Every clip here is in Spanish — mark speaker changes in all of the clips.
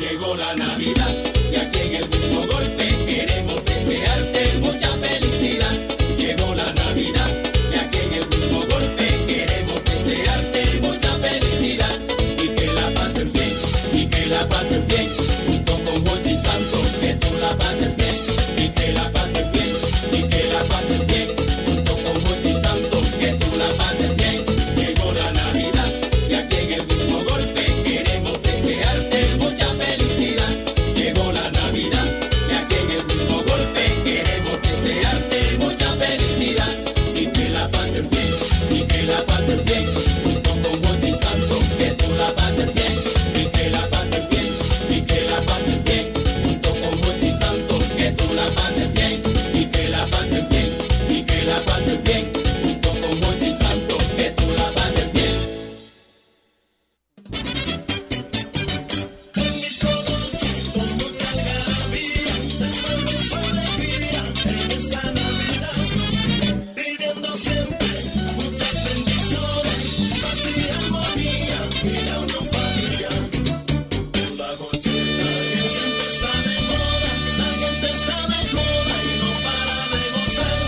Speaker 1: Llegó la Navidad y aquí en el mismo golpe queremos desearte mucha felicidad. Llegó la Navidad y aquí en el mismo golpe queremos desearte mucha felicidad. Y que la pases bien, y que la pases bien, junto con Jochi y Santos, que tú la pases bien, y que la pases bien, y que la pases bien, junto con Jochi y Santos, que tú la pases bien. Llegó la Navidad y aquí en el mismo golpe queremos desearte mucha felicidad. Llegó la Navidad y aquí en el mismo golpe queremos desearte mucha felicidad. Y que la pases bien, y que la pases bien. Junto con Jochi y Santos, que tú la pases bien. Y que la pases bien, y que la pases bien. Junto con Jochi y Santos, que tú la pases bien. Y que la pases bien, y que la pases bien. Junto con Jochi y Santos, que tú la pases bien.
Speaker 2: Pidiendo siempre muchas bendiciones, paz y armonía, y la unión familiar. La gochita que siempre está de moda, la gente está de moda y no para de gozar.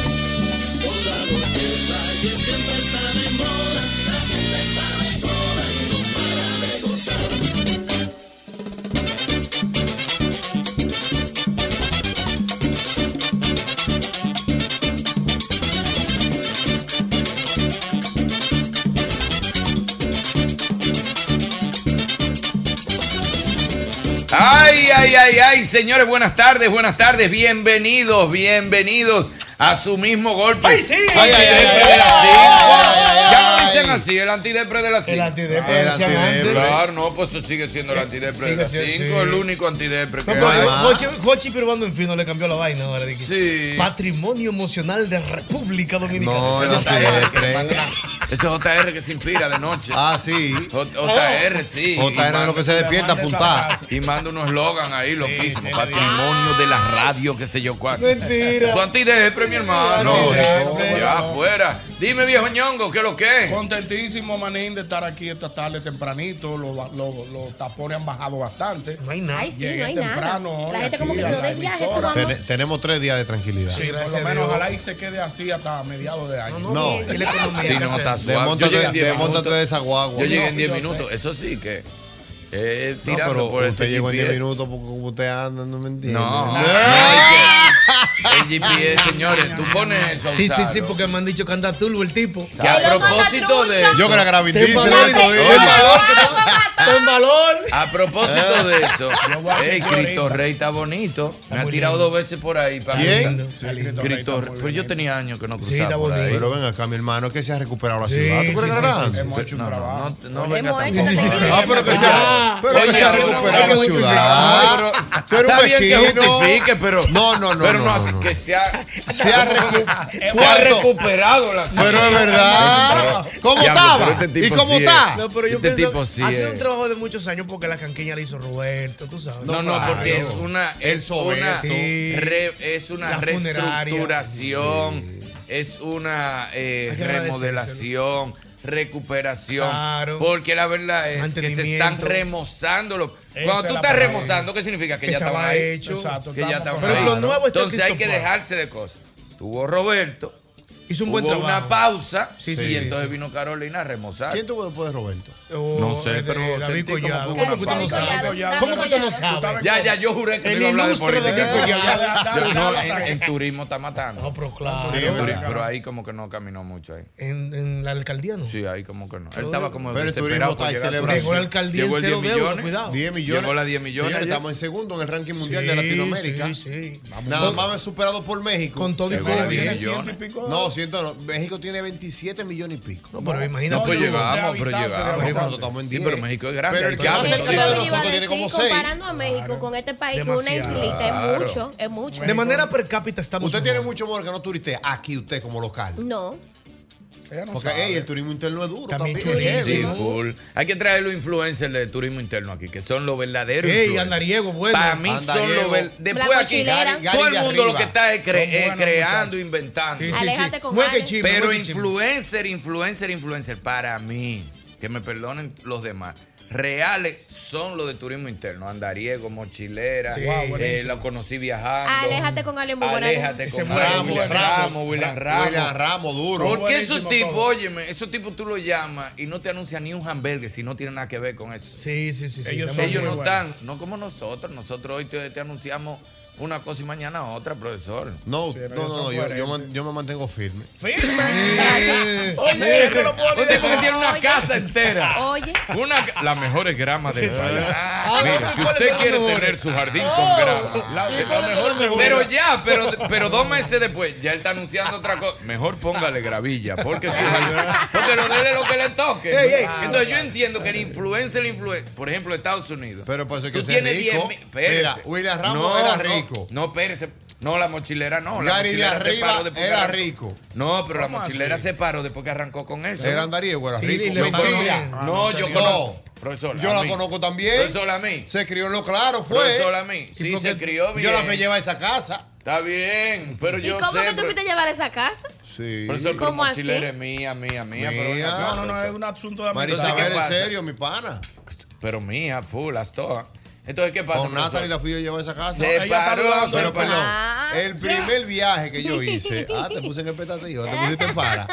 Speaker 2: Con la gochita que siempre está de moda, la gente está de moda y no para de gozar.
Speaker 3: Ay, ay, ay, ay, señores, buenas tardes, buenas tardes, bienvenidos, bienvenidos a su mismo golpe.
Speaker 4: Ay, sí.
Speaker 3: Ay, ay, ay,
Speaker 4: Ay,
Speaker 3: depre
Speaker 4: ay,
Speaker 3: de la
Speaker 4: ay,
Speaker 3: cinco.
Speaker 4: ay, ay,
Speaker 3: Ya no
Speaker 4: ay.
Speaker 3: dicen así, el antidepre de la 5. El
Speaker 4: antidepre decían antes.
Speaker 3: Claro, no, pues eso sigue siendo el antidepre de la 5,
Speaker 4: siendo,
Speaker 3: el único antidepre que
Speaker 4: No, pues, pero eh,
Speaker 3: hay.
Speaker 4: Jochi- Jochi Pirobando en fin no le cambió la vaina ahora. dije,
Speaker 3: Sí.
Speaker 4: Patrimonio emocional de República Dominicana.
Speaker 3: No,
Speaker 4: Ese
Speaker 3: no
Speaker 4: es
Speaker 3: está
Speaker 4: JR.
Speaker 3: bien. Ese es JR que se inspira de noche.
Speaker 5: Ah, sí.
Speaker 4: Oh.
Speaker 3: JR, sí.
Speaker 5: JR
Speaker 3: Y
Speaker 5: de
Speaker 3: manda-
Speaker 5: lo que se despierta, apuntar.
Speaker 3: Y manda unos eslogan ahí, loquísimo. Patrimonio de la radio, qué sé yo cuál.
Speaker 4: Mentira.
Speaker 3: Su antidepre, mi hermano.
Speaker 6: No,
Speaker 3: Ya, afuera. Dime, viejo ñongo, ¿qué es lo que es?
Speaker 6: Contentísimo, Manín, de estar aquí esta tarde tempranito. Los, los- los tapones han bajado bastante. No hay
Speaker 4: nada.
Speaker 7: Ay, sí,
Speaker 6: Llegué
Speaker 7: no hay nada.
Speaker 6: temprano hoy
Speaker 7: La gente como
Speaker 6: aquí
Speaker 7: que se
Speaker 6: a
Speaker 7: lo
Speaker 6: la
Speaker 7: des viaje,
Speaker 6: emisora.
Speaker 5: Tene- tenemos tres días de tranquilidad.
Speaker 6: Sí, por lo menos ojalá y se quede así hasta mediados de año.
Speaker 5: No,
Speaker 3: Sí, no, está suave. Yo llegué en
Speaker 5: Demóntate,
Speaker 3: diez
Speaker 5: demóntate
Speaker 3: minutos.
Speaker 5: de esa guagua.
Speaker 3: Yo llegué en 10 minutos. Eso sí que. Eh,
Speaker 5: No,
Speaker 3: tirando
Speaker 5: pero
Speaker 3: por ese
Speaker 5: usted llegó en 10
Speaker 3: GPS.
Speaker 5: minutos porque como usted anda, no me entiende.
Speaker 3: No. No, El GPS, señores, tú pones eso.
Speaker 4: Sí, sí,
Speaker 3: Gonzalo.
Speaker 4: sí, porque me han dicho que anda turbo el tipo.
Speaker 3: Que a propósito de.
Speaker 5: Yo que la grabé ¿eh?
Speaker 4: Ten
Speaker 5: indígena,
Speaker 4: valor,
Speaker 5: todo
Speaker 4: ten
Speaker 5: bien.
Speaker 4: valor, ten valor.
Speaker 3: A propósito de eso,
Speaker 6: a
Speaker 3: el
Speaker 6: seguir
Speaker 3: Cristo
Speaker 6: ahorita.
Speaker 3: Rey está bonito. Me ha
Speaker 4: muy
Speaker 3: tirado
Speaker 4: lindo.
Speaker 3: dos veces por ahí. Para
Speaker 5: ¿Quién?
Speaker 3: Sí,
Speaker 6: El Cristo Rey
Speaker 3: Cristo
Speaker 6: está
Speaker 3: Rey.
Speaker 6: muy
Speaker 3: Pues yo
Speaker 6: bonito.
Speaker 3: tenía años que no
Speaker 4: Sí,
Speaker 3: cruzaba
Speaker 4: está
Speaker 3: por ahí.
Speaker 5: Pero ven acá, mi hermano, es que se ha recuperado la
Speaker 4: Sí,
Speaker 5: ciudad.
Speaker 4: sí,
Speaker 5: ¿Tú crees
Speaker 4: sí,
Speaker 5: que era
Speaker 4: sí,
Speaker 5: antes?
Speaker 6: Hemos hecho un
Speaker 3: No,
Speaker 6: trabajo.
Speaker 3: no, no, venga
Speaker 7: Hemos
Speaker 3: tampoco.
Speaker 7: hecho Sí, sí, sí.
Speaker 5: Ah, pero que se
Speaker 4: Ah.
Speaker 5: ha, pero que
Speaker 3: Oye,
Speaker 5: se
Speaker 3: no,
Speaker 5: ha
Speaker 3: no, no,
Speaker 5: recuperado la
Speaker 3: no,
Speaker 5: ciudad.
Speaker 3: no,
Speaker 5: Tú eres
Speaker 3: Está bien que
Speaker 5: vecino. Eh,
Speaker 3: justifique, pero.
Speaker 5: No, no, no,
Speaker 3: Pero no
Speaker 5: no, no,
Speaker 3: hace
Speaker 5: no.
Speaker 3: que se ha.
Speaker 5: Se ha recu-
Speaker 3: Se ha
Speaker 5: ¿Cuánto?
Speaker 3: recuperado la ciudad.
Speaker 5: Pero es verdad. ¿Cómo
Speaker 3: Diablo,
Speaker 5: estaba?
Speaker 3: pero este
Speaker 5: ¿Y
Speaker 3: tipo
Speaker 5: cómo
Speaker 3: sí es.
Speaker 5: está?
Speaker 4: No, pero yo
Speaker 3: Este
Speaker 4: pienso,
Speaker 3: tipo sí
Speaker 4: ha sido
Speaker 3: es.
Speaker 4: un trabajo de muchos años porque la canqueña la hizo Roberto, tú sabes.
Speaker 3: No, no,
Speaker 5: claro.
Speaker 3: porque es una,
Speaker 5: El
Speaker 3: es una,
Speaker 5: sobeto.
Speaker 4: Sí.
Speaker 3: re- es una
Speaker 4: La funeraria.
Speaker 3: reestructuración, es una eh,
Speaker 4: Hay que
Speaker 3: remodelación, recuperación.
Speaker 4: Claro.
Speaker 3: Porque la verdad es que se están
Speaker 4: Mantenimiento.
Speaker 3: remozando. los- Cuando
Speaker 6: Esa es
Speaker 3: tú
Speaker 6: la
Speaker 3: estás
Speaker 6: palabra.
Speaker 3: remozando, ¿qué significa? Que,
Speaker 4: Que
Speaker 3: ya estaban
Speaker 4: estaba
Speaker 3: ahí.
Speaker 4: hecho.
Speaker 6: Exacto,
Speaker 3: Que ya
Speaker 6: estamos
Speaker 3: estaban
Speaker 4: Pero
Speaker 3: ahí.
Speaker 4: lo nuevo este está
Speaker 3: Entonces hay
Speaker 4: Cristo
Speaker 3: que
Speaker 4: Paz.
Speaker 3: dejarse de cosas. Tuvo Roberto,
Speaker 4: Hizo un
Speaker 3: hubo
Speaker 4: buen trabajo.
Speaker 3: una pausa,
Speaker 4: Sí,
Speaker 3: y
Speaker 4: sí, sí,
Speaker 3: entonces
Speaker 4: sí.
Speaker 3: vino Carolina a remozar.
Speaker 5: ¿Quién tuvo después de Roberto?
Speaker 4: Oh,
Speaker 3: No sé,
Speaker 4: de
Speaker 3: pero
Speaker 4: David
Speaker 3: sentí como
Speaker 4: Collado.
Speaker 3: que hubo
Speaker 4: ¿Cómo que
Speaker 3: una
Speaker 4: tú no
Speaker 3: pausa.
Speaker 4: sabes?
Speaker 7: Collado,
Speaker 4: ¿Cómo que tú no
Speaker 7: David Collado.
Speaker 4: sabes?
Speaker 3: Ya, ya, yo juré que no
Speaker 4: El
Speaker 3: iba a hablar de
Speaker 4: ilustre
Speaker 3: política.
Speaker 4: David Collado.
Speaker 3: Yo- no, en,
Speaker 6: Ya,
Speaker 3: en turismo está matando.
Speaker 4: eh, No, pero claro.
Speaker 3: En turismo,
Speaker 5: ¿verdad?
Speaker 3: pero ahí como que no caminó mucho ahí.
Speaker 4: En, en la alcaldía no.
Speaker 3: Sí, ahí como que no. Él estaba como
Speaker 5: Pero el
Speaker 3: desesperado
Speaker 5: turismo
Speaker 3: por
Speaker 5: está
Speaker 3: llegar a
Speaker 5: celebrando.
Speaker 3: Turquía.
Speaker 4: Llegó la alcaldía
Speaker 3: Llegó
Speaker 4: en
Speaker 3: el
Speaker 4: cero
Speaker 3: 10
Speaker 4: deuda,
Speaker 3: millones.
Speaker 4: cuidado.
Speaker 5: 10 millones.
Speaker 3: Llegó la 10 millones
Speaker 5: Señores,
Speaker 3: ayer.
Speaker 5: estamos en segundo en el ranking mundial
Speaker 4: Sí,
Speaker 5: de Latinoamérica.
Speaker 4: sí, sí.
Speaker 5: Nada más me superado por México.
Speaker 4: Con todo y
Speaker 3: Llegó la
Speaker 4: COVID.
Speaker 3: diez
Speaker 6: ya,
Speaker 4: ¿eh?
Speaker 3: millones.
Speaker 6: ciento y pico.
Speaker 5: No, 200 no. México tiene 27 millones y pico.
Speaker 4: No, pero imagínate.
Speaker 3: No, pues
Speaker 4: tú.
Speaker 3: llegamos, pero
Speaker 6: habitante,
Speaker 3: llegamos.
Speaker 6: de
Speaker 5: habitante, estamos en
Speaker 3: Sí,
Speaker 5: 10.
Speaker 3: pero México es grande.
Speaker 5: Pero
Speaker 3: hay
Speaker 5: el
Speaker 3: que
Speaker 5: que más
Speaker 3: hablar.
Speaker 8: Eso
Speaker 5: cerca
Speaker 8: es lo
Speaker 5: de
Speaker 8: que iba a
Speaker 5: nosotros tiene
Speaker 8: decir,
Speaker 5: como seis.
Speaker 8: comparando a México con este país, que una
Speaker 4: Demasiado.
Speaker 8: islita
Speaker 3: Claro.
Speaker 8: es mucho, es mucho.
Speaker 4: De manera per cápita estamos.
Speaker 5: Usted tiene
Speaker 4: mejor.
Speaker 5: mucho amor que no turiste aquí usted como local.
Speaker 8: No,
Speaker 6: Ella no
Speaker 5: Porque
Speaker 6: sabe.
Speaker 5: ey, el turismo interno es duro
Speaker 4: También
Speaker 5: también.
Speaker 4: chulísimo.
Speaker 3: Sí,
Speaker 5: ¿no?
Speaker 3: full. Hay que traer los influencers de turismo interno aquí, que son los verdaderos.
Speaker 4: Ey,
Speaker 3: influencers.
Speaker 4: andariego, bueno.
Speaker 3: Para mí son
Speaker 5: Andariego.
Speaker 3: los ver- Después
Speaker 8: Blanco
Speaker 3: aquí,
Speaker 8: chilera.
Speaker 3: todo
Speaker 5: Gary
Speaker 3: el
Speaker 5: de
Speaker 3: mundo lo
Speaker 5: arriba.
Speaker 3: que está es cre-
Speaker 4: Son
Speaker 3: eh,
Speaker 4: buenos
Speaker 3: creando,
Speaker 4: muchachos.
Speaker 3: inventando.
Speaker 4: Sí, sí,
Speaker 8: Aléjate
Speaker 4: sí.
Speaker 8: con
Speaker 4: Mueque
Speaker 8: Ana.
Speaker 4: chisme,
Speaker 3: Pero
Speaker 4: mueque chisme.
Speaker 3: influencer, influencer, influencer, para mí, que me perdonen los demás, reales son los de turismo interno. Andariego, mochilera,
Speaker 4: Sí,
Speaker 3: eh,
Speaker 4: buenísimo.
Speaker 3: lo conocí viajando.
Speaker 8: aléjate con alguien muy bueno.
Speaker 3: Aléjate
Speaker 4: Ese
Speaker 3: con
Speaker 4: Ramos,
Speaker 3: Ramos, William Ramos, William Ramos.
Speaker 5: William Ramos, duro.
Speaker 3: Porque esos
Speaker 6: buenísimo
Speaker 3: tipos,
Speaker 6: todo.
Speaker 3: óyeme, esos tipos tú los llamas y no te anuncian ni un hamburger si no tiene nada que ver con eso.
Speaker 4: Sí, sí, sí. sí,
Speaker 6: Ellos
Speaker 4: estamos
Speaker 6: son
Speaker 3: Ellos
Speaker 6: muy
Speaker 3: no
Speaker 4: mejor.
Speaker 6: buenos.
Speaker 3: están, no como nosotros. Nosotros hoy te, te anunciamos una cosa y mañana otra, profesor.
Speaker 5: No,
Speaker 6: Sí,
Speaker 5: no,
Speaker 6: pero son
Speaker 5: no, no, yo, yo
Speaker 6: coherentes.
Speaker 5: man- yo me mantengo firme.
Speaker 6: Oye, yo no lo puedo
Speaker 3: Un tipo que
Speaker 8: no,
Speaker 3: tiene una
Speaker 8: oye.
Speaker 3: casa entera.
Speaker 8: Oye,
Speaker 3: Una, las mejores gramas del país. Mire, si usted quiere tener su jardín con grama, la- la mejor- pero ya, pero, pero dos meses después, ya él está anunciando otra cosa. Mejor póngale gravilla, porque, su jardín- porque lo dele lo que le toque. Entonces yo entiendo que el influencer, el influencer, por ejemplo, Estados Unidos.
Speaker 5: Pero para eso hay que
Speaker 3: tú
Speaker 5: ser
Speaker 3: tienes
Speaker 5: rico.
Speaker 3: 10.000 espérese.
Speaker 5: Mira, William Ramos era rico.
Speaker 3: No, espérese. No, la mochilera no. La
Speaker 5: Gary de
Speaker 3: mochilera se
Speaker 5: arriba
Speaker 3: paró después que
Speaker 5: era
Speaker 3: arrancó.
Speaker 5: rico.
Speaker 3: No, pero la mochilera se paró después que arrancó con eso.
Speaker 5: Era andariego, era
Speaker 4: Sí,
Speaker 5: rico.
Speaker 4: y le
Speaker 5: Mentira.
Speaker 4: mandaron-
Speaker 3: No, yo
Speaker 5: No.
Speaker 3: conozco. Profesor,
Speaker 5: Yo
Speaker 3: a
Speaker 5: la
Speaker 3: mí.
Speaker 5: conozco también.
Speaker 3: Profesor, a mí.
Speaker 5: Se crió en lo claro,
Speaker 3: Profesor,
Speaker 5: fue.
Speaker 3: a mí. Sí,
Speaker 4: por qué-
Speaker 3: se crió bien.
Speaker 5: Yo la me lleva a esa casa.
Speaker 3: Está bien, pero
Speaker 8: ¿y
Speaker 3: yo
Speaker 8: cómo
Speaker 3: sé. pues.
Speaker 8: que tú fuiste a llevar esa casa?
Speaker 5: Sí.
Speaker 3: Profesor, pero
Speaker 8: ¿Cómo
Speaker 3: mochilera
Speaker 8: así?
Speaker 3: es mía, mía, mía. pero ven
Speaker 5: Mía.
Speaker 3: acá,
Speaker 6: No, no, no, es
Speaker 3: profesor.
Speaker 6: un asunto de amistad.
Speaker 3: Entonces, ¿qué
Speaker 5: Marisabel, en
Speaker 3: pasa?
Speaker 5: serio, mi pana.
Speaker 3: Pero mía, full, las todas. Entonces, ¿qué pasa?
Speaker 5: Con Natalie
Speaker 3: profesor?
Speaker 5: la fui yo a llevar a esa casa.
Speaker 3: Se
Speaker 6: está
Speaker 3: paró,
Speaker 6: hablando,
Speaker 3: se
Speaker 5: Pero
Speaker 3: paró.
Speaker 5: perdón,
Speaker 8: Ah,
Speaker 5: el primer viaje que yo hice, ah, te puse en expectativa, te pusiste en para.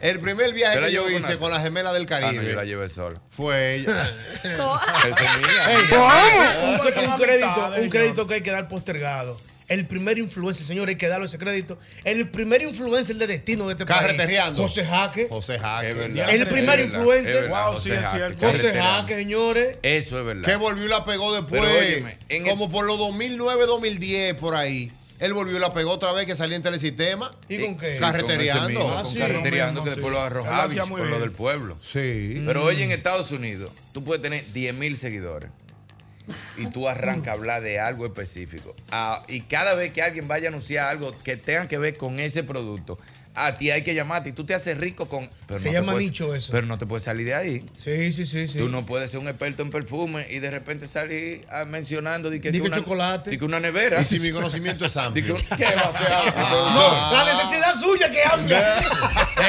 Speaker 5: El primer viaje
Speaker 3: Yo la
Speaker 5: que yo
Speaker 3: llevo con
Speaker 5: hice
Speaker 3: Natalie.
Speaker 5: con la gemela del
Speaker 3: Ah, no, yo la
Speaker 5: Caribe
Speaker 3: llevé sola.
Speaker 5: fue ella.
Speaker 8: Co-
Speaker 3: Esa es mía.
Speaker 4: Un, un
Speaker 6: Son amistades,
Speaker 4: crédito, un
Speaker 6: señor.
Speaker 4: crédito que hay que dar postergado. El primer influencer, señor, hay que darle ese crédito. El primer influencer de destino de este
Speaker 5: Carretereando.
Speaker 4: país. José Jaque.
Speaker 5: José
Speaker 6: Eh,
Speaker 3: Es
Speaker 5: Jaque.
Speaker 3: verdad.
Speaker 4: El
Speaker 3: es
Speaker 4: primer
Speaker 3: verdad,
Speaker 4: influencer.
Speaker 3: es verdad,
Speaker 6: Wow,
Speaker 3: José
Speaker 6: sí, es
Speaker 3: Jaque,
Speaker 6: cierto.
Speaker 4: José
Speaker 3: carretera.
Speaker 4: Jaque, señores.
Speaker 3: Eso es verdad.
Speaker 5: Que volvió y la pegó después.
Speaker 3: Pero óyeme, en el-
Speaker 5: como por los 2009, 2010, por ahí. Él volvió y la pegó otra vez que salía en Telesistema.
Speaker 4: ¿Y con qué?
Speaker 3: Sí, con ese
Speaker 5: Carretereando.
Speaker 3: mismo,
Speaker 4: Ah,
Speaker 3: con
Speaker 4: sí,
Speaker 3: carretereando
Speaker 6: lo mismo,
Speaker 3: que
Speaker 6: sí.
Speaker 3: después lo
Speaker 6: Él
Speaker 3: arrojaba
Speaker 6: lo hacía muy
Speaker 3: por lo
Speaker 6: bien.
Speaker 3: del pueblo.
Speaker 5: Sí.
Speaker 3: Pero hoy
Speaker 4: Mm.
Speaker 3: en Estados Unidos, tú puedes tener 10 mil seguidores y tú arrancas a hablar de algo específico. Ah, y cada vez que alguien vaya a anunciar algo que tenga que ver con ese producto, a ti hay que llamarte y tú te haces rico con. pero
Speaker 4: Se
Speaker 3: te
Speaker 4: llama
Speaker 3: puedes-
Speaker 4: nicho eso.
Speaker 3: Pero no te puedes salir de ahí.
Speaker 4: Sí, sí, sí, sí.
Speaker 3: Tú no puedes ser un experto en perfume y de repente salir ah, mencionando de que,
Speaker 4: Di que
Speaker 3: una,
Speaker 4: chocolate.
Speaker 3: di que una nevera.
Speaker 5: Y si mi conocimiento es
Speaker 3: Di que
Speaker 5: amplio. Ah.
Speaker 3: un- ¿Qué va a hacer algo, profesor?
Speaker 4: No, la necesidad suya que habla.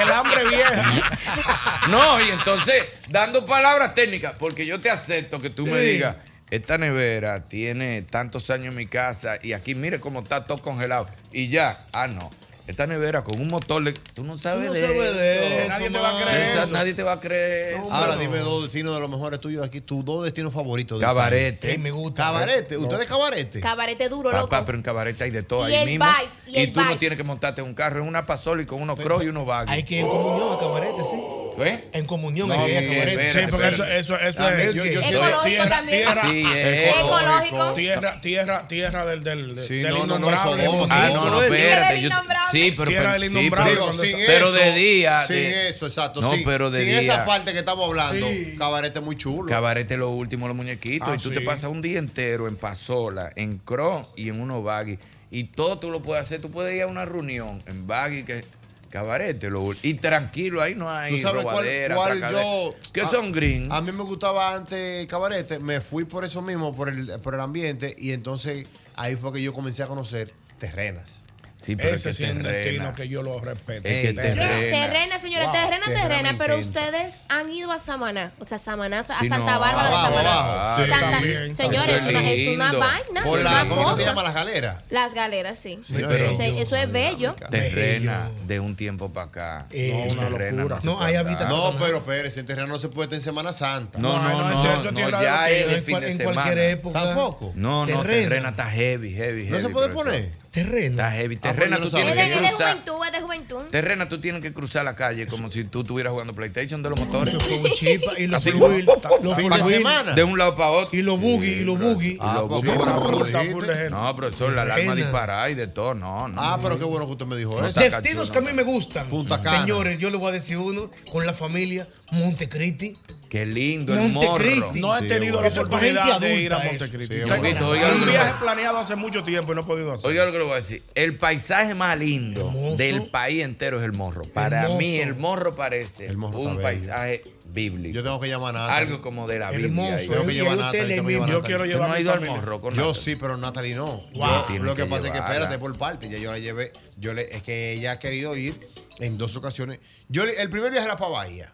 Speaker 6: El hambre vieja.
Speaker 3: No, y entonces, dando palabras técnicas, porque yo te acepto que tú me
Speaker 4: Sí.
Speaker 3: digas, esta nevera tiene tantos años en mi casa y aquí mire cómo está todo congelado. Y ya, ah, no. Esta nevera con un motor, de- tú no sabes
Speaker 4: No
Speaker 3: de
Speaker 4: se
Speaker 3: eso.
Speaker 4: puede eso,
Speaker 6: Nadie te va a
Speaker 4: man.
Speaker 6: creer.
Speaker 3: Esa-
Speaker 6: eso.
Speaker 3: Nadie te va a creer. eso.
Speaker 5: Ahora dime dos destinos de los mejores tuyos aquí. Tus dos destinos favoritos. del
Speaker 3: Cabarete.
Speaker 4: Ey, me gusta.
Speaker 5: Cabarete, ¿usted es cabarete?
Speaker 8: Cabarete duro, loco.
Speaker 3: Papá, pero en cabarete hay de todo
Speaker 8: Y
Speaker 3: ahí
Speaker 8: el
Speaker 3: mismo.
Speaker 8: vibe, y
Speaker 3: y
Speaker 8: el
Speaker 3: tú no
Speaker 8: vibe.
Speaker 3: tienes que montarte en un carro, en una pasola y con unos crocs y unos
Speaker 4: Hay
Speaker 3: baggies.
Speaker 4: que ir en comunión a cabarete, sí.
Speaker 3: ¿Eh?
Speaker 4: En comunión
Speaker 3: No,
Speaker 4: hay que ir a
Speaker 3: que
Speaker 4: cabarete.
Speaker 3: espérate,
Speaker 6: Sí, porque eso,
Speaker 3: espérate.
Speaker 6: eso, eso
Speaker 5: Dame,
Speaker 6: es.
Speaker 5: yo- yo-
Speaker 6: tierra,
Speaker 8: Ecológico
Speaker 6: tierra,
Speaker 8: también.
Speaker 6: tierra, Ah,
Speaker 3: Sí,
Speaker 5: Eh,
Speaker 3: es.
Speaker 8: Ecológico.
Speaker 6: tierra, tierra, tierra del, del, del,
Speaker 5: Sí,
Speaker 6: del
Speaker 5: no, no, no,
Speaker 6: innombrable.
Speaker 5: eso, vos,
Speaker 3: Ah,
Speaker 5: Sí,
Speaker 3: no,
Speaker 5: pero
Speaker 3: no,
Speaker 5: es-
Speaker 3: espérate.
Speaker 8: Tierra
Speaker 3: yo-
Speaker 8: del innombrable.
Speaker 3: sí, pero,
Speaker 6: Tierra del
Speaker 3: sí,
Speaker 6: innombrable.
Speaker 3: pero
Speaker 5: Digo,
Speaker 6: cuando
Speaker 5: sin
Speaker 6: esa-
Speaker 3: pero
Speaker 5: eso,
Speaker 3: de día,
Speaker 5: Sin
Speaker 3: de-
Speaker 5: eso, exacto.
Speaker 3: No,
Speaker 5: sin,
Speaker 3: pero de
Speaker 5: sin
Speaker 3: día.
Speaker 5: esa parte que estamos hablando,
Speaker 4: Sí.
Speaker 5: cabarete muy chulo.
Speaker 3: Cabarete lo último, los muñequitos.
Speaker 6: Ah,
Speaker 3: y tú
Speaker 6: sí.
Speaker 3: te pasas un día entero en pasola, en cron y en unos baggy. Y todo tú lo puedes hacer. Tú puedes ir a una reunión en baggy que cabarete lo último. Y tranquilo, ahí no hay
Speaker 5: ¿Tú sabes cuál,
Speaker 3: robadera,
Speaker 5: cuál
Speaker 3: atracadera.
Speaker 5: yo?
Speaker 3: Que
Speaker 5: a-
Speaker 3: son green.
Speaker 5: A mí me gustaba antes cabarete, me fui por eso mismo, por el, por el ambiente, y entonces ahí fue que yo comencé a conocer terrenas.
Speaker 3: sí, pero
Speaker 6: Ese
Speaker 3: es
Speaker 6: sí
Speaker 3: que
Speaker 6: es un
Speaker 3: terrena.
Speaker 6: destino que yo lo respeto.
Speaker 3: Es que
Speaker 6: Terrena.
Speaker 3: terrena.
Speaker 8: Terrena, señora,
Speaker 5: Wow,
Speaker 8: terrena,
Speaker 5: terrena
Speaker 8: terrena,
Speaker 5: me
Speaker 8: pero
Speaker 5: encanta.
Speaker 8: ustedes han ido a Samaná, o sea, Samaná, a
Speaker 3: Sí,
Speaker 8: Santa
Speaker 3: no,
Speaker 8: Bárbara de
Speaker 5: abajo,
Speaker 8: Samaná.
Speaker 5: abajo, sí,
Speaker 8: Santa-
Speaker 6: también.
Speaker 8: Señores,
Speaker 3: Eso
Speaker 8: es
Speaker 3: es
Speaker 8: una, es una
Speaker 3: lindo.
Speaker 8: vaina,
Speaker 5: Por
Speaker 8: es
Speaker 5: la,
Speaker 8: una
Speaker 5: ¿Cómo que se
Speaker 8: cosa.
Speaker 5: llama las galeras?
Speaker 8: Las galeras, sí.
Speaker 3: Sí, pero-
Speaker 8: Ese- eso es bello.
Speaker 3: Terrena
Speaker 4: Bello.
Speaker 3: de un tiempo para acá.
Speaker 4: Eh,
Speaker 3: una locura.
Speaker 4: No, hay habitación.
Speaker 5: No, pero Pérez, en terreno no se puede estar en Semana Santa.
Speaker 3: No,
Speaker 6: No,
Speaker 3: no,
Speaker 6: no,
Speaker 3: no,
Speaker 6: entonces
Speaker 3: no,
Speaker 6: eso tiene algo
Speaker 3: ya
Speaker 6: que
Speaker 3: es
Speaker 6: ver
Speaker 3: de fin
Speaker 4: cual-
Speaker 3: de
Speaker 4: en cualquier
Speaker 3: semana.
Speaker 4: época.
Speaker 5: Tampoco.
Speaker 3: No, no,
Speaker 4: Terrena.
Speaker 3: terrena está heavy, heavy,
Speaker 5: No
Speaker 3: heavy,
Speaker 5: se puede
Speaker 3: profesor.
Speaker 5: poner.
Speaker 4: Terrena.
Speaker 3: Está heavy. Terrena,
Speaker 5: pues
Speaker 3: tú
Speaker 5: yo no
Speaker 3: tienes
Speaker 8: Es de,
Speaker 3: que
Speaker 8: es de
Speaker 3: cruzar.
Speaker 8: juventud, es de juventud.
Speaker 3: Terrena, tú tienes que cruzar la calle como si tú estuvieras jugando PlayStation de los motores.
Speaker 4: Con chipa y los
Speaker 3: Así,
Speaker 4: full wheel,
Speaker 3: uh, uh,
Speaker 4: los
Speaker 5: Fin
Speaker 4: full
Speaker 5: de
Speaker 4: wheel,
Speaker 5: semana.
Speaker 3: De un lado para otro.
Speaker 4: y los buggy y los buggy.
Speaker 5: Ah,
Speaker 3: Lo busco
Speaker 5: pues qué bueno
Speaker 3: por
Speaker 5: que lo
Speaker 6: Está full de
Speaker 5: dijiste.
Speaker 6: gente.
Speaker 3: No, profesor, la alarma
Speaker 4: Terrena.
Speaker 3: disparada y de todo. No, no.
Speaker 5: Ah, pero qué bueno que usted me dijo eso.
Speaker 3: está
Speaker 4: Destinos
Speaker 3: cachondo.
Speaker 4: que a mí me gustan.
Speaker 5: Punta Cana.
Speaker 4: Señores, yo le voy a decir uno con la familia Montecristi.
Speaker 3: Qué lindo el
Speaker 4: Montecristi.
Speaker 3: morro.
Speaker 6: No he
Speaker 5: Sí,
Speaker 6: tenido
Speaker 5: bueno.
Speaker 6: la
Speaker 4: Eso es para gente
Speaker 6: oportunidad de ir a
Speaker 4: adulta, eh.
Speaker 6: Montecristi.
Speaker 5: eso. Sí,
Speaker 6: Tengo
Speaker 3: Poquito, oiga lo que
Speaker 6: un
Speaker 3: le voy a
Speaker 6: viaje
Speaker 3: decir.
Speaker 6: planeado hace mucho tiempo y no he podido hacer.
Speaker 3: Oiga lo que le voy a decir. El paisaje más lindo
Speaker 4: Hermoso.
Speaker 3: del país entero es el morro. Para
Speaker 4: Hermoso.
Speaker 3: mí, el morro parece
Speaker 5: El morro está
Speaker 3: un
Speaker 5: bello.
Speaker 3: paisaje bíblico.
Speaker 5: Yo tengo que llamar a Natalie.
Speaker 3: Algo como de la Biblia.
Speaker 4: Hermoso.
Speaker 3: ahí.
Speaker 5: Tengo que
Speaker 4: Y
Speaker 5: llevar
Speaker 4: hay
Speaker 5: a Natalie,
Speaker 4: hoteles
Speaker 5: tengo que llevar a
Speaker 6: Yo
Speaker 5: Natalie.
Speaker 6: quiero
Speaker 3: Tú no
Speaker 6: llevar a
Speaker 3: has
Speaker 6: mi
Speaker 3: ido al
Speaker 6: familia.
Speaker 3: morro con
Speaker 5: Yo
Speaker 3: Natalie?
Speaker 5: sí, pero Natalie no.
Speaker 3: Wow.
Speaker 5: Yo-
Speaker 3: Tienes
Speaker 5: lo que,
Speaker 3: que
Speaker 5: pasa es que
Speaker 3: llevarla.
Speaker 5: espérate por parte. Ya yo la llevé. Yo le, es que ella ha querido ir en dos ocasiones. Yo le- el primer viaje era para Bahía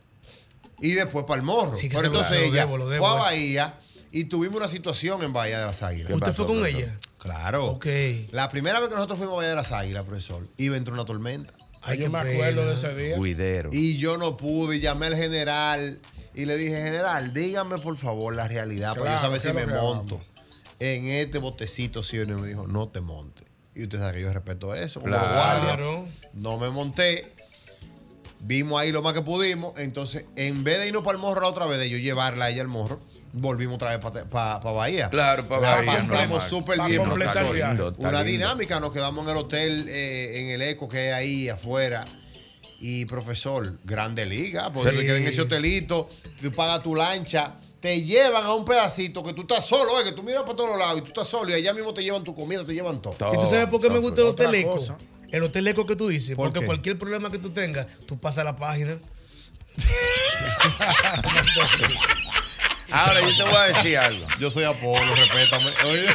Speaker 5: y después para el Morro.
Speaker 4: Sí, que
Speaker 5: pero
Speaker 4: se-
Speaker 5: entonces
Speaker 4: lo
Speaker 5: ella
Speaker 4: debo, lo debo
Speaker 5: fue a
Speaker 4: eso.
Speaker 5: Bahía y tuvimos una situación en Bahía de las Águilas.
Speaker 4: ¿Usted
Speaker 3: pasó,
Speaker 4: fue con
Speaker 3: profesor?
Speaker 4: ella?
Speaker 5: Claro.
Speaker 4: Ok.
Speaker 5: La primera vez que nosotros fuimos a Bahía de las Águilas, profesor, iba entre una tormenta.
Speaker 6: Ay,
Speaker 4: qué
Speaker 6: yo me acuerdo
Speaker 4: pena.
Speaker 6: de ese día.
Speaker 3: Guidero.
Speaker 5: Y yo no pude, y llamé al general y le dije, general, dígame por favor la realidad para yo
Speaker 6: Claro,
Speaker 5: saber si
Speaker 6: ¿qué
Speaker 5: me
Speaker 6: es lo que
Speaker 5: monto en este botecito, si o no. Y me dijo, no te montes. Y usted sabe que yo respeto eso. Como los guardias.
Speaker 4: Claro.
Speaker 5: no me monté. Vimos ahí lo más que pudimos. Entonces, en vez de irnos para el morro la otra vez, de yo llevarla a ella al morro, volvimos otra vez para Bahía.
Speaker 3: Claro, pa'
Speaker 5: La
Speaker 3: Bahía,
Speaker 5: Pasamos
Speaker 3: normal.
Speaker 5: súper
Speaker 6: Pa'
Speaker 5: bien.
Speaker 3: No,
Speaker 6: completar
Speaker 3: está
Speaker 6: el viaje.
Speaker 3: lindo, está
Speaker 5: Una
Speaker 3: lindo.
Speaker 5: dinámica, nos quedamos en el hotel, eh, en el eco que es ahí afuera. Y profesor, grande liga, porque
Speaker 3: Sí.
Speaker 5: te quedas en ese hotelito, tú pagas tu lancha, te llevan a un pedacito que tú estás solo, eh, que tú miras para todos lados y tú estás solo y allá mismo te llevan tu comida, te llevan todo.
Speaker 3: Todo,
Speaker 4: ¿Y tú sabes por qué me
Speaker 3: todo
Speaker 4: gusta el
Speaker 3: fue-
Speaker 4: hotel
Speaker 6: otra
Speaker 4: eco?
Speaker 6: cosa.
Speaker 4: El hotel eco que tú dices.
Speaker 5: ¿Por
Speaker 4: porque
Speaker 5: qué?
Speaker 4: cualquier problema que tú tengas, tú pasas la página.
Speaker 5: Ah,
Speaker 3: Ahora yo te voy a decir algo.
Speaker 5: Yo soy Apolo, respétame. Oye.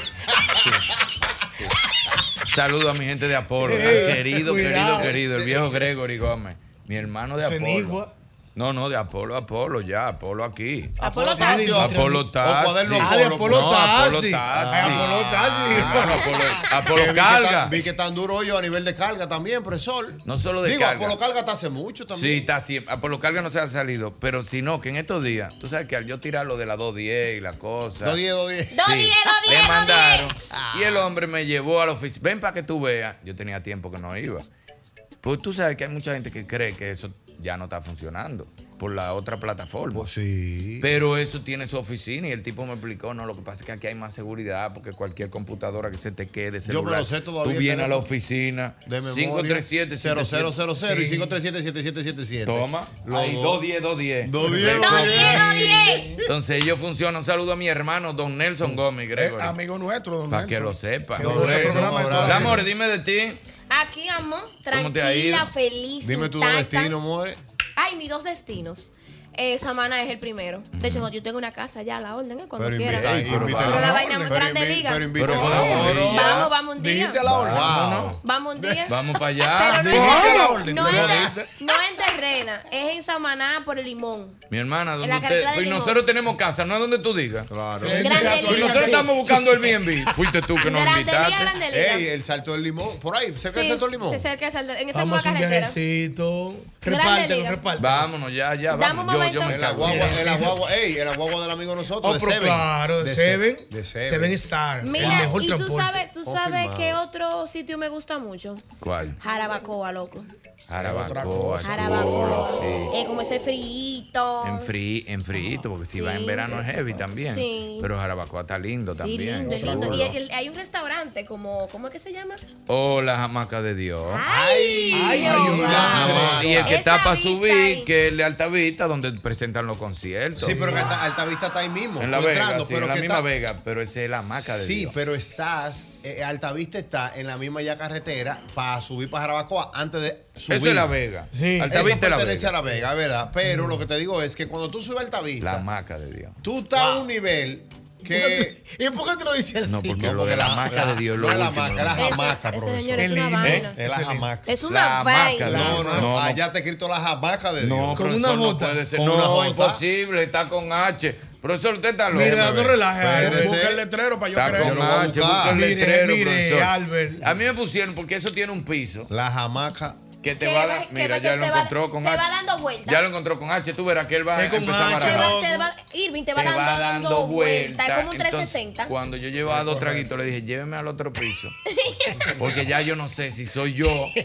Speaker 3: Saludo a mi gente de Apolo.
Speaker 4: Eh,
Speaker 3: querido,
Speaker 4: cuidado.
Speaker 3: querido, querido. El viejo Gregory Gómez. Mi hermano de
Speaker 4: Eso es
Speaker 3: Apolo.
Speaker 4: Nigua.
Speaker 3: No, no, de Apolo a Apolo, ya, Apolo aquí.
Speaker 8: Apolo
Speaker 5: Apolo
Speaker 8: Taxi.
Speaker 5: Taxi.
Speaker 3: Apolo
Speaker 5: O
Speaker 3: Taxi.
Speaker 5: cuaderno
Speaker 4: Ah, de Apolo
Speaker 3: no, Apolo
Speaker 4: Taxi.
Speaker 3: Taxi.
Speaker 4: Ah, Apolo
Speaker 3: Ah, no,
Speaker 4: Taxi.
Speaker 3: Apolo,
Speaker 5: Que
Speaker 3: Apolo
Speaker 5: vi que
Speaker 3: Carga.
Speaker 5: tan- Vi que tan duro yo a nivel de carga también, profesor.
Speaker 3: No solo de
Speaker 5: Digo,
Speaker 3: carga.
Speaker 5: Apolo Carga hasta hace mucho también.
Speaker 3: Sí, está siempre. Apolo Carga no se ha salido. Pero si no, que en estos días, tú sabes que al yo tirar lo de la 210 y la cosa.
Speaker 5: Dos diez, dos diez.
Speaker 8: Dos
Speaker 3: Sí.
Speaker 8: diez, dos diez,
Speaker 3: Le
Speaker 8: dos
Speaker 3: mandaron.
Speaker 8: diez.
Speaker 3: Y el hombre me llevó a la oficina. Ven para que tú veas. Yo tenía tiempo que no iba. Pues tú sabes que hay mucha gente que cree que eso ya no está funcionando por la otra plataforma.
Speaker 5: Pues sí.
Speaker 3: Pero eso tiene su oficina y el tipo me explicó, no, lo que pasa es que aquí hay más seguridad porque cualquier computadora que se te quede,
Speaker 5: Yo me
Speaker 3: celular,
Speaker 5: lo sé todavía,
Speaker 3: tú vienes a la
Speaker 5: teléfono.
Speaker 3: oficina,
Speaker 5: De memoria.
Speaker 3: 537
Speaker 5: 0000 y
Speaker 4: Sí.
Speaker 5: 5377777.
Speaker 3: Toma,
Speaker 5: Los
Speaker 3: ahí
Speaker 5: dos.
Speaker 3: 210, 210.
Speaker 5: Dos diez,
Speaker 3: Perfecto.
Speaker 5: dos diez.
Speaker 8: Dos diez.
Speaker 3: Entonces ellos funcionan. Un saludo a mi hermano, don
Speaker 5: Mm.
Speaker 3: Nelson Gómez,
Speaker 6: Eh,
Speaker 3: Gregory.
Speaker 6: amigo nuestro, don
Speaker 3: Para que
Speaker 6: Nelson.
Speaker 3: lo sepa.
Speaker 5: Don Nelson, un abrazo.
Speaker 3: Amor, dime de ti.
Speaker 8: Aquí, amor,
Speaker 3: ¿Cómo te ha ido?
Speaker 8: tranquila, feliz.
Speaker 5: Dime tu
Speaker 8: intacta.
Speaker 5: destino, more.
Speaker 8: Ay, mis dos destinos. Eh, Samana es el primero. De hecho, no, yo tengo una casa ya a la orden, ¿eh? cuando
Speaker 5: Pero
Speaker 8: quiera.
Speaker 5: invita,
Speaker 3: Ey, pero
Speaker 5: invita
Speaker 8: Pero la
Speaker 5: a
Speaker 8: vaina más
Speaker 5: Pero
Speaker 8: grande
Speaker 5: invi-
Speaker 8: liga.
Speaker 5: Pero invita
Speaker 3: Pero
Speaker 5: a
Speaker 3: podemos
Speaker 5: Oro.
Speaker 3: ir.
Speaker 8: Vamos, vamos un día.
Speaker 6: Dijiste a la hora.
Speaker 5: Wow.
Speaker 8: Vamos un día.
Speaker 3: Vamos para
Speaker 8: Pero
Speaker 3: allá.
Speaker 8: no,
Speaker 6: Dijiste la
Speaker 8: es,
Speaker 6: orden,
Speaker 8: no,
Speaker 6: lo
Speaker 8: es, no es en Terrena, es en Samaná por el limón.
Speaker 3: Mi hermana,
Speaker 8: En
Speaker 3: donde
Speaker 8: la
Speaker 3: usted.
Speaker 8: carretera de
Speaker 3: pues
Speaker 8: Limón.
Speaker 3: nosotros tenemos casa, no es donde tú digas.
Speaker 5: Claro.
Speaker 6: Eh,
Speaker 8: Grande
Speaker 3: Pues
Speaker 8: liga.
Speaker 3: nosotros estamos buscando el BNB. Fuiste tú que nos
Speaker 8: Grande liga,
Speaker 3: invitaste.
Speaker 8: grande liga.
Speaker 5: Ey, el salto del limón. Por ahí, cerca del
Speaker 8: Sí,
Speaker 5: salto del limón.
Speaker 8: se cerca de Salto- en esa
Speaker 4: Vamos
Speaker 8: misma
Speaker 4: a hacer un
Speaker 8: carretera.
Speaker 4: viajecito.
Speaker 8: Grande
Speaker 4: Repártelo,
Speaker 8: liga.
Speaker 4: repártelo.
Speaker 3: Vámonos, ya, ya.
Speaker 8: Dame
Speaker 3: Vamos.
Speaker 8: un
Speaker 3: Yo, yo
Speaker 8: momento.
Speaker 3: me
Speaker 5: El
Speaker 3: cago.
Speaker 5: aguagua, el aguagua, ey, el aguagua del amigo de nosotros.
Speaker 4: Oh,
Speaker 5: de
Speaker 4: pero
Speaker 5: Seven.
Speaker 4: claro, de Seven.
Speaker 5: De Seven.
Speaker 4: Seven Star. el
Speaker 8: Mira,
Speaker 4: mejor
Speaker 8: y tú
Speaker 4: transporte.
Speaker 8: sabes, tú sabes
Speaker 5: Confirmado.
Speaker 8: qué otro sitio me gusta mucho.
Speaker 3: ¿Cuál?
Speaker 8: Jarabacoa, loco.
Speaker 3: Jarabacoa,
Speaker 8: Jarabacoa.
Speaker 3: chulo, sí.
Speaker 8: Eh, como ese frito.
Speaker 3: En frío, en frito, porque si va en
Speaker 8: Sí.
Speaker 3: verano es heavy también.
Speaker 8: Sí.
Speaker 3: Pero Jarabacoa está lindo
Speaker 8: Sí,
Speaker 3: también.
Speaker 8: lindo, lindo.
Speaker 3: chulo.
Speaker 8: Y el- hay un restaurante como, ¿cómo es que se llama?
Speaker 3: Oh, la hamaca de Dios.
Speaker 8: ¡Ay!
Speaker 5: Ay, ay,
Speaker 3: Ah, Y el que
Speaker 8: Esa
Speaker 3: está para
Speaker 8: vista
Speaker 3: subir,
Speaker 8: ahí.
Speaker 3: que es de Altavista, donde presentan los conciertos.
Speaker 5: Sí, pero que está, Altavista está ahí mismo.
Speaker 3: En la
Speaker 5: tú
Speaker 3: Vega,
Speaker 5: entrando,
Speaker 3: sí,
Speaker 5: pero
Speaker 3: en la
Speaker 5: que
Speaker 3: misma
Speaker 5: está-
Speaker 3: Vega, pero esa es la hamaca de
Speaker 5: Sí,
Speaker 3: Dios.
Speaker 5: pero estás, eh, Altavista está en la misma ya carretera para subir para Jarabacoa antes de subir.
Speaker 3: Esa es la Vega.
Speaker 4: Sí. Mm.
Speaker 3: Altavista es la
Speaker 5: pertenece
Speaker 3: Vega.
Speaker 5: a la Vega, ¿verdad? Pero lo que te digo es que cuando tú subes
Speaker 3: La
Speaker 5: a Altavista,
Speaker 3: hamaca de Dios.
Speaker 5: tú estás a un nivel que...
Speaker 4: ¿Y por qué te lo dices
Speaker 3: No,
Speaker 4: así?
Speaker 3: porque lo de la hamaca de Dios es lo
Speaker 5: No es la
Speaker 3: último.
Speaker 5: hamaca, es la
Speaker 8: Eso-
Speaker 5: jamaca,
Speaker 8: eso,
Speaker 5: profesor.
Speaker 8: señores, es
Speaker 4: El
Speaker 8: una
Speaker 4: libro.
Speaker 8: vaina.
Speaker 5: Es la jamaca.
Speaker 8: Es
Speaker 3: La
Speaker 8: una
Speaker 3: hamaca
Speaker 8: vaina.
Speaker 3: de Dios.
Speaker 5: No, no,
Speaker 3: No,
Speaker 5: allá está escrito la jamaca de Dios.
Speaker 3: No,
Speaker 4: Con
Speaker 3: profesor,
Speaker 4: una
Speaker 3: no
Speaker 4: jota.
Speaker 3: puede ser.
Speaker 5: Con una
Speaker 3: No,
Speaker 5: jota.
Speaker 3: imposible, está con H. Profesor, usted está loco.
Speaker 4: Mira, no relajes.
Speaker 5: Espérese.
Speaker 4: Albert.
Speaker 6: Busca el letrero para yo
Speaker 3: Está
Speaker 6: creer.
Speaker 3: con
Speaker 5: lo voy a
Speaker 3: H,
Speaker 5: buscar.
Speaker 3: busca el
Speaker 4: Mire,
Speaker 3: letrero,
Speaker 4: mire,
Speaker 3: profesor.
Speaker 4: Albert.
Speaker 3: A mí me pusieron, porque eso tiene un piso,
Speaker 5: La jamaca
Speaker 3: que te
Speaker 8: Que
Speaker 3: va a
Speaker 8: ve-
Speaker 3: dar-
Speaker 8: que
Speaker 3: Mira,
Speaker 8: ve-
Speaker 3: ya
Speaker 8: que
Speaker 3: lo
Speaker 8: te va-
Speaker 3: encontró con
Speaker 8: te
Speaker 3: H.
Speaker 8: va dando vueltas.
Speaker 3: Ya lo encontró con H. Tú verás que él va a empezar a
Speaker 8: Te va-
Speaker 3: barajar.
Speaker 8: te va- Irving te va
Speaker 3: Te
Speaker 8: dando, dando vuelta. Es como un
Speaker 3: Entonces,
Speaker 8: 360.
Speaker 3: cuando yo llevaba dos traguitos, le dije, lléveme al otro piso. Porque ya yo no sé si soy yo o si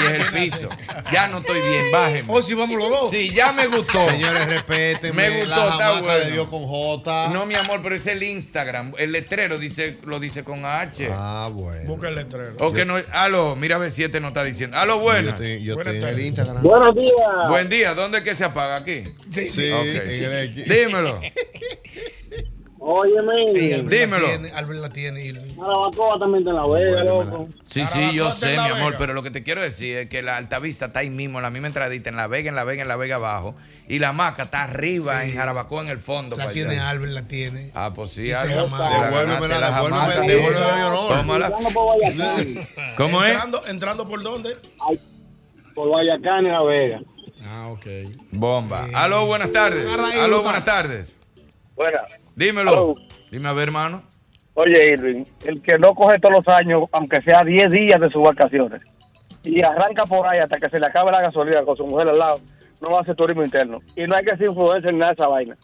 Speaker 3: es el piso. Ya no estoy bien, bájenme.
Speaker 4: O si vamos los dos.
Speaker 3: Sí, ya me gustó.
Speaker 5: Señores, respeten.
Speaker 3: Me gustó,
Speaker 5: este la
Speaker 3: está
Speaker 5: jamaca
Speaker 3: bueno.
Speaker 5: de Dios con J.
Speaker 3: No, mi amor, pero es el Instagram. El letrero dice, lo dice con H.
Speaker 5: Ah, bueno.
Speaker 6: Busca el letrero.
Speaker 3: O que no. Aló, mira B7 este no está diciendo. Aló, buenas.
Speaker 5: Yo estoy, yo
Speaker 6: Buenas
Speaker 5: estoy en
Speaker 6: tardes.
Speaker 5: el Instagram.
Speaker 9: Buenos días.
Speaker 3: Buen día. ¿Dónde es que se apaga aquí?
Speaker 4: Sí,
Speaker 5: Sí,
Speaker 3: Ok.
Speaker 5: en el-
Speaker 3: Dímelo.
Speaker 9: Óyeme.
Speaker 4: Sí, Albert la
Speaker 3: Dímelo.
Speaker 4: tiene, Albert la tiene, Irving.
Speaker 9: Jarabacoa también te la vega, loco.
Speaker 3: Sí,
Speaker 6: Para
Speaker 3: sí,
Speaker 6: la
Speaker 3: yo
Speaker 6: costa
Speaker 3: sé,
Speaker 6: en La
Speaker 3: mi amor,
Speaker 6: Vega.
Speaker 3: pero lo que te quiero decir es que la altavista está ahí mismo, en la misma entradita, en La Vega, en La Vega, en La Vega abajo. Y la maca está arriba, en Jarabacoa, en el fondo.
Speaker 4: La
Speaker 3: para
Speaker 4: tiene
Speaker 3: allá.
Speaker 4: Albert, la tiene.
Speaker 3: Ah, pues sí,
Speaker 4: Dice
Speaker 3: algo.
Speaker 4: Jamaica.
Speaker 3: Te la ganaste,
Speaker 5: Devuélvemela,
Speaker 3: la
Speaker 5: devuélvemela,
Speaker 3: Jamaica.
Speaker 5: devuélvemela mi honor.
Speaker 3: Tómala.
Speaker 9: Entrando por Guayacán.
Speaker 3: ¿Cómo es?
Speaker 6: entrando, entrando por dónde?
Speaker 9: Ay, por Guayacán en La Vega.
Speaker 6: Ah, ok.
Speaker 3: Bomba. Aló, buenas tardes. Aló, buenas tardes.
Speaker 9: Bueno,
Speaker 3: Dímelo.
Speaker 9: Aló.
Speaker 3: Dime a ver, hermano.
Speaker 9: oye, Irving, el que no coge todos los años, aunque sea 10 días de sus vacaciones, y arranca por ahí hasta que se le acabe la gasolina con su mujer al lado, no hace turismo interno. Y no hay que ser influencer en nada de esa vaina.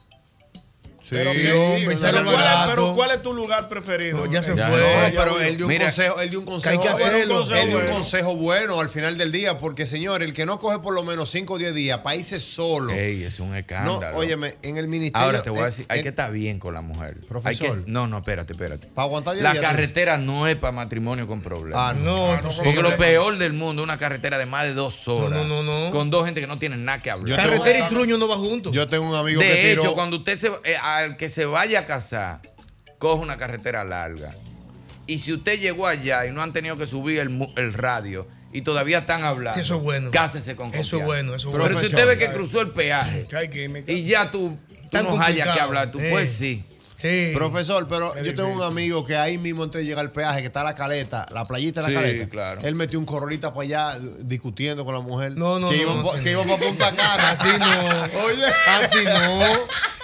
Speaker 5: Sí,
Speaker 6: Pero,
Speaker 5: hombre,
Speaker 6: pero
Speaker 5: sale
Speaker 6: ¿cuál es,
Speaker 5: barato.
Speaker 6: pero ¿cuál es tu lugar preferido? Eh,
Speaker 4: No, ya se
Speaker 3: Ya
Speaker 5: No,
Speaker 4: fue.
Speaker 5: pero él dio un
Speaker 3: Mira,
Speaker 5: consejo, él dio un
Speaker 4: que
Speaker 5: consejo.
Speaker 4: hay que
Speaker 5: él dio un
Speaker 4: hacerlo.
Speaker 5: consejo
Speaker 6: Él dio un
Speaker 5: bueno.
Speaker 6: consejo. eh.
Speaker 5: al final del día, porque señor, el que no coge por lo menos 5 o 10 días, países solo.
Speaker 3: Ey, es un
Speaker 5: no,
Speaker 3: escándalo.
Speaker 5: óyeme, en el ministerio.
Speaker 3: Ahora te voy a decir, hay
Speaker 5: eh,
Speaker 3: que estar bien con la mujer. Hay
Speaker 5: Profesor.
Speaker 3: que, no, no, espérate, espérate.
Speaker 5: Para aguantar diez
Speaker 3: La
Speaker 5: días,
Speaker 3: carretera no es para matrimonio con problemas.
Speaker 5: Ah,
Speaker 4: No, no,
Speaker 6: sí,
Speaker 3: Porque
Speaker 6: hombre.
Speaker 3: lo peor del mundo es una carretera de más de dos horas.
Speaker 4: No, no, no, no.
Speaker 3: Con dos gente que no tienen nada que hablar.
Speaker 5: Yo tengo-
Speaker 4: Carretera y truño no va juntos.
Speaker 5: Yo tengo un amigo que
Speaker 3: de hecho,
Speaker 5: tiró.
Speaker 3: cuando usted se eh, al que se vaya a casar, coge una carretera larga. Y si usted llegó allá y no han tenido que subir el, mu- el radio y todavía están hablando,
Speaker 4: Sí, eso es bueno.
Speaker 3: cásense con confianza.
Speaker 4: Eso es bueno, eso es
Speaker 3: Pero
Speaker 4: bueno.
Speaker 3: si usted ve que cruzó el peaje
Speaker 6: Que hay química.
Speaker 3: y ya tú, tú
Speaker 4: Tan
Speaker 3: no hayas que
Speaker 4: complicado.
Speaker 3: hablar, tú
Speaker 4: Eh.
Speaker 3: pues sí.
Speaker 4: Sí.
Speaker 5: Profesor, pero
Speaker 6: Qué
Speaker 5: yo tengo un
Speaker 6: difícil.
Speaker 5: amigo que ahí mismo antes de llegar al peaje, que está la caleta, la playita de la
Speaker 3: Sí,
Speaker 5: caleta.
Speaker 3: claro.
Speaker 5: Él metió un corolita para allá discutiendo con la mujer.
Speaker 4: No, no,
Speaker 5: que
Speaker 4: no,
Speaker 5: Iban
Speaker 4: no,
Speaker 5: pa-
Speaker 4: sí,
Speaker 5: que
Speaker 4: no.
Speaker 5: iban para Punta Cana.
Speaker 4: Así no.
Speaker 5: Oye.
Speaker 4: Así no.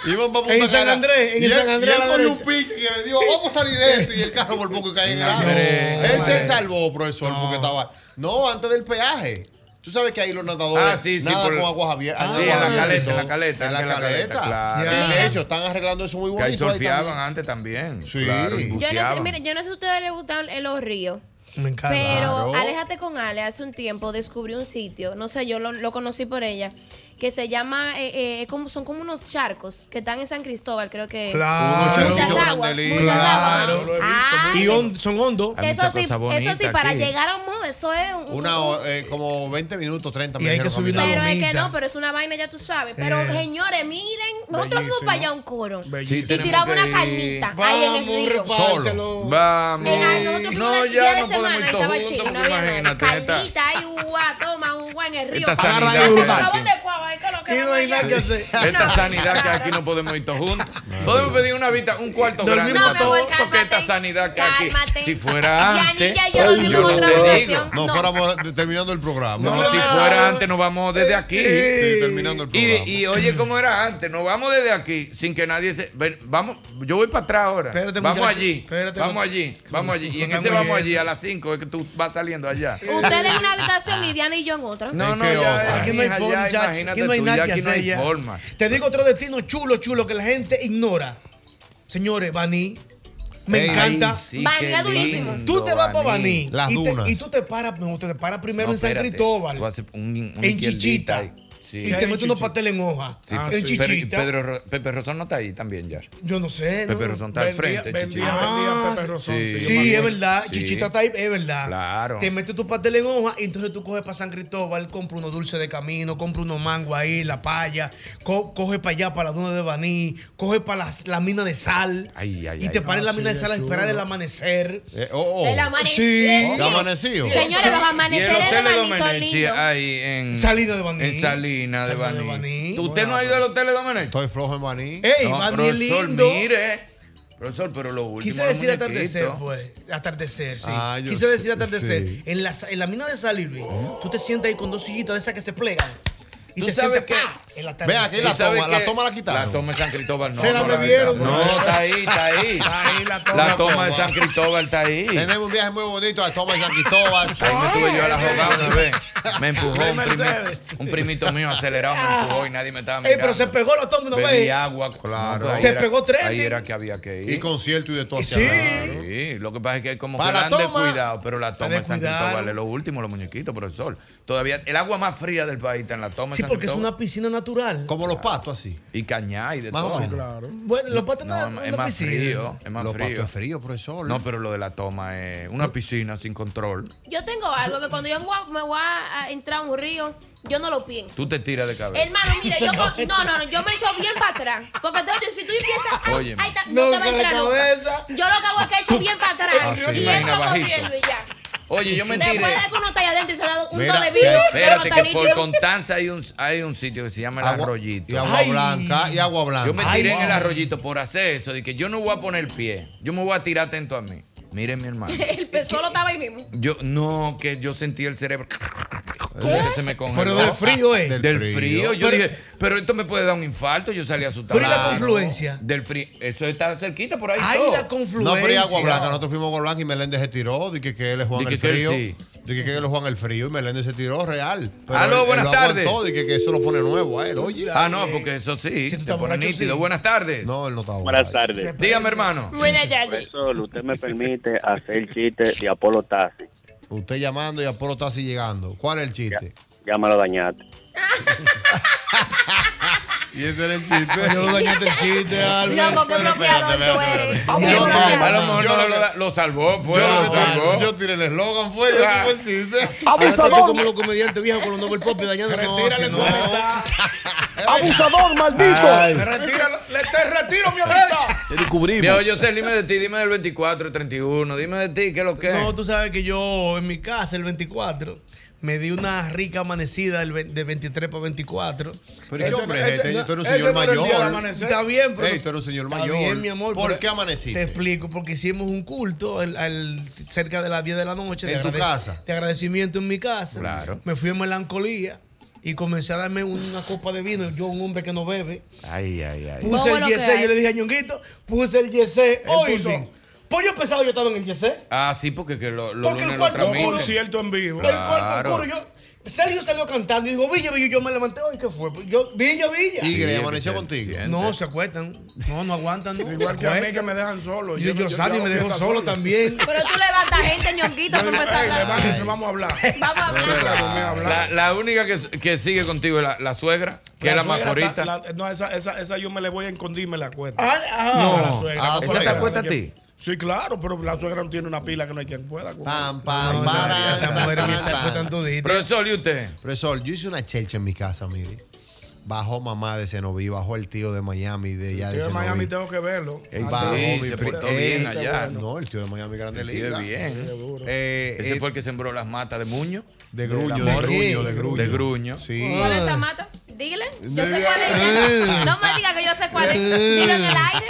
Speaker 5: Iban para Punta
Speaker 4: En San
Speaker 5: Cana.
Speaker 4: Andrés, en
Speaker 5: Y él-
Speaker 4: San Andrés
Speaker 5: Y
Speaker 4: a la
Speaker 5: él cogió un
Speaker 4: derecha.
Speaker 5: pique que le dijo, vamos a salir de este. Y el carro por poco cae en el agua.
Speaker 3: hombre,
Speaker 5: Él
Speaker 4: hombre.
Speaker 5: se salvó, profesor, porque estaba. No, antes del peaje. Tú sabes que ahí los nadadores.
Speaker 3: Ah, sí, sí,
Speaker 5: nada
Speaker 3: por- Ah,
Speaker 5: con aguas abiertas.
Speaker 3: Sí,
Speaker 5: agua
Speaker 3: en la
Speaker 5: abierta y
Speaker 3: caleta, en la
Speaker 5: todo.
Speaker 3: caleta,
Speaker 5: En la
Speaker 3: en la caleta,
Speaker 5: caleta.
Speaker 3: claro.
Speaker 5: Y de hecho, están arreglando eso muy
Speaker 3: Que
Speaker 5: bonito.
Speaker 3: ahí
Speaker 5: también.
Speaker 3: surfeaban antes también.
Speaker 5: Sí.
Speaker 3: Claro, y
Speaker 5: Yo
Speaker 8: Yo no,
Speaker 5: no
Speaker 8: sé,
Speaker 3: buceaban.
Speaker 8: mire, yo no sé si a ustedes les gustan eh, los ríos.
Speaker 4: Me encanta.
Speaker 8: Pero
Speaker 5: Claro.
Speaker 8: aléjate con Ale, hace un tiempo descubrí un sitio, no sé, yo lo, lo conocí por ella, que se llama, eh, eh, como, son como unos charcos que están en San Cristóbal, creo que.
Speaker 5: Unos
Speaker 8: Muchas
Speaker 5: charquitos
Speaker 4: Claro.
Speaker 8: aguas,
Speaker 5: grandelí.
Speaker 8: muchas
Speaker 4: Claro,
Speaker 8: aguas.
Speaker 6: lo he visto,
Speaker 8: Ah,
Speaker 4: Y
Speaker 8: es-
Speaker 4: hon- son hondos.
Speaker 3: Hay
Speaker 8: eso
Speaker 3: muchas
Speaker 8: sí,
Speaker 3: cosas
Speaker 8: eso
Speaker 3: bonitas
Speaker 8: sí, para
Speaker 3: aquí.
Speaker 8: llegar a un mo, eso es un- un-
Speaker 5: Una,
Speaker 8: un-
Speaker 5: o- eh, como 20 minutos, 30
Speaker 4: Y
Speaker 5: me
Speaker 4: hay que
Speaker 5: dijeron
Speaker 4: subir
Speaker 5: caminar.
Speaker 8: pero es
Speaker 4: palomita.
Speaker 8: que no, pero es una vaina, ya tú sabes. Pero
Speaker 4: Eh.
Speaker 8: señores, miren, nosotros fuimos
Speaker 6: Bellísimo.
Speaker 8: para allá a un coro
Speaker 6: Bellísimo.
Speaker 8: y
Speaker 3: Sí, tenemos
Speaker 8: tiramos
Speaker 3: que
Speaker 8: una
Speaker 3: ir.
Speaker 8: carnita ahí en el río.
Speaker 4: repártelo.
Speaker 3: Vamos.
Speaker 8: En algo, nosotros fuimos
Speaker 3: No,
Speaker 8: el día
Speaker 3: ya
Speaker 8: de
Speaker 3: no podemos ir
Speaker 8: semana,
Speaker 3: todos
Speaker 8: estaba
Speaker 3: juntos,
Speaker 8: chill,
Speaker 3: porque
Speaker 8: no había nada.
Speaker 3: imagínate. esta-
Speaker 8: Carnita, hay uva, toma un guan en el río.
Speaker 3: Esta
Speaker 8: para-
Speaker 3: sanidad
Speaker 8: Por
Speaker 3: que hay
Speaker 8: favor,
Speaker 3: aquí.
Speaker 8: de cuava, ahí con lo que
Speaker 4: Y no
Speaker 8: vamos
Speaker 4: hay nada
Speaker 8: allá.
Speaker 4: que hacer.
Speaker 3: Esta
Speaker 8: No,
Speaker 3: sanidad que
Speaker 8: claro.
Speaker 3: aquí no podemos ir todos juntos. Podemos pedir una vista, un cuarto grande
Speaker 4: Dormimos
Speaker 3: para todos.
Speaker 4: todos.
Speaker 3: Porque esta sanidad que aquí,
Speaker 8: Cálmate.
Speaker 3: si fuera
Speaker 8: Yanni,
Speaker 3: antes, eh,
Speaker 8: ya yo dormí en otra
Speaker 3: te
Speaker 8: habitación.
Speaker 3: digo.
Speaker 5: No,
Speaker 8: No.
Speaker 5: fuéramos terminando el programa.
Speaker 3: No, si fuera antes, nos vamos desde
Speaker 5: Eh,
Speaker 3: aquí.
Speaker 5: Sí, terminando el programa.
Speaker 3: Y, y oye, cómo era antes, nos vamos desde aquí sin que nadie se. ven, vamos, yo voy para atrás ahora.
Speaker 4: Espérate,
Speaker 3: vamos
Speaker 4: muchacho,
Speaker 3: allí,
Speaker 4: espérate,
Speaker 3: vamos
Speaker 4: no-
Speaker 3: allí, vamos allí. Y en
Speaker 4: no
Speaker 3: ese
Speaker 4: estamos
Speaker 3: vamos allí
Speaker 4: yendo.
Speaker 3: a las 5 es que tú vas saliendo allá.
Speaker 8: Ustedes en una habitación y Diana y yo en otra.
Speaker 3: No,
Speaker 5: Es
Speaker 3: no,
Speaker 5: que,
Speaker 3: ya, eh,
Speaker 5: ojo,
Speaker 4: Aquí no hay
Speaker 3: mija,
Speaker 4: forma,
Speaker 3: ya,
Speaker 4: muchachos.
Speaker 3: imagínate
Speaker 4: Aquí no hay
Speaker 3: tú,
Speaker 4: nada
Speaker 3: ya
Speaker 4: que
Speaker 3: aquí no
Speaker 4: hacer
Speaker 3: hay
Speaker 4: ya.
Speaker 3: forma.
Speaker 4: Te digo otro destino chulo, chulo, que la gente ignora. Señores, Baní. Me
Speaker 5: Ey,
Speaker 4: encanta.
Speaker 3: Ay, sí,
Speaker 8: Baní
Speaker 3: qué
Speaker 8: es durísimo.
Speaker 3: lindo,
Speaker 4: Tú te vas para
Speaker 3: Baní.
Speaker 4: Baní.
Speaker 5: Las
Speaker 4: y,
Speaker 5: dunas.
Speaker 4: te, y tú te paras, no, tú te paras primero
Speaker 3: No,
Speaker 4: en San
Speaker 3: espérate.
Speaker 4: Cristóbal.
Speaker 3: Tú haces un- un
Speaker 4: en
Speaker 3: izquierdita
Speaker 4: Chichita.
Speaker 3: ahí. Sí.
Speaker 4: Y te metes unos pasteles en hoja.
Speaker 3: Sí,
Speaker 6: Ah,
Speaker 3: pero-
Speaker 4: en
Speaker 6: sí.
Speaker 3: pero- y
Speaker 4: Chichita.
Speaker 3: Pedro Ro- Pepe Rosón no está ahí también ya.
Speaker 4: yo no sé.
Speaker 3: Pepe
Speaker 4: ¿no?
Speaker 3: Rosón está al
Speaker 6: Vendía-
Speaker 3: frente.
Speaker 6: vendía-
Speaker 3: Chichita.
Speaker 6: vendía
Speaker 4: Ah,
Speaker 6: Pepe Rosón,
Speaker 3: sí.
Speaker 6: se
Speaker 4: Sí,
Speaker 6: llama.
Speaker 4: es verdad.
Speaker 3: Sí.
Speaker 4: Chichita está ahí, es verdad.
Speaker 3: Claro.
Speaker 4: Te metes tu pastel en hoja y entonces tú coges para San Cristóbal, compra unos dulces de camino, compra unos mangos ahí, la paya, co- coge para allá, para la duna de Baní, coge para las- la, mina de sal.
Speaker 3: Ay, ay,
Speaker 4: y
Speaker 3: ay.
Speaker 4: te paras en
Speaker 6: Ah,
Speaker 4: la mina de
Speaker 6: sí,
Speaker 4: sal a
Speaker 6: es
Speaker 4: esperar
Speaker 6: chulo.
Speaker 4: el amanecer.
Speaker 5: Eh, oh, oh.
Speaker 8: El amanecer.
Speaker 5: ¿Se ha amanecido?
Speaker 8: Señores, los
Speaker 3: Y el
Speaker 8: amaneceres de
Speaker 3: hotel de
Speaker 8: Baní son
Speaker 3: Domenici
Speaker 8: lindos.
Speaker 3: ahí en
Speaker 4: Salina de Baní.
Speaker 3: En Salina de
Speaker 4: Salina de
Speaker 3: Baní.
Speaker 4: Baní.
Speaker 3: ¿Tú- ¿Usted no ha ido al hotel de Domenici?
Speaker 5: Estoy flojo en
Speaker 4: ¡Ey,
Speaker 5: maní.
Speaker 3: No,
Speaker 4: Baní es
Speaker 3: profesor,
Speaker 4: lindo!
Speaker 3: mire. Profesor, pero lo último.
Speaker 4: Quise
Speaker 3: es
Speaker 4: decir
Speaker 3: muñequito.
Speaker 4: atardecer, fue. Atardecer, sí.
Speaker 5: Ah, yo
Speaker 4: Quise
Speaker 5: sé,
Speaker 4: decir atardecer.
Speaker 5: sí.
Speaker 4: En, la, en la mina de sal, Irving, tú te sientas ahí con dos sillitas de esas que se plegan. Y
Speaker 3: Tú
Speaker 4: te
Speaker 3: sabes
Speaker 4: sientas
Speaker 3: que
Speaker 4: ¡pa! En la
Speaker 5: Ve aquí
Speaker 4: ¿Y
Speaker 5: la
Speaker 4: sabe
Speaker 5: toma, la
Speaker 4: qué?
Speaker 5: toma la quitaron.
Speaker 3: La toma de San Cristóbal no.
Speaker 5: Se la
Speaker 3: no
Speaker 5: bebieron,
Speaker 3: No,
Speaker 5: muchacho.
Speaker 3: está ahí, está ahí.
Speaker 5: la
Speaker 3: toma. La toma de San Cristóbal está ahí.
Speaker 5: Tenemos un viaje muy bonito a la toma de San Cristóbal.
Speaker 3: Ahí me tuve yo a la jugada una vez. Me empujó un, primi- un primito mío acelerado, me empujó y nadie me estaba
Speaker 4: Ah. Ey,
Speaker 3: mirando.
Speaker 4: pero se pegó la toma, ¿no
Speaker 3: Bebí
Speaker 4: ves?
Speaker 3: agua, claro.
Speaker 4: Se
Speaker 3: ahí era-
Speaker 4: pegó trending.
Speaker 3: Ahí era que había que ir.
Speaker 5: Y concierto y de todo. hacia
Speaker 3: Sí.
Speaker 5: adelante.
Speaker 3: lo que pasa es que como
Speaker 5: Para
Speaker 3: que la han
Speaker 5: toma.
Speaker 3: descuidado, pero la toma
Speaker 5: La
Speaker 3: de San
Speaker 5: descuidaron.
Speaker 3: Cristóbal es lo último, los muñequitos, profesor. Todavía el agua más fría del país está en la toma de
Speaker 4: Sí,
Speaker 3: San
Speaker 4: porque es
Speaker 3: Cristóbal.
Speaker 4: una piscina natural.
Speaker 5: Como los patos así.
Speaker 3: Y cañá y de
Speaker 5: Más o
Speaker 3: todo.
Speaker 5: menos.
Speaker 4: Bueno, los patos
Speaker 3: No,
Speaker 4: no,
Speaker 3: es
Speaker 4: una
Speaker 3: más
Speaker 4: piscina.
Speaker 3: frío, es más
Speaker 5: Los
Speaker 3: frío.
Speaker 5: patos es frío, profesor.
Speaker 3: No, pero lo de la toma es una piscina sin control.
Speaker 8: Yo tengo algo que cuando yo me voy a- me voy a a entrar a un río, yo no lo pienso.
Speaker 3: Tú te tiras de cabeza.
Speaker 8: Hermano, mira, yo co- no, no, no, yo me echo bien para atrás. Porque te oye, si tú empiezas, ay,
Speaker 3: Óyeme.
Speaker 8: ahí está, no te va a
Speaker 4: Nunca de
Speaker 8: entrar
Speaker 4: cabeza.
Speaker 8: nunca. Yo lo que hago es que echo bien para atrás.
Speaker 3: Así.
Speaker 8: Y
Speaker 3: Ah, Imagina,
Speaker 8: entro
Speaker 3: bajito.
Speaker 8: corriendo y ya.
Speaker 3: Oye, yo me tiré.
Speaker 8: Después de que uno está ahí adentro y se ha dado un
Speaker 3: Mira,
Speaker 8: do de vino,
Speaker 3: espérate,
Speaker 8: pero no
Speaker 3: que
Speaker 8: está
Speaker 3: por
Speaker 8: nítido.
Speaker 3: Constanza hay un, hay un sitio que se llama El
Speaker 5: Agua-
Speaker 3: Arroyito.
Speaker 5: Y agua blanca, y agua blanca.
Speaker 3: Yo me
Speaker 5: Ay,
Speaker 3: tiré en
Speaker 5: wow.
Speaker 3: el arroyito por hacer eso, de que yo no voy a poner pie, yo me voy a tirar atento a mí. Miren, mi hermano.
Speaker 8: El pezolo estaba ahí mismo.
Speaker 3: Yo, no, que yo sentí el cerebro. Se me congeló.
Speaker 4: Pero del frío es.
Speaker 5: Del
Speaker 3: Del
Speaker 5: frío.
Speaker 3: frío. Yo
Speaker 4: Pero-
Speaker 3: dije, pero esto me puede dar un infarto. Yo salí asustado.
Speaker 4: Pero ¿y la confluencia?
Speaker 3: Del frío. Eso está cerquita por ahí.
Speaker 4: Ay,
Speaker 3: todo.
Speaker 4: la confluencia.
Speaker 5: No, pero y agua blanca. Nosotros fuimos a agua blanca y Meléndez se tiró. Dije que él es Juan
Speaker 3: Di que
Speaker 5: el
Speaker 3: que él
Speaker 5: frío.
Speaker 3: sí.
Speaker 5: Dije que él es Juan el frío y Meléndez se tiró real. Pero
Speaker 3: Aló,
Speaker 5: él- él
Speaker 3: buenas
Speaker 5: lo
Speaker 3: tardes.
Speaker 5: aguantó, Dije que eso lo pone nuevo a él. Oye.
Speaker 3: Ah, no, porque eso sí.
Speaker 4: Si tú
Speaker 3: te
Speaker 4: estás
Speaker 3: pone
Speaker 4: borracho,
Speaker 3: nítido.
Speaker 4: sí.
Speaker 3: Buenas tardes.
Speaker 5: No, él no estaba.
Speaker 9: Buenas
Speaker 5: borracho.
Speaker 9: tardes.
Speaker 3: Dígame, hermano.
Speaker 8: Buenas tardes.
Speaker 9: Profesor, usted me permite hacer chiste de Apolo Tassi.
Speaker 5: Usted llamando y Apolo está así llegando. ¿Cuál es el chiste?
Speaker 9: Llámalo dañate.
Speaker 5: Y ese era el chiste.
Speaker 4: Yo lo dañaste el chiste, Albert.
Speaker 8: Loco, qué bloqueador tú eres.
Speaker 5: espérate.
Speaker 8: Qué
Speaker 5: Yo no,
Speaker 3: A lo
Speaker 8: bloqueador.
Speaker 3: mejor
Speaker 5: Yo
Speaker 3: no
Speaker 5: lo-
Speaker 3: lo, lo salvó, fue.
Speaker 5: Yo,
Speaker 3: Lo
Speaker 5: lo que tiré-
Speaker 3: salvó.
Speaker 5: yo tiré el eslogan, fue ese
Speaker 3: Ah.
Speaker 5: fue el chiste.
Speaker 4: Ahora estoy como los comediantes viejos con los Nobel Pop y dañando. No,
Speaker 6: Retírale
Speaker 4: así no.
Speaker 6: tu amistad.
Speaker 2: ¡Abusador, maldito!
Speaker 6: Retíralo, le te retiro mi amistad.
Speaker 2: Te descubrimos.
Speaker 3: Mira, yo sé, dime de ti, dime del 24, el 31, dime de ti, ¿qué es lo que es?
Speaker 4: No, tú sabes que yo en mi casa el 24 me di una rica amanecida el ve- de 23 para 24
Speaker 5: Pero ese
Speaker 6: Ese-
Speaker 5: hombre,
Speaker 6: ese-
Speaker 5: este, tú eres un
Speaker 6: ese
Speaker 5: señor
Speaker 6: no era el día del
Speaker 5: mayor.
Speaker 6: amanecer.
Speaker 4: Está bien, pero.
Speaker 5: Ey, tú eres un señor
Speaker 4: Está
Speaker 5: mayor.
Speaker 4: bien, mi amor.
Speaker 5: ¿Por
Speaker 4: pero
Speaker 5: qué amaneciste?
Speaker 4: Te explico, porque hicimos un culto al- al- cerca de las 10 de la noche.
Speaker 5: ¿En
Speaker 4: de
Speaker 5: tu
Speaker 4: agrade-
Speaker 5: casa?
Speaker 4: De agradecimiento en mi casa.
Speaker 3: Claro.
Speaker 4: Me fui en melancolía y comencé a darme una copa de vino. Yo, un hombre que no bebe.
Speaker 3: Ay, ay, ay.
Speaker 4: Puse
Speaker 8: Bobo
Speaker 4: el
Speaker 8: lo que
Speaker 4: yesé,
Speaker 8: hay.
Speaker 4: yo le dije a Ñonguito, puse el yesé. Oye,
Speaker 6: puso.
Speaker 4: pues yo empezaba, yo estaba en el yesé.
Speaker 3: Ah, sí, porque que lo, lo
Speaker 4: Porque el
Speaker 3: lunes lo
Speaker 4: cuarto
Speaker 6: Un
Speaker 3: transmiten.
Speaker 4: Ramírez.
Speaker 6: concierto en vivo.
Speaker 4: El cuarto
Speaker 3: Claro.
Speaker 4: oscuro, yo. Sergio salió cantando y dijo, Villa, Villa, y yo me levanté, hoy ¿qué fue? Pues Yo, Villa, Villa.
Speaker 5: Y- Tigre,
Speaker 3: Sí,
Speaker 5: amaneció
Speaker 3: que se
Speaker 5: contigo.
Speaker 3: siente.
Speaker 4: No, se acuestan. No, no aguantan. No,
Speaker 6: Igual que a mí
Speaker 4: me
Speaker 6: que me dejan solo.
Speaker 4: Yo, yo, Sandy me dejó solo también.
Speaker 8: Pero tú levantas gente, ñonguito, tú empiezas a hablar.
Speaker 6: Levántense, vamos a hablar.
Speaker 8: Vamos a hablar.
Speaker 6: Vamos a hablar.
Speaker 3: La, la única que, que sigue contigo es la, la suegra, que es la más
Speaker 6: suegra
Speaker 3: corita.
Speaker 6: está- la- no, esa, esa, esa yo me le voy a encondir y me la cuesta.
Speaker 4: Ah, ah,
Speaker 3: No.
Speaker 4: a la suegra.
Speaker 5: Ah,
Speaker 3: ¿Esa te
Speaker 5: suegra.
Speaker 3: acuesta a ti?
Speaker 6: Sí, claro, pero la suegra no tiene una pila que no hay quien pueda. comer.
Speaker 5: Pam, pam,
Speaker 4: No, esa-
Speaker 5: para.
Speaker 4: Esa mujer me sacó tanto de
Speaker 3: Profesor, ¿y usted?
Speaker 5: Profesor, yo hice una chelcha en mi casa, mire. Bajó mamá de Cenoví, bajó el tío de Miami, de allá de
Speaker 6: Yo en
Speaker 5: Cenoví.
Speaker 6: Miami tengo que verlo.
Speaker 3: Ey,
Speaker 6: Ah,
Speaker 5: Bajó
Speaker 3: Sí,
Speaker 5: mi
Speaker 3: se
Speaker 5: pri-
Speaker 3: portó
Speaker 5: Ey,
Speaker 3: bien allá.
Speaker 5: No, el tío de Miami Grande
Speaker 3: El tío
Speaker 5: Liga.
Speaker 3: es bien.
Speaker 5: Eh,
Speaker 3: Ese
Speaker 5: eh,
Speaker 3: fue el que sembró las matas de Muño.
Speaker 5: de gruño,
Speaker 3: del
Speaker 5: de
Speaker 3: amor.
Speaker 5: gruño, de gruño.
Speaker 3: De gruño.
Speaker 5: Sí.
Speaker 8: ¿Cuál es esa mata? Dígale. Yo sé cuál es. No me digas que yo sé cuál es. Dilo en el aire.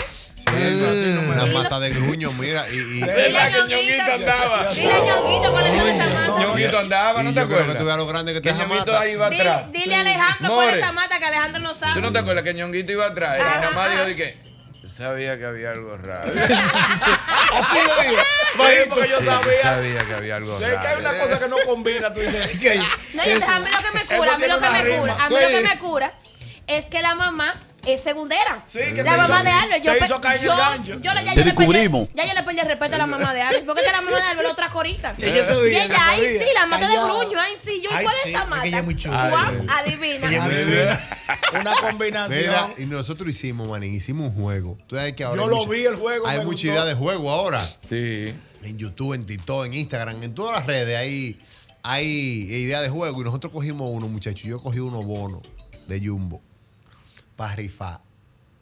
Speaker 5: Una
Speaker 8: me-
Speaker 5: mata de gruño, mira. Y, y,
Speaker 8: Dile
Speaker 3: la que
Speaker 8: ñonguito.
Speaker 3: Ñonguito andaba.
Speaker 8: Dile ñonguito cuál es esa mata.
Speaker 3: Ñonguito andaba,
Speaker 5: y
Speaker 3: ¿no te
Speaker 5: yo creo que
Speaker 3: acuerdas?
Speaker 5: tú veas lo grande que te
Speaker 3: Que
Speaker 5: esa
Speaker 3: Ñonguito
Speaker 5: mata.
Speaker 3: ahí iba atrás.
Speaker 8: Dile, dile a Alejandro cuál es
Speaker 3: More.
Speaker 8: esa mata que Alejandro no
Speaker 3: ¿Tú
Speaker 8: sabe.
Speaker 3: no te acuerdas que Ñonguito iba atrás? Y
Speaker 8: Ajá,
Speaker 3: nada más dijo
Speaker 8: ajá.
Speaker 3: de que sabía que había algo raro. Ah,
Speaker 6: Sí, le digo. Sí, porque yo
Speaker 3: Sí,
Speaker 6: sabía.
Speaker 3: Sabía que había algo
Speaker 6: Es que hay
Speaker 3: raro.
Speaker 6: una cosa que no combina. Tú dices, ¿qué?
Speaker 8: No, yo, a mí lo que me cura, a mí lo que me cura, a mí lo que me cura es que la mamá es segundera.
Speaker 6: Sí, que
Speaker 8: la
Speaker 6: te
Speaker 8: mamá
Speaker 6: hizo-
Speaker 8: de Albert, yo,
Speaker 6: te
Speaker 8: pe-
Speaker 6: hizo caer en
Speaker 8: yo,
Speaker 6: el gancho.
Speaker 8: yo le- ya
Speaker 2: Te
Speaker 8: yo le
Speaker 2: descubrimos.
Speaker 8: perdí- ya yo le perdí el respeto a la mamá de Albert, porque es que la mamá de Albert es otra corita.
Speaker 4: Ella sabía,
Speaker 8: Y ella,
Speaker 4: ella
Speaker 8: ay
Speaker 4: sabía.
Speaker 8: sí, la mata de
Speaker 4: Callada.
Speaker 8: gruño, ay sí, yo, ¿y
Speaker 4: Ay,
Speaker 8: cuál
Speaker 4: sí,
Speaker 8: es esa
Speaker 4: es que
Speaker 8: mata?
Speaker 4: ella es muy chula.
Speaker 8: Juan, adivina.
Speaker 4: Ella es muy
Speaker 5: Adivina.
Speaker 6: Una combinación.
Speaker 5: Mira, y nosotros hicimos, manín, hicimos un juego. Tú sabes que
Speaker 6: Yo
Speaker 5: ahora hay
Speaker 6: lo vi, el juego,
Speaker 5: Hay
Speaker 6: me
Speaker 5: mucha
Speaker 6: gustó.
Speaker 5: idea de juego ahora.
Speaker 3: Sí.
Speaker 5: en YouTube, en TikTok, en Instagram, en todas las redes hay, hay ideas de juego. Y nosotros cogimos uno, muchachos. Yo cogí unos bonos de Jumbo para rifar.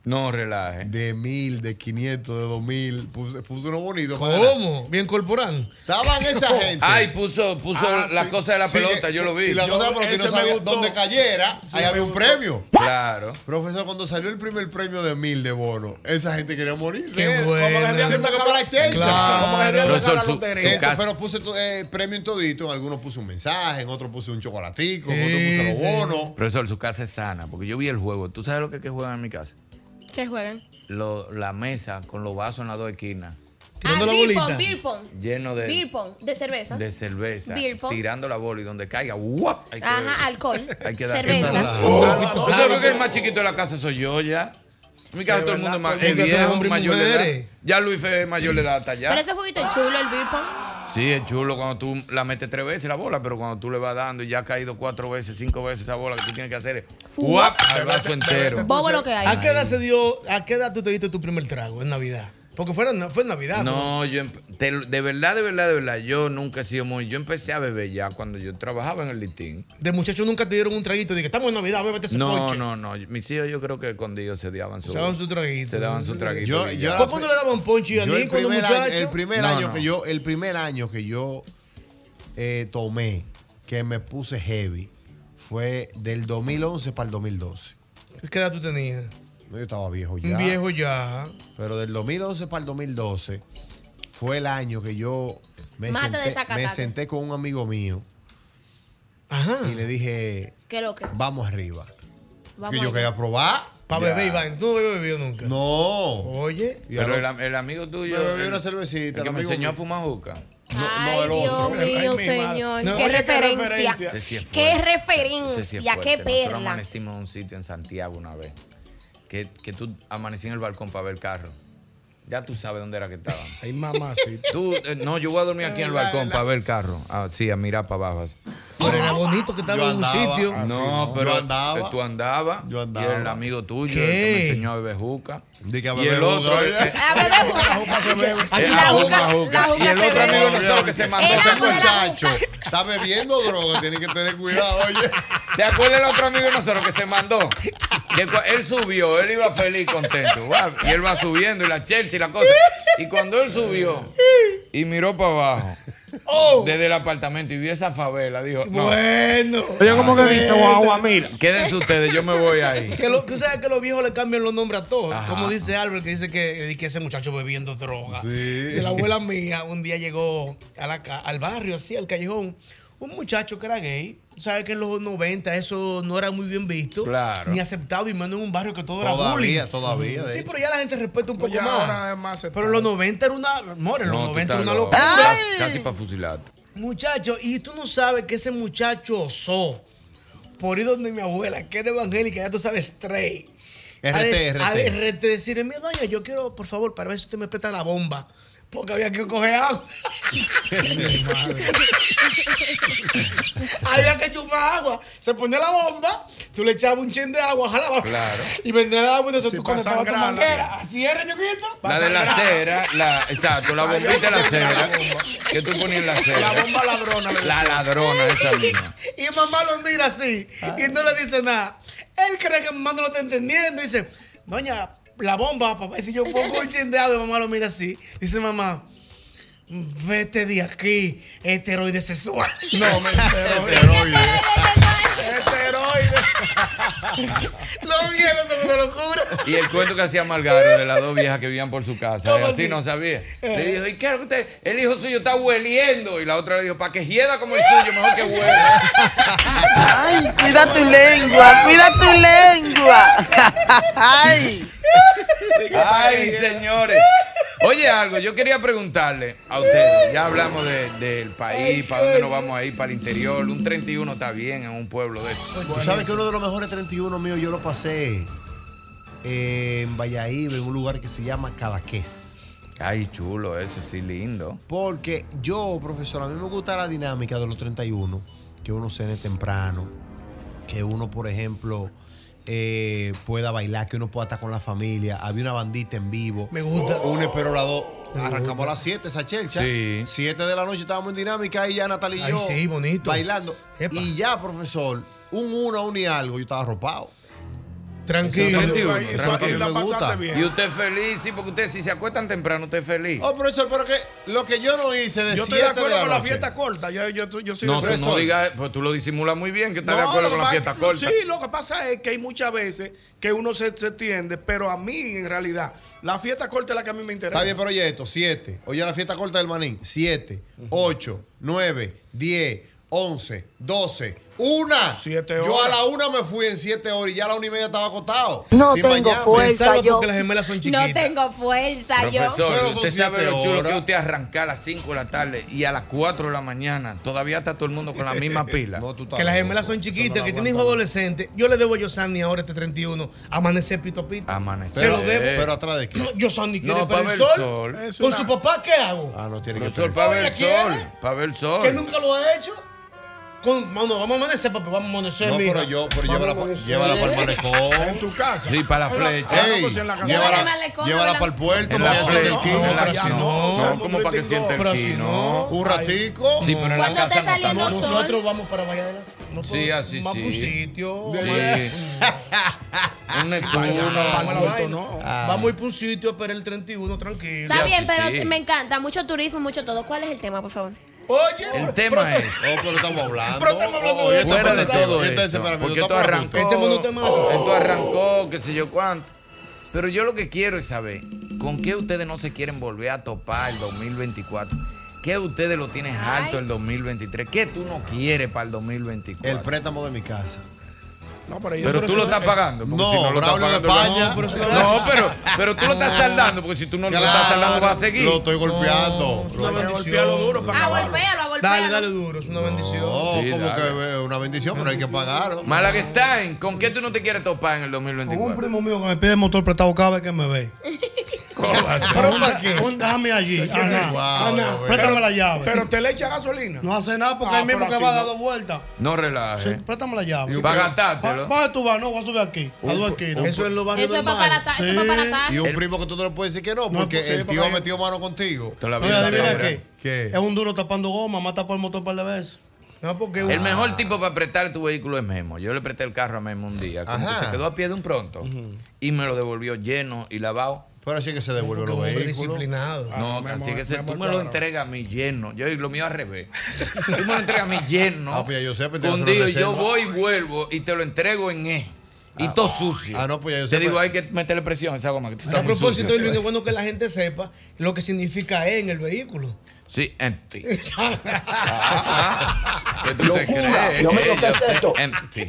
Speaker 3: No, relaje.
Speaker 5: De mil, de 500, de 2000. Puse, puse uno bonito. para ganar.
Speaker 4: ¿Cómo? Bien corporán.
Speaker 5: Estaban esa gente.
Speaker 3: Ay, puso, puso
Speaker 5: Ah,
Speaker 3: la
Speaker 5: sí.
Speaker 3: cosa de la
Speaker 5: Sí,
Speaker 3: pelota,
Speaker 5: que-
Speaker 3: yo lo vi.
Speaker 5: Y la cosa de la pelota, y no sabía dónde cayera, ahí había un premio.
Speaker 3: Claro.
Speaker 5: Profesor, cuando salió el primer premio de mil de bono, esa gente quería morirse.
Speaker 4: Qué
Speaker 5: ¿Cómo
Speaker 4: bueno.
Speaker 5: querían que sacaba la extensión?
Speaker 4: Claro.
Speaker 5: ¿Cómo querían que
Speaker 3: Profesor,
Speaker 5: sacaba la
Speaker 3: su- su
Speaker 5: lotería?
Speaker 3: casa-
Speaker 5: Pero puse to- eh, premio en todito. En algunos puse un mensaje, en otros puse un chocolatico, en otros
Speaker 3: Sí,
Speaker 5: puse los
Speaker 3: sí.
Speaker 5: bonos.
Speaker 3: Profesor, su casa es sana, porque yo vi el juego. ¿Tú sabes lo que, que juegan en mi casa?
Speaker 8: ¿Qué juegan?
Speaker 3: Lo- la mesa con los vasos en las dos esquinas,
Speaker 8: Ah,
Speaker 3: Tirando la
Speaker 8: beer
Speaker 3: bolita.
Speaker 8: pong, beer pong.
Speaker 3: lleno de,
Speaker 8: Beer pong, de cerveza.
Speaker 3: de cerveza,
Speaker 8: Beer pong.
Speaker 3: tirando la bola y donde caiga, ¡guap! Hay que,
Speaker 8: Ajá, alcohol.
Speaker 3: hay que dar
Speaker 8: cerveza.
Speaker 3: Oh,
Speaker 4: Ah,
Speaker 3: ¿Tú sabes que el más chiquito de la casa soy yo ya? En mi casa
Speaker 4: Sí,
Speaker 3: todo el mundo
Speaker 4: ¿verdad? pues,
Speaker 3: es más
Speaker 4: Todo el
Speaker 3: es
Speaker 4: mundo son
Speaker 3: viejo,
Speaker 4: hombres y
Speaker 3: mayor de edad.
Speaker 4: mujeres.
Speaker 3: Ya Luis es mayor de edad hasta
Speaker 8: Pero
Speaker 3: allá.
Speaker 8: ese juguito es chulo, el beer pong.
Speaker 3: Sí, es chulo cuando tú la metes tres veces la bola, pero cuando tú le vas dando y ya ha caído cuatro veces, cinco veces esa bola, que tú tienes que hacer es ¡guap! al vaso entero.
Speaker 4: ¿A qué edad se dio, a qué edad tú te diste tu primer trago en Navidad? Porque fue, en- fue en Navidad.
Speaker 3: No, yo empe- te lo- de verdad, de verdad, de verdad, yo nunca he sido muy. Yo empecé a beber ya cuando yo trabajaba en el litín.
Speaker 4: De muchacho nunca te dieron un traguito. Dije, estamos en Navidad, bébete ese
Speaker 3: No,
Speaker 4: ponche.
Speaker 3: no, no. Mis hijos yo creo que escondidos se daban su,
Speaker 4: Se daban su traguito.
Speaker 3: Se daban su traguito.
Speaker 5: Yo-
Speaker 3: y
Speaker 5: yo-
Speaker 3: ya.
Speaker 4: ¿Por qué no Pues le daban ponche a
Speaker 5: Yo
Speaker 4: mí
Speaker 5: el
Speaker 4: cuando
Speaker 5: primer,
Speaker 4: muchacho?
Speaker 5: año, el primer
Speaker 3: No,
Speaker 5: año
Speaker 3: no.
Speaker 5: que yo, el primer año que yo eh, tomé, que me puse heavy, fue del 2011 para el 2012.
Speaker 4: ¿Qué edad tú tenías?
Speaker 5: No, yo estaba viejo ya.
Speaker 4: Un viejo ya.
Speaker 5: Pero del 2011 para el 2012 fue el año que yo me,
Speaker 8: Mata de
Speaker 5: senté,
Speaker 8: Zacatau.
Speaker 5: me senté con un amigo mío y le dije,
Speaker 8: ¿Qué lo que?
Speaker 5: vamos arriba.
Speaker 8: Vamos
Speaker 5: que yo
Speaker 8: allá.
Speaker 5: quería probar.
Speaker 4: Para
Speaker 5: Ya.
Speaker 4: beber, Iván. Tú no habías bebido nunca.
Speaker 5: No. Oye.
Speaker 3: Pero el, am- el amigo tuyo.
Speaker 5: Me bebí
Speaker 3: el-
Speaker 5: una cervecita,
Speaker 3: el
Speaker 5: el
Speaker 3: que me
Speaker 5: amigo
Speaker 3: enseñó a
Speaker 5: mío.
Speaker 3: fumar juca.
Speaker 8: Ay, Dios mío, señor.
Speaker 3: No,
Speaker 8: qué,
Speaker 3: oye, qué
Speaker 8: referencia.
Speaker 3: referencia. Ese sí es
Speaker 8: Qué
Speaker 3: fuerte.
Speaker 8: referencia.
Speaker 3: Ese sí
Speaker 8: qué
Speaker 3: es fuerte. Nosotros
Speaker 8: perla.
Speaker 3: amanecimos en un sitio en Santiago una vez. Que, que tú amanecí en el balcón para ver el carro. Ya tú sabes dónde era que estaban.
Speaker 6: Ay, mamá, sí.
Speaker 3: Tú, eh, no, yo voy a dormir aquí en el balcón para ver el carro. Ah, sí, a mirar para abajo. así.
Speaker 4: Pero era bonito que estaba
Speaker 5: Yo
Speaker 4: en un
Speaker 5: andaba,
Speaker 4: sitio.
Speaker 5: así,
Speaker 3: Ah, no,
Speaker 5: ¿no?
Speaker 3: pero
Speaker 5: Yo andaba.
Speaker 3: eh, tú andabas.
Speaker 5: Yo andaba.
Speaker 3: Y el amigo tuyo,
Speaker 4: ¿Qué?
Speaker 3: el que me enseñó a beber juca.
Speaker 5: Dije, a
Speaker 3: y
Speaker 5: beber
Speaker 3: el otro. eh,
Speaker 5: juca.
Speaker 3: el- el-
Speaker 8: A beber juca.
Speaker 3: el-
Speaker 8: la
Speaker 3: ah,
Speaker 8: juca- la juca
Speaker 3: Y el
Speaker 8: se
Speaker 3: otro
Speaker 8: bebe.
Speaker 3: amigo de nosotros que se mandó.
Speaker 8: Era
Speaker 3: ¿se
Speaker 5: Ese
Speaker 8: Vamos de la
Speaker 3: acuerda?
Speaker 5: muchacho está bebiendo droga, tiene que tener cuidado, oye.
Speaker 3: ¿Te acuerdas el otro amigo de nosotros que se mandó? Que cu- él subió, él iba feliz, contento. guau, Y él va subiendo, y la Chelsea y la cosa. Y cuando él subió y miró para abajo, desde el apartamento y vio esa favela, dijo: no,
Speaker 4: Oh. Bueno.
Speaker 2: Oye, como que dice, guau, mira.
Speaker 3: Quédense ustedes, yo me voy ahí.
Speaker 4: Que lo- tú sabes que los viejos le cambian los nombres a todos.
Speaker 3: Ajá.
Speaker 4: Como dice Albert, que dice que, que ese muchacho bebiendo droga.
Speaker 5: Sí.
Speaker 4: Que la abuela mía un día llegó a la ca- al barrio, así, al callejón. Un muchacho que era gay. Tú sabes que en los 90 eso no era muy bien visto.
Speaker 3: Claro.
Speaker 4: Ni aceptado, y menos en un barrio que todo era bullying.
Speaker 5: Todavía, todavía. de
Speaker 4: Sí,
Speaker 5: hecho.
Speaker 4: pero ya la gente respeta un poco
Speaker 6: Ya ahora
Speaker 4: más.
Speaker 6: es más
Speaker 4: Pero en los 90 era una... Amor, en los
Speaker 3: No, tú
Speaker 4: 90
Speaker 3: estás
Speaker 4: era una
Speaker 3: loco.
Speaker 4: locura.
Speaker 3: Casi- Casi para fusilarte.
Speaker 4: Muchacho, y tú no sabes que ese muchacho osó por ir donde mi abuela, que era evangélica, ya tú sabes, straight. A
Speaker 5: RT,
Speaker 4: des- a
Speaker 5: RT.
Speaker 4: des- RT, decirle, mira, doña, yo quiero, por favor, para ver si usted me presta la bomba. Porque había que coger agua. había que chupar agua. Se ponía la bomba, tú le echabas un chin de agua, jalaba.
Speaker 3: Claro.
Speaker 4: Y vendía la agua y entonces
Speaker 6: Si
Speaker 4: tú conectabas
Speaker 6: pasan
Speaker 4: tu
Speaker 6: grana.
Speaker 4: manguera. Así era, ñoquito.
Speaker 3: La de la acera, la, exacto, la bombita de la acera. Que tú ponías en la acera.
Speaker 6: La bomba ladrona, le
Speaker 3: La ladrona, esa misma.
Speaker 4: Y mamá lo mira así
Speaker 5: Ah.
Speaker 4: y no le dice nada. Él cree que mamá no lo está entendiendo. Dice, doña, la bomba, papá. Y si yo pongo un chindeado y mamá lo mira así, dice mamá, vete de aquí, heteroide sexual.
Speaker 3: No, me
Speaker 6: Este Esteroide.
Speaker 4: Los viejos son una locura.
Speaker 3: Y el cuento que hacía Margaro de las dos viejas que vivían por su casa.
Speaker 4: ¿Cómo
Speaker 3: Y así
Speaker 4: así?
Speaker 3: no sabía. Le dijo, ¿y qué es lo que usted? El hijo suyo está hueliendo. Y la otra le dijo, para que hieda como el suyo, mejor que huela.
Speaker 10: Ay, cuida tu lengua, cuida tu lengua. Ay.
Speaker 3: Ay, señores. Oye, algo, yo quería preguntarle a ustedes. Ya hablamos de- del país, para dónde nos vamos a ir, para el interior. Un 31 está bien en un pueblo de eso.
Speaker 5: Tú sabes que uno de los mejores 31 míos yo lo pasé en Valladolid, en un lugar que se llama Cadaqués.
Speaker 3: Ay, chulo, eso sí, lindo.
Speaker 5: Porque yo, profesor, a mí me gusta la dinámica de los 31, que uno cene temprano, que uno, por ejemplo, eh, pueda bailar, que uno pueda estar con la familia. Había una bandita en vivo.
Speaker 4: Me gusta.
Speaker 5: Un esperolador. Arrancamos a las 7 esa chelcha.
Speaker 3: Sí.
Speaker 5: 7 de la noche estábamos en dinámica y ya Natalia y
Speaker 4: Ay,
Speaker 5: yo
Speaker 4: sí, bonito.
Speaker 5: bailando.
Speaker 4: Epa.
Speaker 5: Y ya, profesor, un uno, un y algo, yo estaba arropado.
Speaker 4: Tranquilo.
Speaker 3: Tranquilo,
Speaker 4: Ahí,
Speaker 3: tranquilo.
Speaker 4: ahí la pasaste bien.
Speaker 3: Y usted es feliz, sí, porque usted si se acuestan temprano, usted es feliz.
Speaker 5: Oh, profesor, pero que lo que yo no hice de
Speaker 3: Yo estoy de
Speaker 5: siete
Speaker 3: acuerdo
Speaker 5: la
Speaker 3: con la
Speaker 5: noche-
Speaker 3: fiesta
Speaker 6: corta. Yo, yo, yo, yo soy
Speaker 3: no,
Speaker 6: de-
Speaker 3: tú no digas, pues tú lo disimulas muy bien, que estás de
Speaker 6: No,
Speaker 3: acuerdo
Speaker 6: lo
Speaker 3: con
Speaker 6: que
Speaker 3: la
Speaker 6: pasa-
Speaker 3: fiesta corta.
Speaker 6: Sí, lo que pasa es que hay muchas veces que uno se, se tiende, pero a mí en realidad la fiesta corta es la que a mí me interesa.
Speaker 5: Está bien, pero oye esto, 7. Oye la fiesta corta del manín. 7, 8, 9, 10, 11, 12, 1. Yo a
Speaker 4: horas.
Speaker 5: la 1 me fui en 7 horas y ya a la 1 y media estaba acostado.
Speaker 4: No tengo fuerza, Me salva
Speaker 5: Pensaba
Speaker 4: porque yo. las gemelas son
Speaker 8: No tengo fuerza
Speaker 4: Ah,
Speaker 8: yo.
Speaker 3: Profesor,
Speaker 5: Pero son
Speaker 3: usted sabe
Speaker 5: siete
Speaker 3: lo chulo
Speaker 5: horas.
Speaker 3: que usted arranca a las 5 de la tarde y a las 4 de la mañana todavía está todo el mundo con la misma pila.
Speaker 4: Que las gemelas son chiquitas, que tienen hijos adolescentes. Yo le debo a Sandy ahora este 31 amanecer pito a pito.
Speaker 3: Amanecer.
Speaker 4: Se lo debo.
Speaker 5: Pero atrás de quién.
Speaker 4: No, yo Sandy quiere
Speaker 5: No,
Speaker 4: para
Speaker 5: pa'
Speaker 4: el
Speaker 5: ver
Speaker 4: sol.
Speaker 5: sol. Es
Speaker 4: Con
Speaker 5: una-
Speaker 4: su papá, ¿qué hago?
Speaker 5: Ah, no tiene que
Speaker 3: Profesor,
Speaker 5: ser.
Speaker 3: para ver el
Speaker 4: ¿Quiere?
Speaker 3: sol. Para ver el sol.
Speaker 4: Que nunca lo ha hecho. Con, mano, vamos a amanecer, papi, vamos a amanecer.
Speaker 5: No,
Speaker 4: mija.
Speaker 5: pero yo,
Speaker 4: Vamos
Speaker 5: pero llévala,
Speaker 4: a
Speaker 5: pa-
Speaker 4: amanecer.
Speaker 5: llévala para el malecón. En
Speaker 6: tu casa.
Speaker 3: Sí, para la
Speaker 4: Ah,
Speaker 3: flecha.
Speaker 5: Ey,
Speaker 4: pues
Speaker 3: Llévala-
Speaker 5: llévala llévala para el puerto.
Speaker 3: En la
Speaker 5: para
Speaker 3: flecha.
Speaker 5: el quino.
Speaker 3: En la- no, no, como para que siente el quino.
Speaker 5: Un ratico.
Speaker 3: Sí, pero en la casa no estamos.
Speaker 4: Nosotros vamos para Bahía de las... No
Speaker 3: Sí, así sí.
Speaker 4: Vamos a un sitio.
Speaker 3: Sí. Un Neptuno.
Speaker 4: Vamos a la vaina.
Speaker 3: Ah.
Speaker 4: Vamos a ir para un sitio a esperar el 31, tranquilo.
Speaker 8: Está bien, pero me encanta. Mucho turismo, mucho todo. ¿Cuál es el tema, por favor?
Speaker 4: Oye,
Speaker 3: El tema es.
Speaker 5: Oh, pero estamos hablando.
Speaker 3: Pero estamos hablando de Fuera de todo eso. Porque esto arrancó. Esto arrancó, qué sé yo cuánto. Pero yo lo que quiero es saber, ¿con qué ustedes no se quieren volver a topar el 2024? ¿Qué ustedes lo tienen alto el 2023? ¿Qué tú no quieres para el 2024?
Speaker 5: El préstamo de mi casa.
Speaker 6: No,
Speaker 3: Pero tú lo estás pagando. porque
Speaker 5: No,
Speaker 3: si
Speaker 5: no
Speaker 3: lo estás
Speaker 5: Braulio de
Speaker 3: pagando,
Speaker 5: España.
Speaker 3: No, pero, no, pero, pero tú lo estás saldando, porque si tú no lo estás saldando, va a seguir.
Speaker 5: Lo estoy golpeando. Lo estoy
Speaker 4: golpeando duro
Speaker 8: Ah, golpéalo, golpéalo.
Speaker 4: Dale, dale duro, es una bendición.
Speaker 5: No,
Speaker 3: Sí,
Speaker 5: Oh, como
Speaker 3: dale.
Speaker 5: que es una bendición, pero hay que pagarlo.
Speaker 3: Malaguestain, ¿con qué tú no te quieres topar en el 2024?
Speaker 4: Un primo mío que me pide motor prestado cada vez que me ve.
Speaker 3: ¿Pero
Speaker 4: para qué? Un, déjame allí. Ana, Ana, préstame la llave.
Speaker 6: Pero te le echa gasolina.
Speaker 4: no hace nada porque
Speaker 6: Ah,
Speaker 4: él mismo
Speaker 6: pero
Speaker 4: que
Speaker 6: así
Speaker 4: va a dar
Speaker 6: no.
Speaker 4: dos vueltas.
Speaker 3: No relaje.
Speaker 4: Préstame la llave.
Speaker 3: Y un Pa' primo- gastártelo.
Speaker 4: Pa- pa- tú vas, no, voy a subir aquí. A dos esquinas. Eso es lo barrio
Speaker 8: Eso es para barata- eso es para barata.
Speaker 5: Y un primo que tú no le puedes decir que no, porque
Speaker 4: pues sí,
Speaker 5: el tío
Speaker 4: porque-
Speaker 5: ha metido mano contigo.
Speaker 3: Te la
Speaker 4: Oye, adivina
Speaker 5: ¿Qué?
Speaker 4: qué. Es un duro tapando goma, mata por el motor para par de veces. No, porque
Speaker 3: El
Speaker 4: Ah.
Speaker 3: mejor tipo para prestar tu vehículo es Memo. Yo le presté el carro a Memo un día. Como
Speaker 5: Ajá.
Speaker 3: que se quedó a pie de un pronto y me lo devolvió lleno y lavado.
Speaker 5: Pero así que se devuelve los
Speaker 4: hombre
Speaker 5: vehículos.
Speaker 4: disciplinado.
Speaker 3: Ah, No,
Speaker 5: Memo,
Speaker 3: así que se-
Speaker 5: Memo
Speaker 3: tú
Speaker 5: el
Speaker 3: me lo
Speaker 5: cuadrado.
Speaker 3: entregas a mí lleno. Yo y lo mío al revés. tú me lo entregas a mí
Speaker 5: Ah,
Speaker 3: lleno.
Speaker 5: pues ya yo sé, pues, te hace una
Speaker 3: Hundido, y yo
Speaker 5: reserva.
Speaker 3: voy y vuelvo y te lo entrego en E. Y todo sucio.
Speaker 5: Ah, no, pues ya yo
Speaker 3: Te
Speaker 5: sé,
Speaker 3: digo,
Speaker 5: pues.
Speaker 3: hay que meterle presión a esa goma. Que tú
Speaker 4: A
Speaker 3: estás muy
Speaker 4: propósito,
Speaker 3: sucia.
Speaker 4: Irving, es bueno que la gente sepa lo que significa E en el vehículo.
Speaker 3: Sí, empty. Ah, ah. ¿Qué tú te
Speaker 4: Locura.
Speaker 3: crees?
Speaker 4: Yo me digo, ¿qué es
Speaker 3: esto? Empty.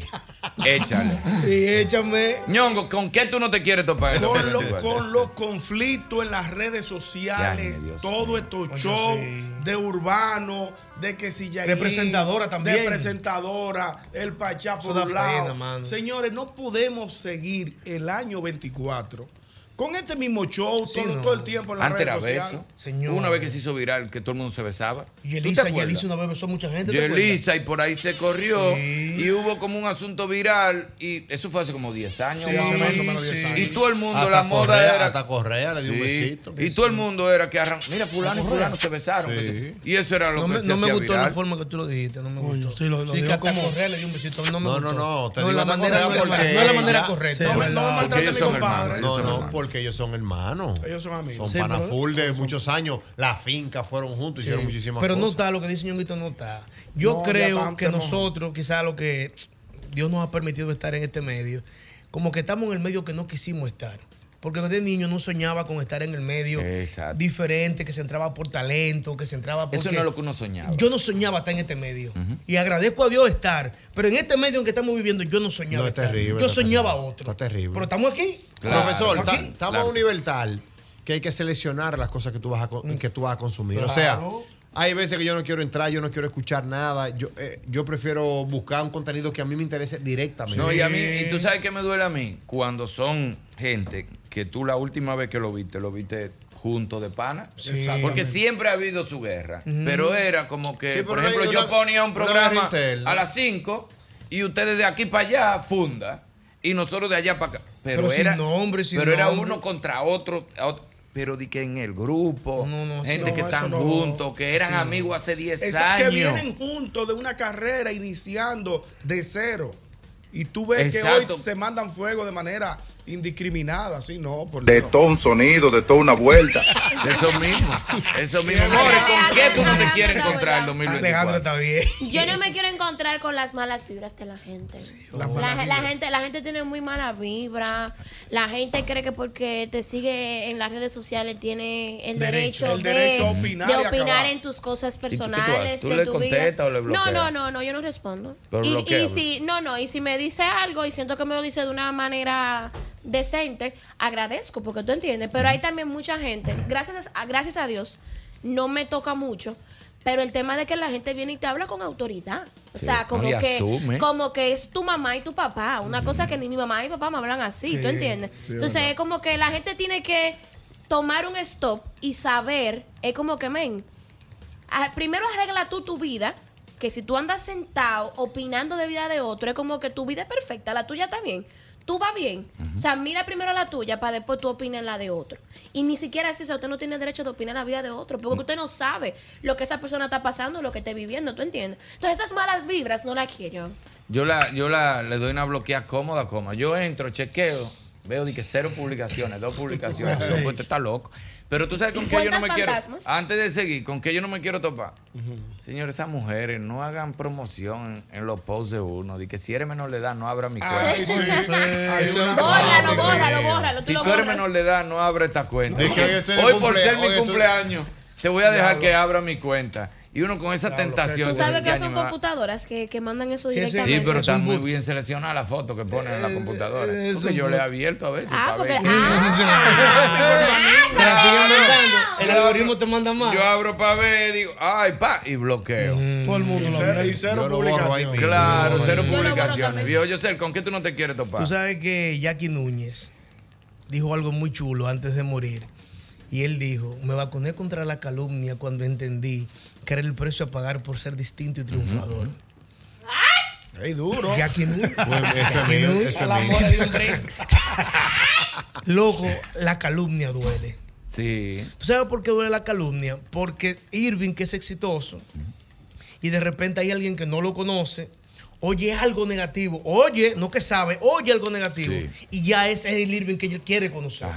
Speaker 3: Échale.
Speaker 4: Y échame.
Speaker 3: Ñongo, ¿con qué tú no te quieres topar? en
Speaker 6: Con, lo-
Speaker 3: 2024?
Speaker 6: con los conflictos en las redes sociales,
Speaker 3: Dios
Speaker 6: todo esto show de urbano, de que si ya
Speaker 4: Representadora también.
Speaker 6: de presentadora, el pachá
Speaker 4: Eso
Speaker 6: por
Speaker 4: da
Speaker 6: un lado.
Speaker 4: pena, mano.
Speaker 6: Señores, no podemos seguir el año 24 con este mismo show
Speaker 4: Sí,
Speaker 6: todo,
Speaker 4: no.
Speaker 6: todo el tiempo en las
Speaker 3: Antes era
Speaker 6: redes sociales.
Speaker 3: beso. Una vez que se hizo viral, que todo el mundo se besaba.
Speaker 4: Y
Speaker 3: ¿Tú
Speaker 4: Elisa,
Speaker 3: te
Speaker 4: y
Speaker 3: acuerdas?
Speaker 4: Elisa una vez besó mucha gente.
Speaker 3: Y
Speaker 4: ¿te acuerdas?
Speaker 3: Elisa, y por ahí se corrió.
Speaker 4: Sí.
Speaker 3: Y hubo como un asunto viral. Y eso fue hace como 10 años.
Speaker 4: Sí,
Speaker 3: más o menos.
Speaker 4: más o menos 10
Speaker 3: Sí.
Speaker 4: años.
Speaker 3: Y todo el mundo,
Speaker 5: Hasta
Speaker 3: la moda
Speaker 5: Correa-
Speaker 3: era.
Speaker 5: hasta Correa le dio un
Speaker 3: Sí.
Speaker 5: besito.
Speaker 3: Y todo el mundo era que arran... Mira, fulano y fulano se besaron. que se- Y eso era lo
Speaker 4: No
Speaker 3: que
Speaker 4: me,
Speaker 3: se
Speaker 4: no me
Speaker 3: hacía
Speaker 4: gustó la
Speaker 3: viral.
Speaker 4: forma que tú lo dijiste, no me gustó. Sí,
Speaker 6: lo dijo
Speaker 4: que hasta
Speaker 6: como-
Speaker 4: Correa le dio un besito, no me
Speaker 5: No,
Speaker 4: gustó.
Speaker 5: no, no, te
Speaker 4: no,
Speaker 5: digo
Speaker 4: la
Speaker 5: hasta
Speaker 4: manera,
Speaker 5: Correa
Speaker 4: no, la,
Speaker 5: porque
Speaker 4: no es la
Speaker 5: ella-
Speaker 4: manera correcta.
Speaker 5: No me-
Speaker 4: ¿verdad?
Speaker 5: no me
Speaker 6: maltrate a mi compadre.
Speaker 5: No, no, porque ellos son hermanos. Ellos son amigos.
Speaker 4: Sí,
Speaker 5: Son pana
Speaker 4: pero-
Speaker 5: full de muchos años. La finca fueron juntos, hicieron muchísimas
Speaker 4: Pero no
Speaker 5: cosas.
Speaker 4: está, lo que dice Ñonguito no está. Yo
Speaker 6: No, ya
Speaker 4: creo
Speaker 6: estamos,
Speaker 4: que
Speaker 6: estamos.
Speaker 4: nosotros, quizás lo que Dios nos ha permitido estar en este medio, como que estamos en el medio que no quisimos estar. Porque desde niño no soñaba con estar en el medio
Speaker 3: Exacto.
Speaker 4: diferente, que se entraba por talento, que se entraba por.
Speaker 3: Eso no es lo que uno soñaba.
Speaker 4: Yo no soñaba estar en este medio. Y agradezco a Dios estar. Pero en este medio en que estamos viviendo, yo no soñaba
Speaker 5: No, es
Speaker 4: estar.
Speaker 5: terrible.
Speaker 4: yo
Speaker 5: está
Speaker 4: soñaba
Speaker 5: terrible.
Speaker 4: otro.
Speaker 5: Está terrible.
Speaker 4: Pero estamos aquí.
Speaker 5: Claro, Profesor,
Speaker 4: Estamos
Speaker 5: ta-
Speaker 4: aquí.
Speaker 5: estamos a un nivel tal que hay que seleccionar las cosas que tú vas a, con- que tú vas a consumir. O sea,
Speaker 4: Claro.
Speaker 5: hay veces que yo no quiero entrar, yo no quiero escuchar nada. Yo, eh, yo prefiero buscar un contenido que a mí me interese directamente.
Speaker 3: No, y a mí, y tú sabes que me duele a mí cuando son gente que tú la última vez que lo viste, lo viste junto de pana.
Speaker 5: Exactamente.
Speaker 3: Porque siempre ha habido su guerra.
Speaker 5: Mm.
Speaker 3: Pero era como que,
Speaker 5: Sí,
Speaker 3: por
Speaker 5: pero
Speaker 3: ejemplo,
Speaker 5: hay
Speaker 3: yo
Speaker 5: una-
Speaker 3: ponía un
Speaker 5: una
Speaker 3: programa
Speaker 5: guerra interna.
Speaker 3: a las 5 y ustedes de aquí para allá funda. Y nosotros de allá para acá. Pero,
Speaker 4: Pero sin
Speaker 3: era,
Speaker 4: nombre, sin
Speaker 3: pero era
Speaker 4: nombre.
Speaker 3: uno contra otro. a otro- Pero di que en el grupo,
Speaker 4: no,
Speaker 3: gente
Speaker 4: no,
Speaker 3: que
Speaker 4: eso
Speaker 3: están
Speaker 4: no.
Speaker 3: juntos, que eran
Speaker 4: Sí.
Speaker 3: amigos hace 10
Speaker 6: Es
Speaker 3: años.
Speaker 6: que vienen juntos de una carrera iniciando de cero. Y tú ves que
Speaker 3: Exacto.
Speaker 6: hoy se mandan fuego de manera indiscriminada, así no. Por
Speaker 11: De
Speaker 6: Dios.
Speaker 11: todo un sonido, de toda una vuelta.
Speaker 3: Eso mismo. Eso mismo. More, ¿con qué tú no te quieres encontrar en 2024?
Speaker 6: Alejandro está bien.
Speaker 8: Yo no me quiero encontrar con las malas vibras de la gente.
Speaker 3: las
Speaker 8: la,
Speaker 3: malas
Speaker 8: la gente, la gente tiene muy mala vibra. La gente cree que porque te sigue en las redes sociales tiene el
Speaker 3: Derecho.
Speaker 8: derecho,
Speaker 3: El
Speaker 8: de,
Speaker 3: derecho a opinar
Speaker 8: de
Speaker 3: y acabar.
Speaker 8: opinar en tus cosas
Speaker 3: qué tú haces?
Speaker 8: personales.
Speaker 3: ¿Tú
Speaker 8: de
Speaker 3: le
Speaker 8: tu
Speaker 3: contestas
Speaker 8: vida.
Speaker 3: o le bloqueas?
Speaker 8: No, no, no, no, yo no respondo.
Speaker 3: Pero
Speaker 8: y, y
Speaker 3: bloquealo.
Speaker 8: si, no, no, y si me dice algo y siento que me lo dice de una manera decente, agradezco porque tú entiendes. Pero hay también mucha gente, gracias a, gracias a Dios, no me toca mucho. Pero el tema de que la gente viene y te habla con autoridad. O
Speaker 3: Sí.
Speaker 8: sea,
Speaker 3: No,
Speaker 8: como
Speaker 3: y
Speaker 8: que
Speaker 3: asume.
Speaker 8: como que es tu mamá y tu papá. Una cosa que ni mi mamá y mi papá me hablan así,
Speaker 3: Sí,
Speaker 8: ¿tú entiendes?
Speaker 3: sí, es
Speaker 8: Entonces
Speaker 3: verdad.
Speaker 8: es como que la gente tiene que tomar un stop y saber, es como que, men, a- primero arregla tú tu vida, que si tú andas sentado opinando de vida de otro, es como que tu vida es perfecta, la tuya está bien. Tú vas bien. O sea, mira primero la tuya para después tú opinas la de otro. Y ni siquiera es eso. Usted no tiene derecho de opinar la vida de otro
Speaker 3: Mm.
Speaker 8: porque usted no sabe lo que esa persona está pasando, lo que está viviendo. ¿Tú entiendes? Entonces, esas malas vibras no las quiero.
Speaker 3: Yo la, yo la le doy una bloqueada cómoda, coma. Yo entro, chequeo, veo de que cero publicaciones, dos publicaciones.
Speaker 12: Sí.
Speaker 3: Yo, pues, usted está loco. Pero tú sabes con qué yo no
Speaker 12: ¿Cuántas
Speaker 3: me quiero.
Speaker 12: fantasmas?
Speaker 3: Antes de seguir, con qué yo no me quiero topar. Señores, esas mujeres no hagan promoción en, en los posts de uno. De que si eres menor de edad, no abra mi cuenta.
Speaker 1: Ay, sí, sí. Ay, sí.
Speaker 8: Bórralo, Ah, bórralo, bórralo.
Speaker 3: Si
Speaker 8: lo
Speaker 3: tú eres
Speaker 8: borras.
Speaker 3: menor de edad, no abra esta cuenta.
Speaker 12: Es que hoy estoy de
Speaker 3: Hoy, por
Speaker 12: cumplea-
Speaker 3: ser mi
Speaker 12: hoy estoy-
Speaker 3: cumpleaños, te voy a dejar que abra mi cuenta. Y uno con esa tentación.
Speaker 8: Tú sabes
Speaker 3: ya
Speaker 8: que
Speaker 3: ni
Speaker 8: son
Speaker 3: me va-
Speaker 8: computadoras que, que mandan eso
Speaker 3: Sí,
Speaker 8: directamente.
Speaker 3: pero está muy bien seleccionada la foto que ponen en
Speaker 4: Eh,
Speaker 3: la computadora. Porque yo le he abierto a veces.
Speaker 8: Ah,
Speaker 3: para
Speaker 8: porque.
Speaker 3: ver.
Speaker 8: Ah,
Speaker 3: Pero sigue
Speaker 8: claro.
Speaker 3: mandando.
Speaker 4: El algoritmo te manda más. Mm.
Speaker 3: Yo abro para ver, digo, ay, pa, y bloqueo.
Speaker 4: Todo el mundo lo ve.
Speaker 6: Y cero
Speaker 4: publicaciones.
Speaker 3: Claro, cero
Speaker 4: Yo lo borro
Speaker 3: publicaciones.
Speaker 4: también.
Speaker 3: Viejo, yo sé, ¿con qué tú no te quieres topar?
Speaker 4: Tú sabes que Jackie Núñez dijo algo muy chulo antes de morir. Y él dijo, me vacuné contra la calumnia cuando entendí que era el precio a pagar por ser distinto y triunfador.
Speaker 6: ¡Ay, duro!
Speaker 4: Jackie Núñez.
Speaker 6: Bueno, eso es
Speaker 4: Jackie
Speaker 6: mío,
Speaker 4: Núñez.
Speaker 6: eso es mío. Al amor hay un
Speaker 4: Loco, la calumnia duele.
Speaker 3: Sí.
Speaker 4: ¿Tú sabes por qué duele la calumnia? Porque Irving, que es exitoso, y de repente hay alguien que no lo conoce, oye algo negativo, oye, no que sabe, oye algo negativo, y ya ese es el Irving que él quiere conocer.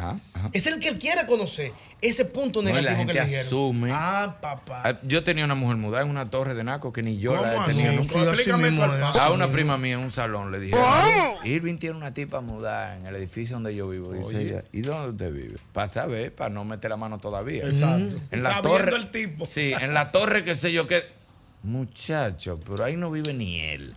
Speaker 4: Es el que él quiere conocer, ese punto
Speaker 3: No, y
Speaker 4: negativo
Speaker 3: la gente
Speaker 4: que le dijeron.
Speaker 3: asume.
Speaker 4: Ah, papá.
Speaker 3: Ah, Yo tenía una mujer mudada en una torre de Naco que ni yo la
Speaker 4: ¿Cómo
Speaker 3: he tenido
Speaker 4: así?
Speaker 3: nunca.
Speaker 4: Sí, así Explícame mismo eso al es. paso,
Speaker 3: A una
Speaker 4: mismo.
Speaker 3: prima mía en un salón le dije,
Speaker 4: ¿Cómo? Pues
Speaker 3: Irving tiene una tipa mudada en el edificio donde yo vivo. Dice
Speaker 12: Oye.
Speaker 3: ella, ¿y dónde usted vive? Para saber, para no meter la mano todavía.
Speaker 12: Exacto.
Speaker 3: En la
Speaker 12: Sabiendo
Speaker 3: torre.
Speaker 12: el tipo.
Speaker 3: Sí, en la torre que sé yo qué. Muchacho, pero ahí no vive ni él.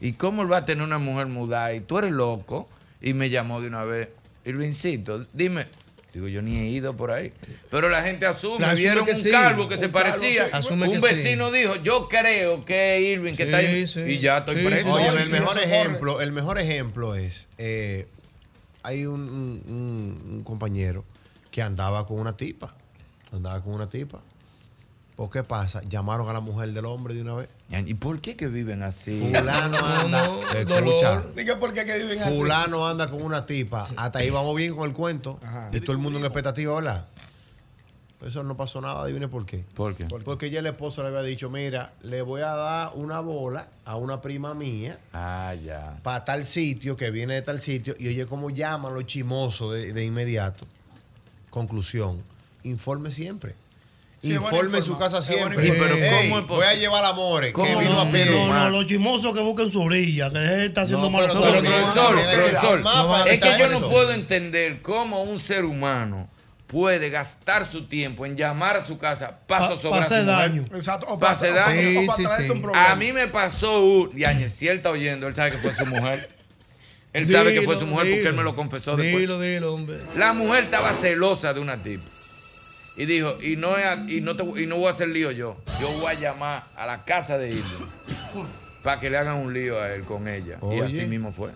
Speaker 3: ¿Y cómo él va a tener una mujer mudada? Y tú eres loco. Y me llamó de una vez, Irvincito, dime. Digo, yo ni he ido por ahí. Pero la gente asume,
Speaker 12: La asume
Speaker 3: vieron
Speaker 12: que
Speaker 3: un
Speaker 12: sí.
Speaker 3: calvo que se
Speaker 12: Un calvo,
Speaker 3: parecía.
Speaker 12: sí. Asume
Speaker 3: Un
Speaker 12: que sí.
Speaker 3: vecino dijo, yo creo que Irving que está ahí. Y ya estoy preso.
Speaker 5: Oye, el mejor ejemplo, el mejor ejemplo es eh, hay un, un- un- un compañero que andaba con una tipa. Andaba con una tipa. ¿Por qué pasa? Llamaron a la mujer del hombre de una vez.
Speaker 3: ¿Y por qué que viven así?
Speaker 5: Fulano anda. Escucha.
Speaker 6: Dolor. Diga por qué que viven así.
Speaker 5: Fulano anda con una tipa. Hasta ahí vamos bien con el cuento. Y todo el mundo en expectativa, hola. Eso no pasó nada, adivine por qué.
Speaker 3: ¿Por qué?
Speaker 5: Porque ya el esposo le había dicho, mira, le voy a dar una bola a una prima mía
Speaker 3: Ah, ya.
Speaker 5: para tal sitio, que viene de tal sitio, y oye cómo llaman los chimosos de, de inmediato. Conclusión, informe siempre.
Speaker 6: Sí, es bueno
Speaker 5: informe en su
Speaker 6: informar.
Speaker 5: casa
Speaker 6: Es bueno
Speaker 5: siempre.
Speaker 6: informar. Sí, pero
Speaker 5: Ey,
Speaker 6: ¿cómo es
Speaker 5: voy a
Speaker 6: posible?
Speaker 5: llevar amores, que
Speaker 6: ¿Cómo
Speaker 5: vino a
Speaker 6: no?
Speaker 5: pedir.
Speaker 6: No, no,
Speaker 4: los chimosos que buscan su orilla, que está haciendo
Speaker 5: malos
Speaker 3: Pero, profesor, profesor, es que yo no puedo entender cómo un ser humano puede gastar su tiempo en llamar a su casa paso
Speaker 6: Pa-
Speaker 3: sobre
Speaker 6: pase
Speaker 3: a su mujer.
Speaker 6: daño. Exacto, o
Speaker 3: Pase
Speaker 6: pasa- o
Speaker 3: daño.
Speaker 6: pa- o pa- Sí, sí, traerte un sí. problema.
Speaker 3: A mí me pasó un... Y Áñez, si él está oyendo, él sabe que fue su mujer. Él sabe que fue su
Speaker 4: Dilo,
Speaker 3: mujer porque
Speaker 4: dilo.
Speaker 3: él me lo confesó después.
Speaker 4: Dilo, dilo, hombre.
Speaker 3: La mujer estaba celosa de una tipa. Y dijo, y no, es a- y no, te- y no voy a hacer lío yo. Yo voy a llamar a la casa de Irving para que le hagan un lío a él con ella. Y
Speaker 12: Oye.
Speaker 3: así mismo fue.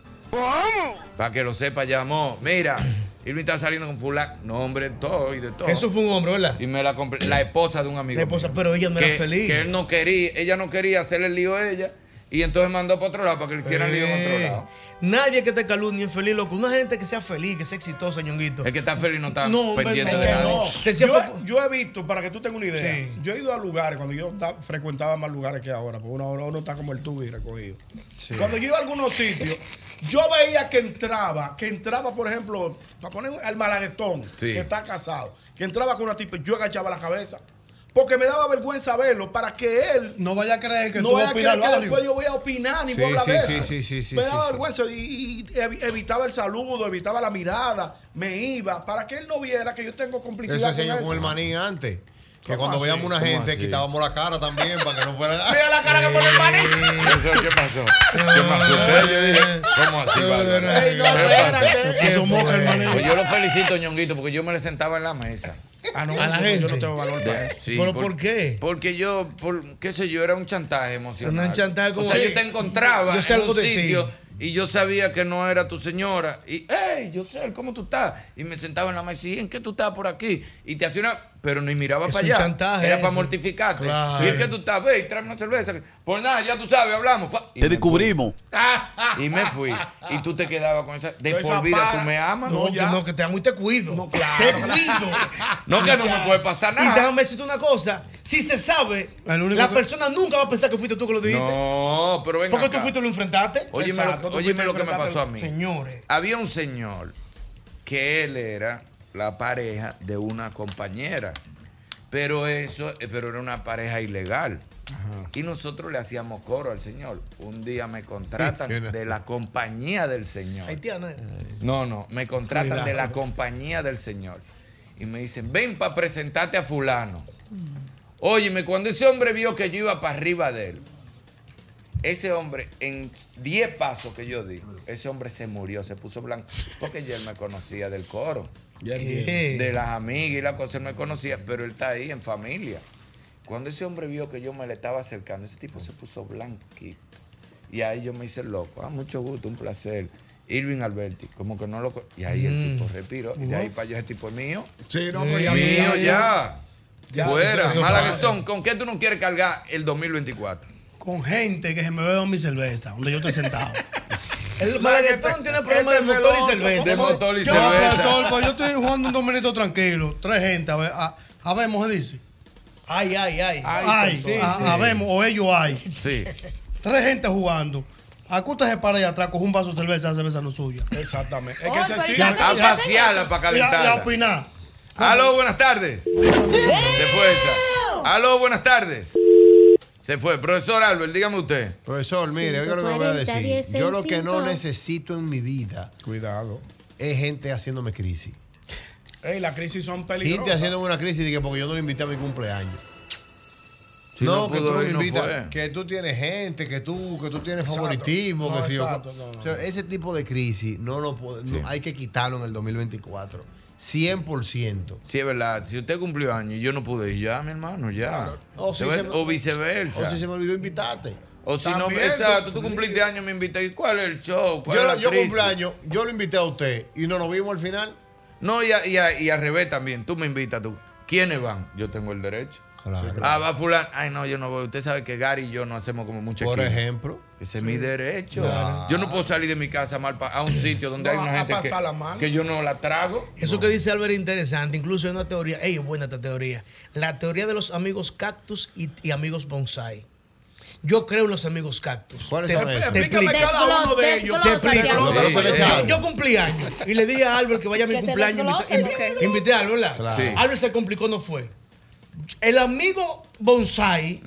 Speaker 3: Para que lo sepa, llamó. Mira, Irving está saliendo con fulano. No, hombre, todo y de todo.
Speaker 4: Eso fue un hombre, ¿verdad?
Speaker 3: Y me la compré. La esposa de un amigo.
Speaker 4: La esposa,
Speaker 3: mío.
Speaker 4: pero ella no
Speaker 3: que,
Speaker 4: era feliz.
Speaker 3: Que él no quería, ella no quería hacerle el lío a ella. Y entonces mandó para otro lado para que le hicieran lío en otro
Speaker 4: Eh,
Speaker 3: lado.
Speaker 4: Nadie que te calumnie, infeliz, loco. Una gente que sea feliz, que sea exitosa, ñonguito.
Speaker 3: El que está feliz no está
Speaker 4: No,
Speaker 3: pendiente
Speaker 4: hombre,
Speaker 3: de
Speaker 4: es
Speaker 3: nada.
Speaker 4: que no. Decía
Speaker 6: Yo,
Speaker 4: Facu-
Speaker 6: yo he visto, para que tú tengas una idea,
Speaker 4: Sí.
Speaker 6: yo he ido a lugares, cuando yo da- frecuentaba más lugares que ahora, porque uno ahora uno está como el tubo y recogido. Cuando yo iba a algunos sitios, yo veía que entraba, que entraba, por ejemplo, para poner al malaguetón,
Speaker 3: Sí.
Speaker 6: que está casado, que entraba con una tipa, yo agachaba la cabeza. Porque me daba vergüenza verlo para que él no vaya a creer
Speaker 4: que tú vas a opinar al barrio.
Speaker 6: después yo voy a opinar ni
Speaker 4: Sí,
Speaker 6: voy a hablar
Speaker 4: sí,
Speaker 6: de
Speaker 4: sí,
Speaker 6: eso.
Speaker 4: sí, sí, sí,
Speaker 6: Me
Speaker 4: sí,
Speaker 6: daba
Speaker 4: sí.
Speaker 6: vergüenza Pues, y, y ev- evitaba el saludo, evitaba la mirada, me iba para que él no viera que yo tengo complicidad
Speaker 5: Eso
Speaker 6: con
Speaker 5: enseñó
Speaker 6: él.
Speaker 5: con el manín antes. Que
Speaker 6: ¿Cómo
Speaker 5: cuando
Speaker 6: así?
Speaker 5: veíamos una
Speaker 6: ¿Cómo
Speaker 5: gente
Speaker 6: así?
Speaker 5: quitábamos la cara también para que no fuera.
Speaker 6: Mira la cara que pone el manín.
Speaker 3: Eso, ¿Qué pasó? Yo me asusté, yo dije, ¿cómo así, Bárbara?
Speaker 6: Ey, no,
Speaker 3: ¿Qué pasa?
Speaker 6: espérate.
Speaker 3: ¿Qué
Speaker 6: Eso moca,
Speaker 3: fue?
Speaker 6: hermano.
Speaker 3: Pues yo lo felicito, ñonguito, porque yo me le sentaba en la mesa.
Speaker 6: Ah, no,
Speaker 3: A la
Speaker 6: yo-
Speaker 3: gente.
Speaker 6: yo no tengo valor para
Speaker 3: De-
Speaker 6: eso.
Speaker 3: sí,
Speaker 4: qué?
Speaker 3: Porque yo, por, qué sé yo, era un chantaje emocional.
Speaker 4: Era un chantaje como-
Speaker 3: O sea,
Speaker 4: Sí.
Speaker 3: yo te encontraba
Speaker 4: Yo sé
Speaker 3: en
Speaker 4: algo
Speaker 3: un
Speaker 4: de ti.
Speaker 3: sitio y yo sabía que no era tu señora. Y, hey, yo sé, ¿cómo tú estás? Y me sentaba en la mesa y, ¿en qué tú estás por aquí? Y te hacía una... Pero ni miraba
Speaker 4: Es
Speaker 3: para
Speaker 4: un
Speaker 3: allá.
Speaker 4: chantaje
Speaker 3: era para
Speaker 4: ese.
Speaker 3: mortificarte.
Speaker 4: Claro.
Speaker 3: Y es que tú estás, ve, y tráeme una cerveza. Pues nada, ya tú sabes, hablamos. Fua- y me
Speaker 2: descubrimos.
Speaker 3: fui. Y me fui. Y tú te quedabas con esa... De
Speaker 4: Esa
Speaker 3: por vida,
Speaker 4: para-
Speaker 3: ¿tú me amas?
Speaker 4: No, que, no, que te amo y te cuido. No, Te cuido.
Speaker 3: No, que no
Speaker 4: Ya.
Speaker 3: me puede pasar
Speaker 4: Y
Speaker 3: nada.
Speaker 4: déjame decirte una cosa. Si se sabe, la
Speaker 3: que-
Speaker 4: persona nunca va a pensar que fuiste tú que lo dijiste.
Speaker 3: No, pero venga
Speaker 4: Porque tú
Speaker 3: acá.
Speaker 4: fuiste y lo enfrentaste.
Speaker 3: Óyeme lo,
Speaker 4: Exacto, tú
Speaker 3: óyeme
Speaker 4: fuiste y
Speaker 3: lo que me
Speaker 4: enfrentaste
Speaker 3: pasó a
Speaker 4: al-
Speaker 3: mí.
Speaker 4: Señores.
Speaker 3: Había un señor que él era la pareja de una compañera. Pero eso, eh, pero era una pareja ilegal. Y nosotros le hacíamos coro al señor. Un día me contratan de la compañía del señor.
Speaker 4: Haitiana.
Speaker 3: No, no, me contratan
Speaker 4: Cuidado.
Speaker 3: de la compañía del señor. Y me dicen, ven para presentarte a fulano. Óyeme, cuando ese hombre vio que yo iba para arriba de él, ese hombre, en 10 pasos que yo di, ese hombre se murió, se puso blanco, porque ya él me conocía del coro,
Speaker 4: ¿Qué?
Speaker 3: de las amigas y la cosa, él me conocía, pero él está ahí en familia. Cuando ese hombre vio que yo me le estaba acercando, ese tipo se puso blanquito. Y ahí yo me hice loco, ah, mucho gusto, un placer. Irving Alberti, como que no lo... co- Y ahí el
Speaker 4: Mm.
Speaker 3: tipo respiró, y de ahí para allá ese tipo es mío.
Speaker 5: Sí,
Speaker 4: no, pues ya-
Speaker 3: Mío
Speaker 4: ya,
Speaker 3: ya.
Speaker 4: ya. Ya,
Speaker 3: Fuera,
Speaker 4: eso- eso
Speaker 3: mala
Speaker 4: pasa.
Speaker 3: que son. ¿Con qué tú no quieres cargar el 2024?
Speaker 4: Con gente que se me beba mi cerveza, donde yo estoy sentado. El
Speaker 6: O sea,
Speaker 4: malaguetón
Speaker 6: que
Speaker 4: tiene
Speaker 6: te-
Speaker 4: problemas de
Speaker 6: este
Speaker 4: motor y
Speaker 6: celoso,
Speaker 4: cerveza.
Speaker 6: De motor y
Speaker 4: Yo,
Speaker 6: cerveza.
Speaker 4: pastor, pues, yo estoy jugando un dominito tranquilo. Tres gente, a ver, a, a ver, mujer dice. Ay, ay, ay. Ay,
Speaker 6: sí,
Speaker 4: a,
Speaker 6: sí.
Speaker 4: a ver, o ellos hay.
Speaker 3: Sí.
Speaker 4: Tres gente jugando. ¿A qué usted se para y atrás coge un vaso de cerveza? La cerveza no es suya.
Speaker 6: Exactamente.
Speaker 3: Es que ese sí- Ya, a vaciarla para calentarla.
Speaker 4: Y a- y a opinar.
Speaker 3: Aló, buenas tardes. Se fue esa. Aló, buenas tardes. Se fue. Profesor Albert, dígame usted.
Speaker 5: Profesor, mire, oiga lo que me voy a decir. Yo lo que no necesito en mi vida.
Speaker 6: Cuidado.
Speaker 5: Es gente haciéndome crisis.
Speaker 6: Ey, la crisis son
Speaker 5: Gente
Speaker 6: peligrosas.
Speaker 5: haciéndome una crisis de que porque yo no le invité a mi cumpleaños.
Speaker 6: Si
Speaker 5: no,
Speaker 6: no
Speaker 5: que
Speaker 6: pudo
Speaker 5: tú no me
Speaker 6: ir, no
Speaker 5: invitas,
Speaker 6: fue.
Speaker 5: que tú tienes gente, que tú, que tú tienes
Speaker 6: Exacto.
Speaker 5: favoritismo,
Speaker 6: No,
Speaker 5: que si yo.
Speaker 6: exacto, no, no,
Speaker 5: O sea,
Speaker 6: no.
Speaker 5: Ese tipo de crisis no lo puedo- no, hay que quitarlo en el 2024. 100%.
Speaker 3: Sí, es verdad. Si usted cumplió años y yo no pude ir, ya, mi hermano, ya.
Speaker 5: O si
Speaker 3: Se ve-
Speaker 5: se me-
Speaker 3: o viceversa.
Speaker 5: O si se me olvidó invitarte.
Speaker 3: O si no,
Speaker 5: También,
Speaker 3: exacto, tú
Speaker 5: tú-
Speaker 3: cumpliste años, me invité. ¿Y cuál es el show? ¿Cuál es
Speaker 5: Yo,
Speaker 3: la
Speaker 5: yo
Speaker 3: crisis?
Speaker 5: cumpleaños, yo lo invité a usted y no nos vimos al final.
Speaker 3: No, y, a- y, a- y al revés también. Tú me invitas tú. ¿Quiénes van? Yo tengo el derecho. Ah, va fulano. Ay, no, yo no voy. Usted sabe que Gary y yo no hacemos como mucho
Speaker 5: Por
Speaker 3: equipo.
Speaker 5: ejemplo.
Speaker 3: Ese es mi derecho.
Speaker 5: Claro.
Speaker 3: Yo no puedo salir de mi casa mal pa- a un sitio donde
Speaker 4: No,
Speaker 3: hay una
Speaker 4: a
Speaker 3: gente que,
Speaker 4: pasarla mal.
Speaker 3: que yo no la trago.
Speaker 4: Eso que dice Álvaro es interesante. Incluso hay una teoría. ¡Ey, buena esta teoría! La teoría de los amigos cactus y, y amigos bonsai. Yo creo en los amigos cactus.
Speaker 5: ¿Cuáles
Speaker 4: Te-
Speaker 5: son esos?
Speaker 4: te
Speaker 5: Explícame
Speaker 4: explico.
Speaker 5: cada uno de ellos.
Speaker 4: Te
Speaker 5: Desglosa,
Speaker 4: explico.
Speaker 5: desglosa,
Speaker 4: Sí,
Speaker 5: desglosa.
Speaker 4: yo- Yo cumplí años y le dije a Álvaro que vaya a mi
Speaker 12: Que se
Speaker 4: cumpleaños.
Speaker 12: desglose,
Speaker 4: Invité,
Speaker 12: porque-
Speaker 4: invité a Álvaro, ¿verdad?
Speaker 12: Claro.
Speaker 4: Sí. Álvaro se complicó, no fue. El amigo bonsai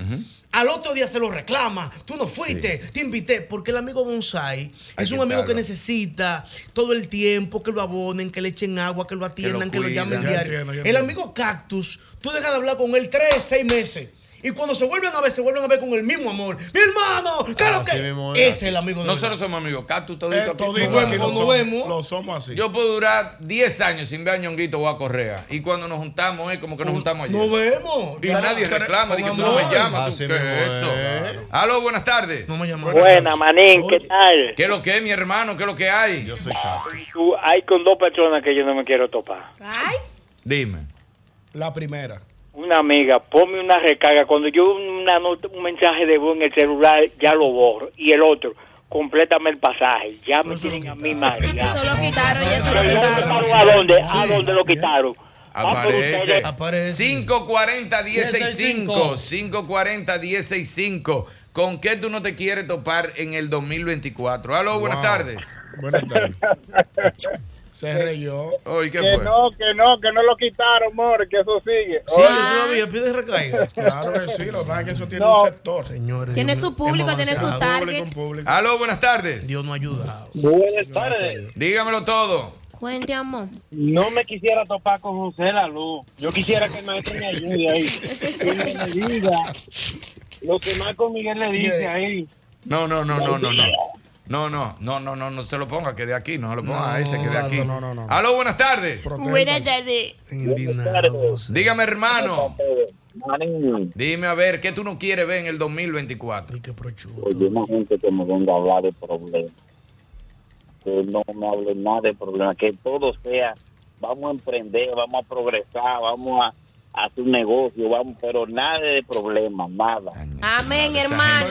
Speaker 4: al otro día se lo reclama. Tú no fuiste, te invité. Porque el amigo bonsai
Speaker 3: Hay
Speaker 4: es
Speaker 3: que
Speaker 4: un amigo que
Speaker 3: estarlo.
Speaker 4: necesita todo el tiempo que lo abonen, que le echen agua, que lo atiendan, que lo,
Speaker 3: cuidan.
Speaker 4: llamen
Speaker 3: Yo
Speaker 4: diario.
Speaker 3: entiendo, yo
Speaker 4: el
Speaker 3: entiendo.
Speaker 4: amigo cactus, tú dejas de hablar con él tres, seis meses. Y cuando se vuelven a ver, se vuelven a ver con el mismo amor. ¡Mi hermano! ¿Qué es
Speaker 3: Ah,
Speaker 4: lo que? Ese es el amigo de
Speaker 3: Nosotros somos amigos. Cactus, todito
Speaker 4: Eh,
Speaker 3: aquí.
Speaker 4: todito Nos aquí vemos, lo nos somos.
Speaker 6: vemos. Lo somos así.
Speaker 3: Yo puedo durar 10 años sin ver a Ñonguito o a Correa. Y cuando nos juntamos es como que nos juntamos ayer.
Speaker 4: Nos vemos.
Speaker 3: Y
Speaker 4: Ya,
Speaker 3: nadie
Speaker 4: con
Speaker 3: reclama. Dije, tú no
Speaker 4: amor.
Speaker 3: me llamas.
Speaker 4: Así
Speaker 3: ¿Tú qué es
Speaker 4: mismo
Speaker 3: eso? Aló, buenas tardes. No
Speaker 4: me
Speaker 13: Buena, manín, ¿qué tal?
Speaker 3: ¿Qué es lo que es, mi hermano? ¿Qué es lo que hay? Yo soy
Speaker 13: Tú- Hay con dos personas que yo no me quiero topar.
Speaker 8: Ay,
Speaker 3: Dime.
Speaker 6: La primera.
Speaker 13: una amiga, ponme una recarga. Cuando yo una nota- un mensaje de voz en el celular, ya lo borro. Y el otro, complétame el pasaje. Ya me tienen a mí mal.
Speaker 8: Eso lo quitaron y eso lo
Speaker 13: Pero
Speaker 8: quitaron.
Speaker 13: ¿dónde quitaron? ¿A dónde? ¿A dónde lo quitaron? Ah, pero
Speaker 3: Aparece.
Speaker 13: ustedes-
Speaker 3: 540-165. 540-165. ¿Con qué tú no te quieres topar en el 2024? Aló, buenas
Speaker 6: Wow.
Speaker 3: tardes.
Speaker 6: Buenas tardes. Se reyó.
Speaker 3: Oye, ¿qué
Speaker 12: Que
Speaker 3: fue?
Speaker 12: no, que no, que no lo quitaron, more, que eso sigue.
Speaker 6: Sí,
Speaker 12: Oye.
Speaker 6: todavía pide recaída. Claro que sí, lo que pasa es que eso tiene un sector, señores.
Speaker 8: Tiene su público, tiene su target.
Speaker 3: Aló, buenas tardes.
Speaker 6: Dios no ayuda.
Speaker 12: Buenas tardes.
Speaker 3: Dígamelo todo.
Speaker 8: Cuente, amor.
Speaker 12: No me quisiera topar con José la luz. Yo quisiera que el maestro me ayude ahí. Que me diga lo que Marco Miguel le dice ahí.
Speaker 3: No, no, no, no, no, no. No, no, no, no, no, no se lo ponga, que de aquí, no se lo ponga a ese, que de aquí. Aló, buenas tardes.
Speaker 14: Buenas tardes.
Speaker 3: Dígame, hermano. Dime a ver, ¿qué tú no quieres ver en el 2024?
Speaker 15: Oye, una gente que me venga a hablar de problemas. Que no me hable nada de problemas. Que todo sea, vamos a emprender, vamos a progresar, vamos a, a hacer un negocio, vamos, pero nada de problemas, nada.
Speaker 8: Amén, hermano.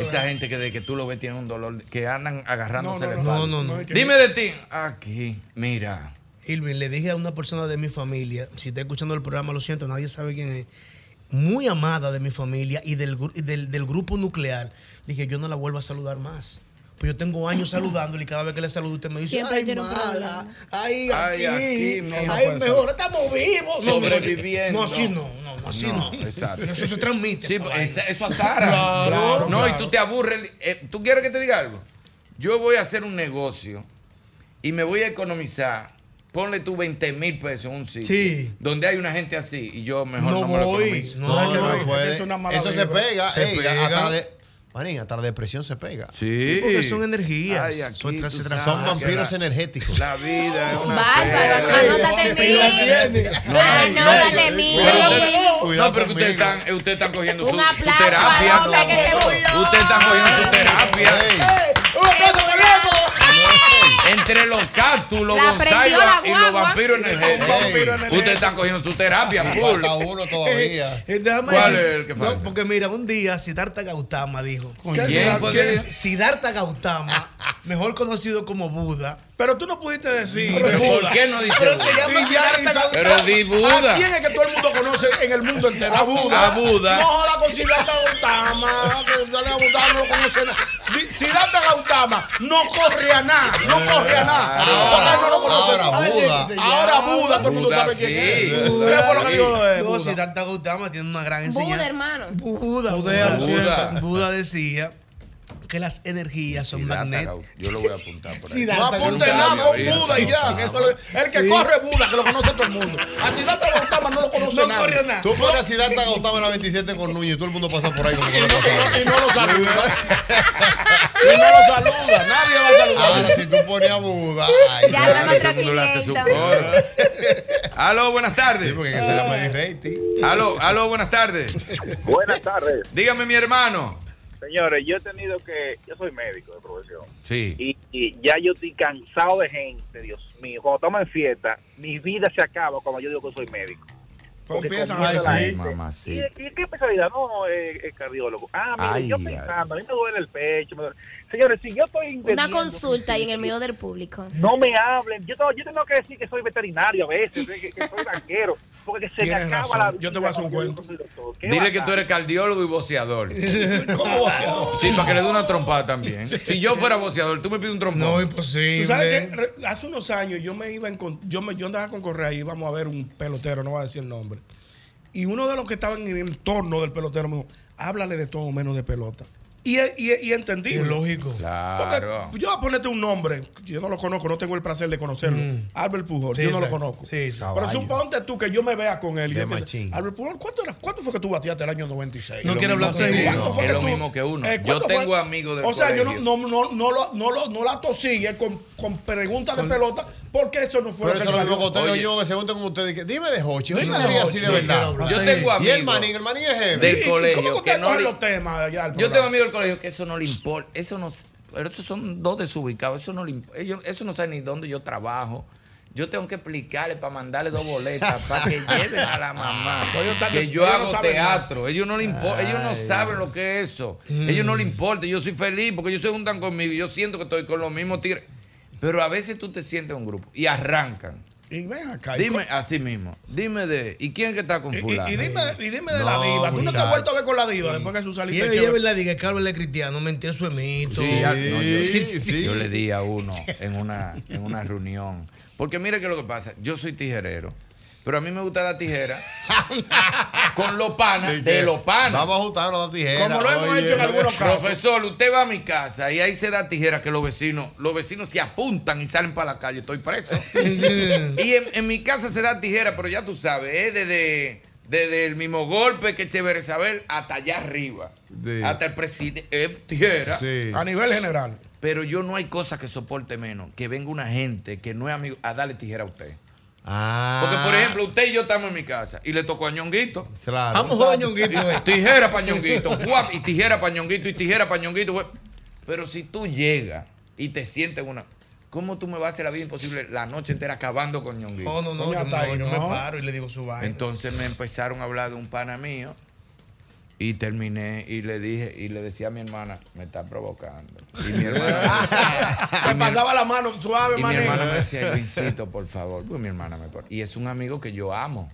Speaker 3: Esa gente que de que tú lo ves tiene un dolor, de- que andan agarrándose
Speaker 4: No, no,
Speaker 3: el
Speaker 4: no,
Speaker 3: espalda.
Speaker 4: no, no, no, es que-
Speaker 3: Dime de ti. Aquí, mira.
Speaker 4: Irving, le dije a una persona de mi familia, si está escuchando el programa, lo siento, nadie sabe quién es, muy amada de mi familia y del, gru- y del, del grupo nuclear, le dije, yo no la vuelvo a saludar más. Pues yo tengo años saludándole y cada vez que le saludo usted me dice,
Speaker 1: Siempre
Speaker 4: ay,
Speaker 1: tiene un
Speaker 4: mala,
Speaker 1: problema.
Speaker 4: ay,
Speaker 1: Ay,
Speaker 4: aquí,
Speaker 1: aquí,
Speaker 4: ay,
Speaker 1: no, no puede
Speaker 4: mejor,
Speaker 1: ser.
Speaker 4: estamos vivos. No, mejor-
Speaker 3: Sobreviviendo.
Speaker 4: No, así no, no, no, así no.
Speaker 3: Exacto.
Speaker 4: Eso se transmite.
Speaker 3: Sí,
Speaker 4: esa
Speaker 3: pues,
Speaker 4: vaina.
Speaker 3: esa- eso azara.
Speaker 4: Claro,
Speaker 3: no,
Speaker 4: claro.
Speaker 3: y tú te aburres. Eh, ¿Tú quieres que te diga algo? Yo voy a hacer un negocio y me voy a economizar. Ponle tú 20 mil pesos en un sitio.
Speaker 4: Sí.
Speaker 3: Donde hay una gente así y yo mejor no,
Speaker 4: No
Speaker 3: me lo
Speaker 4: voy.
Speaker 3: economizo.
Speaker 4: No, No, no, pues. no,
Speaker 5: puede.
Speaker 4: es una mala
Speaker 5: Eso se
Speaker 4: vibra.
Speaker 5: pega.
Speaker 4: Se
Speaker 5: ey,
Speaker 4: pega.
Speaker 5: Hasta, la de, Manín, hasta la depresión se pega.
Speaker 3: Sí.
Speaker 4: porque son energías.
Speaker 5: Ay, aquí
Speaker 4: Son tras-
Speaker 5: tú
Speaker 4: tras-
Speaker 5: sabes
Speaker 4: son
Speaker 5: que
Speaker 4: vampiros
Speaker 5: la-
Speaker 3: energéticos. La vida es una
Speaker 8: Bárbaro,
Speaker 3: pela.
Speaker 8: anótate mil. Anótate mil.
Speaker 3: No, pero que ustedes están, eh, ustedes están cogiendo su,
Speaker 8: Un
Speaker 3: su
Speaker 8: aplauso
Speaker 3: terapia.
Speaker 8: al hombre que se burló.
Speaker 3: Ustedes están cogiendo su terapia.
Speaker 8: ¡Un aplauso para
Speaker 3: Entre los cactus, los
Speaker 8: La
Speaker 3: bonsai
Speaker 8: prendió la
Speaker 3: y los
Speaker 8: guagua.
Speaker 3: vampiros energéticos.
Speaker 4: Un vampiro
Speaker 3: Ey,
Speaker 4: energético.
Speaker 3: Ustedes están cogiendo su terapia. full.
Speaker 4: Eh, eh, déjame
Speaker 3: ¿Cuál
Speaker 4: decir-
Speaker 3: es el que
Speaker 4: no,
Speaker 3: falta?
Speaker 4: porque mira, un día Siddhartha Gautama dijo.
Speaker 3: ¿Quién? Siddhartha? ¿Por qué?
Speaker 4: Siddhartha Gautama, mejor conocido como Buda.
Speaker 6: Pero tú no pudiste decir.
Speaker 4: Pero
Speaker 6: Buda.
Speaker 4: ¿por qué no dice
Speaker 6: Pero
Speaker 4: Buda?
Speaker 6: se llama
Speaker 4: Y ya,
Speaker 6: Siddhartha
Speaker 4: y sa-
Speaker 6: Gautama.
Speaker 3: Pero di Buda.
Speaker 6: ¿A quién es que todo el mundo conoce en el mundo entero?
Speaker 3: A Buda. A Buda.
Speaker 6: No joda con Siddhartha Gautama. que Siddhartha Gautama no lo conoce nada. Di- Siddhartha Gautama no corre a nada. No corre a nada.
Speaker 4: Ah,
Speaker 6: Porque él no lo conoce.
Speaker 4: Ahora
Speaker 6: Oye,
Speaker 4: Buda.
Speaker 6: se llama Ah, Ahora Buda. Todo el mundo
Speaker 4: Buda,
Speaker 6: sabe quién es.
Speaker 4: sí.
Speaker 6: ¿Qué fue lo que dijo lo de
Speaker 4: No,
Speaker 6: Buda?
Speaker 4: Siddhartha Gautama tiene una gran enseñanza.
Speaker 8: Buda, hermano.
Speaker 4: Buda,
Speaker 3: Buda.
Speaker 4: Buda, Buda. Buda decía que las energías son magnéticas.
Speaker 3: Yo lo voy a apuntar por ahí.
Speaker 6: No apunte nada, pon Buda y ya. Que eso es lo- el que
Speaker 4: Sí.
Speaker 6: corre es Buda, que lo conoce todo el mundo. A Siddhartha Gautama no lo conoce
Speaker 5: No
Speaker 6: nadie.
Speaker 5: corre nada. Tú pones a Siddhartha Gautama en la 27 con Nuño y todo el mundo pasa por ahí como que no pasa
Speaker 6: Y no lo saluda.
Speaker 5: Y no lo saluda. Nadie va a saludar. Ahora, si tú pones a Buda.
Speaker 3: Ya
Speaker 5: Ay, claro,
Speaker 3: vemos otro Aló, buenas tardes. Eh. Aló, aló, buenas tardes.
Speaker 16: Buenas tardes.
Speaker 3: Dígame, mi hermano.
Speaker 16: Señores, yo he tenido que. Yo soy médico de profesión.
Speaker 3: Sí.
Speaker 16: Y, y ya yo estoy cansado de gente, Dios mío. Cuando estamos en fiesta, mi vida se acaba cuando yo digo que soy médico. Porque comienza la gente, ¿Y, y qué especialidad? No, es cardiólogo. Ah, mire,
Speaker 3: Ay,
Speaker 16: yo
Speaker 3: ay.
Speaker 16: pensando, a mí me duele el pecho. me duele- Señores, si yo estoy
Speaker 8: Una
Speaker 16: entendiendo-
Speaker 8: consulta y en el medio del público.
Speaker 16: No me hablen. Yo, tengo- yo tengo que decir que soy veterinario a veces, que, que soy banquero. Porque se me
Speaker 6: Tienes
Speaker 16: acaba
Speaker 6: razón.
Speaker 16: la
Speaker 6: Yo te voy a hacer un cuento.
Speaker 3: Dile que tú eres cardiólogo y boceador.
Speaker 6: ¿Cómo boceador?
Speaker 3: Sí, para que le dé una trompada también. Si yo fuera boceador, tú me pides un trompón. No,
Speaker 4: imposible.
Speaker 6: Tú sabes que re- hace unos años yo me iba en con- yo me yo andaba con Correa y íbamos a ver un pelotero, no voy a decir el nombre. Y uno de los que estaban en el entorno del pelotero me dijo, háblale de todo menos de pelota. Y, es- y, es- y es entendible.
Speaker 4: Lógico.
Speaker 3: Claro.
Speaker 6: Yo voy a ponerte un nombre, yo no lo conozco, no tengo el placer de conocerlo.
Speaker 3: Mm.
Speaker 6: Albert Pujol,
Speaker 4: Sí,
Speaker 6: yo no lo
Speaker 4: sí.
Speaker 6: conozco.
Speaker 4: Sí, sí.
Speaker 6: Pero suponte tú que yo me vea con él. y
Speaker 3: De
Speaker 6: yo pienso,
Speaker 3: machín.
Speaker 6: Albert Pujol, ¿cuánto, era- cuánto fue que tú bateaste el año 96?
Speaker 3: No
Speaker 6: Lo
Speaker 3: quiere
Speaker 6: mismo
Speaker 3: hablar de
Speaker 6: que tú.
Speaker 3: uno.
Speaker 6: ¿Cuánto fue
Speaker 3: Es
Speaker 6: que
Speaker 3: lo
Speaker 6: tú-
Speaker 3: mismo que uno. Yo
Speaker 6: ¿cuánto
Speaker 3: tengo amigos del
Speaker 6: Eh, O sea, yo no,
Speaker 3: colegio.
Speaker 6: no, no, no, lo- no, lo- no la tosille con, con preguntas de pelota porque eso no fue
Speaker 5: Pero eso es lo mismo que usted
Speaker 6: Oye,
Speaker 5: oye, yo, que se juntan con ustedes. y que, Dime de Hochi. Hochi
Speaker 6: Dime de
Speaker 5: sería
Speaker 6: Hochi,
Speaker 5: así de
Speaker 6: sí,
Speaker 5: verdad.
Speaker 6: claro.
Speaker 3: Yo tengo
Speaker 5: Y el
Speaker 3: amigos
Speaker 5: manín, el manín es heavy.
Speaker 3: del colegio que
Speaker 5: usted
Speaker 3: no
Speaker 5: coge
Speaker 3: le-
Speaker 5: los
Speaker 6: temas allá al
Speaker 3: Yo
Speaker 5: programa?
Speaker 3: tengo amigos del colegio que eso no le importa. Eso no, pero esos son dos desubicados. Eso no le imp- ellos- eso no sabe ni dónde yo trabajo. yo tengo que explicarle para mandarle dos boletas para que lleven a la mamá.
Speaker 6: Pues ellos están-
Speaker 3: que Ah, yo
Speaker 6: ellos no
Speaker 3: hago
Speaker 6: saben nada. Mm.
Speaker 3: teatro. Ellos no le importa, ellos no saben lo que es eso. Ellos no le importa. Yo soy feliz porque ellos se juntan conmigo. y Yo siento que estoy con los mismos tigres. Pero a veces tú te sientes en un grupo y arrancan.
Speaker 6: Y ven acá. y
Speaker 3: Dime así mismo. Dime de. ¿Y quién es que está con
Speaker 6: co- Y,
Speaker 3: fulano?
Speaker 6: y dime, y dime de
Speaker 3: No,
Speaker 6: la diva. ¿Tú no te has
Speaker 3: muchacho.
Speaker 6: vuelto a ver con la diva después que su
Speaker 4: Y
Speaker 6: salida
Speaker 4: ella es verdad, dije que Carlos es cristiano, mentira, eso es mito.
Speaker 3: Sí, ya- no, yo, yo le di a uno en una, en una reunión. Porque mire que lo que pasa, yo soy tijerero, pero a mí me gusta la tijera con los panas de los panas. Vamos
Speaker 5: a juntarnos las tijeras.
Speaker 3: Como lo hemos
Speaker 5: Oye,
Speaker 3: hecho en algunos
Speaker 5: oye.
Speaker 3: casos. Profesor, usted va a mi casa y ahí se da tijera que los vecinos, los vecinos se apuntan y salen para la calle, estoy preso. y en, en mi casa se da tijera, pero ya tú sabes, ¿eh? desde, desde el mismo golpe que Chévere Isabel hasta allá arriba. Hasta el presidente es tijera.
Speaker 6: Sí. A nivel general.
Speaker 3: Pero yo no hay cosa que soporte menos que venga una gente que no es amigo a darle tijera a usted. Porque, por ejemplo, usted y yo estamos en mi casa y le tocó a Ñonguito.
Speaker 5: Claro.
Speaker 4: Vamos a jugar a Ñonguito, güey.
Speaker 3: Tijera para Ñonguito, guap, y tijera para Ñonguito, y tijera para Ñonguito. güey. Pero si tú llegas y te sientes en una. ¿Cómo tú me vas a hacer la vida imposible la noche entera acabando con Ñonguito?
Speaker 4: No, no, no, yo, me voy, yo me paro y le digo su vaina.
Speaker 3: Entonces me empezaron a hablar de un pana mío y terminé y le dije y le decía a mi hermana, me está provocando. Y mi hermana,
Speaker 6: Te pasaba la mano suave,
Speaker 3: y mi
Speaker 6: mané.
Speaker 3: hermana me decía, Luisito, por favor, pues mi hermana me por- y es un amigo que yo amo.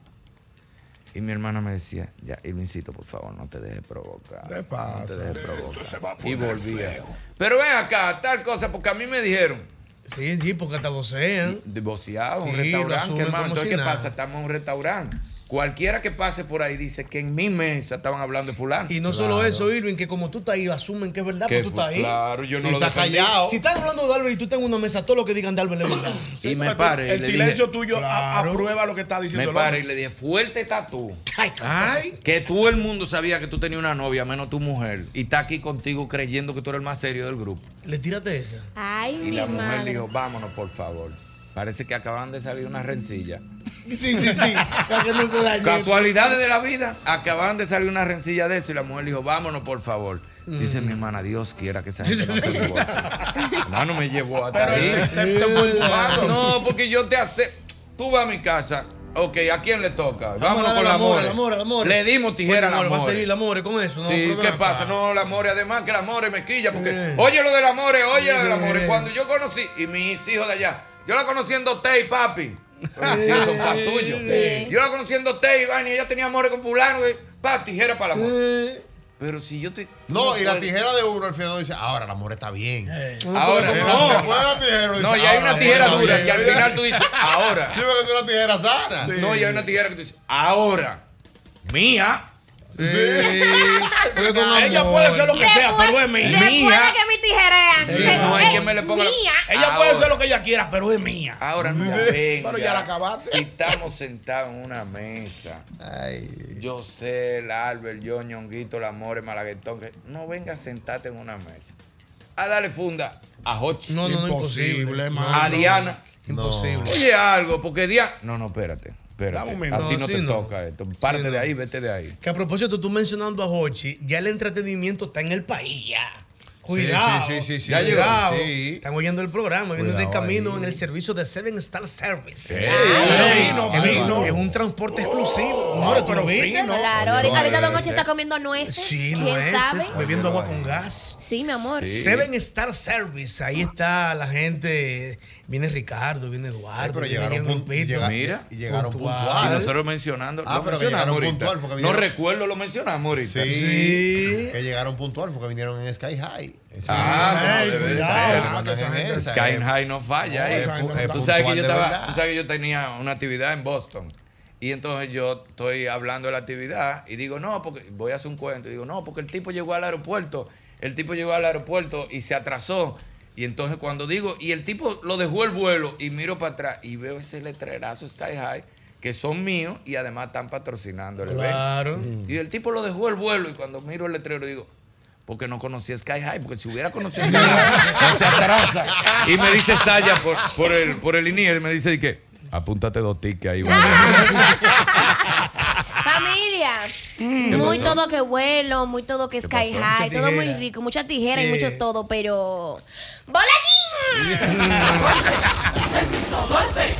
Speaker 3: Y mi hermana me decía, ya, Irvincito, por favor, no te dejes provocar.
Speaker 6: Te pasa.
Speaker 3: No te dejes provocar.
Speaker 6: se va a
Speaker 3: y
Speaker 6: poner
Speaker 3: volvía.
Speaker 6: feo.
Speaker 3: Pero ven acá, tal cosa, porque a mí me dijeron.
Speaker 4: Sí, sí, porque hasta vocean.
Speaker 3: Voceaban, un
Speaker 4: Sí, lo
Speaker 3: restaurante,
Speaker 4: asumen
Speaker 3: hermano.
Speaker 4: como
Speaker 3: Entonces,
Speaker 4: si
Speaker 3: ¿qué
Speaker 4: nada.
Speaker 3: pasa? Estamos en un restaurante. Cualquiera que pase por ahí dice que en mi mesa estaban hablando de fulano.
Speaker 4: Y no solo eso, Irving, que como tú estás ahí, asumen que es verdad,
Speaker 3: Que
Speaker 4: pues tú estás
Speaker 3: fu-
Speaker 4: ahí.
Speaker 3: claro, yo no Y lo está defendí. callado.
Speaker 4: Si están hablando de Albert y tú estás en una mesa, todo lo que digan de Albert es verdad.
Speaker 3: y me paré. y
Speaker 6: El
Speaker 3: le
Speaker 6: silencio
Speaker 3: dije-
Speaker 6: tuyo a- aprueba lo que está diciendo
Speaker 3: Me
Speaker 6: el otro.
Speaker 3: paré y le dije, fuerte estás tú. Que todo el mundo sabía que tú tenías una novia, menos tu mujer. Y está aquí contigo creyendo que tú eres el más serio del grupo.
Speaker 4: Le tírate esa.
Speaker 8: Ay,
Speaker 3: Y
Speaker 8: mi
Speaker 3: la mujer
Speaker 8: madre.
Speaker 3: dijo, vámonos, por favor. Parece que acaban de salir una rencilla.
Speaker 4: Sí, sí, sí. Para que no se dañe.
Speaker 3: Casualidades de la vida. Acaban de salir una rencilla de eso y la mujer dijo, vámonos, por favor.
Speaker 4: Mm.
Speaker 3: Dice mi hermana, Dios quiera que esa gente no se divorcie. Hermano, me llevó hasta ahí. No, porque yo te acepto. Tú vas a mi casa. Ok, ¿a quién le toca? Vámonos
Speaker 4: Vamos
Speaker 3: con
Speaker 4: a dar
Speaker 3: la
Speaker 4: al amor,
Speaker 3: amor.
Speaker 4: al amor, al amor.
Speaker 3: Le dimos tijera
Speaker 4: Bueno,
Speaker 3: al
Speaker 4: Va a
Speaker 3: amor.
Speaker 4: seguir el amor con eso. No,
Speaker 3: sí,
Speaker 4: pero ven
Speaker 3: ¿qué
Speaker 4: acá.
Speaker 3: pasa? No, el amor, además que el amor me quilla, porque oye lo del amor, oye lo del amor.
Speaker 4: Eh.
Speaker 3: Cuando yo conocí, y mis hijos de allá, yo la conocí en Dote y papi. Pero mis hijos son pan tuyos.
Speaker 4: Sí.
Speaker 3: Yo la conocí en Dote y vaina, y ella tenía amores con fulano, y, pa, tijera para el amor. Pero si yo te.
Speaker 5: No, y la tijera de uno al final dice, ahora el amor está bien.
Speaker 3: Ahora,
Speaker 5: Te-
Speaker 3: no.
Speaker 5: te ponen la tijera y
Speaker 3: No,
Speaker 5: dice,
Speaker 3: y hay una
Speaker 5: "Ahora el amor
Speaker 3: tijera
Speaker 5: está
Speaker 3: dura,
Speaker 5: bien".
Speaker 3: y al final tú dices, ahora.
Speaker 5: Sí, porque es una tijera sana.
Speaker 3: No, y hay una tijera que tú dices, ahora, mía.
Speaker 6: Ella puede ser lo que sea,
Speaker 3: Después-
Speaker 6: pero es mía.
Speaker 3: después de Mía.
Speaker 8: que mi tijerean.
Speaker 3: Sí, no hay quien me le ponga la-
Speaker 6: Ella
Speaker 3: Ahora.
Speaker 6: puede ser lo que ella quiera, pero es mía.
Speaker 3: Ahora no
Speaker 6: Pero
Speaker 3: venga.
Speaker 6: ya la acabaste.
Speaker 3: Si estamos sentados en una mesa. Yo sé, el Albert, yo, Ñonguito, el amor, el malaguetón. que- no venga a sentarte en una mesa. A darle funda a Hochi.
Speaker 4: No, no, no, imposible, Imposible, hermano.
Speaker 3: A Diana.
Speaker 4: Imposible.
Speaker 3: Oye, algo, porque Diana. No, no, espérate. espérate.
Speaker 4: Dame un minuto.
Speaker 3: A ti
Speaker 4: No,
Speaker 3: no
Speaker 4: sí,
Speaker 3: te
Speaker 4: no.
Speaker 3: toca esto. Parte de ahí, vete de ahí.
Speaker 4: Que a propósito, tú mencionando a Hochi, ya el entretenimiento está en el país ya. Cuidado.
Speaker 5: sí, sí, sí,
Speaker 4: ya
Speaker 5: sí,
Speaker 4: llegado.
Speaker 5: sí.
Speaker 4: Están oyendo el programa, viendo de
Speaker 5: Cuidado
Speaker 4: camino
Speaker 5: ahí.
Speaker 4: en el servicio de Seven Star Service. Ah,
Speaker 5: Ey,
Speaker 4: Ay,
Speaker 5: fino,
Speaker 4: es, un-
Speaker 5: fino.
Speaker 4: es un transporte exclusivo.
Speaker 5: Ah,
Speaker 4: Amores, ¿tú
Speaker 5: pero
Speaker 4: lo viste?
Speaker 5: fino.
Speaker 8: Claro, ahorita, ahorita Don Ochi está comiendo nueces.
Speaker 4: Sí,
Speaker 8: ¿Quién
Speaker 4: lo es,
Speaker 8: sabe?
Speaker 4: es bebiendo agua con gas.
Speaker 8: Sí, mi amor.
Speaker 4: Seven Star Service, ahí está la gente. Viene Ricardo, viene Eduardo,
Speaker 5: pero
Speaker 4: viene
Speaker 5: llegaron
Speaker 4: Miguel
Speaker 5: pun-
Speaker 4: Lupito.
Speaker 5: llega-
Speaker 3: Mira.
Speaker 5: y llegaron
Speaker 3: Y
Speaker 5: puntual.
Speaker 3: nosotros mencionando.
Speaker 5: Ah,
Speaker 3: lo
Speaker 5: pero que
Speaker 3: mencionamos
Speaker 5: llegaron
Speaker 3: ahorita.
Speaker 5: puntual, porque
Speaker 3: No
Speaker 5: vinieron-
Speaker 3: recuerdo, lo mencionamos ahorita.
Speaker 5: Sí, Que llegaron puntual porque vinieron en Sky High. Eso
Speaker 3: Ah,
Speaker 5: es-
Speaker 3: no, debe
Speaker 5: Esa
Speaker 3: ser.
Speaker 5: es la mandan en esa,
Speaker 3: Sky
Speaker 5: eh.
Speaker 3: High no falla.
Speaker 5: No,
Speaker 3: eh.
Speaker 5: esa gente
Speaker 3: Eh,
Speaker 5: no
Speaker 3: tú,
Speaker 5: está
Speaker 3: sabes que
Speaker 5: puntual
Speaker 3: yo
Speaker 5: de
Speaker 3: estaba,
Speaker 5: verdad.
Speaker 3: tú sabes que yo tenía una actividad en Boston. Y entonces yo estoy hablando de la actividad y digo, no, porque voy a hacer un cuento. Y digo, no, porque el tipo llegó al aeropuerto. El tipo llegó al aeropuerto y se atrasó. Y entonces cuando digo, y el tipo lo dejó el vuelo y miro para atrás y veo ese letrerazo Sky High que son míos y además están patrocinando el evento.
Speaker 4: Claro.
Speaker 3: Y el tipo lo dejó el vuelo y cuando miro el letrero digo, porque no conocía Sky High, porque si hubiera conocido Sky High, no se atrasa. Y me dice Saya por, por el, por el INIER, me dice, ¿y qué? Apúntate dos tickets ahí. güey".
Speaker 8: Familia, muy
Speaker 3: pasó?
Speaker 8: todo que vuelo, muy todo que sky
Speaker 3: pasó?
Speaker 8: high,
Speaker 3: Mucha
Speaker 8: todo muy
Speaker 3: tijera.
Speaker 8: rico, mucha tijera y
Speaker 3: Sí.
Speaker 8: mucho todo, pero. ¡Boletín!
Speaker 17: golpe,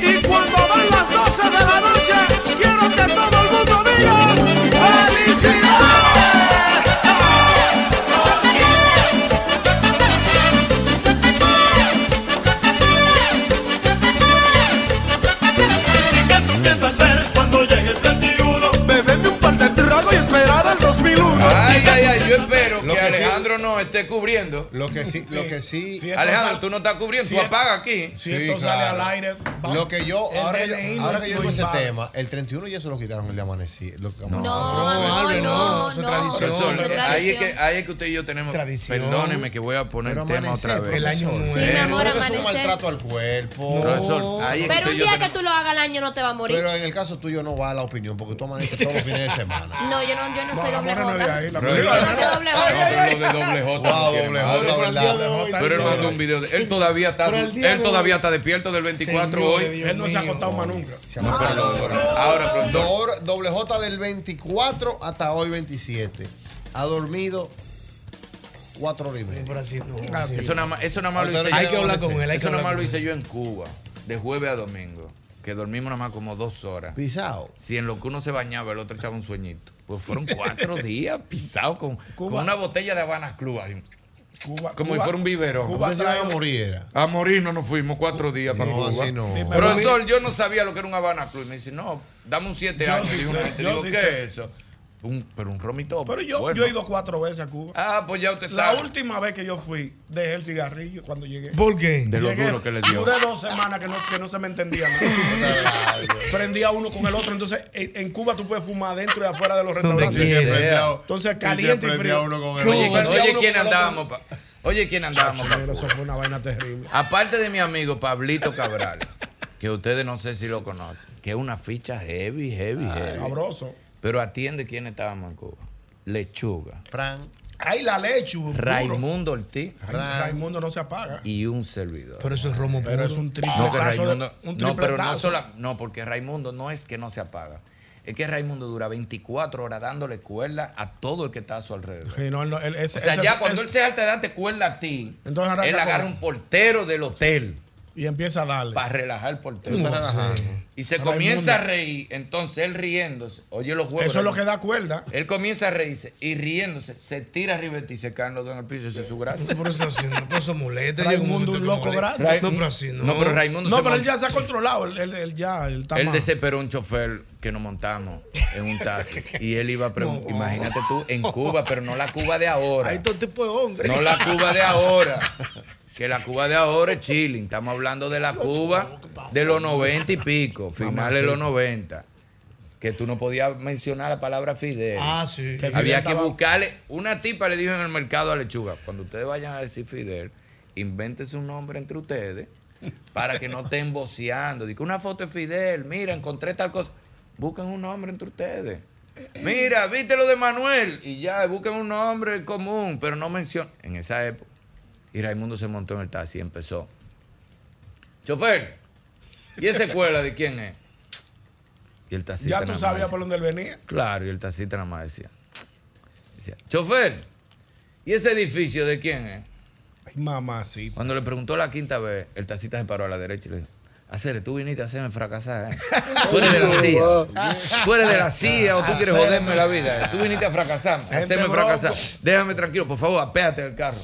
Speaker 1: Y cuando dan las 12 de la noche, quiero que todo el mundo diga ¡Felicidades! ¿Y qué tú piensas hacer cuando llegue el 31? Beberme un par de tragos y esperar al 2001.
Speaker 3: Ay, ay, ay, yo espero que,
Speaker 1: que sí-
Speaker 3: Alejandro no esté cubriendo.
Speaker 5: Lo que sí, lo que sí.
Speaker 3: esto Alejandro, tú no estás cubriendo,
Speaker 5: si
Speaker 3: tú
Speaker 5: esto-
Speaker 3: apaga aquí.
Speaker 5: si esto Sí, sale claro. al aire, va- Lo que yo,
Speaker 3: El
Speaker 5: ahora que
Speaker 3: DNI
Speaker 5: yo,
Speaker 3: no
Speaker 5: ahora que yo
Speaker 3: lo
Speaker 5: digo ese
Speaker 3: invade.
Speaker 5: tema, el 31 ya se lo quitaron el de amanecer. lo que-
Speaker 8: No,
Speaker 3: no,
Speaker 8: no, no,
Speaker 5: eso es
Speaker 8: no.
Speaker 3: Profesor,
Speaker 5: tradición. Eso es
Speaker 3: eh,
Speaker 5: tradición.
Speaker 3: ahí, es que, ahí es que usted y yo tenemos. Perdóneme que voy a poner el tema otra vez.
Speaker 5: el año nuevo.
Speaker 3: Sí, mi amor,
Speaker 5: es un
Speaker 8: amanecer.
Speaker 5: maltrato al cuerpo.
Speaker 3: Profesor, ahí es que
Speaker 8: Pero
Speaker 3: usted
Speaker 8: un
Speaker 3: y yo
Speaker 8: día que tú lo hagas al año no te va a morir.
Speaker 5: Pero en el caso tuyo no va la opinión, porque tú amaneces todos los fines de semana.
Speaker 8: No, yo no, yo no soy doble
Speaker 5: no
Speaker 8: J.
Speaker 5: ahí,
Speaker 8: Yo
Speaker 5: la
Speaker 8: no soy doble J.
Speaker 3: de doble J.
Speaker 5: Wow,
Speaker 3: tiene
Speaker 5: doble
Speaker 3: madre.
Speaker 5: J, verdad.
Speaker 3: Pero él mandó un video. de- él todavía está,
Speaker 5: Pero al día
Speaker 3: él
Speaker 5: de
Speaker 3: todavía está despierto del 24 hoy.
Speaker 6: Él no se ha contado más nunca.
Speaker 3: No, pero ahora, ahora, profesor.
Speaker 5: Dor- Doble J del 24 hasta hoy 27. Ha dormido cuatro horas y media.
Speaker 3: Ah, Eso nada más, eso nada más lo hice yo. Eso nada más lo hice yo en Cuba, de jueves a domingo, que dormimos nada más como dos horas.
Speaker 5: Pisao.
Speaker 3: Si en lo que uno se bañaba, el otro echaba un sueñito. Pues fueron cuatro días pisado con, con una botella de Habana Club. ahí.
Speaker 6: Cuba,
Speaker 3: Como
Speaker 6: Cuba-
Speaker 3: si fuera un vivero.
Speaker 6: Cuba Entonces trae- iba a
Speaker 5: morir.
Speaker 3: A morir no nos fuimos cuatro días para
Speaker 5: No,
Speaker 3: Cuba.
Speaker 5: así no.
Speaker 3: Dime, Profesor, yo no sabía lo que era un Habana Club. Y Me dice, no, dame un siete
Speaker 6: Yo
Speaker 3: años.
Speaker 6: sí
Speaker 3: Digo,
Speaker 6: sé,
Speaker 3: gente,
Speaker 6: yo
Speaker 3: digo,
Speaker 6: sí
Speaker 3: ¿qué
Speaker 6: sé.
Speaker 3: es eso? Un- pero un romito.
Speaker 6: Pero yo,
Speaker 3: bueno.
Speaker 6: yo he ido cuatro veces a Cuba.
Speaker 3: Ah, pues ya usted
Speaker 6: La
Speaker 3: sabe.
Speaker 6: última vez que yo fui, dejé el cigarrillo cuando llegué.
Speaker 3: ¿Por qué? De lo
Speaker 6: Llegué,
Speaker 3: duro que le dio.
Speaker 6: Duré dos semanas que no, que no se me entendía nada. Prendía uno con el otro. Entonces, en, en Cuba tú puedes fumar dentro y afuera de los restaurantes.
Speaker 3: quieras.
Speaker 6: Entonces, caliente y frío.
Speaker 3: Oye, oye
Speaker 6: Prendía uno
Speaker 3: quién
Speaker 6: con el otro.
Speaker 3: andábamos. pa- Oye, quién andábamos. pa-
Speaker 6: Pero Eso fue una vaina terrible.
Speaker 3: Aparte de mi amigo Pablito Cabral, que ustedes no sé si lo conocen, que es una ficha heavy, heavy, heavy.
Speaker 6: Sabroso.
Speaker 3: Pero atiende quién estábamos en Cuba. Lechuga.
Speaker 5: Fran.
Speaker 6: Ahí la lechu.
Speaker 3: Raimundo Ortiz.
Speaker 6: Raimundo no se apaga.
Speaker 3: Y un servidor.
Speaker 6: Pero eso es romo Pero es un triple
Speaker 3: No, que Raimundo- no, pero no, sola- no, porque Raimundo no es que no se apaga. Es que Raimundo dura 24 horas dándole cuerda a todo el que está a su alrededor. O sea, ya cuando él se salta, date cuerda a ti.
Speaker 6: Entonces arranca
Speaker 3: él
Speaker 6: con-
Speaker 3: agarra un portero del hotel.
Speaker 6: Y empieza a darle.
Speaker 3: Para relajar el portero.
Speaker 6: ¿Cómo así?
Speaker 3: Y se
Speaker 6: Raimundo.
Speaker 3: comieza a reír. Entonces él riéndose. Oye los juegos.
Speaker 6: Eso es lo que da cuerda.
Speaker 3: Él comienza a reírse y riéndose. Se tira arriba de ti y se caen los dos en el piso. Esa es su gracia.
Speaker 4: Por eso así, no, por eso molesta.
Speaker 6: Raimundo un loco grande.
Speaker 3: No, pero así no. No, pero Raimundo
Speaker 6: No,
Speaker 3: se
Speaker 6: pero él
Speaker 3: monta.
Speaker 6: ya se ha controlado. Él, él- él ya, él está
Speaker 3: Él
Speaker 6: más.
Speaker 3: desesperó un chofer que nos montamos en un taxi. y él iba a preguntar, imagínate tú, en Cuba, pero no la Cuba de ahora.
Speaker 4: Hay todo tipo de Este pues, hombre.
Speaker 3: No la Cuba de ahora. Que la Cuba de ahora es chilling. Estamos hablando de la Cuba de los 90 y pico, finales de los 90. Que tú no podías mencionar la palabra Fidel.
Speaker 4: Ah, sí.
Speaker 3: Que Había que buscarle. Una tipa le dijo en el mercado a Lechuga: cuando ustedes vayan a decir Fidel, invéntese un nombre entre ustedes para que no estén voceando. Dice: una foto de Fidel, mira, encontré tal cosa. Busquen un nombre entre ustedes. Mira, viste lo de Manuel. Y ya, busquen un nombre común, pero no mencionen. En esa época. Y Raimundo se montó en el taxi y empezó. Chofer, ¿y esa escuela de quién es? Y el taxista
Speaker 6: Ya
Speaker 3: nada
Speaker 6: tú
Speaker 3: más
Speaker 6: sabías
Speaker 3: decía,
Speaker 6: por dónde él venía.
Speaker 3: Claro, y el taxista nada más decía. decía, Chofer, ¿y ese edificio de quién es?
Speaker 6: Ay, mamacita.
Speaker 3: Cuando le preguntó la quinta vez, el taxista se paró a la derecha y le dijo, Hacer, tú viniste a hacerme fracasar. ¿eh? Tú eres de la CIA. Tú eres de la CIA o tú quieres joderme la vida. ¿eh? Tú viniste a fracasarme, a
Speaker 6: Gente
Speaker 3: hacerme
Speaker 6: broco.
Speaker 3: fracasar. Déjame tranquilo, por favor, apéate del carro.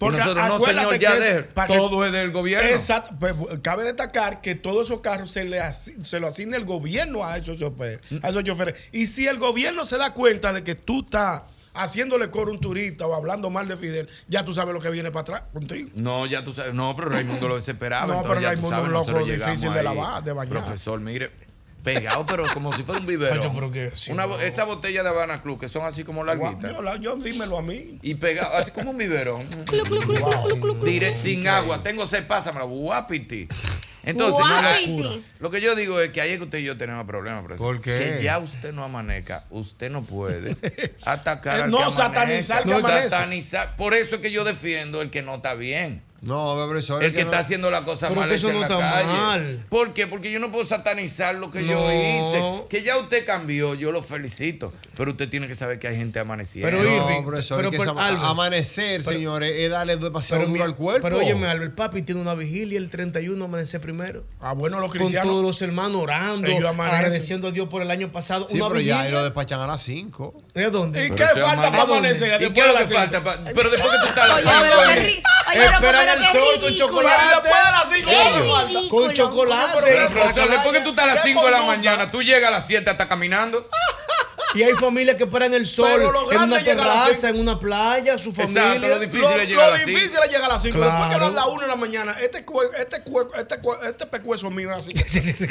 Speaker 6: Porque
Speaker 3: y nosotros, no,
Speaker 6: acuérdate
Speaker 3: señor,
Speaker 6: que
Speaker 3: ya
Speaker 6: es-
Speaker 3: deje.
Speaker 6: para que-
Speaker 3: Todo es del gobierno.
Speaker 6: Exacto. Pues, cabe destacar que todos esos carros se, le asi- se lo asigna el gobierno a esos, choferes, a esos choferes. Y si el gobierno se da cuenta de que tú estás haciéndole coro a un turista o hablando mal de Fidel, ya tú sabes lo que viene para atrás contigo.
Speaker 3: No, ya tú sabes. No, pero Raimundo lo desesperaba.
Speaker 6: No,
Speaker 3: entonces
Speaker 6: pero
Speaker 3: ya tú
Speaker 6: Raimundo
Speaker 3: sabes,
Speaker 6: es un loco
Speaker 3: nosotros llegamos
Speaker 6: difícil de
Speaker 3: ahí,
Speaker 6: lavar, de bañar.
Speaker 3: Profesor, mire, pegado, pero como si fuera un
Speaker 6: Oye,
Speaker 3: vivero.
Speaker 6: pero que sí, no.
Speaker 3: Esa botella de Habana Club, que son así como larguitas.
Speaker 6: Yo, la- yo dímelo a mí.
Speaker 3: Y pegado, así como un viverón.
Speaker 6: Clu, clu, clu, clu, clu, clu, clu.
Speaker 3: Dire- sin agua, tengo sed, pásamela, guapiti. Entonces, no,
Speaker 1: Guapiti.
Speaker 3: lo que yo digo es que ahí es que usted y yo tenemos problemas, profesor.
Speaker 5: ¿Por qué?
Speaker 3: Que ya usted no amanezca, usted no puede atacar al
Speaker 6: Eh, No,
Speaker 3: que amanezca,
Speaker 6: satanizar al que amanece.
Speaker 3: satanizar. Por eso es que yo defiendo el que no está bien.
Speaker 5: No, profesor.
Speaker 3: El que está haciendo la cosa
Speaker 5: Pero
Speaker 3: mal
Speaker 5: que
Speaker 3: es
Speaker 5: eso
Speaker 3: en
Speaker 5: no
Speaker 3: la
Speaker 5: está
Speaker 3: calle.
Speaker 5: mal.
Speaker 3: ¿Por qué? Porque yo no puedo satanizar lo que
Speaker 5: No.
Speaker 3: yo hice. Que ya usted cambió, yo lo felicito. Pero usted tiene que saber que hay gente amaneciendo.
Speaker 5: Pero, no, profesor, es que esa- amanecer, señores, es darle demasiado duro al cuerpo.
Speaker 4: Pero óyeme, Albert Papi tiene una vigilia el 31 amanece primero.
Speaker 6: Ah, bueno, los
Speaker 5: cristianos-
Speaker 4: Con todos los hermanos orando,
Speaker 5: Ellos amanecen.
Speaker 4: agradeciendo a Dios por el año pasado.
Speaker 5: Sí,
Speaker 4: una
Speaker 5: pero ya
Speaker 4: vigilia.
Speaker 5: ahí lo despachan a las 5.
Speaker 4: ¿De dónde?
Speaker 5: Pero
Speaker 4: qué
Speaker 5: se
Speaker 4: falta
Speaker 5: amanece.
Speaker 4: para amanecer?
Speaker 5: ¿Y
Speaker 4: Después de
Speaker 5: qué es lo
Speaker 4: las
Speaker 5: que
Speaker 4: cinco.
Speaker 5: falta pa-
Speaker 3: Pero después que tú estás a las
Speaker 4: Oye,
Speaker 3: cinco,
Speaker 4: pero qué
Speaker 3: ahí-
Speaker 4: ri- oye, pero-
Speaker 3: Esperan
Speaker 4: pero
Speaker 3: el
Speaker 4: qué
Speaker 3: sol con
Speaker 4: ridículo.
Speaker 3: chocolate.
Speaker 4: Y después de las cinco,
Speaker 3: Qué
Speaker 4: ¿qué falta?
Speaker 3: ridículo.
Speaker 4: Con chocolate.
Speaker 3: Pero, profesor,
Speaker 4: Chocolate.
Speaker 3: después que tú estás a las
Speaker 4: ¿Qué
Speaker 3: 5 de la
Speaker 4: conducta?
Speaker 3: mañana, tú llegas a las 7 hasta caminando.
Speaker 5: Ah,
Speaker 4: Y hay familias que esperan el sol
Speaker 3: Pero lo
Speaker 4: en
Speaker 3: grande
Speaker 4: una
Speaker 3: llega a las
Speaker 4: terraza,
Speaker 3: cinco.
Speaker 4: en una playa, su
Speaker 3: Exacto,
Speaker 4: familia.
Speaker 3: lo difícil es llegar a las cinco.
Speaker 6: difícil es llegar a las 5. Después que
Speaker 4: Claro.
Speaker 6: eran las 1 de la mañana, este, cue- este, cue- este, cue- este pecueso mío es así.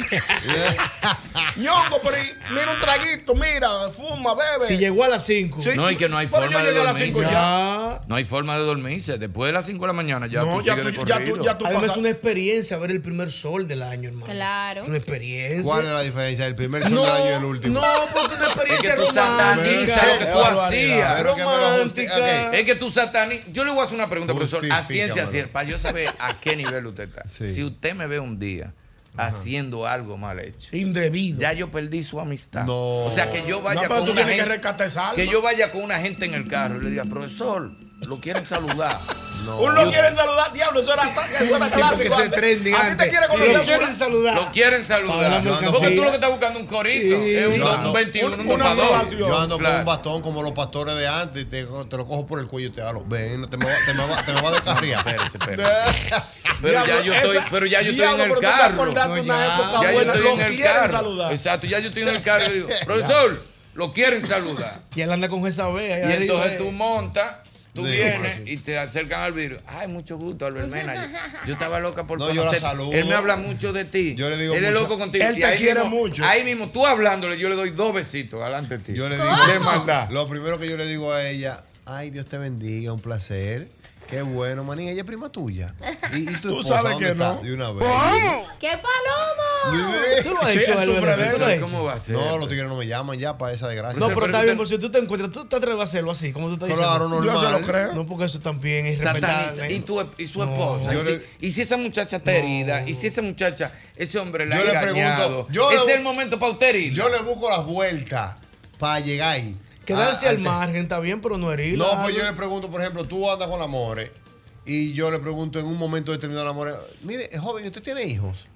Speaker 6: Ñongo, pero y- mira un traguito, mira, fuma, bebe.
Speaker 4: Si llegó a las 5.
Speaker 3: No, y que no hay
Speaker 6: Pero yo
Speaker 3: forma de
Speaker 6: llegué a las
Speaker 3: dormirse.
Speaker 6: cinco ya.
Speaker 3: No hay forma de dormirse. Después de las 5 de la mañana ya
Speaker 4: No,
Speaker 3: tú
Speaker 4: ya
Speaker 3: sigues de
Speaker 4: tú- ya tú-
Speaker 3: corrido.
Speaker 4: ya tú Además, es una experiencia ver el primer sol del año, hermano.
Speaker 8: Claro.
Speaker 4: Es una experiencia.
Speaker 5: ¿Cuál es la diferencia del primer
Speaker 4: No,
Speaker 5: soldaño y el último?
Speaker 4: no, porque una experiencia
Speaker 3: Es que tú satanizas lo que tú hacías.
Speaker 5: Pero que me lo justi- ok.
Speaker 3: Es que tú satanizas. Yo le voy a hacer una pregunta, profesor. A ciencia
Speaker 5: Justifícamelo.
Speaker 3: cierta, para yo saber a qué nivel usted está. Si usted me ve un día haciendo algo mal hecho.
Speaker 6: Indebido.
Speaker 3: Ya yo perdí su amistad. O sea, que yo vaya
Speaker 6: No, pero
Speaker 3: con
Speaker 6: tú
Speaker 3: una
Speaker 6: tienes que
Speaker 3: gente-
Speaker 6: rescatar esa alma.
Speaker 3: que yo vaya con una gente en el carro y le diga, profesor, lo quieren saludar.
Speaker 6: Uno
Speaker 3: Y
Speaker 6: quiere saludar, diablo, eso era, eso era
Speaker 3: Sí, porque
Speaker 6: clásico.
Speaker 3: se
Speaker 6: antes.
Speaker 3: trending
Speaker 6: a ti te
Speaker 3: antes.
Speaker 6: quiere
Speaker 3: Sí.
Speaker 6: conocer.
Speaker 3: Lo quieren
Speaker 4: saludar.
Speaker 3: Lo quieren saludar.
Speaker 5: Pablo
Speaker 3: Porque tú
Speaker 5: Alcancía.
Speaker 3: lo que estás buscando es un corito. Es un,
Speaker 5: Yo
Speaker 3: do-
Speaker 5: ando-
Speaker 3: un 21, un,
Speaker 5: una
Speaker 3: dopador.
Speaker 5: aprobación. Yo ando con un
Speaker 3: Claro.
Speaker 5: bastón como los pastores de antes y te, te lo cojo por el cuello y te hago. Ven, te me va, te me va, te me va a descarriar.
Speaker 3: Pero ya, yo estoy, pero ya yo estoy en el carro.
Speaker 5: ya.
Speaker 3: ya yo
Speaker 5: buena,
Speaker 3: estoy
Speaker 5: lo
Speaker 3: en el
Speaker 5: quieren
Speaker 3: carro.
Speaker 5: saludar.
Speaker 3: Exacto, ya yo estoy en el carro y digo, profesor, lo quieren saludar.
Speaker 4: Y él anda con esa vea.
Speaker 3: Y entonces tú montas, tú
Speaker 4: eh. Sí,
Speaker 3: vienes
Speaker 4: sí.
Speaker 3: y te acercan al vidrio. Ay, mucho gusto, Albert Mena. Yo- Yo estaba loca por
Speaker 5: No, yo la
Speaker 3: conocer.
Speaker 5: saludo.
Speaker 3: Él me habla mucho de ti. Yo le
Speaker 5: digo
Speaker 3: Él es
Speaker 5: mucho-
Speaker 3: loco contigo.
Speaker 5: Él
Speaker 3: Y
Speaker 5: te
Speaker 3: ahí
Speaker 5: quiere
Speaker 3: mismo-
Speaker 5: mucho.
Speaker 3: Ahí mismo, tú hablándole, yo le doy dos besitos adelante de ti.
Speaker 5: Yo le digo,
Speaker 3: de maldad.
Speaker 5: Lo primero que yo le digo a ella, ay, Dios te bendiga, un placer. Qué bueno, manín, ella es prima tuya. ¿Y, y tu
Speaker 8: Tú
Speaker 5: esposa
Speaker 8: sabes
Speaker 5: dónde
Speaker 8: que
Speaker 5: está?
Speaker 8: no.
Speaker 5: De una vez.
Speaker 8: ¿Cómo? ¡Qué palomo!
Speaker 3: va a ser? pues?
Speaker 5: No, los tigres no me llaman ya para esa desgracia.
Speaker 4: No, pero está bien, por si tú te encuentras, tú te atreves a hacerlo así, como tú estás diciendo.
Speaker 5: Claro, normal. Yo se lo creo.
Speaker 4: No, porque eso también es
Speaker 3: Satanista.
Speaker 4: respetable.
Speaker 3: Y, tu, e-, y su
Speaker 4: No.
Speaker 3: esposa.
Speaker 4: Yo
Speaker 3: Y si,
Speaker 4: le-
Speaker 3: y si esa muchacha está herida, y si esa muchacha, ese hombre la ha
Speaker 5: Yo le pregunto,
Speaker 3: engañado.
Speaker 5: yo le
Speaker 3: es
Speaker 5: bu-
Speaker 3: el momento para usted herirla.
Speaker 5: Yo le busco las vueltas para llegar ahí. Ah,
Speaker 4: Quedarse
Speaker 5: A-
Speaker 4: al margen está bien, pero no herirla.
Speaker 5: No, pues yo le pregunto, por ejemplo, tú andas con amores y yo le pregunto en un momento determinado a amores, mire, eh, joven, ¿usted tiene hijos?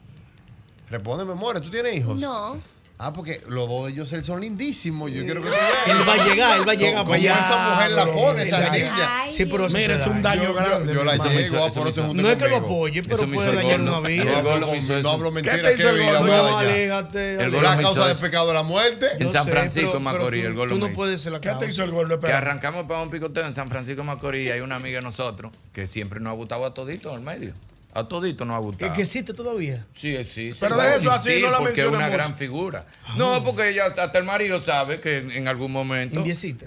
Speaker 5: Respóndeme, amores, ¿tú tienes hijos?
Speaker 8: No.
Speaker 5: Ah, porque los dos de ellos él son lindísimos. Yo quiero que tú
Speaker 4: Él va a llegar, él va a llegar
Speaker 5: Como
Speaker 4: para allá.
Speaker 5: esa mujer la pone, esa
Speaker 4: Ay,
Speaker 5: niña.
Speaker 4: Sí, pero eso
Speaker 5: Mira,
Speaker 4: se
Speaker 5: es un
Speaker 4: da.
Speaker 5: daño grande. Yo la llego, ah, por eso se junta
Speaker 4: No es que lo
Speaker 5: conmigo.
Speaker 4: apoye,
Speaker 5: Eso
Speaker 4: pero
Speaker 5: me
Speaker 4: puede
Speaker 5: hizo el
Speaker 4: dañar
Speaker 5: gol,
Speaker 4: una
Speaker 5: no.
Speaker 4: vida.
Speaker 5: No hablo con- no hablo mentira, qué vida voy a
Speaker 4: No,
Speaker 5: dañar.
Speaker 4: alégate.
Speaker 3: El gol
Speaker 5: La
Speaker 3: lo hizo
Speaker 5: causa de
Speaker 3: eso.
Speaker 5: pecado de la muerte.
Speaker 3: En San Francisco de Macorís, el gol lo hizo.
Speaker 4: ser la
Speaker 6: ¿Qué te hizo el gol?
Speaker 3: Que
Speaker 6: Espera.
Speaker 3: arrancamos para un picoteo en San Francisco de Macorís. y Hay una amiga de nosotros que siempre nos ha gustado a todito en el medio. A todito nos ha gustado.
Speaker 4: ¿Que que existe todavía?
Speaker 3: Sí, sí, sí.
Speaker 4: Pero
Speaker 3: va a
Speaker 4: deja eso
Speaker 3: existir
Speaker 4: así, no la
Speaker 3: Porque es
Speaker 4: mencione
Speaker 3: una
Speaker 4: mucho.
Speaker 3: gran figura.
Speaker 4: Ah.
Speaker 3: No, porque ella, hasta el marido sabe que en, en algún momento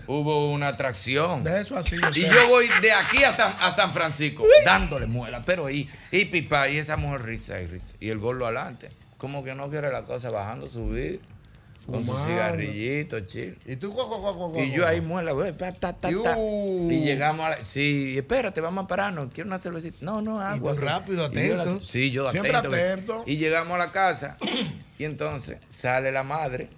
Speaker 3: hubo una atracción.
Speaker 6: Deja eso así.
Speaker 3: Y
Speaker 6: sé.
Speaker 3: yo voy de aquí a, San- a San Francisco dándole muela, pero y, y pipa, y esa mujer risa y risa. Y el gordo adelante. Como que no quiere la cosa bajando, subir. Con sus
Speaker 5: Fumando.
Speaker 3: cigarrillitos, chill.
Speaker 5: Y tú, guau, guau, guau, guau, guau,
Speaker 3: Y yo
Speaker 5: guau.
Speaker 3: ahí muela, güey, pa, ta, ta,
Speaker 5: Y,
Speaker 3: ta.
Speaker 5: uh.
Speaker 3: Y llegamos a la. Sí, espérate, vamos a pararnos. Quiero una cervecita. No, no, agua.
Speaker 4: tú
Speaker 3: que-
Speaker 4: rápido,
Speaker 3: y yo la-
Speaker 4: atento.
Speaker 3: sí, yo
Speaker 4: Siempre
Speaker 3: güey.
Speaker 4: atento.
Speaker 3: Y llegamos a la casa. Y entonces sale la madre,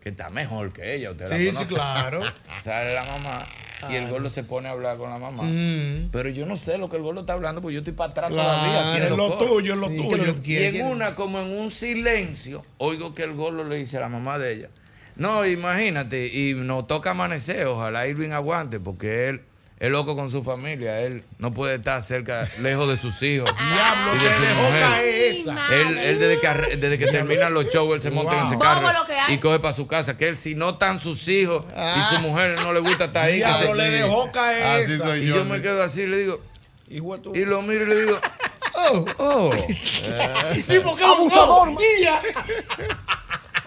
Speaker 3: que está mejor que ella, usted la
Speaker 4: Sí, sí,
Speaker 3: conoce.
Speaker 4: claro.
Speaker 3: Sale la mamá. Y el gordo se pone a hablar con la mamá.
Speaker 4: Mm.
Speaker 3: Pero yo no sé lo que el gordo está hablando, porque yo estoy para atrás
Speaker 4: Claro,
Speaker 3: todavía. haciendo
Speaker 4: es lo
Speaker 3: cosas.
Speaker 4: tuyo, es lo
Speaker 3: Y
Speaker 4: tuyo.
Speaker 3: que Y
Speaker 4: Quiere,
Speaker 3: en
Speaker 4: quiere.
Speaker 3: una, como en un silencio, oigo que el gordo le dice a la mamá de ella: No, imagínate, y nos toca amanecer. Ojalá Irving aguante, porque él es loco con su familia. Él no puede estar cerca, lejos de sus hijos.
Speaker 6: Diablo,
Speaker 3: y de
Speaker 6: que
Speaker 3: su
Speaker 6: dejó
Speaker 3: mujer.
Speaker 6: caer esa.
Speaker 3: Él, él desde, que, arre- desde que terminan los shows, él se monta en ese
Speaker 6: Bobo
Speaker 3: carro
Speaker 6: lo que hay.
Speaker 3: y coge para su casa. Que él, si no están sus hijos y su mujer no le gusta estar ahí, que
Speaker 6: Ah. Diablo,
Speaker 3: se-
Speaker 6: le dejó caer
Speaker 3: Así
Speaker 6: esa.
Speaker 3: soy yo. Y yo me quedo así y le digo, y lo miro y le digo,
Speaker 4: oh,
Speaker 3: oh. Eh.
Speaker 6: Sí, porque abusador.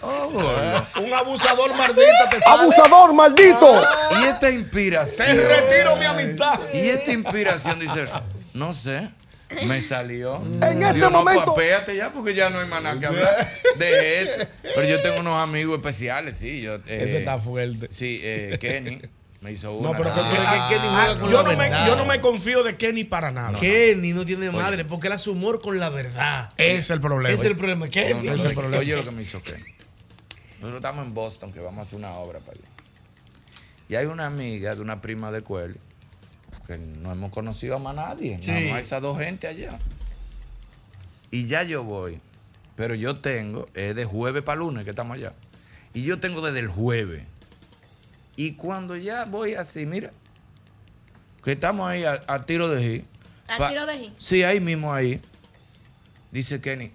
Speaker 3: Oh,
Speaker 6: Un abusador maldita te sale.
Speaker 2: ¡Abusador, maldito!
Speaker 3: Y esta inspiración.
Speaker 6: Te retiro mi amistad.
Speaker 3: Y esta inspiración dice, no sé, me salió.
Speaker 2: En este
Speaker 3: Digo,
Speaker 2: momento-
Speaker 3: No, pues, apéate ya porque ya no hay más nada que hablar de eso. Pero yo tengo unos amigos especiales, sí. Yo, eh,
Speaker 6: Ese está fuerte.
Speaker 3: Sí, eh, Kenny. Me hizo una.
Speaker 6: No, pero que-
Speaker 3: Ah,
Speaker 6: que-
Speaker 3: ah,
Speaker 6: que- que ni juega con yo,
Speaker 3: la
Speaker 6: no me,
Speaker 3: verdad.
Speaker 6: yo no me confío de Kenny para nada.
Speaker 4: Kenny no tiene madre porque él hace humor con la verdad.
Speaker 6: Ese es el problema.
Speaker 4: Ese es el problema. Kenny.
Speaker 3: No, no, no, Oye lo que me hizo Kenny. Nosotros estamos en Boston, que vamos a hacer una obra para allá. Y hay una amiga de una prima de Cueli, que no hemos conocido a más nadie.
Speaker 4: Sí.
Speaker 3: Nada más esas dos gente allá. Y ya yo voy. Pero yo tengo, es de jueves para lunes que estamos allá. Y yo tengo desde el jueves. Y cuando ya voy así, mira, que estamos ahí a, a tiro de hit.
Speaker 8: A
Speaker 3: Pa-
Speaker 8: tiro de hit.
Speaker 3: Sí, ahí mismo, ahí. Dice Kenny,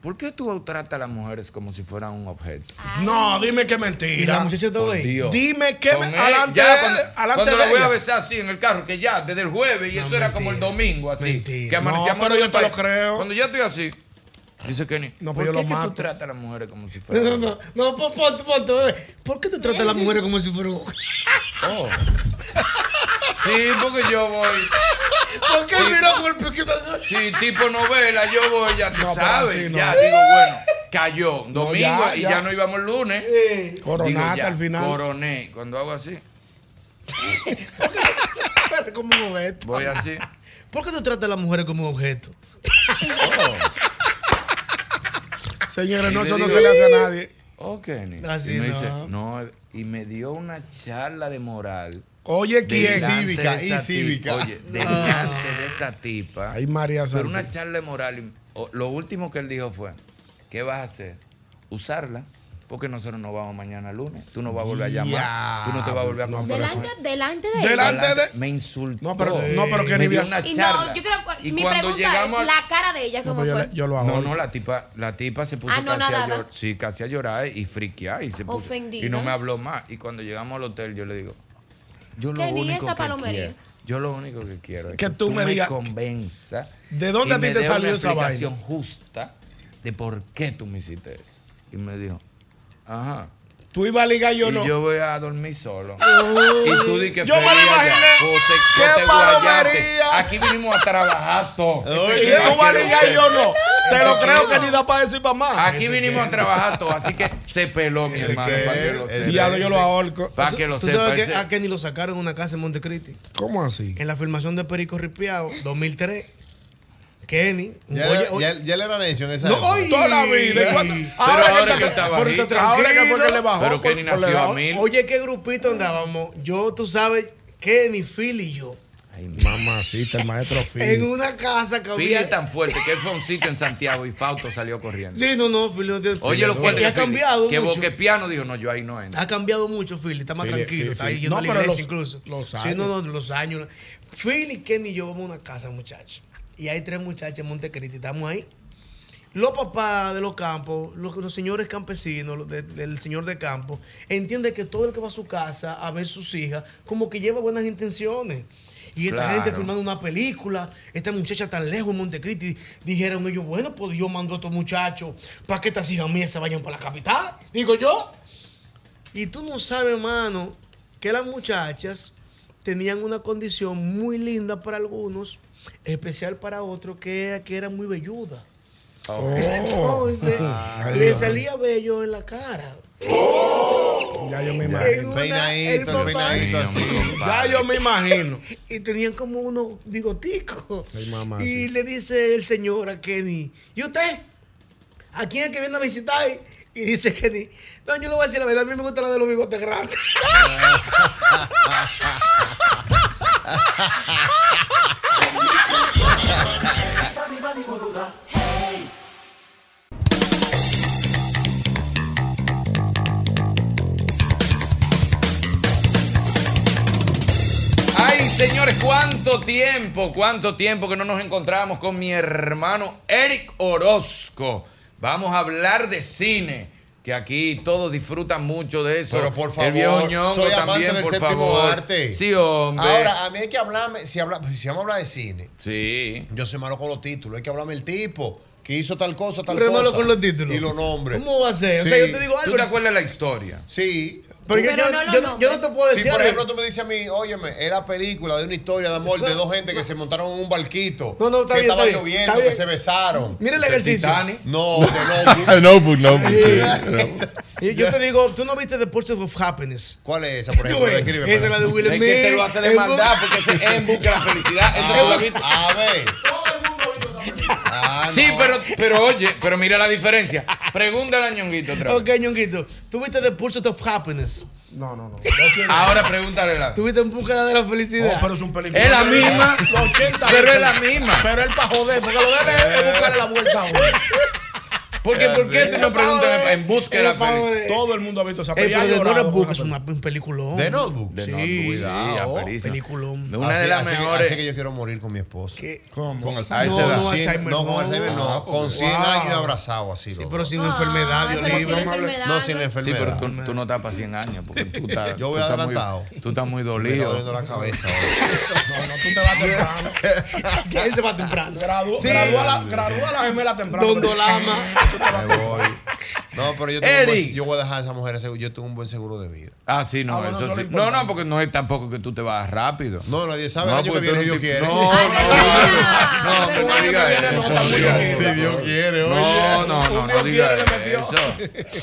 Speaker 3: ¿por qué tú tratas a las mujeres como si fueran un objeto?
Speaker 6: No, dime que mentira.
Speaker 3: Y la muchacha está ahí.
Speaker 6: Dime que me,
Speaker 3: Con él,
Speaker 6: adelante,
Speaker 3: ya,
Speaker 6: de él,
Speaker 3: cuando,
Speaker 6: adelante
Speaker 3: cuando
Speaker 6: de
Speaker 3: la voy a
Speaker 6: ella.
Speaker 3: besar así en el carro, que ya, desde el jueves, y eso era como el domingo, así. Que amanecíamos
Speaker 6: No, pero yo te lo
Speaker 3: juntos ahí. Cuando ya estoy así, dice Kenny, "Pues
Speaker 6: No,
Speaker 3: ¿por
Speaker 6: pero
Speaker 3: qué
Speaker 6: yo lo
Speaker 3: es que tú
Speaker 6: mato.
Speaker 3: tratas a las mujeres como si fueran
Speaker 4: No, no, no, no, pon- pon- ponte, bebé. eh. ¿Por qué tú tratas a las mujeres como si fueran
Speaker 3: Oh. Sí, porque yo voy.
Speaker 4: ¿Por qué mira por qué
Speaker 3: Sí, tipo novela, yo voy, ya tú
Speaker 4: No, pero
Speaker 3: sabes.
Speaker 4: así no.
Speaker 3: Ya digo, bueno, cayó domingo
Speaker 6: ya,
Speaker 3: y
Speaker 6: ya.
Speaker 3: ya no íbamos el lunes.
Speaker 6: Coronaste
Speaker 3: Digo, ya,
Speaker 6: al final.
Speaker 3: Coroné. Cuando hago así,
Speaker 4: como un objeto?
Speaker 3: voy así.
Speaker 4: ¿Por qué tú tratas a las mujeres como un objeto?
Speaker 6: Señores,
Speaker 3: Y
Speaker 6: no,
Speaker 3: le
Speaker 6: eso no
Speaker 3: digo,
Speaker 6: se le hace a nadie.
Speaker 3: Oh, Kenny.
Speaker 6: Así
Speaker 3: y me
Speaker 6: no.
Speaker 3: dice, no. Y me dio una charla de moral.
Speaker 6: Oye, ¿quién?
Speaker 3: Delante de
Speaker 6: Cívica,
Speaker 3: esa
Speaker 6: y
Speaker 3: tipa.
Speaker 6: cívica.
Speaker 3: Oye,
Speaker 6: No.
Speaker 3: delante de esa tipa.
Speaker 6: Ay, María
Speaker 3: Pero
Speaker 6: Santa.
Speaker 3: una charla de moral. y- o- Lo último que él dijo fue: ¿Qué vas a hacer? Usarla. Porque nosotros no vamos mañana lunes. Tú no vas a volver a llamar. Tú no te vas a volver a conversar.
Speaker 8: Delante, delante de
Speaker 3: Delante
Speaker 8: ella.
Speaker 3: de. Me insultó. No,
Speaker 6: pero- no, pero que
Speaker 3: me
Speaker 6: ni
Speaker 3: dio
Speaker 6: vi-
Speaker 3: una
Speaker 8: Y
Speaker 3: charla.
Speaker 8: no, yo creo
Speaker 3: Y
Speaker 8: mi
Speaker 3: cuando
Speaker 8: pregunta es
Speaker 3: llegamos al-
Speaker 8: la cara de ella, ¿cómo fue?
Speaker 3: No, no, la tipa, la tipa se puso
Speaker 8: Ah, no,
Speaker 3: casi, a
Speaker 8: nada.
Speaker 3: llorar, sí, casi a llorar y friquear y se puso-
Speaker 8: Ofendida.
Speaker 3: y no me habló más. Y cuando llegamos al hotel yo le digo, yo lo
Speaker 8: Que ni
Speaker 3: único
Speaker 8: esa
Speaker 3: que
Speaker 8: palomería.
Speaker 3: quiero, yo lo único que quiero es
Speaker 6: Que tú me digas-
Speaker 3: convenza
Speaker 6: ¿De dónde
Speaker 3: y
Speaker 6: a ti
Speaker 3: me
Speaker 6: te
Speaker 3: dé
Speaker 6: salió
Speaker 3: una
Speaker 6: esa vaina?
Speaker 3: explicación justa de por qué tú me hiciste eso. Y me dijo, ajá.
Speaker 6: Tú ibas a ligar yo
Speaker 3: y
Speaker 6: no.
Speaker 3: yo voy a dormir solo.
Speaker 6: Uy.
Speaker 3: y tú di que
Speaker 6: Yo me lo
Speaker 3: feliz allá.
Speaker 6: imaginé.
Speaker 3: José,
Speaker 6: ¡Qué
Speaker 3: José Guayate.
Speaker 6: palomería!
Speaker 3: Aquí vinimos a trabajar todo.
Speaker 6: Oye, tú vas a ligar y yo no. Te lo creo que ni da para decir para más.
Speaker 3: Aquí vinimos a trabajar todo, así que se peló, mi hermano.
Speaker 6: que-
Speaker 3: Para que lo
Speaker 6: el
Speaker 3: sepa.
Speaker 6: diablo yo lo ahorco.
Speaker 3: Para que lo
Speaker 4: ¿Tú
Speaker 3: sepa.
Speaker 4: sabes que
Speaker 3: ese-
Speaker 4: a Kenny lo sacaron en una casa en Montecristi?
Speaker 6: ¿Cómo así?
Speaker 4: En la filmación de Perico Ripiao, 2003. Kenny.
Speaker 5: Ya,
Speaker 4: oye,
Speaker 5: ya, ya le era necio en esa
Speaker 4: No,
Speaker 5: época.
Speaker 4: oye. Toda la vida, ¿y cuándo?
Speaker 3: Pero ahora que estaba
Speaker 4: Pero
Speaker 3: bajito.
Speaker 4: está tranquilo.
Speaker 3: Ahora que fue que le bajó, Pero Kenny
Speaker 4: por- por
Speaker 3: nació
Speaker 4: le
Speaker 3: a
Speaker 4: bajó.
Speaker 3: mil.
Speaker 4: Oye, qué grupito andábamos. Yo, tú sabes, Kenny, Phil y yo.
Speaker 6: Mamacita, el maestro
Speaker 4: En
Speaker 6: Phil.
Speaker 4: una casa que
Speaker 3: Philly es
Speaker 4: había.
Speaker 3: tan fuerte que él fue a un sitio en Santiago y Fausto salió corriendo.
Speaker 4: Sí, no, no, Phil no tiene.
Speaker 3: Oye, lo
Speaker 4: Phil,
Speaker 3: fuerte
Speaker 4: y
Speaker 3: que
Speaker 4: ha
Speaker 3: Philly,
Speaker 4: cambiado
Speaker 3: Que
Speaker 4: mucho.
Speaker 3: Boquepiano dijo, no, yo ahí no entro.
Speaker 4: Ha cambiado mucho, Philly. Está más
Speaker 3: Philly,
Speaker 4: tranquilo.
Speaker 3: sí,
Speaker 4: está
Speaker 3: Philly.
Speaker 4: ahí
Speaker 3: No,
Speaker 4: yendo a la
Speaker 3: pero
Speaker 4: iglesia
Speaker 3: los-
Speaker 4: incluso.
Speaker 3: los
Speaker 4: Sí, no,
Speaker 3: años.
Speaker 4: no, los años. Philly, Kenny y yo vamos a una casa, muchachos. Y hay tres muchachas en Montecristi. Estamos ahí. Los papás de los campos, los, los señores campesinos, los de- del señor de campo, entiende que todo el que va a su casa a ver sus hijas, como que lleva buenas intenciones. Y esta
Speaker 3: Claro.
Speaker 4: gente filmando una película, esta muchacha tan lejos en Montecristi, dijeron ellos, bueno, pues yo mando a estos muchachos para que estas hijas mías se vayan para la capital, digo yo. Y tú no sabes, hermano, que las muchachas tenían una condición muy linda para algunos, especial para otros, que era que era muy velluda. Entonces,
Speaker 6: Ay,
Speaker 4: le
Speaker 6: Dios.
Speaker 4: salía vello en la cara.
Speaker 6: Ya yo me
Speaker 4: En
Speaker 6: imagino.
Speaker 4: una- el papá-
Speaker 6: Ya yo me imagino.
Speaker 4: Y tenían como unos bigoticos.
Speaker 6: Ay, mamá,
Speaker 4: y
Speaker 6: sí.
Speaker 4: le dice el señor a Kenny, ¿y usted? ¿A quién es que viene a visitar? Y dice Kenny, no, yo le voy a decir la verdad, a mí me gusta la de los bigotes grandes.
Speaker 3: Ay, señores, cuánto tiempo, cuánto tiempo que no nos encontrábamos con mi hermano Eric Orozco. Vamos a hablar de cine, que aquí todos disfrutan mucho de eso.
Speaker 5: Pero por
Speaker 3: El viejo
Speaker 5: favor,
Speaker 3: Ñongo
Speaker 5: soy amante
Speaker 3: también,
Speaker 5: del
Speaker 3: por
Speaker 5: séptimo
Speaker 3: favor.
Speaker 5: arte.
Speaker 3: Sí, hombre.
Speaker 5: Ahora, a mí hay que hablarme, si, habla, pues, si vamos a hablar de cine,
Speaker 3: sí.
Speaker 5: yo soy malo con los títulos, hay que hablarme el tipo que hizo tal cosa, tal
Speaker 4: Pero es
Speaker 5: cosa.
Speaker 4: malo con los títulos.
Speaker 5: Y los nombres.
Speaker 4: ¿Cómo va a ser? O sea, yo te digo,
Speaker 3: ¿Tú
Speaker 4: Álvaro-
Speaker 3: te acuerdas la historia?
Speaker 5: Sí.
Speaker 4: Pero yo- yo- yo no- yo no te puedo
Speaker 5: Si,
Speaker 4: decir
Speaker 5: por
Speaker 4: algo.
Speaker 5: ejemplo, tú me dices a mí, Óyeme, era película de una historia de amor de dos gente que se montaron en un barquito.
Speaker 4: No, no, está
Speaker 5: que
Speaker 4: bien, está
Speaker 5: estaba
Speaker 4: bien,
Speaker 5: lloviendo,
Speaker 4: está bien.
Speaker 5: que se besaron.
Speaker 4: Mira el ejercicio.
Speaker 5: No, de no.
Speaker 14: notebook, notebook. sí.
Speaker 4: Y yo te digo, tú no viste The Pursuit of Happiness.
Speaker 5: ¿Cuál es esa,
Speaker 14: por ejemplo? Descríbeme.
Speaker 4: Esa es la de Will
Speaker 14: Es que
Speaker 4: Smith.
Speaker 14: te lo hace demandar, porque
Speaker 3: ese es En Busca de la Felicidad. Eso tú lo viste.
Speaker 5: A ver. Ah,
Speaker 3: Sí, pero, pero oye, pero mira la diferencia. Pregúntale a Ñonguito otra vez.
Speaker 4: Ok, Ñonguito, ¿tú viste The Pursuit of Happiness?
Speaker 6: No, no, no.
Speaker 3: Ahora pregúntale la.
Speaker 4: ¿Tú viste En Busca de la Felicidad?
Speaker 6: Oh, pero es un película.
Speaker 3: Es la misma,
Speaker 6: Los 80
Speaker 3: pero es la
Speaker 6: veces.
Speaker 3: misma.
Speaker 6: Pero él para joder, porque lo de él es- es buscarle la vuelta a uno. Eh,
Speaker 3: Porque, ¿por qué tú no preguntas en busca de la
Speaker 6: Es para Eh, joder.
Speaker 3: felicidad?
Speaker 6: Todo el mundo ha visto esa
Speaker 4: Eh,
Speaker 6: película.
Speaker 4: pero
Speaker 6: y ha
Speaker 4: The
Speaker 6: llorado
Speaker 4: Notebook
Speaker 6: con
Speaker 4: es
Speaker 6: esa
Speaker 4: una, un peliculón.
Speaker 5: De Notebook.
Speaker 4: Sí,
Speaker 5: Notebook,
Speaker 4: sí.
Speaker 5: cuidado.
Speaker 4: Peliculón.
Speaker 5: Así- así que- Así que yo quiero morir con mi esposo.
Speaker 4: ¿Cómo? Con
Speaker 5: A
Speaker 4: Alzheimer.
Speaker 5: esa
Speaker 4: No,
Speaker 5: edad.
Speaker 4: no,
Speaker 5: Cien-
Speaker 4: Alzheimer no.
Speaker 5: No, con Alzheimer no.
Speaker 4: Ah,
Speaker 5: Con
Speaker 4: pues,
Speaker 5: 100
Speaker 4: wow.
Speaker 5: años abrazado así. Ah,
Speaker 4: Sí, pero sin enfermedad, Dios
Speaker 5: pero sin
Speaker 4: libre.
Speaker 5: enfermedad. No, sin enfermedad.
Speaker 3: Sí, pero tú, tú no estás para 100 años. Porque tú estás,
Speaker 5: Yo voy
Speaker 3: tú estás muy-
Speaker 5: adelantado.
Speaker 3: tú estás muy
Speaker 5: Me está
Speaker 3: dolido.
Speaker 5: doliendo la cabeza.
Speaker 4: Él se va temprano.
Speaker 6: Gradúa
Speaker 4: Sí.
Speaker 6: gradúa la- gradúa a la gemela temprano.
Speaker 4: Don Dolama.
Speaker 5: Me voy. No, pero yo, tengo un
Speaker 3: Eric.
Speaker 5: buen- yo voy a dejar a esa mujer. ese- Yo tengo un buen seguro de vida.
Speaker 3: Ah, sí, no, eso sí. No, no, porque no es tampoco que tú te vas rápido.
Speaker 5: No, nadie sabe. el
Speaker 3: No,
Speaker 5: año que
Speaker 3: porque
Speaker 5: viene,
Speaker 3: tú
Speaker 5: Dios
Speaker 3: eres
Speaker 5: quiere.
Speaker 3: un tipo- No,
Speaker 5: no,
Speaker 3: no, no diga eso. no diga eso.
Speaker 5: Si Dios quiere, oye.
Speaker 3: No, no, no, no
Speaker 5: Dios
Speaker 3: diga
Speaker 5: quiere, le
Speaker 3: eso.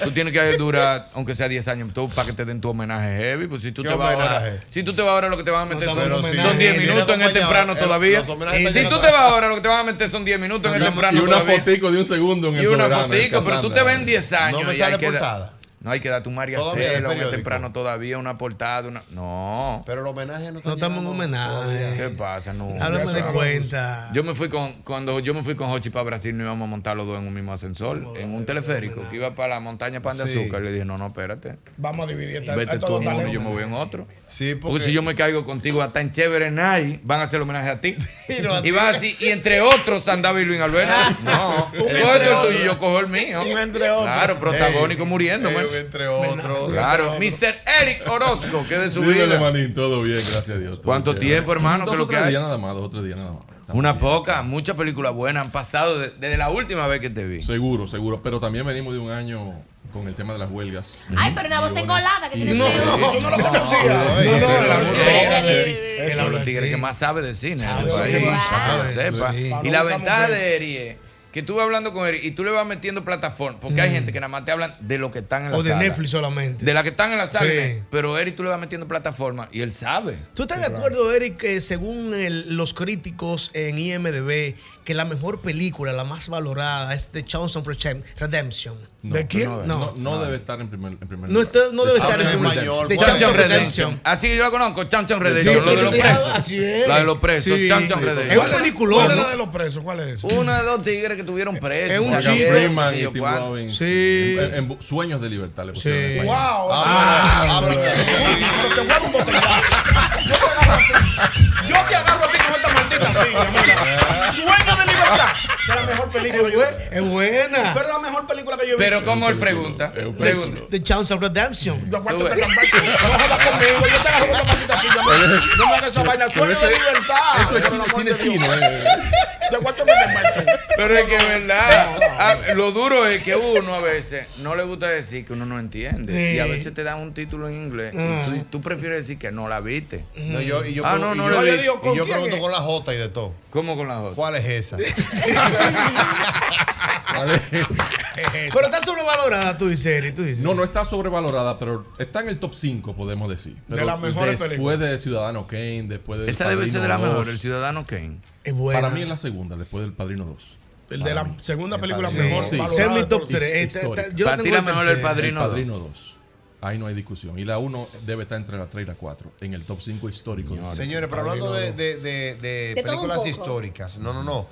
Speaker 3: Tú tienes que durar, aunque sea 10 años, tú, para que te den tu homenaje heavy. Pues si tú
Speaker 5: ¿Qué
Speaker 3: te vas ahora,
Speaker 5: homenaje?
Speaker 3: si tú te vas ahora, lo que te van a meter
Speaker 5: No,
Speaker 3: son,
Speaker 5: pero si-
Speaker 3: son 10
Speaker 5: viene
Speaker 3: minutos en el
Speaker 5: acompañado,
Speaker 3: temprano
Speaker 5: el-
Speaker 3: todavía.
Speaker 5: eh, los homenajes
Speaker 3: Y si
Speaker 5: mañana
Speaker 3: tú te vas ahora, lo que te van a meter son 10 minutos en el temprano
Speaker 14: Y una
Speaker 3: todavía.
Speaker 14: fotico de un segundo en el
Speaker 3: Y una
Speaker 14: programa, en
Speaker 3: fotico, pero tú te
Speaker 14: Casandra.
Speaker 3: ves en 10 años.
Speaker 14: No me
Speaker 3: y
Speaker 14: sale
Speaker 3: hay que da-
Speaker 14: portada.
Speaker 3: No hay que darte un María
Speaker 5: Todavía en el
Speaker 3: Celo en el
Speaker 5: periódico.
Speaker 3: temprano todavía, una portada, una. No.
Speaker 5: Pero el homenaje no
Speaker 4: No estamos en homenaje.
Speaker 3: ¿Qué pasa? No.
Speaker 4: Háblame de cuenta.
Speaker 3: Yo me fui con, cuando yo me fui con Hochi para Brasil, no íbamos a montar los dos en un mismo ascensor, en un teleférico, que iba para la montaña Pan de
Speaker 6: Sí.
Speaker 3: Azúcar. Le dije, no, no, espérate.
Speaker 6: Vamos a dividir. esta-
Speaker 3: Vete
Speaker 6: esto
Speaker 3: tú en
Speaker 6: no está
Speaker 3: uno y
Speaker 6: lejos.
Speaker 3: yo me voy en otro.
Speaker 5: Sí,
Speaker 3: porque... si yo me caigo contigo hasta en Chévere Night, van a hacer homenaje a ti. y,
Speaker 5: no a ti.
Speaker 3: van así, y entre otros, Sandavi y Luis Alberto. No, coge el tuyo y yo cojo el mío. Claro, protagónico muriendo. man.
Speaker 5: Entre otros.
Speaker 3: Claro, Mr. Eric Orozco, que de su
Speaker 14: Dímelo,
Speaker 3: vida.
Speaker 14: manín, todo bien, gracias a Dios. todo
Speaker 3: ¿Cuánto
Speaker 14: chévere.
Speaker 3: tiempo, hermano,
Speaker 14: Dos
Speaker 3: que
Speaker 14: o
Speaker 3: lo que
Speaker 14: tres
Speaker 3: hay?
Speaker 14: días nada más, dos o tres días nada más.
Speaker 3: Una poca, muchas películas buenas han pasado de- desde la última vez que te vi.
Speaker 14: Seguro, seguro. Pero también venimos de un año con el tema de las huelgas.
Speaker 8: Ay, pero una voz engolada que tienes
Speaker 14: No,
Speaker 8: que-
Speaker 14: no, eso no lo conocía.
Speaker 3: No, no,
Speaker 14: la
Speaker 3: música. Es
Speaker 14: Eso
Speaker 3: uno de los
Speaker 14: sí.
Speaker 3: tigres que más sabe de cine en el
Speaker 14: sí,
Speaker 3: país, para que
Speaker 14: sabe,
Speaker 3: lo sepa.
Speaker 14: sí.
Speaker 3: Y la
Speaker 14: Paloma
Speaker 3: ventaja
Speaker 14: mujer.
Speaker 3: de Eri es que tú vas hablando con Eri y tú le vas metiendo plataforma, porque hay gente que nada más te hablan de lo que están en la
Speaker 4: O de
Speaker 3: sala.
Speaker 4: Netflix solamente.
Speaker 3: De la que están en la sala.
Speaker 4: Sí.
Speaker 3: Pero Eri tú le vas metiendo plataforma y él sabe.
Speaker 4: ¿Tú estás de acuerdo, Eric, que según el- los críticos en IMDB, que la mejor película, la más valorada, es The Chance of Redemp- Redemption?
Speaker 14: No, No, no, no debe estar en primer, en primer
Speaker 4: No
Speaker 14: lugar.
Speaker 4: está- no debe
Speaker 3: Ah,
Speaker 4: estar en Habla en primer- español, The Chance of Redemption.
Speaker 3: Así yo la conozco, Chanchon Redemption, lo de los presos.
Speaker 4: Así es.
Speaker 3: La de los presos,
Speaker 4: Sí.
Speaker 3: Chanchon
Speaker 4: Sí,
Speaker 3: Redemption.
Speaker 4: Es un peliculón.
Speaker 6: ¿Cuál es
Speaker 4: ¿no?
Speaker 6: la de los presos? ¿Cuál es?
Speaker 3: Uno de los tigres que tuvieron presos.
Speaker 14: Es un
Speaker 3: Morgan
Speaker 14: chiste.
Speaker 3: Freeman, qué sé yo
Speaker 14: Tim
Speaker 3: cuánto.
Speaker 14: Robbins. En- en bu- Sueños de libertad le pusieron en
Speaker 6: Wow.
Speaker 14: español. Ah,
Speaker 6: Ah,
Speaker 14: pero-
Speaker 6: pero- Escucha, pero te voy a dar un botellazo. Yo te agarro a ti. Yo te agarro a ti con esta maldita silla. mira. Sueño de libertad. Es la mejor película. yo-
Speaker 4: Es buena.
Speaker 6: Pero la mejor película que yo he visto.
Speaker 3: Pero como él pregunta, pregunta.
Speaker 4: The Chance of Redemption.
Speaker 6: Yo aguanto que la marcha- No jodas conmigo. Yo te agarro con esta maldita silla. mira. No me hagas esa vaina.
Speaker 3: Pero
Speaker 6: Sueño de
Speaker 3: ese-
Speaker 6: libertad.
Speaker 3: eso es
Speaker 6: Por el amor
Speaker 3: cine
Speaker 6: de Dios.
Speaker 3: chino, eh.
Speaker 6: Yo aguanto que te marches.
Speaker 3: Pero es que es verdad. Ah, Lo duro es que uno a veces no le gusta decir que uno no entiende.
Speaker 5: Sí.
Speaker 3: Y a veces te dan un título en inglés.
Speaker 5: Ah.
Speaker 3: Y tú, tú prefieres decir que no la viste.
Speaker 5: No, yo, y yo,
Speaker 3: ah,
Speaker 5: pregu-
Speaker 3: no,
Speaker 5: y
Speaker 3: no
Speaker 5: yo-
Speaker 3: la
Speaker 5: y
Speaker 3: vi.
Speaker 5: yo pregunto con la J y de todo.
Speaker 3: ¿Cómo con la J?
Speaker 5: ¿Cuál es esa?
Speaker 4: Pero está sobrevalorada, tú dices, Eric. Tú dices.
Speaker 14: No, no está sobrevalorada, pero está en el top 5, podemos decir.
Speaker 4: De
Speaker 14: Pero
Speaker 4: las mejores
Speaker 14: después
Speaker 4: películas.
Speaker 14: de Ciudadano Kane, después de.
Speaker 3: Esa debe ser de la mejor, El
Speaker 14: Ciudadano
Speaker 3: Ciudadano Kane.
Speaker 4: Es buena.
Speaker 14: Para mí es la segunda, después del Padrino 2.
Speaker 6: El de la segunda película
Speaker 4: mejor valorada Está en mi top por- tres. Esta- esta- yo la Para ti tengo la en mejor, El tercera. Padrino
Speaker 14: El Padrino 2. Ahí no hay discusión. Y la 1 debe estar entre la 3 y la 4, en el top 5 histórico. de cine.
Speaker 5: Señores, pero hablando de, de- de- de
Speaker 1: De todo un
Speaker 5: películas
Speaker 1: poco.
Speaker 5: históricas, no, no, no.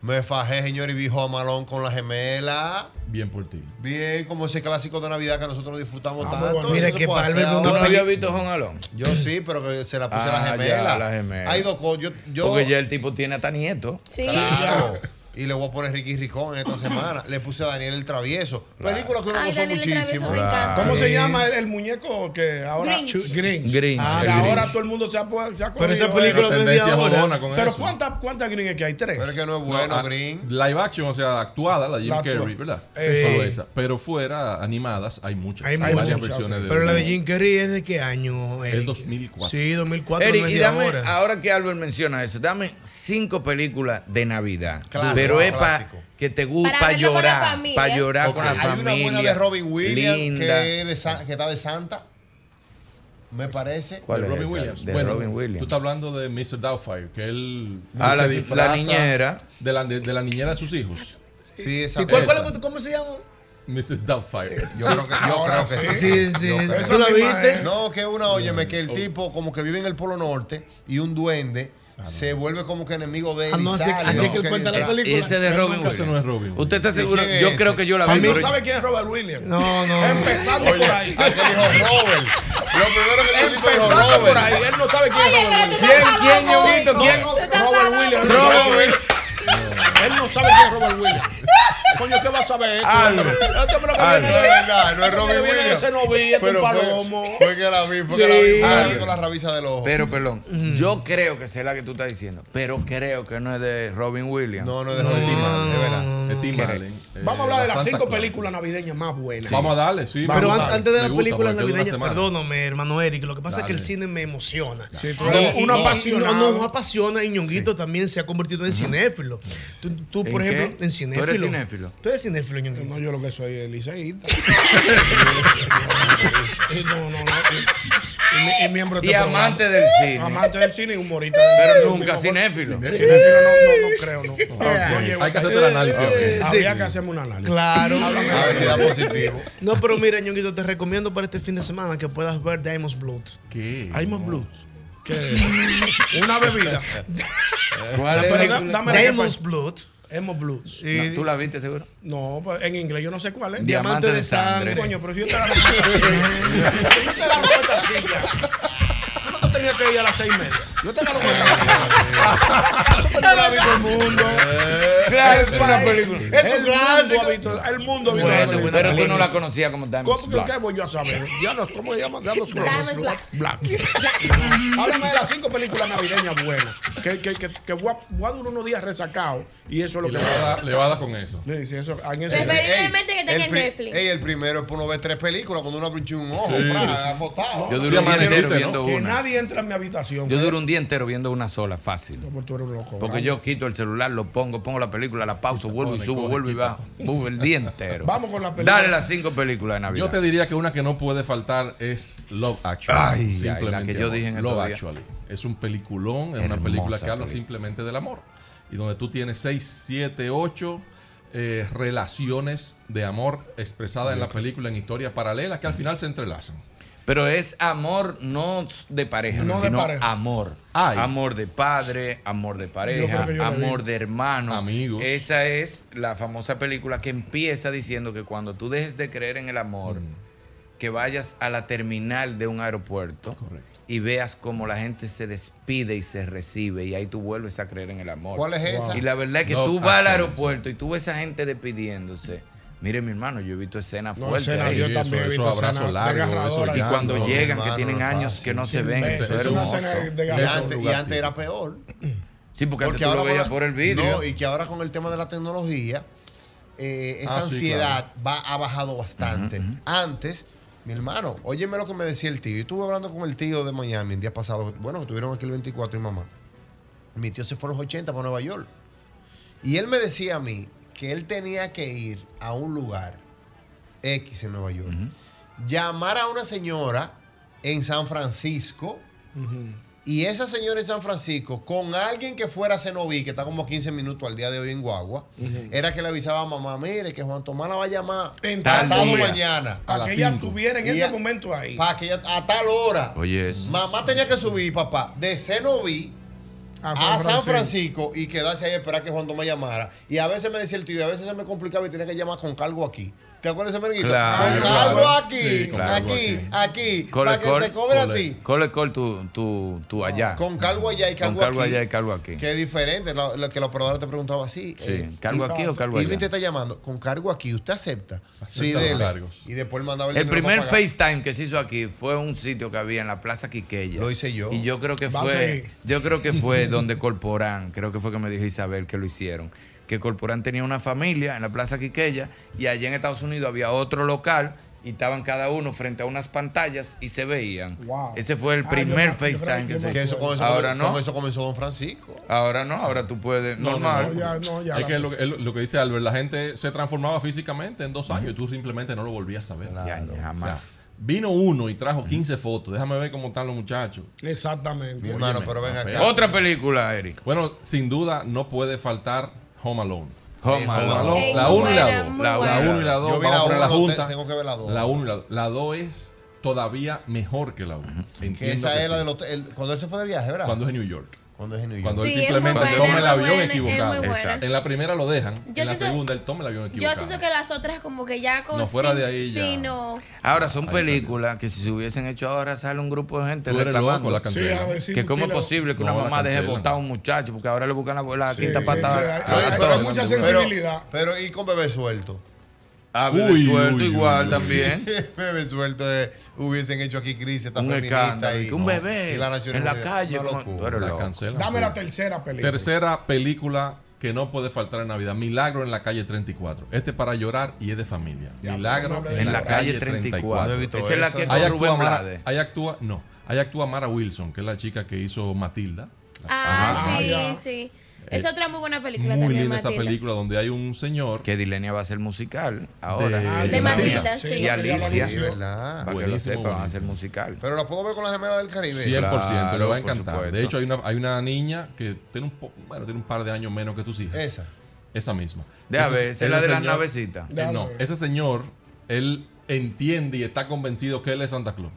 Speaker 5: Me fajé, señor, y vi Home Alone con la gemela.
Speaker 14: Bien por ti.
Speaker 5: Bien, como ese clásico de Navidad que nosotros
Speaker 6: Ah,
Speaker 5: disfutamos tanto.
Speaker 4: bueno. Mira
Speaker 5: Eso se
Speaker 4: que
Speaker 5: puede
Speaker 4: Palmer
Speaker 5: hacer
Speaker 4: no
Speaker 5: ahora.
Speaker 3: ¿No había visto Juan Alón?
Speaker 5: Yo sí, pero que se la puse a
Speaker 3: Ah,
Speaker 5: la gemela.
Speaker 3: ya, la gemela.
Speaker 5: Hay dos cosas. Yo, yo,
Speaker 3: Porque ya el tipo tiene hasta nieto.
Speaker 5: Claro. Y le voy a poner Ricky Ricón esta semana. Le puse a Daniel el Travieso. Película que uno
Speaker 6: Ay,
Speaker 5: gozó
Speaker 6: Daniel el Travieso
Speaker 5: muchísimo.
Speaker 6: me encanta. ¿Cómo se llama el, el muñeco que ahora.
Speaker 5: Grinch.
Speaker 6: Grinch.
Speaker 3: Grinch,
Speaker 6: Ah,
Speaker 3: el
Speaker 6: que
Speaker 3: Grinch.
Speaker 6: ahora todo el mundo se ha, pu- se ha
Speaker 3: Pero esa
Speaker 6: cogido,
Speaker 3: película
Speaker 6: eh,
Speaker 3: desde
Speaker 6: tendencia
Speaker 3: ahora.
Speaker 6: bobona
Speaker 14: con
Speaker 6: Pero
Speaker 14: eso.
Speaker 6: ¿cuántas cuántas Grinch es que hay? Tres.
Speaker 5: Pero que no es
Speaker 14: No, a- Live action, o sea, actuada, la de Jim
Speaker 6: La actua-
Speaker 14: Carrey, ¿verdad?
Speaker 5: Eh,
Speaker 6: Sí.
Speaker 14: Solo esa. Pero fuera, animadas, hay muchas. Hay,
Speaker 18: muchas.
Speaker 14: varias versiones de
Speaker 18: Pero la de Jim Carrey es de qué año,
Speaker 14: Es
Speaker 18: Eric?
Speaker 14: 2004.
Speaker 18: Sí, 2004.
Speaker 3: Eric,
Speaker 18: no es
Speaker 3: y
Speaker 18: de
Speaker 3: dame,
Speaker 18: ahora.
Speaker 3: ahora. que Albert menciona eso, dame cinco películas de Navidad.
Speaker 5: Clásico,
Speaker 3: pero es para
Speaker 5: clásico.
Speaker 3: que te gusta,
Speaker 5: Para
Speaker 3: para
Speaker 5: verlo con la
Speaker 3: Uh, llorar.
Speaker 5: familia.
Speaker 3: Para llorar con la
Speaker 5: Hay
Speaker 3: familia.
Speaker 5: una buena de Robin Williams
Speaker 3: Linda.
Speaker 5: Que, es de Sa- que está de Santa. Me parece.
Speaker 14: de Robin Williams.
Speaker 3: De
Speaker 14: bueno,
Speaker 3: Robin Williams.
Speaker 14: Tú estás hablando de Mr. Doubtfire, que él
Speaker 3: Ah, la-
Speaker 14: se
Speaker 3: la
Speaker 14: disfraza
Speaker 3: niñera.
Speaker 14: De la, de, de la niñera de sus hijos.
Speaker 5: Sí,
Speaker 18: ¿Y cuál, cuál, es- ¿Cómo se llama?
Speaker 14: Mrs. Doubtfire.
Speaker 5: Eh, Yo creo que, yo creo
Speaker 18: sí.
Speaker 5: que
Speaker 18: Sí, sí.
Speaker 5: Yo creo
Speaker 18: ¿Tú la
Speaker 5: que-
Speaker 18: viste?
Speaker 5: No, que una, óyeme, que
Speaker 14: Oh.
Speaker 5: el tipo como que vive en el Polo Norte y un duende
Speaker 14: Ah,
Speaker 5: se vuelve como que enemigo de él.
Speaker 18: Ah, no, así- así es que él cuenta la película.
Speaker 3: Ese de Robin Williams.
Speaker 14: Eso no es Robin
Speaker 3: ¿Usted está
Speaker 5: ¿De
Speaker 3: seguro?
Speaker 5: quién es
Speaker 3: Yo
Speaker 5: ese?
Speaker 3: creo que yo la
Speaker 5: Para
Speaker 3: vi.
Speaker 5: mí-
Speaker 3: pero-
Speaker 6: ¿Sabe quién es Robert Williams?
Speaker 18: No, no.
Speaker 6: Empezando por ahí.
Speaker 5: Robert. Lo primero que
Speaker 6: te dijo Empezando por ahí. Él no sabe quién es Robert Williams.
Speaker 3: ¿Quién, quién, Ñonguito? ¿Quién?
Speaker 6: Robert Williams.
Speaker 3: Robert.
Speaker 6: Él no sabe quién es Robert Williams. Coño, ¿qué va a saber? esto?
Speaker 5: Albert.
Speaker 6: Este hombre que
Speaker 5: Albert.
Speaker 6: viene-
Speaker 5: Ah, No es verdad, no es
Speaker 6: este
Speaker 5: Robin
Speaker 6: que viene de
Speaker 5: Williams.
Speaker 6: Cenobí, este
Speaker 5: Pero
Speaker 6: un
Speaker 5: fue-
Speaker 6: palomo.
Speaker 5: Fue que la vi, fue que la vi, fue que la vi con la rabiza del ojo.
Speaker 3: Pero, perdón,
Speaker 14: Mm.
Speaker 3: yo creo que es la que tú estás diciendo, pero creo que no es de Robin Williams.
Speaker 5: No, no es de Robin Williams, es verdad.
Speaker 14: Es Tim
Speaker 3: ¿Qué era?
Speaker 14: Allen. eh,
Speaker 6: Vamos a hablar de las
Speaker 14: Santa
Speaker 6: cinco
Speaker 14: Claus.
Speaker 6: películas navideñas más buenas.
Speaker 14: Sí. Vamos a darle, sí.
Speaker 18: Pero
Speaker 14: vamos a
Speaker 18: an-
Speaker 14: darle.
Speaker 18: antes de
Speaker 14: Me
Speaker 18: las
Speaker 14: gusta,
Speaker 18: películas
Speaker 14: porque dura una
Speaker 18: navideñas,
Speaker 14: semana.
Speaker 18: perdóname, hermano Eric, lo que pasa es
Speaker 14: Dale.
Speaker 18: que el cine me emociona.
Speaker 6: Sí, tú eres un apasionado.
Speaker 18: No, no, un apasionado y Ñonguito también se ha convertido en cinéfilo. Tú, tú,
Speaker 3: ¿En
Speaker 18: por
Speaker 3: qué?
Speaker 18: ejemplo, en
Speaker 3: ¿Tú eres
Speaker 18: cinéfilo.
Speaker 3: cinéfilo?
Speaker 18: Tú eres cinéfilo, Ñonguito.
Speaker 6: No, yo lo que soy es liceísta. Y no, no, no. Y, y- y miembro de
Speaker 3: Y
Speaker 6: este programa.
Speaker 3: amante del cine.
Speaker 6: Amante del cine y humorista.
Speaker 3: Pero nunca cinéfilo.
Speaker 6: Cinéfilo no, no, no creo, no.
Speaker 14: Hay que hacer el análisis.
Speaker 6: Eh, Habría que hacerme un análisis.
Speaker 18: Claro.
Speaker 5: A ver si da positivo.
Speaker 18: No, pero mira, Ñonguito, te recomiendo para este fin de semana que puedas ver Diamond's Blood.
Speaker 14: ¿Qué?
Speaker 18: Diamond's Blood.
Speaker 6: ¿Qué? Una bebida.
Speaker 3: ¿Cuál es?
Speaker 6: Pero da- dame la que
Speaker 18: Diamond's
Speaker 6: pasa.
Speaker 18: Blood.
Speaker 6: Hemos blues.
Speaker 18: Eh,
Speaker 3: ¿Tú la viste seguro?
Speaker 6: No, pues, en inglés yo no sé cuál es.
Speaker 3: Diamante de sangre.
Speaker 6: Coño, pero si yo te la Yo te la cuenta así ya. Yo no te tenía que ir a las seis y media. Yo te la cuenta así. Eso te lo ha visto el mundo.
Speaker 3: Claro,
Speaker 6: El
Speaker 3: es una
Speaker 6: país,
Speaker 3: película.
Speaker 6: el
Speaker 18: un
Speaker 6: mundo
Speaker 18: clásico.
Speaker 6: ha visto- El mundo ha visto la
Speaker 3: Bueno,
Speaker 6: película.
Speaker 3: pero tú no la conocías como Diamond's
Speaker 6: ¿Cómo
Speaker 3: Black.
Speaker 6: ¿Qué voy yo a saber? Ya no, ¿Cómo se llama? Diablos
Speaker 8: Diamond Black.
Speaker 6: Black. Háblame de las cinco películas navideñas buenas. Que, que, que, que voy, a, voy a durar unos días resacado. Y eso es lo
Speaker 14: Y
Speaker 6: que
Speaker 14: le
Speaker 6: me
Speaker 14: va a dar- le va a dar con eso.
Speaker 6: Sí, sí, eso. En eso
Speaker 8: Preferiblemente que esté
Speaker 5: El
Speaker 8: en
Speaker 5: pri-
Speaker 8: Netflix.
Speaker 5: Ey, el primero es por uno ver tres películas cuando uno abre un ah, ojo.
Speaker 14: Sí.
Speaker 5: pra, agotado.
Speaker 3: Yo
Speaker 14: Sí,
Speaker 3: duré un día
Speaker 14: amaneciste,
Speaker 3: entero
Speaker 14: ¿no?
Speaker 3: viendo
Speaker 6: que
Speaker 3: una.
Speaker 6: nadie entra en mi habitación.
Speaker 3: Yo duro un día entero viendo una sola, fácil.
Speaker 6: Porque tú eres un loco.
Speaker 3: Porque
Speaker 6: ¿verdad?
Speaker 3: yo quito el celular, lo pongo, pongo la película, la pauso, vuelvo y
Speaker 14: pone,
Speaker 3: subo,
Speaker 14: coge,
Speaker 3: vuelvo y
Speaker 14: quita.
Speaker 3: bajo. Uf, el día entero.
Speaker 6: Vamos con la película.
Speaker 3: Dale las cinco películas de Navidad.
Speaker 14: Yo te diría que una que no puede faltar es Love Actually.
Speaker 3: Ay, ay, la que yo
Speaker 14: amor.
Speaker 3: dije en estos
Speaker 14: Love
Speaker 3: días.
Speaker 14: Actually. Es un peliculón, es una
Speaker 3: Hermosa
Speaker 14: película que habla
Speaker 3: película.
Speaker 14: simplemente del amor. Y donde tú tienes 6, 7, 8 eh, relaciones de amor expresadas en la película en historias paralelas que al final se entrelazan.
Speaker 3: Pero es amor no de pareja,
Speaker 6: No de
Speaker 3: sino
Speaker 6: pareja.
Speaker 3: amor.
Speaker 14: Ay.
Speaker 3: Amor de padre, amor de pareja,
Speaker 6: creo que yo la
Speaker 3: amor de hermano.
Speaker 14: Amigos.
Speaker 3: Esa es la famosa película que empieza diciendo que cuando tú dejes de creer en el amor,
Speaker 14: Mm.
Speaker 3: que vayas a la terminal de un aeropuerto
Speaker 14: Correcto.
Speaker 3: y veas cómo la gente se despide y se recibe y ahí tú vuelves a creer en el amor.
Speaker 5: ¿Cuál es esa?
Speaker 3: Y la verdad es que
Speaker 14: No,
Speaker 3: tú vas al
Speaker 14: hasta eso.
Speaker 3: aeropuerto y tú ves a esa gente despidiéndose. Mire, mi hermano, yo he visto escenas
Speaker 6: No,
Speaker 3: fuertes.
Speaker 6: escena,
Speaker 3: ahí.
Speaker 6: yo
Speaker 14: Sí,
Speaker 6: también he
Speaker 14: eso-
Speaker 6: visto
Speaker 14: esos abrazos
Speaker 6: escenas
Speaker 14: largos, esos
Speaker 6: desgarradoras.
Speaker 3: Y
Speaker 14: Ah,
Speaker 3: cuando
Speaker 14: no,
Speaker 3: llegan, que
Speaker 5: hermano,
Speaker 3: tienen
Speaker 5: no
Speaker 3: años
Speaker 5: pasa,
Speaker 3: que no
Speaker 5: sí,
Speaker 3: se ven,
Speaker 6: Ve,
Speaker 3: eso es
Speaker 6: es una
Speaker 3: hermoso.
Speaker 6: escena
Speaker 5: Y
Speaker 6: desgarradora.
Speaker 5: antes, y antes era peor.
Speaker 3: Sí, porque antes tú lo
Speaker 5: con
Speaker 3: veías
Speaker 5: la-
Speaker 3: por el vídeo.
Speaker 5: No, y que ahora con el tema de la tecnología, eh, esa
Speaker 14: Ah, sí,
Speaker 5: ansiedad va, ha bajado bastante. Antes, mi hermano, óyeme lo que me decía el tío. Yo estuve hablando con el tío de Miami el día pasado. Bueno, que estuvieron aquí el 24 y mamá. Mi tío se fue a los 80 para Nueva York. Y él me decía a mí que él tenía que ir a un lugar X en Nueva York, llamar a una señora en San Francisco. Y esa señora en San Francisco, con alguien que fuera a Cenoví, que está como 15 minutos al día de hoy en Guagua, era que le avisaba a mamá, mire, que Juan Tomás la va a llamar
Speaker 6: En tal
Speaker 5: pasado
Speaker 6: día.
Speaker 5: mañana.
Speaker 6: Para que
Speaker 14: las
Speaker 6: ella
Speaker 14: cinco.
Speaker 6: estuviera en
Speaker 5: Y
Speaker 6: ese
Speaker 5: a-
Speaker 6: momento ahí.
Speaker 5: Para que ella- a tal hora.
Speaker 3: Oye, eso.
Speaker 5: Mamá tenía que subir, papá, de Cenoví
Speaker 6: a
Speaker 5: a San Francisco y quedarse ahí a esperar que Juan Tomás llamara. Y a veces me decía el tío, y a veces se me complicaba y tenía que llamar con cargo aquí. ¿Te acuerdas de ese merenguito?
Speaker 3: Claro,
Speaker 5: Con algo
Speaker 3: claro.
Speaker 5: aquí,
Speaker 3: Sí, claro,
Speaker 5: aquí,
Speaker 3: algo
Speaker 5: aquí,
Speaker 3: Cole,
Speaker 5: para que
Speaker 3: col,
Speaker 5: te cobre a
Speaker 3: cole.
Speaker 5: ti.
Speaker 3: Cole, col, tú, tú, tú allá.
Speaker 5: Con calvo allá y calvo
Speaker 3: Con calvo
Speaker 5: aquí.
Speaker 3: allá y calvo aquí.
Speaker 5: Que es diferente, lo, lo que los proveedores te preguntaban así.
Speaker 3: Sí, ¿cargo aquí o cargo
Speaker 5: y
Speaker 3: allá?
Speaker 5: te está llamando, con cargo aquí, usted acepta. sí,
Speaker 3: los
Speaker 5: dele.
Speaker 3: cargos.
Speaker 5: Y después mandaba el
Speaker 3: El
Speaker 5: dinero
Speaker 3: primer
Speaker 5: para pagar.
Speaker 3: FaceTime que se hizo aquí fue un sitio que había en la Plaza Quiqueya. Lo hice yo. Y yo creo que
Speaker 5: Vamos a
Speaker 3: fue,
Speaker 5: seguir.
Speaker 3: yo creo que fue donde Corporán, creo que fue que me dijo Isabel que lo hicieron. Que Corporán tenía una familia en la Plaza Quiqueya y allá en Estados Unidos había otro local y estaban cada uno frente a unas pantallas y se veían.
Speaker 5: Wow.
Speaker 3: Ese fue el
Speaker 5: Ah,
Speaker 3: primer
Speaker 5: yo me- yo
Speaker 3: FaceTime
Speaker 5: me-
Speaker 3: que
Speaker 5: yo
Speaker 3: se
Speaker 5: me
Speaker 3: hizo.
Speaker 5: acuerdo. Con eso-
Speaker 3: ahora
Speaker 5: con-
Speaker 3: no.
Speaker 5: con eso comenzó Don Francisco.
Speaker 3: Ahora no, ahora tú puedes.
Speaker 14: No, no,
Speaker 3: normal.
Speaker 14: no, ya,
Speaker 6: no,
Speaker 14: Es que lo, que- lo- lo que dice Albert, la gente se transformaba físicamente en dos años y tú simplemente no lo volvías a ver.
Speaker 3: Ya, ya, jamás.
Speaker 14: vino uno y trajo 15 fotos. Déjame ver cómo están los muchachos.
Speaker 6: Exactamente.
Speaker 14: Óyeme, papel.
Speaker 3: Otra película, Eric.
Speaker 14: Bueno, sin duda no puede faltar Home Alone.
Speaker 3: Home Alone. Ey,
Speaker 14: La 1 y
Speaker 3: buena,
Speaker 14: la 2.
Speaker 3: muy
Speaker 14: La
Speaker 3: buena.
Speaker 14: 1 y la 2.
Speaker 5: Yo vi la
Speaker 14: la
Speaker 5: uno,
Speaker 14: junta.
Speaker 5: te- tengo que ver la dos.
Speaker 14: La 1 y la 2. La 2 es todavía mejor que la 1.
Speaker 5: Que esa es la del hotel- el- cuando él se fue de viaje, ¿verdad?
Speaker 14: Cuando es en New York.
Speaker 5: Cuando es en New York.
Speaker 14: Cuando él
Speaker 8: Sí, es muy
Speaker 14: simplemente
Speaker 8: buena,
Speaker 14: toma el
Speaker 8: es muy
Speaker 14: avión
Speaker 8: buena, es muy
Speaker 14: equivocado.
Speaker 8: buena.
Speaker 14: Exacto. En la primera lo dejan. en la
Speaker 8: siento-
Speaker 14: segunda él toma el avión
Speaker 8: Yo
Speaker 14: equivocado.
Speaker 8: siento que las otras como que ya con
Speaker 14: No, fuera de ahí
Speaker 8: sí,
Speaker 14: ya.
Speaker 8: no.
Speaker 3: Ahora son películas que si se hubiesen hecho ahora sale un grupo de gente
Speaker 14: Tú eres
Speaker 3: reclamando
Speaker 14: loco, la cancela. Sí, a ver, sí,
Speaker 3: que cómo es
Speaker 14: tú tienes-
Speaker 3: posible que
Speaker 14: No,
Speaker 3: una
Speaker 14: la
Speaker 3: mamá deje
Speaker 14: cancelan.
Speaker 3: botar a un muchacho porque ahora le buscan la, la quinta
Speaker 5: Sí, sí,
Speaker 3: patada.
Speaker 5: hay-
Speaker 3: a- a
Speaker 5: hay-
Speaker 3: todo
Speaker 5: hay
Speaker 3: el
Speaker 5: mucha
Speaker 3: mundo.
Speaker 5: sensibilidad. Pero, y con bebé suelto.
Speaker 3: Ah, Bebé Uy, Suelto uy, igual uy. también.
Speaker 5: bebé suelto eh, hubiesen hecho aquí crisis esta
Speaker 3: Un
Speaker 5: feminista
Speaker 3: escándalo,
Speaker 5: y,
Speaker 3: que un bebé
Speaker 5: y la nación
Speaker 3: en la
Speaker 5: unida.
Speaker 3: calle,
Speaker 5: Una
Speaker 3: como-
Speaker 5: locura.
Speaker 3: tú eres
Speaker 14: La
Speaker 3: loco.
Speaker 14: cancelan.
Speaker 6: Dame
Speaker 14: Sí.
Speaker 6: la tercera película.
Speaker 14: Tercera película que no puede faltar en Navidad. Milagro en la calle 34. Este es para llorar y es de familia.
Speaker 3: no
Speaker 14: Milagro
Speaker 3: hable de En la calle 34. No he visto Esa es la esa. que con
Speaker 14: Ahí
Speaker 3: Rubén
Speaker 14: actúa Mara-
Speaker 3: Blades.
Speaker 14: Ahí actúa, no. Ahí actúa Mara Wilson, que es la chica que hizo Matilda.
Speaker 8: Ah,
Speaker 14: Ah,
Speaker 8: sí,
Speaker 14: ya.
Speaker 8: sí. Es
Speaker 14: Eh,
Speaker 8: otra muy buena película
Speaker 14: Muy
Speaker 8: también,
Speaker 14: linda esa
Speaker 8: Matilda.
Speaker 14: película donde hay un señor.
Speaker 3: Que Dilenia va a ser musical ahora.
Speaker 14: De-
Speaker 3: Ella
Speaker 8: De
Speaker 3: no
Speaker 8: Matilda,
Speaker 3: tenía.
Speaker 8: sí.
Speaker 3: Y Alicia.
Speaker 5: Ah, Sí, verdad.
Speaker 3: Para que lo
Speaker 14: Buenísimo,
Speaker 3: sepan, va a
Speaker 14: buenísimo.
Speaker 3: ser musical.
Speaker 5: Pero la puedo ver con las gemelas del Caribe.
Speaker 14: 100%, le va a
Speaker 3: Claro, por
Speaker 14: encantar.
Speaker 3: supuesto.
Speaker 14: De hecho, hay una, hay una niña que tiene un, po- bueno, tiene un par de años menos que tus hijas.
Speaker 5: Esa.
Speaker 14: Esa misma.
Speaker 3: Deja
Speaker 14: Ese-
Speaker 3: ver, esa es la
Speaker 14: ese
Speaker 3: de las navecitas.
Speaker 14: eh,
Speaker 3: Déjame
Speaker 14: no,
Speaker 3: ver.
Speaker 14: ese señor, él entiende y está convencido que él es Santa Claus.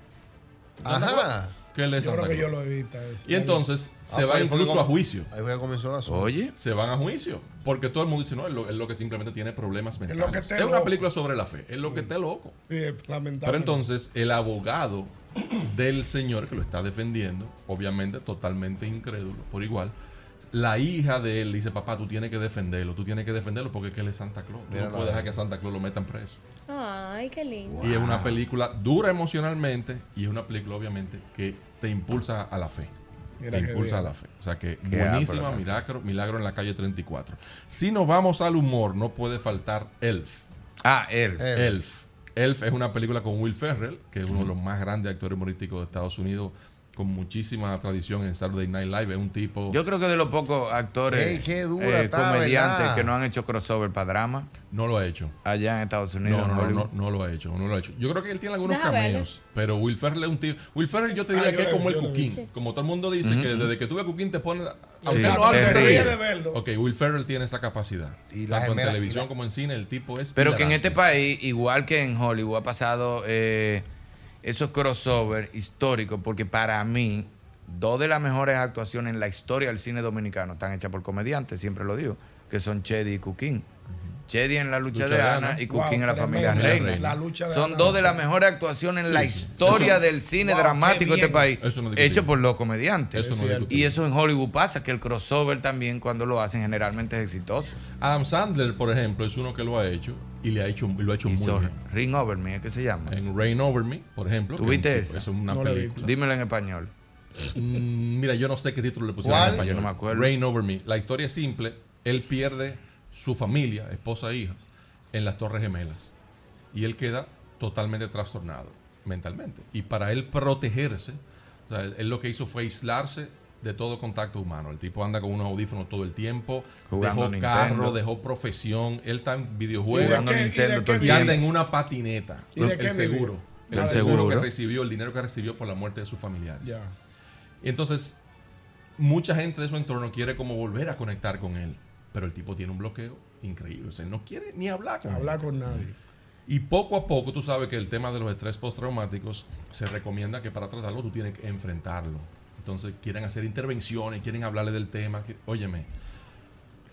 Speaker 5: Ajá.
Speaker 14: Que él es
Speaker 6: Yo
Speaker 14: Santa
Speaker 6: creo que yo
Speaker 14: Claus.
Speaker 6: lo he visto. ese.
Speaker 14: Y entonces
Speaker 5: Ah,
Speaker 14: se va
Speaker 5: pues, ahí fue que
Speaker 14: incluso
Speaker 5: com-
Speaker 14: a juicio.
Speaker 5: Ahí fue que comenzó la asunto.
Speaker 14: Se van a juicio. Porque todo el mundo dice, no, es lo, es lo que simplemente tiene problemas
Speaker 6: lo
Speaker 14: mentales.
Speaker 6: que
Speaker 14: Es,
Speaker 6: esté
Speaker 14: una
Speaker 6: loco.
Speaker 14: película sobre la fe. Es lo que está loco.
Speaker 6: Sí, es lamentable.
Speaker 14: Pero entonces el abogado del señor que lo está defendiendo, obviamente totalmente incrédulo, por igual, la hija de él dice, papá, tú tienes que defenderlo, tú tienes que defenderlo porque es que él es Santa Claus. Tú no
Speaker 5: Mira la
Speaker 14: puedes dejar
Speaker 5: vaina.
Speaker 14: que a Santa Claus lo metan preso.
Speaker 8: Ay, qué lindo.
Speaker 14: Y es una película dura emocionalmente y es una película obviamente que te impulsa a la fe.
Speaker 6: Mira
Speaker 14: te
Speaker 6: qué
Speaker 14: impulsa a
Speaker 6: bien.
Speaker 14: la fe. O sea que
Speaker 3: Qué
Speaker 14: buenísima
Speaker 3: ápera.
Speaker 14: milagro, milagro en la calle 34. Si nos vamos al humor, no puede faltar Elf.
Speaker 3: Ah, Elf.
Speaker 14: Elf. Elf, es una película con Will Ferrell, que es uno de los más grandes actores humorísticos de Estados Unidos, con muchísima tradición en Saturday Night Live. Es un tipo...
Speaker 3: Yo creo que de los pocos actores, eh,
Speaker 14: Ey, qué dura está,
Speaker 3: comediantes
Speaker 14: ¿verdad?
Speaker 3: que no han hecho crossover para drama
Speaker 14: no lo ha hecho.
Speaker 3: allá en Estados Unidos.
Speaker 14: No,
Speaker 3: en
Speaker 14: no, no,
Speaker 3: Hollywood.
Speaker 14: no, no lo ha hecho, no lo ha hecho. Yo creo que él tiene algunos
Speaker 3: Deja
Speaker 14: cameos, pero Will Ferrell es un tío. Will Ferrell yo te diría
Speaker 3: Ah, yo
Speaker 14: que es
Speaker 3: le-
Speaker 14: como el
Speaker 3: yo le vi.
Speaker 14: Cuquín.
Speaker 3: Sí.
Speaker 14: Como todo el mundo dice que
Speaker 3: Ujú.
Speaker 14: desde que tuve Cuquín te pone a
Speaker 3: Sí,
Speaker 14: hacerlo
Speaker 3: te
Speaker 14: algo, te
Speaker 3: ríes.
Speaker 14: ríes. Ok, Will Ferrell tiene esa capacidad.
Speaker 5: Y
Speaker 3: la
Speaker 14: Tanto en
Speaker 3: gemela-
Speaker 14: televisión
Speaker 3: y la-
Speaker 14: como en cine, el tipo es
Speaker 3: Pero que en
Speaker 14: hilarante.
Speaker 3: este país, igual que en Hollywood, ha pasado eh, esos crossovers históricos, porque para mí, dos de las mejores actuaciones en la historia del cine dominicano están hechas por comediantes, siempre lo digo, que son Chedi y Cuquín. Chedi en La Lucha,
Speaker 14: Lucha
Speaker 3: de
Speaker 14: de
Speaker 3: Ana,
Speaker 14: Ana.
Speaker 3: y Cuquín
Speaker 14: Wow,
Speaker 3: en La
Speaker 14: tremendo.
Speaker 3: Familia Reina.
Speaker 14: Reina. La Lucha de
Speaker 3: son
Speaker 14: Ana,
Speaker 3: dos de
Speaker 14: sí.
Speaker 3: las mejores actuaciones en
Speaker 14: Sí,
Speaker 3: la
Speaker 14: sí.
Speaker 3: historia
Speaker 14: Eso-
Speaker 3: del cine
Speaker 14: Wow, qué
Speaker 3: dramático de este
Speaker 14: bien.
Speaker 3: país,
Speaker 14: Eso no es discutible.
Speaker 3: hecho por los comediantes.
Speaker 14: Eso no es
Speaker 3: y
Speaker 14: discutible.
Speaker 3: eso en Hollywood pasa, que el crossover también cuando lo hacen generalmente es exitoso.
Speaker 14: Adam Sandler, por ejemplo, es uno que lo ha hecho y le ha hecho, y lo ha hecho
Speaker 3: Hizo
Speaker 14: muy bien.
Speaker 3: Ring Over Me, ¿eh? ¿qué se llama?
Speaker 14: En Rain Over Me, por ejemplo. que
Speaker 3: ¿Tuviste
Speaker 14: es un-
Speaker 3: esa?
Speaker 14: Es una película.
Speaker 3: Dímelo en español.
Speaker 14: Mm, Mira, yo no sé qué título le pusieron
Speaker 3: ¿Cuál?
Speaker 14: en español.
Speaker 3: No me acuerdo.
Speaker 14: Rain Over Me. La historia es simple. Él pierde su familia, esposa e hijas, en las Torres Gemelas. Y él queda totalmente trastornado mentalmente. Y para él protegerse, o sea, él, él lo que hizo fue aislarse de todo contacto humano. El tipo anda con unos audífonos todo el tiempo,
Speaker 3: Jugando
Speaker 14: dejó
Speaker 3: Nintendo.
Speaker 14: carro, dejó profesión, él está en videojuegos
Speaker 3: Jugando ¿Y de qué- Nintendo y de todo el
Speaker 14: y anda en
Speaker 3: tiempo.
Speaker 14: una patineta.
Speaker 3: ¿Y de
Speaker 14: el
Speaker 3: qué vivió?
Speaker 14: seguro. El,
Speaker 3: El
Speaker 14: seguro que
Speaker 3: seguro.
Speaker 14: recibió, el dinero que recibió por la muerte de sus familiares.
Speaker 6: Ya.
Speaker 14: Entonces, mucha gente de su entorno quiere como volver a conectar con él, pero el tipo tiene un bloqueo increíble. O sea, no quiere ni hablar con
Speaker 6: Hablar
Speaker 14: él.
Speaker 6: con nadie.
Speaker 14: Y poco a poco, tú sabes que el tema de los estrés postraumáticos se recomienda que para tratarlo tú tienes que enfrentarlo. Entonces, quieren hacer intervenciones, quieren hablarle del tema. que- óyeme,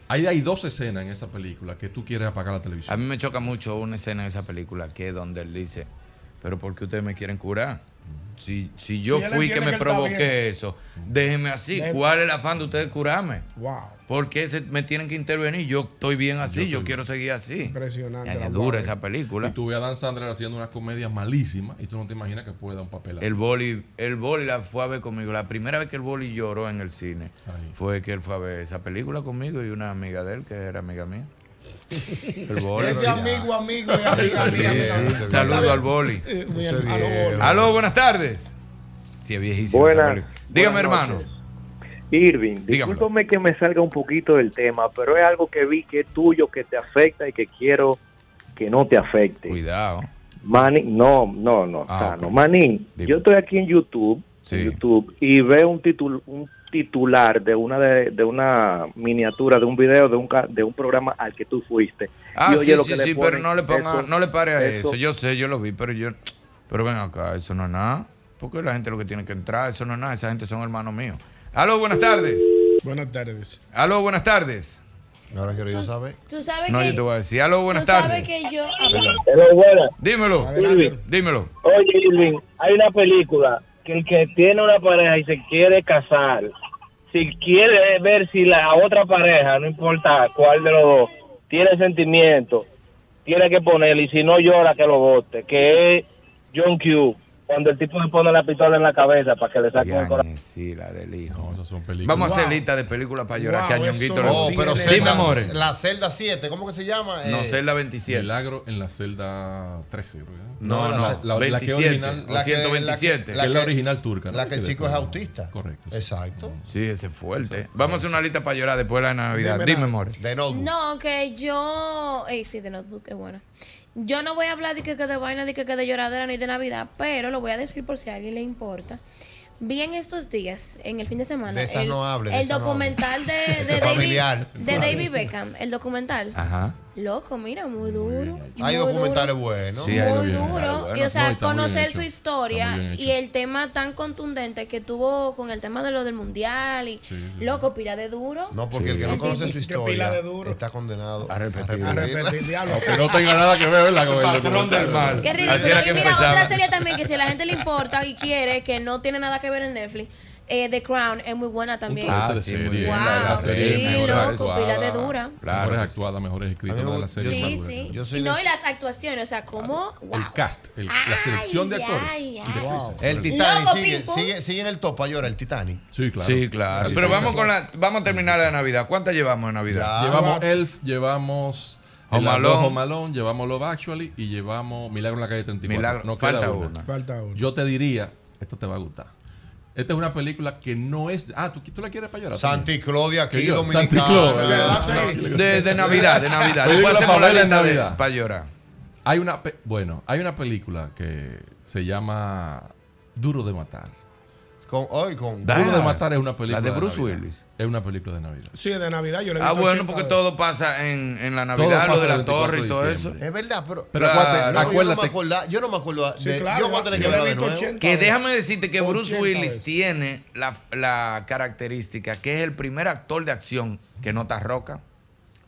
Speaker 14: Ahí hay dos escenas en esa película que tú quieres apagar la televisión.
Speaker 3: A mí me choca mucho una escena en esa película que es donde él dice, pero ¿por qué ustedes me quieren curar? Si, si yo
Speaker 19: Si él
Speaker 3: fui que
Speaker 19: entiende
Speaker 3: me
Speaker 19: que él está bien.
Speaker 3: provoqué eso, déjenme así.
Speaker 19: Déjenme.
Speaker 3: ¿Cuál es el afán de ustedes curarme?
Speaker 6: Wow.
Speaker 3: ¿Por qué se- me tienen que intervenir? Yo estoy bien así, yo, quiero seguir así.
Speaker 6: Impresionante.
Speaker 3: Ya que
Speaker 6: la
Speaker 3: dura
Speaker 6: madre.
Speaker 3: esa película.
Speaker 14: Y tú ves a Dan Sandler haciendo unas comedias malísimas y tú no te imaginas que puede dar un papel así.
Speaker 3: El boli, el boli la fue a ver conmigo. La primera vez que el boli lloró en el cine fue que él fue a ver esa película conmigo y una amiga de él que era amiga mía. El boli.
Speaker 6: Ese
Speaker 3: ya.
Speaker 6: amigo, amigo, es amiga
Speaker 3: Sí,
Speaker 6: mía.
Speaker 3: sí. Saludo al boli.
Speaker 6: Eh, muy al- a lo boli.
Speaker 3: Aló, buenas tardes. Sí, es viejísimo.
Speaker 20: Buenas-
Speaker 3: esa película. Dígame,
Speaker 20: buenas
Speaker 3: hermano.
Speaker 20: Irving,
Speaker 3: Dígamelo.
Speaker 20: discúlpame que me salga un poquito del tema, pero es algo que vi que es tuyo, que te afecta y que quiero que no te afecte.
Speaker 3: Cuidado.
Speaker 20: Manín, no, no, no,
Speaker 3: Ah,
Speaker 20: sano.
Speaker 3: ok.
Speaker 20: Manín, yo estoy aquí en YouTube, en YouTube y veo un, titul- un titular de una de, de una miniatura de un video de un ca- de un programa al que tú fuiste.
Speaker 3: Ah,
Speaker 20: Y
Speaker 3: sí,
Speaker 20: oye lo
Speaker 3: sí,
Speaker 20: que le
Speaker 3: sí,
Speaker 20: ponen,
Speaker 3: pero no le ponga,
Speaker 20: eso-
Speaker 3: no le pare a
Speaker 20: eso-
Speaker 3: eso. Yo sé, yo lo vi, pero yo. Pero ven acá, eso no es nada. Porque la gente lo que tiene que entrar, eso no es nada. Esa gente son hermanos míos. Aló, buenas tardes.
Speaker 6: Buenas tardes.
Speaker 3: Aló, buenas tardes.
Speaker 5: Ahora quiero yo saber.
Speaker 8: Tú sabes
Speaker 3: No,
Speaker 8: que.
Speaker 3: yo te voy a decir. Aló, buenas
Speaker 8: tú sabes
Speaker 3: tardes.
Speaker 8: que yo.
Speaker 3: Perdón. Dímelo.
Speaker 20: Adelante.
Speaker 3: Dímelo.
Speaker 20: Oye, Irving, hay una película que el que tiene una pareja y se quiere casar, si quiere ver si la otra pareja, no importa cuál de los dos, tiene sentimiento, tiene que ponerle, y si no llora, que lo bote, que es John Q, cuando el tipo le pone la pistola en la cabeza para que le saquen el corazón.
Speaker 3: Sí, la del hijo.
Speaker 20: películas.
Speaker 3: Vamos a hacer
Speaker 20: Wow.
Speaker 3: lista de películas para llorar. que a
Speaker 5: Wow,
Speaker 3: Ñonguito
Speaker 5: eso
Speaker 3: le
Speaker 5: no
Speaker 3: gusta.
Speaker 5: tiene-
Speaker 3: Dime, amores.
Speaker 5: La celda 7, ¿cómo que se llama?
Speaker 3: No,
Speaker 5: Eh,
Speaker 3: celda 27.
Speaker 14: Milagro en la celda 13, creo. ¿eh?
Speaker 3: No,
Speaker 14: la,
Speaker 3: no,
Speaker 14: la- la
Speaker 3: 27,
Speaker 14: que original.
Speaker 3: o 127.
Speaker 14: que es la original turca. ¿no?
Speaker 5: La que el
Speaker 14: Que
Speaker 5: chico es
Speaker 14: después-
Speaker 5: autista.
Speaker 14: Correcto.
Speaker 5: Exacto.
Speaker 3: Sí, ese es fuerte. Vamos a hacer una lista para llorar después de la Navidad.
Speaker 5: Dime,
Speaker 3: Dime,
Speaker 5: nada.
Speaker 3: amores.
Speaker 5: De
Speaker 8: No, que yo. Ey, sí, de Notebook es buena. Yo no voy a hablar de que, que de vaina, de que, que de lloradera ni de Navidad, pero lo voy a decir por si a alguien le importa. Vi en estos días, en el fin de semana,
Speaker 5: De esas
Speaker 8: el,
Speaker 5: no hable, de
Speaker 8: el
Speaker 5: esas no
Speaker 8: documental de, de David,
Speaker 5: Familiar.
Speaker 8: de David Beckham. El documental.
Speaker 3: Ajá.
Speaker 8: Loco, mira, muy duro.
Speaker 5: Hay
Speaker 8: muy
Speaker 5: documentales
Speaker 8: duro.
Speaker 5: buenos.
Speaker 3: Sí, hay
Speaker 8: muy
Speaker 3: documentales
Speaker 8: duro.
Speaker 3: buenos.
Speaker 8: y o sea,
Speaker 3: No, y está muy bien
Speaker 8: conocer
Speaker 3: hecho.
Speaker 8: su
Speaker 3: Está muy
Speaker 8: historia
Speaker 3: bien
Speaker 8: y el tema tan contundente que tuvo con el tema de lo del mundial y loco, pila de duro.
Speaker 5: No, porque el que no conoce su historia está condenado a repetir.
Speaker 6: A repetir, diablo.
Speaker 5: Aunque
Speaker 14: no tenga nada que ver, ¿verdad? Con el
Speaker 5: patrón
Speaker 14: del mal.
Speaker 8: Qué ridículo. Y mira, otra serie también que si a la gente le importa y quiere, que no tiene nada que ver en Netflix, eh, The Crown es muy buena también.
Speaker 3: Ah, sí, muy bien.
Speaker 8: Wow,
Speaker 3: La- la serie
Speaker 8: sí,
Speaker 3: mejor
Speaker 8: loco,
Speaker 3: actuada.
Speaker 8: pila de dura.
Speaker 14: Mejores actuadas, mejores escritas, una de las series
Speaker 8: Sí,
Speaker 14: más buenas.
Speaker 8: sí. Y no, y las actuaciones, o sea, como...
Speaker 14: El cast, el- la selección de actores.
Speaker 8: ay,
Speaker 14: y de
Speaker 8: ay.
Speaker 14: actrices.
Speaker 5: El
Speaker 14: Correcto.
Speaker 5: Titanic
Speaker 8: Loco,
Speaker 5: sigue,
Speaker 8: ping pong.
Speaker 5: eh, sigue, sigue en el top ahora el Titanic.
Speaker 14: Sí, claro.
Speaker 3: Ah, Sí, claro. Pero vamos con la, vamos a terminar la Navidad. ¿Cuántas llevamos de Navidad?
Speaker 14: Llevamos Elf, llevamos
Speaker 3: Home
Speaker 14: el arroz
Speaker 3: Alone.
Speaker 14: Home Alone, llevamos Love Actually y llevamos Milagro en la calle 34.
Speaker 3: Milagro,
Speaker 14: Nos
Speaker 3: falta
Speaker 14: queda
Speaker 3: una.
Speaker 6: Falta una.
Speaker 14: Yo te diría, esto te va a gustar. Esta es una película que no es. Ah, tú, tú la quieres para llorar.
Speaker 5: Santi
Speaker 14: también?
Speaker 5: Claude aquí,
Speaker 14: Que yo-
Speaker 5: dominicana.
Speaker 14: Santi Claude.
Speaker 5: No,
Speaker 3: Ah, de- de Navidad, de Navidad.
Speaker 14: Película
Speaker 3: Después hacemos
Speaker 14: para
Speaker 3: la
Speaker 14: ver en
Speaker 3: lista de-
Speaker 14: Navidad.
Speaker 3: para llorar.
Speaker 14: Hay una. pe- Bueno, hay una película que se llama Duro de Matar.
Speaker 5: Con, hoy con.
Speaker 14: Duro de Matar es una película.
Speaker 3: de Bruce
Speaker 14: Navidad.
Speaker 3: Willis.
Speaker 14: Es una película de Navidad.
Speaker 6: Sí, de Navidad yo le he
Speaker 3: Ah,
Speaker 6: visto
Speaker 3: bueno,
Speaker 6: 80
Speaker 3: porque
Speaker 6: veces.
Speaker 3: todo pasa en, en la
Speaker 14: Todo
Speaker 3: Navidad,
Speaker 14: pasa
Speaker 3: lo de la
Speaker 14: el 24
Speaker 3: torre y todo
Speaker 14: de
Speaker 3: eso.
Speaker 5: Es verdad, pero.
Speaker 3: Pero acuérdate,
Speaker 5: No, yo no me
Speaker 3: acuérdate.
Speaker 5: acordaba. Yo no me acordaba.
Speaker 3: Sí,
Speaker 5: de-
Speaker 3: claro,
Speaker 5: yo voy a tener
Speaker 3: yo
Speaker 5: que
Speaker 3: la
Speaker 5: verla
Speaker 3: he
Speaker 5: de
Speaker 3: visto
Speaker 5: nuevo.
Speaker 3: Que déjame decirte que Bruce
Speaker 5: 80
Speaker 3: Willis
Speaker 5: veces.
Speaker 3: tiene la, la característica que es el primer actor de acción que no está roca.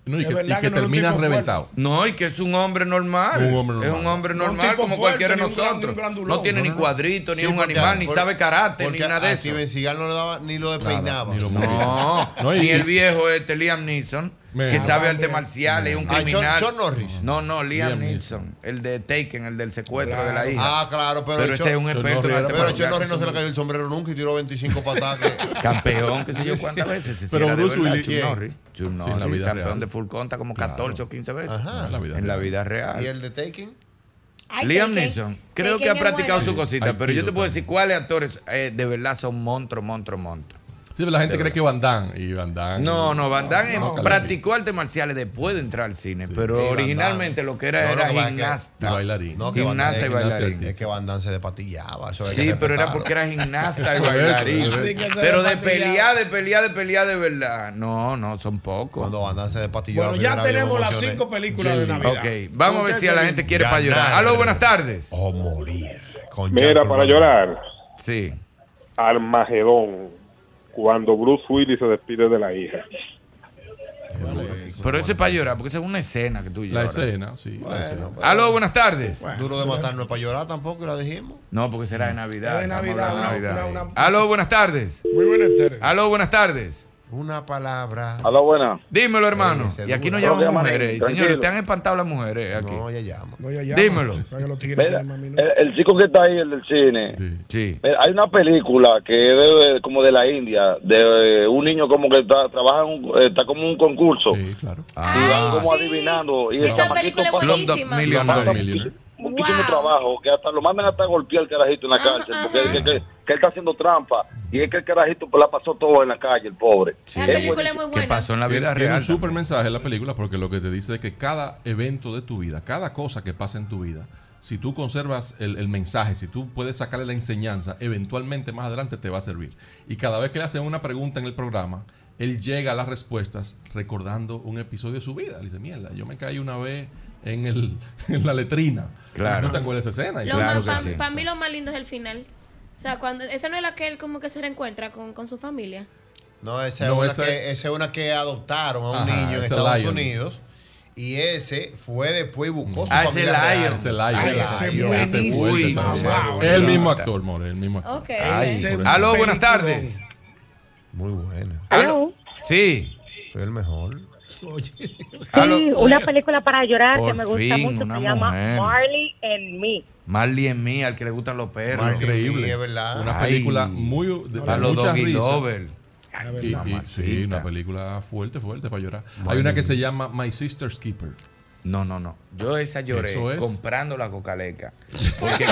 Speaker 14: No, y Es que- y verdad que que no era un termina tipo fuerte. reventado.
Speaker 3: No, y que es un hombre normal.
Speaker 14: Un hombre
Speaker 3: Es un
Speaker 14: normal.
Speaker 3: hombre
Speaker 14: No un
Speaker 3: normal
Speaker 14: tipo
Speaker 3: como
Speaker 14: fuerte,
Speaker 3: cualquiera de
Speaker 14: ni un gran-
Speaker 3: nosotros.
Speaker 14: ni un grandulón.
Speaker 3: no tiene
Speaker 14: No,
Speaker 3: ni
Speaker 14: no, no.
Speaker 3: cuadrito, ni
Speaker 5: Sí,
Speaker 3: un
Speaker 5: porque-
Speaker 3: animal, ni
Speaker 5: por-
Speaker 3: sabe karate, ni
Speaker 5: porque
Speaker 3: nada de
Speaker 5: a
Speaker 3: eso.
Speaker 5: Steven Seagal no le daba ni lo despeinaba.
Speaker 3: No,
Speaker 5: No, y-
Speaker 3: ni el viejo este Liam Neeson,
Speaker 5: Mira.
Speaker 3: que sabe
Speaker 5: Ah,
Speaker 3: artes
Speaker 5: mira.
Speaker 3: marciales, es un
Speaker 5: Ah, John-
Speaker 3: criminal.
Speaker 5: John Norris.
Speaker 3: No, no, Liam,
Speaker 5: Liam
Speaker 3: Neeson, el de Taken, el del secuestro de la hija.
Speaker 5: Ah, claro, pero,
Speaker 3: ese es un experto en artes
Speaker 5: Pero Chuck
Speaker 3: marciales.
Speaker 5: Norris no se le cayó el sombrero nunca y tiró 25 patadas. que-
Speaker 3: Campeón, qué sé yo cuántas veces. Si
Speaker 5: Pero
Speaker 3: era de
Speaker 5: Bruce
Speaker 3: verdad,
Speaker 5: Willis-
Speaker 3: Chuck
Speaker 5: ¿Quién?
Speaker 3: Norris. Chuck
Speaker 5: Sí, en la
Speaker 3: Norris,
Speaker 5: vida
Speaker 3: campeón
Speaker 5: real.
Speaker 3: de full contact como 14 o 15 veces.
Speaker 5: Ajá.
Speaker 3: En la vida, real.
Speaker 5: Y el de Taken.
Speaker 8: Ay,
Speaker 3: Liam
Speaker 8: Taken-
Speaker 3: Neeson, creo que
Speaker 8: Taken
Speaker 3: ha
Speaker 8: es
Speaker 3: practicado
Speaker 8: buena.
Speaker 3: su cosita,
Speaker 14: Aikido
Speaker 3: pero yo te puedo decir cuáles actores eh, de verdad son monstruo, monstruo, monstruo.
Speaker 14: Sí, pero la gente
Speaker 3: De
Speaker 14: cree que Van Damme. Y Van Damme.
Speaker 3: No, no, Van Damme
Speaker 14: no, no.
Speaker 3: practicó artes marciales después de entrar al cine, pero
Speaker 5: Sí, Van Damme.
Speaker 3: originalmente lo que era
Speaker 5: No, no,
Speaker 3: era
Speaker 5: que va- que-
Speaker 3: gimnasta.
Speaker 5: Y bailarín. No, que Van Damme-
Speaker 3: gimnasta y bailarín.
Speaker 5: Es que Van Damme se despatillaba. eso hay que
Speaker 3: Sí, pero era
Speaker 5: respetarlo.
Speaker 3: porque era gimnasta y
Speaker 5: Por eso,
Speaker 3: bailarín.
Speaker 5: por eso.
Speaker 3: Pero de pelear, de pelear, de pelear de verdad. No, no, son pocos.
Speaker 5: Cuando Van Damme se despatilló.
Speaker 6: Bueno,
Speaker 5: la
Speaker 6: ya
Speaker 5: primera vez,
Speaker 6: tenemos
Speaker 5: yo me
Speaker 6: las
Speaker 5: emocioné.
Speaker 6: cinco películas de Navidad.
Speaker 3: Ok, vamos a ver si a la gente quiere para llorar.
Speaker 5: Ganar. Oh,
Speaker 3: Aló, buenas tardes.
Speaker 5: O morir. con
Speaker 17: Mira,
Speaker 5: Jean-Claude
Speaker 17: para
Speaker 5: Van
Speaker 17: llorar.
Speaker 3: Sí.
Speaker 17: Armagedón. Cuando Bruce Willis se despide de la hija.
Speaker 5: Damme.
Speaker 3: Pero ese es para llorar, porque esa es una escena que tú
Speaker 14: La
Speaker 3: lloras.
Speaker 14: escena, sí. la
Speaker 3: Bueno,
Speaker 14: escena.
Speaker 3: bueno. Aló, buenas tardes.
Speaker 5: Duro de
Speaker 6: eh.
Speaker 5: matar no es para llorar tampoco, y la dijimos.
Speaker 3: No, porque será de Navidad.
Speaker 5: Es de
Speaker 3: estamos
Speaker 5: Navidad,
Speaker 3: hablando de
Speaker 5: una-
Speaker 3: Navidad.
Speaker 5: una-
Speaker 3: Aló, buenas tardes. Muy buenas tardes. Aló, buenas tardes.
Speaker 5: Una palabra.
Speaker 3: Aló, buena. Dímelo, hermano. y aquí no
Speaker 5: dura.
Speaker 3: llaman
Speaker 5: Creo que
Speaker 3: mujeres.
Speaker 5: llaman ahí,
Speaker 3: Señores,
Speaker 5: tranquilo.
Speaker 3: te han espantado las mujeres eh, aquí.
Speaker 5: No, ya llama.
Speaker 3: Dímelo.
Speaker 6: Mira,
Speaker 3: el,
Speaker 7: el chico que está ahí, el del cine.
Speaker 3: Sí.
Speaker 7: Mira, Hay una película que es de- como de la India, de eh, un niño como que está, trabaja en un- eh, está como en un concurso.
Speaker 14: claro.
Speaker 7: Y van
Speaker 18: Ah.
Speaker 7: como adivinando. Y el
Speaker 3: Esa
Speaker 7: chamaquito
Speaker 3: película es
Speaker 7: pasa-
Speaker 3: buenísima.
Speaker 7: lo
Speaker 3: Ah. Slumdog
Speaker 7: mandan
Speaker 3: Millionaire.
Speaker 7: Muchísimo trabajo, que hasta lo mandan hasta golpear al carajito en
Speaker 3: Ah,
Speaker 7: la cárcel, porque es que, que- que él está haciendo trampa. Y es que el carajito pues, la pasó todo en la calle, el pobre. Es buenísimo.
Speaker 3: Que pasó en la vida
Speaker 14: Tiene- Tiene
Speaker 3: real.
Speaker 14: un súper mensaje en la película porque lo que te dice es que cada evento de tu vida, cada cosa que pasa en tu vida, si tú conservas el, el mensaje, si tú puedes sacarle la enseñanza, eventualmente más adelante te va a servir. Y cada vez que le hacen una pregunta en el programa, él llega a las respuestas recordando un episodio de su vida. Le dice, mierda, yo me caí una vez en, el, en la letrina.
Speaker 3: Claro.
Speaker 14: ¿No te acuerdas de esa escena? Y
Speaker 3: Lo Claro
Speaker 8: Para
Speaker 3: que sí.
Speaker 8: mí lo más lindo es el final. O sea, cuando esa no es la que él como que se reencuentra con, con su familia.
Speaker 5: No, esa,
Speaker 14: No,
Speaker 5: es
Speaker 14: esa
Speaker 5: una que, esa es una que adoptaron a un
Speaker 14: Ajá,
Speaker 5: niño en
Speaker 14: ese
Speaker 5: Estados
Speaker 14: Lion.
Speaker 5: Unidos. Y ese fue después y buscó su
Speaker 14: Ah, ese
Speaker 5: familia
Speaker 14: Lion.
Speaker 5: real.
Speaker 14: Ese Lion.
Speaker 5: Ah,
Speaker 14: Ese
Speaker 5: Lion.
Speaker 14: buenísimo.
Speaker 5: Ese
Speaker 14: Uy,
Speaker 5: fuerte
Speaker 14: mamá.
Speaker 5: también.
Speaker 14: El mismo actor, More, el mismo actor.
Speaker 8: Ok.
Speaker 5: Ay,
Speaker 3: Ay,
Speaker 5: por
Speaker 3: Aló,
Speaker 5: eso.
Speaker 3: buenas tardes.
Speaker 5: Muy buena.
Speaker 3: Aló. Sí.
Speaker 5: Soy el mejor.
Speaker 21: Sí, una película para llorar que
Speaker 3: Por
Speaker 21: me gusta
Speaker 3: fin,
Speaker 21: mucho
Speaker 3: una
Speaker 21: se llama
Speaker 3: mujer.
Speaker 21: Marley and Me.
Speaker 3: Marley en mí, al que le gustan los perros.
Speaker 14: Increíble. Una
Speaker 3: Ay,
Speaker 14: película muy. de-
Speaker 3: Para los
Speaker 14: muchas
Speaker 3: doggy
Speaker 14: risas.
Speaker 3: lovers.
Speaker 14: Y- y- sí, una película fuerte, fuerte para llorar. Hay una que se llama My Sister's Keeper.
Speaker 3: No, no, no. Yo esa lloré
Speaker 14: Eso es.
Speaker 3: comprando la cocaleca. Porque.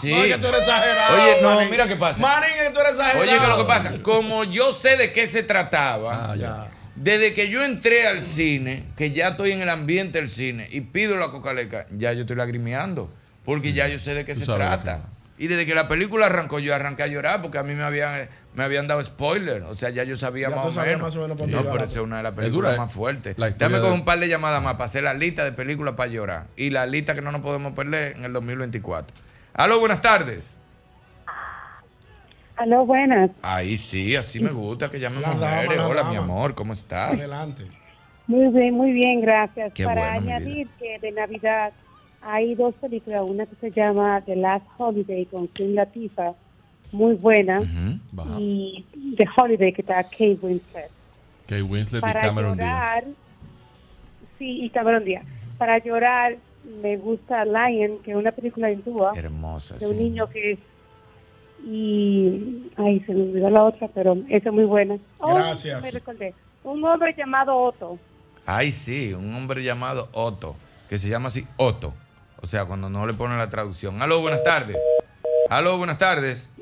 Speaker 3: Sí.
Speaker 6: No, es que tú eres exagerado.
Speaker 3: Oye, no,
Speaker 6: Marín.
Speaker 3: mira qué pasa.
Speaker 6: Marín, es que tú eres exagerado.
Speaker 3: Oye, que lo que pasa, como yo sé de qué se
Speaker 14: Ah,
Speaker 3: trataba, desde que yo entré al cine, que ya estoy en el ambiente del cine y pido la cocaleca, ya yo estoy lagrimeando, porque ya yo sé de qué
Speaker 14: Tú
Speaker 3: se
Speaker 14: sabes lo que
Speaker 3: trata. Y desde que la película arrancó, yo arranqué a llorar porque a mí me habían, me habían dado spoiler. O sea, ya yo sabía
Speaker 6: Ya
Speaker 3: más,
Speaker 6: tú
Speaker 3: o
Speaker 6: sabías
Speaker 3: menos.
Speaker 6: más o menos por dónde
Speaker 3: No,
Speaker 6: iba
Speaker 3: pero
Speaker 6: la-
Speaker 3: esa es una de las
Speaker 14: Es
Speaker 3: películas
Speaker 14: dura, eh.
Speaker 3: más fuertes.
Speaker 14: la historia
Speaker 3: Dame con
Speaker 14: de-
Speaker 3: un par de llamadas más para hacer la lista de películas para llorar. Y la lista que no nos podemos perder en el 2024. Aló, buenas tardes.
Speaker 21: Aló, buenas.
Speaker 3: Ahí sí, así me gusta que llamen
Speaker 21: La dama,
Speaker 3: mujeres.
Speaker 21: la
Speaker 3: Hola,
Speaker 21: dama.
Speaker 3: mi amor, ¿cómo estás?
Speaker 6: Adelante.
Speaker 21: Muy bien, muy bien, gracias.
Speaker 3: Qué
Speaker 21: Para
Speaker 3: bueno, mi
Speaker 21: añadir que de Navidad hay dos películas, una que se llama The Last Holiday con Kim Latifa, muy buena, y The Holiday que está Kate Winslet.
Speaker 14: Kate Winslet y
Speaker 21: Para
Speaker 14: Cameron Díaz.
Speaker 21: llorar, sí, y Cameron Díaz. Para llorar me gusta Lion, que es una película hindúa
Speaker 3: Hermosa.
Speaker 21: de un niño que es y ay se me olvidó la otra pero esa es muy buena Oh,
Speaker 3: Gracias.
Speaker 21: me recordé. un hombre llamado Otto
Speaker 3: Ay, sí, un hombre llamado Otto, que se llama así Otto. O sea, cuando no le ponen la traducción. Aló, buenas tardes. Aló, buenas tardes.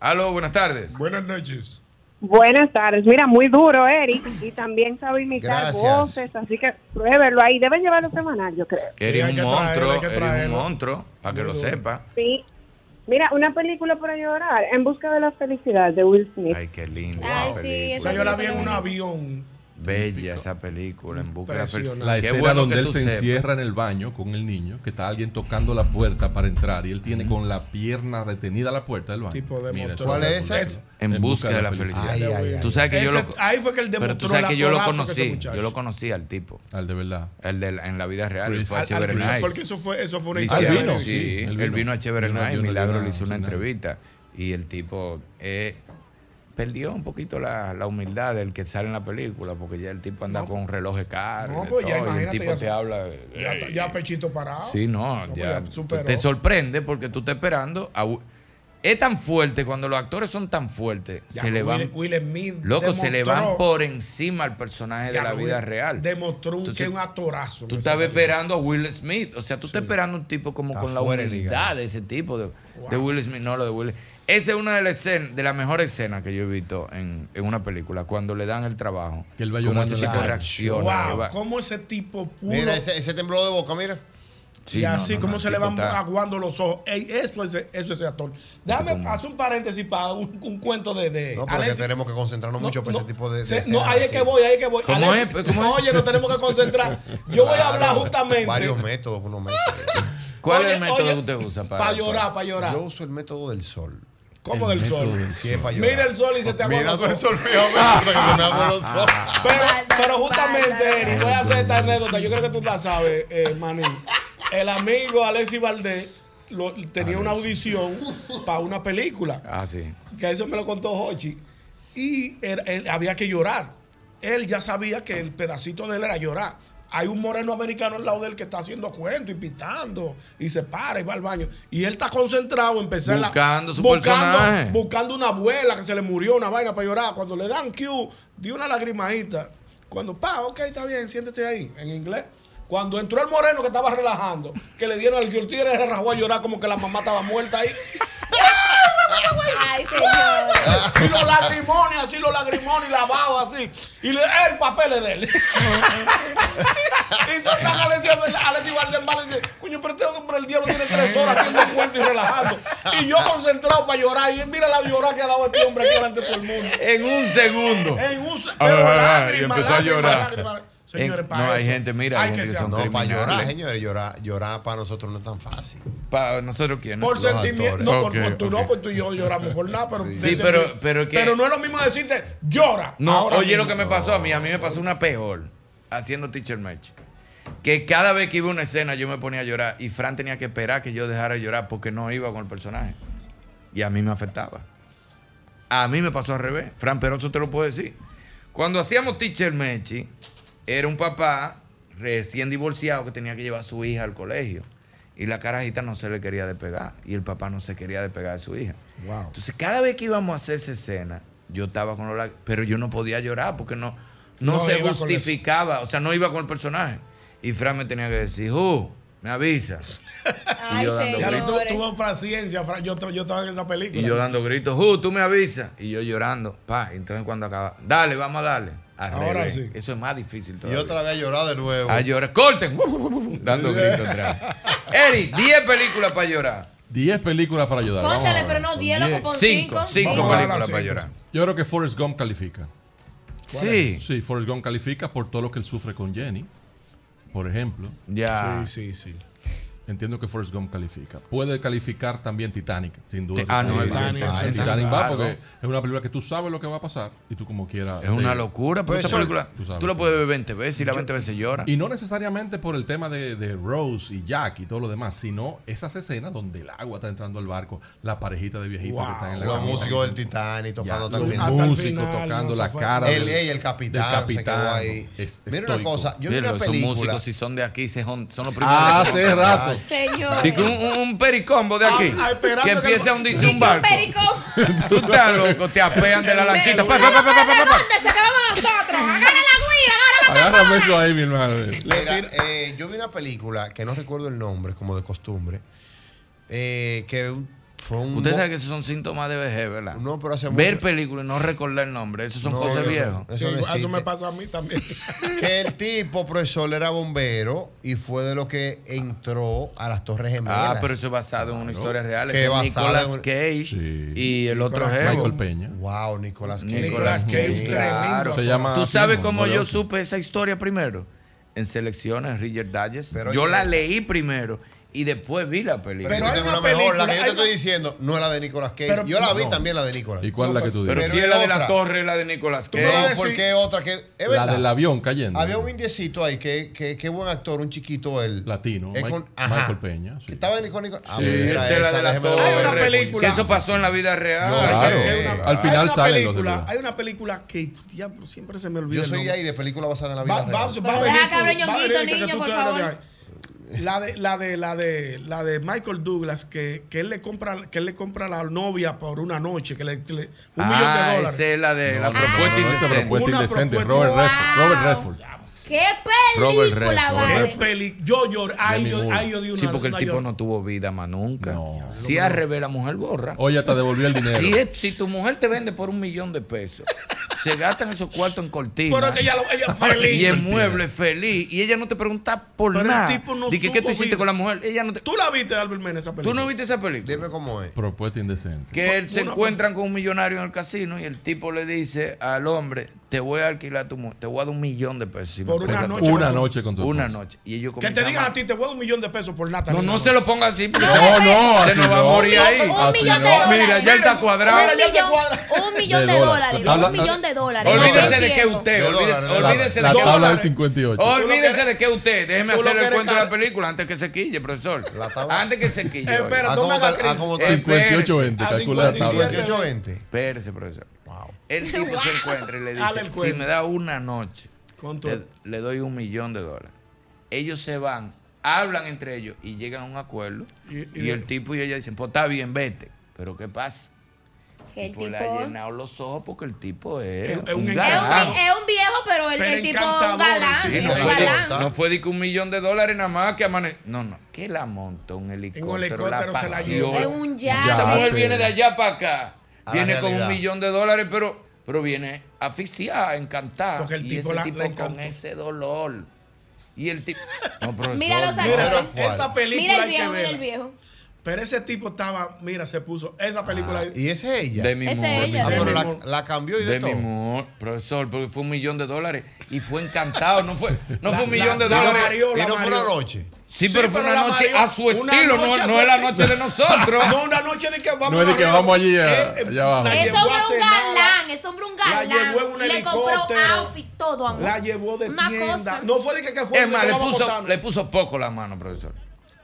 Speaker 3: Aló, buenas tardes.
Speaker 6: Ah. Buenas noches.
Speaker 13: Buenas tardes. Mira, muy duro, Eric. Y también sabe imitar
Speaker 3: Gracias.
Speaker 13: voces, así que pruébelo ahí. Deben llevarlo semanal, yo creo.
Speaker 3: Eres un
Speaker 13: traerlo,
Speaker 3: monstruo,
Speaker 13: hay que
Speaker 3: eres un
Speaker 13: traerlo.
Speaker 3: monstruo, para que lo sepa.
Speaker 13: Sí. Mira, una película para llorar, En busca de la felicidad, de Will Smith.
Speaker 3: Ay, qué lindo.
Speaker 13: Ay,
Speaker 3: esa
Speaker 13: sí,
Speaker 3: película.
Speaker 6: O sea, yo la vi en un avión.
Speaker 3: Bella esa película, en busca de la felicidad.
Speaker 14: La
Speaker 3: Qué
Speaker 14: escena
Speaker 3: bueno
Speaker 14: donde
Speaker 3: que
Speaker 14: él
Speaker 3: tú
Speaker 14: se
Speaker 3: sepas.
Speaker 14: encierra en el baño con el niño, que está alguien tocando la puerta para entrar y él tiene con la pierna retenida la puerta del baño.
Speaker 6: Tipo de
Speaker 14: Mira,
Speaker 6: motor.
Speaker 14: eso
Speaker 6: ¿Cuál es
Speaker 14: una
Speaker 6: esa?
Speaker 14: locura.
Speaker 3: En busca de la felicidad.
Speaker 14: Ay, ay,
Speaker 3: Tú
Speaker 14: ay.
Speaker 3: sabes que yo
Speaker 14: Ese-
Speaker 3: lo,
Speaker 6: ahí fue que él
Speaker 3: pero tú
Speaker 6: demostró
Speaker 3: sabes
Speaker 6: la
Speaker 3: que yo lo
Speaker 6: coraza que ese
Speaker 3: conocí,
Speaker 6: muchacho.
Speaker 3: yo lo conocí al tipo.
Speaker 14: Al de verdad.
Speaker 3: El de la- en la vida real, él fue a
Speaker 6: Al-
Speaker 3: Chévere
Speaker 6: al-
Speaker 3: Night.
Speaker 6: porque eso fue- eso fue una
Speaker 3: Le
Speaker 6: historia
Speaker 3: hicieron-
Speaker 6: de él.
Speaker 3: Sí,
Speaker 6: Sí,
Speaker 3: él
Speaker 6: él
Speaker 3: vino,
Speaker 6: vino.
Speaker 3: a Chévere
Speaker 6: Yo no-
Speaker 3: Night,
Speaker 6: yo no
Speaker 3: Milagro
Speaker 6: llevaba
Speaker 3: le hizo una
Speaker 6: nada.
Speaker 3: entrevista y el tipo eh, perdió un poquito la, la humildad del que sale en la película, porque ya el tipo anda con relojes caros
Speaker 6: No,
Speaker 3: de
Speaker 6: pues ya
Speaker 3: todo, y el
Speaker 6: imagínate.
Speaker 3: tipo
Speaker 6: ya
Speaker 3: te
Speaker 6: se-
Speaker 3: habla.
Speaker 6: Ya,
Speaker 3: "Ey".
Speaker 6: ya pechito parado.
Speaker 3: Sí, no,
Speaker 6: No, pues
Speaker 3: ya,
Speaker 6: ya
Speaker 3: tú
Speaker 6: superó.
Speaker 3: te sorprende porque tú estás esperando. a u- es tan fuerte cuando los actores son tan fuertes,
Speaker 6: Ya
Speaker 3: se le van
Speaker 6: Will, Will Smith
Speaker 3: Loco, se le van
Speaker 6: demostró-
Speaker 3: por encima al personaje de
Speaker 6: Ya,
Speaker 3: la vida
Speaker 6: Will
Speaker 3: real.
Speaker 6: Demostró
Speaker 3: Entonces,
Speaker 6: que es un actorazo.
Speaker 3: Tú
Speaker 6: en
Speaker 3: estabas
Speaker 6: esa
Speaker 3: esperando a Will Smith. O sea, tú estás esperando un tipo como
Speaker 6: Está
Speaker 3: con la
Speaker 6: fuera de
Speaker 3: humildad de ese tipo de, de Will Smith. No, lo de Will Esa es una de las escenas, de las mejores escenas que yo he visto en, en una película, cuando le dan el trabajo. Que él va Como ese tipo reacciona. que
Speaker 6: Wow,
Speaker 3: va-
Speaker 6: cómo ese tipo pudo.
Speaker 5: Mira, ese, ese temblor de boca, mira.
Speaker 3: Sí,
Speaker 6: y
Speaker 3: no,
Speaker 6: así
Speaker 3: no, no,
Speaker 6: como
Speaker 3: el
Speaker 6: se le
Speaker 3: tipo
Speaker 6: van
Speaker 3: está-
Speaker 6: aguando los ojos. Ey, eso es eso es ese actor. Déjame hacer un paréntesis para un, un cuento de. de
Speaker 5: No, porque
Speaker 6: Alexis.
Speaker 5: tenemos que concentrarnos mucho para ese tipo de. de
Speaker 6: Se- no,
Speaker 5: escenas
Speaker 6: ahí es
Speaker 5: así.
Speaker 6: que voy, ahí es que voy.
Speaker 5: ¿Cómo
Speaker 6: Alexis,
Speaker 5: es? Pues, ¿cómo es?
Speaker 6: Oye, nos tenemos que concentrar. Yo voy a hablar
Speaker 5: Claro,
Speaker 6: justamente.
Speaker 5: Varios métodos que uno mete.
Speaker 3: ¿Cuál es el método que usted usa para,
Speaker 6: para llorar, para llorar.
Speaker 5: Yo uso el método del sol.
Speaker 6: ¿Cómo del sol?
Speaker 5: Sí, es para llorar.
Speaker 6: Mira el sol y se te aguanta.
Speaker 5: Mira el sol, fíjate, me gusta que se me aguan los ojos.
Speaker 6: Pero, pero justamente, Eric, voy a hacer esta anécdota. Yo creo que tú la sabes, eh, Manny. El amigo Alexi Valdés lo- tenía una audición para una película.
Speaker 3: Ah, sí.
Speaker 6: Que eso me lo contó Hochi. Y era- él- había que llorar. Él ya sabía que el pedacito de él era llorar. Hay un moreno americano al lado de él que está haciendo cuento y pitando y se para y va al baño. Y él está concentrado en empezar la-
Speaker 3: Buscando su
Speaker 6: buscando,
Speaker 3: personaje.
Speaker 6: buscando una abuela que se le murió una vaina para llorar. Cuando le dan cue, dio una lagrimadita. Cuando, pa, ok, está bien, siéntete ahí, en inglés. Cuando entró el moreno que estaba relajando, que le dieron al que el tigre se rajó a llorar como que la mamá estaba muerta ahí.
Speaker 8: Ay, señor.
Speaker 6: Así los lagrimones, así los lagrimones, lavado así. Y le, el papel es de él. y yo estaba Alexis, Alexis Valdés Valdés dice, coño, pero este hombre el diablo tiene tres horas haciendo cuento y relajando. Y yo concentrado para llorar. Y él, mira la llorada que ha dado este hombre aquí delante de todo el mundo.
Speaker 3: En un segundo.
Speaker 6: En un se-
Speaker 3: Ah,
Speaker 6: pero
Speaker 3: ah, ah,
Speaker 6: lágrima,
Speaker 3: y empezó a
Speaker 6: lágrima,
Speaker 3: llorar.
Speaker 6: lágrima.
Speaker 3: Eh,
Speaker 6: Señores, para
Speaker 3: no, hay
Speaker 6: eso.
Speaker 3: gente, mira, hay gente que son
Speaker 5: No, para
Speaker 3: criminales.
Speaker 5: llorar, señores, llorar, llorar para nosotros no es tan fácil.
Speaker 3: Para nosotros quién?
Speaker 6: Por
Speaker 5: Los
Speaker 6: sentimiento,
Speaker 5: actores.
Speaker 6: no, por,
Speaker 5: Ok,
Speaker 6: por tú
Speaker 5: ok.
Speaker 6: no, por tú y yo lloramos por nada, pero,
Speaker 3: Sí, pero- pero que-
Speaker 6: pero no es lo mismo decirte llora.
Speaker 3: No,
Speaker 6: ahora
Speaker 3: oye
Speaker 6: mismo.
Speaker 3: lo que me pasó a mí. A mí me pasó una peor haciendo teacher match. Que cada vez que iba a una escena yo me ponía a llorar y Fran tenía que esperar que yo dejara de llorar porque no iba con el personaje. Y a mí me afectaba. A mí me pasó al revés. Fran Peroso te lo puedo decir. Cuando hacíamos teacher match, era un papá recién divorciado que tenía que llevar a su hija al colegio. Y la carajita no se le quería despegar. Y el papá no se quería despegar de su hija. Entonces, cada vez que íbamos a hacer esa escena, yo estaba con los lag- pero yo no podía llorar porque no, no,
Speaker 4: No
Speaker 3: se
Speaker 4: iba con
Speaker 3: justificaba, o sea, no iba con el personaje. Y Fran me tenía que decir, "Ju, me avisa. y yo dando
Speaker 6: Ya tú-
Speaker 3: gritos,
Speaker 6: tú tuvo paciencia, Fran. Yo, yo estaba en esa película.
Speaker 3: y yo dando gritos, "Ju, tú me avisas. Y yo llorando, pa, entonces cuando acaba, dale, vamos a darle. Al
Speaker 5: Ahora
Speaker 3: revés.
Speaker 5: sí.
Speaker 3: Eso es más difícil
Speaker 5: Y
Speaker 3: todavía.
Speaker 5: otra vez a llorar de nuevo.
Speaker 3: A llorar, corten, dando gritos atrás. Eri, 10 películas para llorar.
Speaker 14: 10 películas para ayudar. Vamos a
Speaker 8: Cónchale,
Speaker 14: ver.
Speaker 8: pero no, diez, loco, pon
Speaker 3: Cinco,
Speaker 8: cinco.
Speaker 3: cinco
Speaker 14: Vamos a
Speaker 3: películas
Speaker 14: hablar,
Speaker 3: para
Speaker 14: sí.
Speaker 3: llorar.
Speaker 14: Yo creo que Forrest Gump califica.
Speaker 3: ¿Cuál Sí.
Speaker 14: Sí, Forrest Gump califica por todo lo que él sufre con Jenny, por ejemplo.
Speaker 3: Ya.
Speaker 6: Sí, sí,
Speaker 14: sí. Entiendo que Forrest Gump califica. Puede calificar también Titanic, sin duda.
Speaker 3: Sí, ah, no,
Speaker 14: Titanic,
Speaker 3: Titanic,
Speaker 14: Titanic,
Speaker 3: Titanic,
Speaker 14: Titanic va
Speaker 3: claro.
Speaker 14: porque es una película que tú sabes lo que va a pasar y tú como quieras.
Speaker 3: Es una
Speaker 14: te-
Speaker 3: locura,
Speaker 5: Pues
Speaker 3: pero esa película tú,
Speaker 14: sabes.
Speaker 3: la puedes ver 20 veces y la 20 veces llora.
Speaker 14: Y no necesariamente por el tema de, de Rose y Jack y todo lo demás, sino esas escenas donde el agua está entrando al barco, la parejita de viejitos que están en la
Speaker 5: Los
Speaker 14: camita.
Speaker 5: músicos del Titanic tocando
Speaker 14: Ya,
Speaker 5: hasta el
Speaker 14: los
Speaker 5: final.
Speaker 14: músicos tocando la cara
Speaker 5: El,
Speaker 14: del-
Speaker 5: ey, el capitán,
Speaker 14: del
Speaker 5: se quedó
Speaker 14: capitán.
Speaker 5: ahí.
Speaker 14: Es-
Speaker 5: Mira una
Speaker 14: estoico.
Speaker 5: cosa, yo vi
Speaker 3: Mira,
Speaker 5: una
Speaker 3: esos
Speaker 5: película.
Speaker 3: músicos, si son de aquí, se son, son los primeros.
Speaker 14: Ah,
Speaker 3: que se
Speaker 14: hace
Speaker 3: juntan.
Speaker 14: rato.
Speaker 8: Señor.
Speaker 3: Digo, un, un- un pericombo de aquí.
Speaker 8: Ah, ah, esperando
Speaker 3: que
Speaker 8: que-
Speaker 3: empiece a hundirse un barco.
Speaker 8: Perico.
Speaker 3: Tú estás loco, te apean de la lanchita. Pa, pa, pa, pa, pa, pa, pa.
Speaker 8: ¿Dónde se acabamos nosotros? Agarra la guira, agarra
Speaker 14: Agárrame eso ahí, mi hermano.
Speaker 5: Mira, eh, yo vi una película que no recuerdo el nombre, como de costumbre, eh, que fue un...
Speaker 3: Usted sabe que esos son síntomas de vejez, ¿verdad?
Speaker 5: No, pero hace
Speaker 3: Ver
Speaker 5: mucho-
Speaker 3: películas y no recordar el nombre. Eso son
Speaker 5: No,
Speaker 3: cosas
Speaker 5: eso-
Speaker 3: viejas.
Speaker 5: eso no
Speaker 6: Sí, eso
Speaker 5: existe.
Speaker 6: me pasa a mí también.
Speaker 5: que el tipo, profesor, era bombero y fue de lo que entró a las Torres Gemelas.
Speaker 3: Ah, pero eso es basado en una historia real.
Speaker 5: Que
Speaker 3: Ese es
Speaker 5: basado
Speaker 3: Nicolas
Speaker 5: en-
Speaker 3: Cage y el otro jefe.
Speaker 14: Michael Peña.
Speaker 5: Wow, Nicolás Cage.
Speaker 3: Nicolas Cage, claro.
Speaker 14: Se llama
Speaker 3: ¿Tú
Speaker 14: así
Speaker 3: sabes
Speaker 14: mismo,
Speaker 3: cómo yo
Speaker 14: Moriarty.
Speaker 3: supe esa historia primero? En selecciones, Richard Dallas.
Speaker 5: Pero
Speaker 3: Yo
Speaker 5: oye-
Speaker 3: la leí primero y después vi la película.
Speaker 5: Pero yo tengo una mejor, la que yo te estoy diciendo, no es la de Nicolas Cage.
Speaker 3: Pero-
Speaker 5: yo la vi
Speaker 3: no.
Speaker 5: también la de Nicolas.
Speaker 14: ¿Y cuál es la que tú dices?
Speaker 3: Pero si es la de la torre, es la de Nicolas
Speaker 5: No,
Speaker 3: Cage.
Speaker 5: porque otra que. Es
Speaker 14: la
Speaker 5: verdad.
Speaker 14: del avión cayendo.
Speaker 5: Había un indiecito ahí, que, que, que buen actor, un chiquito él.
Speaker 14: Latino,
Speaker 5: Es
Speaker 14: Mike-
Speaker 5: con- ajá.
Speaker 14: Michael Peña. sí.
Speaker 5: Que estaba en Ah, Nicolas Cage.
Speaker 14: Sí.
Speaker 5: mira
Speaker 3: Esa es la de la
Speaker 5: déjeme ver.
Speaker 3: torre.
Speaker 5: Hay una
Speaker 6: película.
Speaker 3: Que eso pasó en la vida real.
Speaker 5: No, claro.
Speaker 14: Eh, Al final
Speaker 6: una
Speaker 14: salen los de
Speaker 6: película,
Speaker 14: verdad.
Speaker 6: hay una película que ya siempre se me olvida.
Speaker 5: Yo
Speaker 6: el
Speaker 5: soy
Speaker 6: nombre.
Speaker 5: ahí de película basada en la vida.
Speaker 6: Va, va,
Speaker 5: real.
Speaker 6: va
Speaker 8: deja
Speaker 6: a venir
Speaker 8: que hable
Speaker 6: tú, va a
Speaker 8: Ñonguito,
Speaker 6: venir que
Speaker 8: niño,
Speaker 6: tú
Speaker 8: por
Speaker 6: te hablas de
Speaker 8: favor.
Speaker 6: ahí. La de, la de, la de, la de Michael Douglas, que, que él le compra, que él le compra a la novia por una noche, que le, que le- un millón de
Speaker 3: Ah,
Speaker 6: dólares.
Speaker 3: esa es la de la
Speaker 14: No,
Speaker 3: propuesta
Speaker 14: no, no, esa
Speaker 3: indecente.
Speaker 14: propuesta indecente,
Speaker 6: propuesta-
Speaker 14: Robert Redford.
Speaker 8: Wow.
Speaker 14: Robert Redford.
Speaker 8: ¡Qué
Speaker 3: Robert
Speaker 8: película,
Speaker 3: Redford.
Speaker 8: vale!
Speaker 6: Qué peli- Yo lloré, ay,
Speaker 3: Demi
Speaker 6: yo,
Speaker 3: Moore.
Speaker 6: ay, yo di una
Speaker 3: Sí, porque el
Speaker 6: una
Speaker 3: tipo
Speaker 6: llor-
Speaker 3: no tuvo vida más nunca. Si al revés la mujer borra.
Speaker 14: Oye, hasta devolvió el dinero.
Speaker 3: Si, es- si tu mujer te vende por un millón de pesos, se gastan esos cuartos en cortinas.
Speaker 6: Pero es que ella lo- ella feliz.
Speaker 3: Y en muebles feliz. Y ella no te pregunta por
Speaker 6: Pero el
Speaker 3: nada.
Speaker 6: tipo no
Speaker 3: Dice, ¿qué
Speaker 6: supo
Speaker 3: tú hiciste
Speaker 6: vida.
Speaker 3: con la mujer? Ella no te-
Speaker 6: Tú la viste, Albert Mena, esa película.
Speaker 3: ¿Tú no viste esa película?
Speaker 5: Dime cómo es.
Speaker 14: Propuesta indecente.
Speaker 3: Que él se
Speaker 6: Una-
Speaker 3: encuentran con un millonario en el casino y el tipo le dice al hombre, te voy a alquilar tu mujer, te voy a dar un millón de pesos. si me
Speaker 6: Por una
Speaker 3: prestas tu
Speaker 6: noche. Una
Speaker 3: esposa.
Speaker 14: noche con tu
Speaker 3: Una
Speaker 14: esposa.
Speaker 3: noche. Y ellos
Speaker 6: Que te
Speaker 3: comienzan
Speaker 6: digan
Speaker 3: a-
Speaker 6: a ti, te voy a dar un millón de pesos por nata.
Speaker 3: No, no se lo ponga así. porque
Speaker 6: No,
Speaker 3: se-
Speaker 6: no,
Speaker 3: se
Speaker 6: así
Speaker 3: nos va a
Speaker 6: no.
Speaker 3: morir ahí.
Speaker 6: Un millón de
Speaker 3: Mira,
Speaker 6: dólares.
Speaker 3: ya él está cuadrado.
Speaker 8: un millón, un millón de
Speaker 3: De
Speaker 8: dólares,
Speaker 3: dólares. Habla-
Speaker 8: un millón de dólares.
Speaker 3: Olvídese de
Speaker 8: No,
Speaker 3: que es usted, olvídese, olvídese
Speaker 14: la
Speaker 3: de que
Speaker 14: tabla del 58.
Speaker 3: Olvídese de que es usted, déjeme
Speaker 14: tú lo
Speaker 3: hacer el
Speaker 14: quieres
Speaker 3: cuento de la película antes que se quille, profesor. Antes que se quille.
Speaker 5: Eh,
Speaker 3: oiga.
Speaker 5: espera, Ah, no me haga ¿cómo está- crisis. ah, cómo está?
Speaker 3: Eh, Espérese.
Speaker 5: 58-20, calcula la tabla. 58-20.
Speaker 3: Espérese, profesor. El tipo
Speaker 5: Wow.
Speaker 3: se encuentra y le
Speaker 5: Dale el
Speaker 3: dice, si
Speaker 5: cuento.
Speaker 3: me da una noche,
Speaker 6: Con tu-
Speaker 3: le, le doy un millón de dólares. Ellos se van, hablan entre ellos y llegan a un acuerdo.
Speaker 6: Y,
Speaker 3: y el tipo y ella dicen, pues está bien, vete. Pero ¿qué pasa?
Speaker 8: Que el
Speaker 3: tipo le
Speaker 8: tipo-
Speaker 3: ha llenado los ojos porque el tipo es,
Speaker 8: Es
Speaker 3: un
Speaker 8: un,
Speaker 3: galán.
Speaker 8: es un viejo, pero el,
Speaker 3: Pero
Speaker 8: el tipo es un galán.
Speaker 3: Sí,
Speaker 8: es
Speaker 3: Ah, no,
Speaker 8: un
Speaker 3: fue,
Speaker 8: galán.
Speaker 3: no fue de que un millón de dólares nada más que amane... No, no, que la montó un helicóptero,
Speaker 6: helicóptero
Speaker 3: la
Speaker 6: se la
Speaker 3: pasión.
Speaker 6: llevó. Es
Speaker 8: un
Speaker 6: yate.
Speaker 3: Esa mujer viene de allá para acá.
Speaker 6: A la
Speaker 3: Viene con un
Speaker 6: realidad.
Speaker 3: millón de dólares, pero, pero viene asfixiada, encantada.
Speaker 6: Porque el
Speaker 3: y
Speaker 6: tipo
Speaker 3: ese
Speaker 6: la-
Speaker 3: tipo
Speaker 6: la
Speaker 3: con
Speaker 6: encantó.
Speaker 3: ese dolor. Y el tipo... No, profesor,
Speaker 8: Mira los
Speaker 3: no.
Speaker 8: actores.
Speaker 6: Esa película
Speaker 8: Mira el
Speaker 6: hay que
Speaker 8: viejo, mira
Speaker 6: verla.
Speaker 8: el viejo.
Speaker 6: Pero ese tipo estaba, mira, se puso. Esa película.
Speaker 3: Ah,
Speaker 5: y esa es ella.
Speaker 3: De mi
Speaker 6: Esa
Speaker 3: amor,
Speaker 6: es
Speaker 3: de mi
Speaker 6: ella. Ah, pero
Speaker 3: amor.
Speaker 6: la- la cambió y de
Speaker 3: mi
Speaker 6: todo.
Speaker 3: amor, profesor, porque fue un millón de dólares y fue encantado, no fue, no
Speaker 5: La-
Speaker 3: fue un
Speaker 5: la-
Speaker 3: millón de
Speaker 5: la
Speaker 3: dólares.
Speaker 5: mareó, la Y no fue una mareó. noche.
Speaker 3: Sí, pero fue una
Speaker 6: la
Speaker 3: noche
Speaker 6: mareó.
Speaker 3: a su
Speaker 6: Una
Speaker 3: estilo, no,
Speaker 6: noche
Speaker 3: no
Speaker 6: a su
Speaker 3: es la
Speaker 6: estilo.
Speaker 3: noche de nosotros.
Speaker 6: No, una noche de que vamos
Speaker 14: No es de que vamos allí, a- eh, allá abajo.
Speaker 6: eh, la
Speaker 8: Ese
Speaker 6: llevó
Speaker 8: hombre
Speaker 6: a
Speaker 8: es un
Speaker 6: cenar,
Speaker 8: galán, ese hombre es un
Speaker 6: la
Speaker 8: galán.
Speaker 6: llevó en un
Speaker 8: Le compró
Speaker 6: helicóptero.
Speaker 8: outfit, todo, amor.
Speaker 6: La llevó de
Speaker 8: Una
Speaker 6: tienda.
Speaker 8: cosa.
Speaker 6: No fue de que, que fue.
Speaker 3: Es
Speaker 6: de
Speaker 3: más,
Speaker 6: que
Speaker 3: le
Speaker 6: vamos
Speaker 3: puso,
Speaker 6: botando.
Speaker 3: le puso poco la mano, profesor.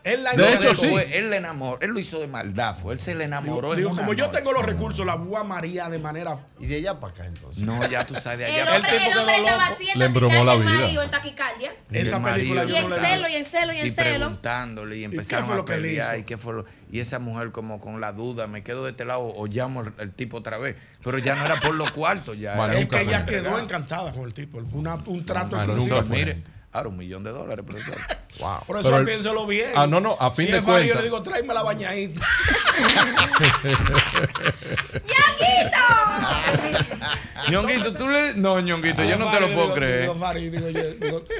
Speaker 6: Él la
Speaker 3: Lo que
Speaker 6: enamoró.
Speaker 3: le fue- él le enamoró, él lo hizo de maldad, fue, él se le enamoró.
Speaker 6: Digo,
Speaker 3: en una
Speaker 6: como yo
Speaker 3: noche.
Speaker 6: tengo los recursos, la voy a María de manera. Y de allá para acá, entonces.
Speaker 3: No, ya tú sabes, de
Speaker 8: El
Speaker 3: allá
Speaker 8: hombre, el hombre estaba así en
Speaker 3: Le embromó
Speaker 8: taquicardia,
Speaker 3: la
Speaker 8: el
Speaker 3: vida.
Speaker 8: marido en taquicardia.
Speaker 3: Esa película
Speaker 8: Y en celo, y en celo, y en celo.
Speaker 3: preguntándole y empezaron
Speaker 6: fue
Speaker 3: a
Speaker 6: lo que le
Speaker 3: pelear
Speaker 6: hizo?
Speaker 3: y qué fue lo- y esa mujer como con la duda me quedo de este lado o llamo al, al tipo otra vez pero ya no era por los cuartos ya era
Speaker 6: es que
Speaker 3: por
Speaker 6: ella
Speaker 3: entregar.
Speaker 6: quedó encantada con el tipo. Fue una- un trato
Speaker 3: Profesor,
Speaker 6: exclusivo.
Speaker 3: mire ahora un millón de dólares profesor wow
Speaker 6: Profesor, piénselo bien.
Speaker 14: Ah, no, no, a fin
Speaker 6: si
Speaker 14: de
Speaker 6: es Mario,
Speaker 14: cuentas.
Speaker 6: yo le digo, tráeme la bañadita.
Speaker 3: ñonguito tú le no ñonguito yo no te lo puedo creer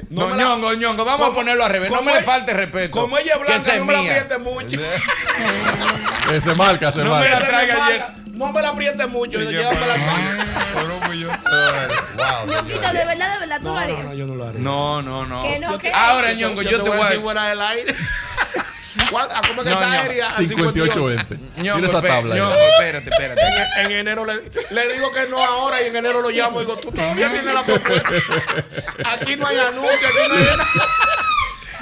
Speaker 6: no,
Speaker 3: no, ñongo ñongo vamos a ponerlo al revés no
Speaker 6: como
Speaker 3: me le
Speaker 6: es-
Speaker 3: falte respeto
Speaker 6: Como ella es
Speaker 3: que
Speaker 6: blanca,
Speaker 3: esa
Speaker 6: no me la
Speaker 3: mía.
Speaker 6: apriete mucho.
Speaker 14: Eh, se marca, se
Speaker 3: No me
Speaker 14: marca.
Speaker 3: la traiga
Speaker 6: Marca,
Speaker 3: ayer.
Speaker 6: No me la apriete mucho. Yo llévame la
Speaker 8: Ñonguito, de verdad, de verdad, tú lo harías.
Speaker 6: yo no lo haré.
Speaker 3: No, no, no.
Speaker 8: Que no, que-
Speaker 3: Ahora, ñongo, yo, te voy a
Speaker 22: decir fuera del aire. ¿Cuál- ¿A cómo que
Speaker 3: No,
Speaker 22: está Ah,
Speaker 3: no.
Speaker 22: aérea?
Speaker 14: 58-20.
Speaker 3: Ñongo,
Speaker 14: Mira esa
Speaker 3: espé-
Speaker 14: tabla. ahí.
Speaker 3: ñongo, espérate, espérate.
Speaker 22: En, en enero le, le digo que no ahora y en enero lo llamo y digo, tú también tienes la propuesta. Aquí no hay anuncio, aquí no hay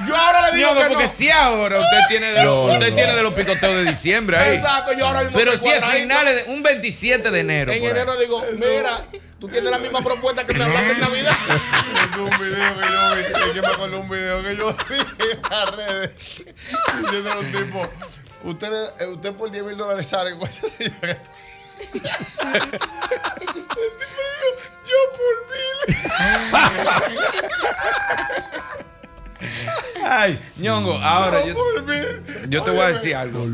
Speaker 22: Yo ahora le digo
Speaker 3: Ñongo,
Speaker 22: que
Speaker 3: porque
Speaker 22: no.
Speaker 3: si ahora usted tiene de los,
Speaker 14: No,
Speaker 3: usted
Speaker 14: no.
Speaker 3: tiene de los picoteos de diciembre ahí.
Speaker 22: Exacto, yo ahora mismo
Speaker 3: Pero
Speaker 22: estoy
Speaker 3: si es
Speaker 22: cuadradito.
Speaker 3: finales, de, un 27 de enero.
Speaker 22: En
Speaker 3: por ahí.
Speaker 22: enero digo, mira, tú tienes la misma propuesta que me hablaste en Navidad.
Speaker 5: Es un video que yo vi, que yo me acuerdo de un video que yo vi en las redes diciendo a un tipo, usted, eh, usted por 10 mil dólares sale con esa señora que está-".
Speaker 3: Ay, ñongo,
Speaker 14: Mm.
Speaker 3: ahora yo, yo te voy a decir algo.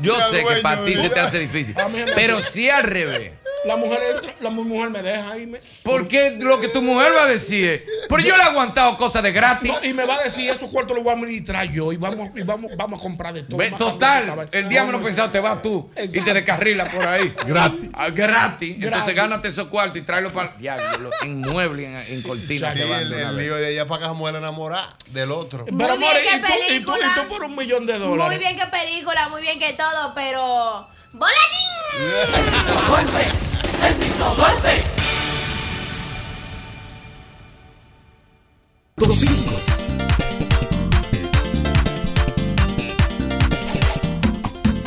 Speaker 3: Yo
Speaker 6: Ya,
Speaker 3: sé que para
Speaker 6: dueño,
Speaker 3: ti se
Speaker 6: mira.
Speaker 3: te hace difícil.
Speaker 6: A mí me-
Speaker 3: Pero si al revés.
Speaker 6: La mujer, entra- la mujer me deja y me.
Speaker 3: Porque lo que tu mujer va a decir es, pero yo le he aguantado cosas de gratis.
Speaker 6: No, y me va a decir, esos cuartos los voy a administrar yo y vamos, y vamos, vamos a comprar de todo.
Speaker 3: Ve,
Speaker 6: Más
Speaker 3: total,
Speaker 6: cabrón,
Speaker 3: el día menos pensado te vas tú y te descarrilas por ahí.
Speaker 14: Gratis.
Speaker 3: Ah, Gratis. Entonces gánate esos cuartos y tráelo para diablo, lo- en muebles, en, en cortinas.
Speaker 5: Aquí
Speaker 3: te van
Speaker 5: el,
Speaker 3: de una
Speaker 5: el
Speaker 3: vez.
Speaker 5: lío de ella para acá mujer enamorada del otro.
Speaker 8: Muy Pero, bien, amor, qué y tú- y tú-
Speaker 6: Y tú, y tú por un millón de dólares.
Speaker 8: Muy bien que película, muy bien que todo, pero. ¡Boletín!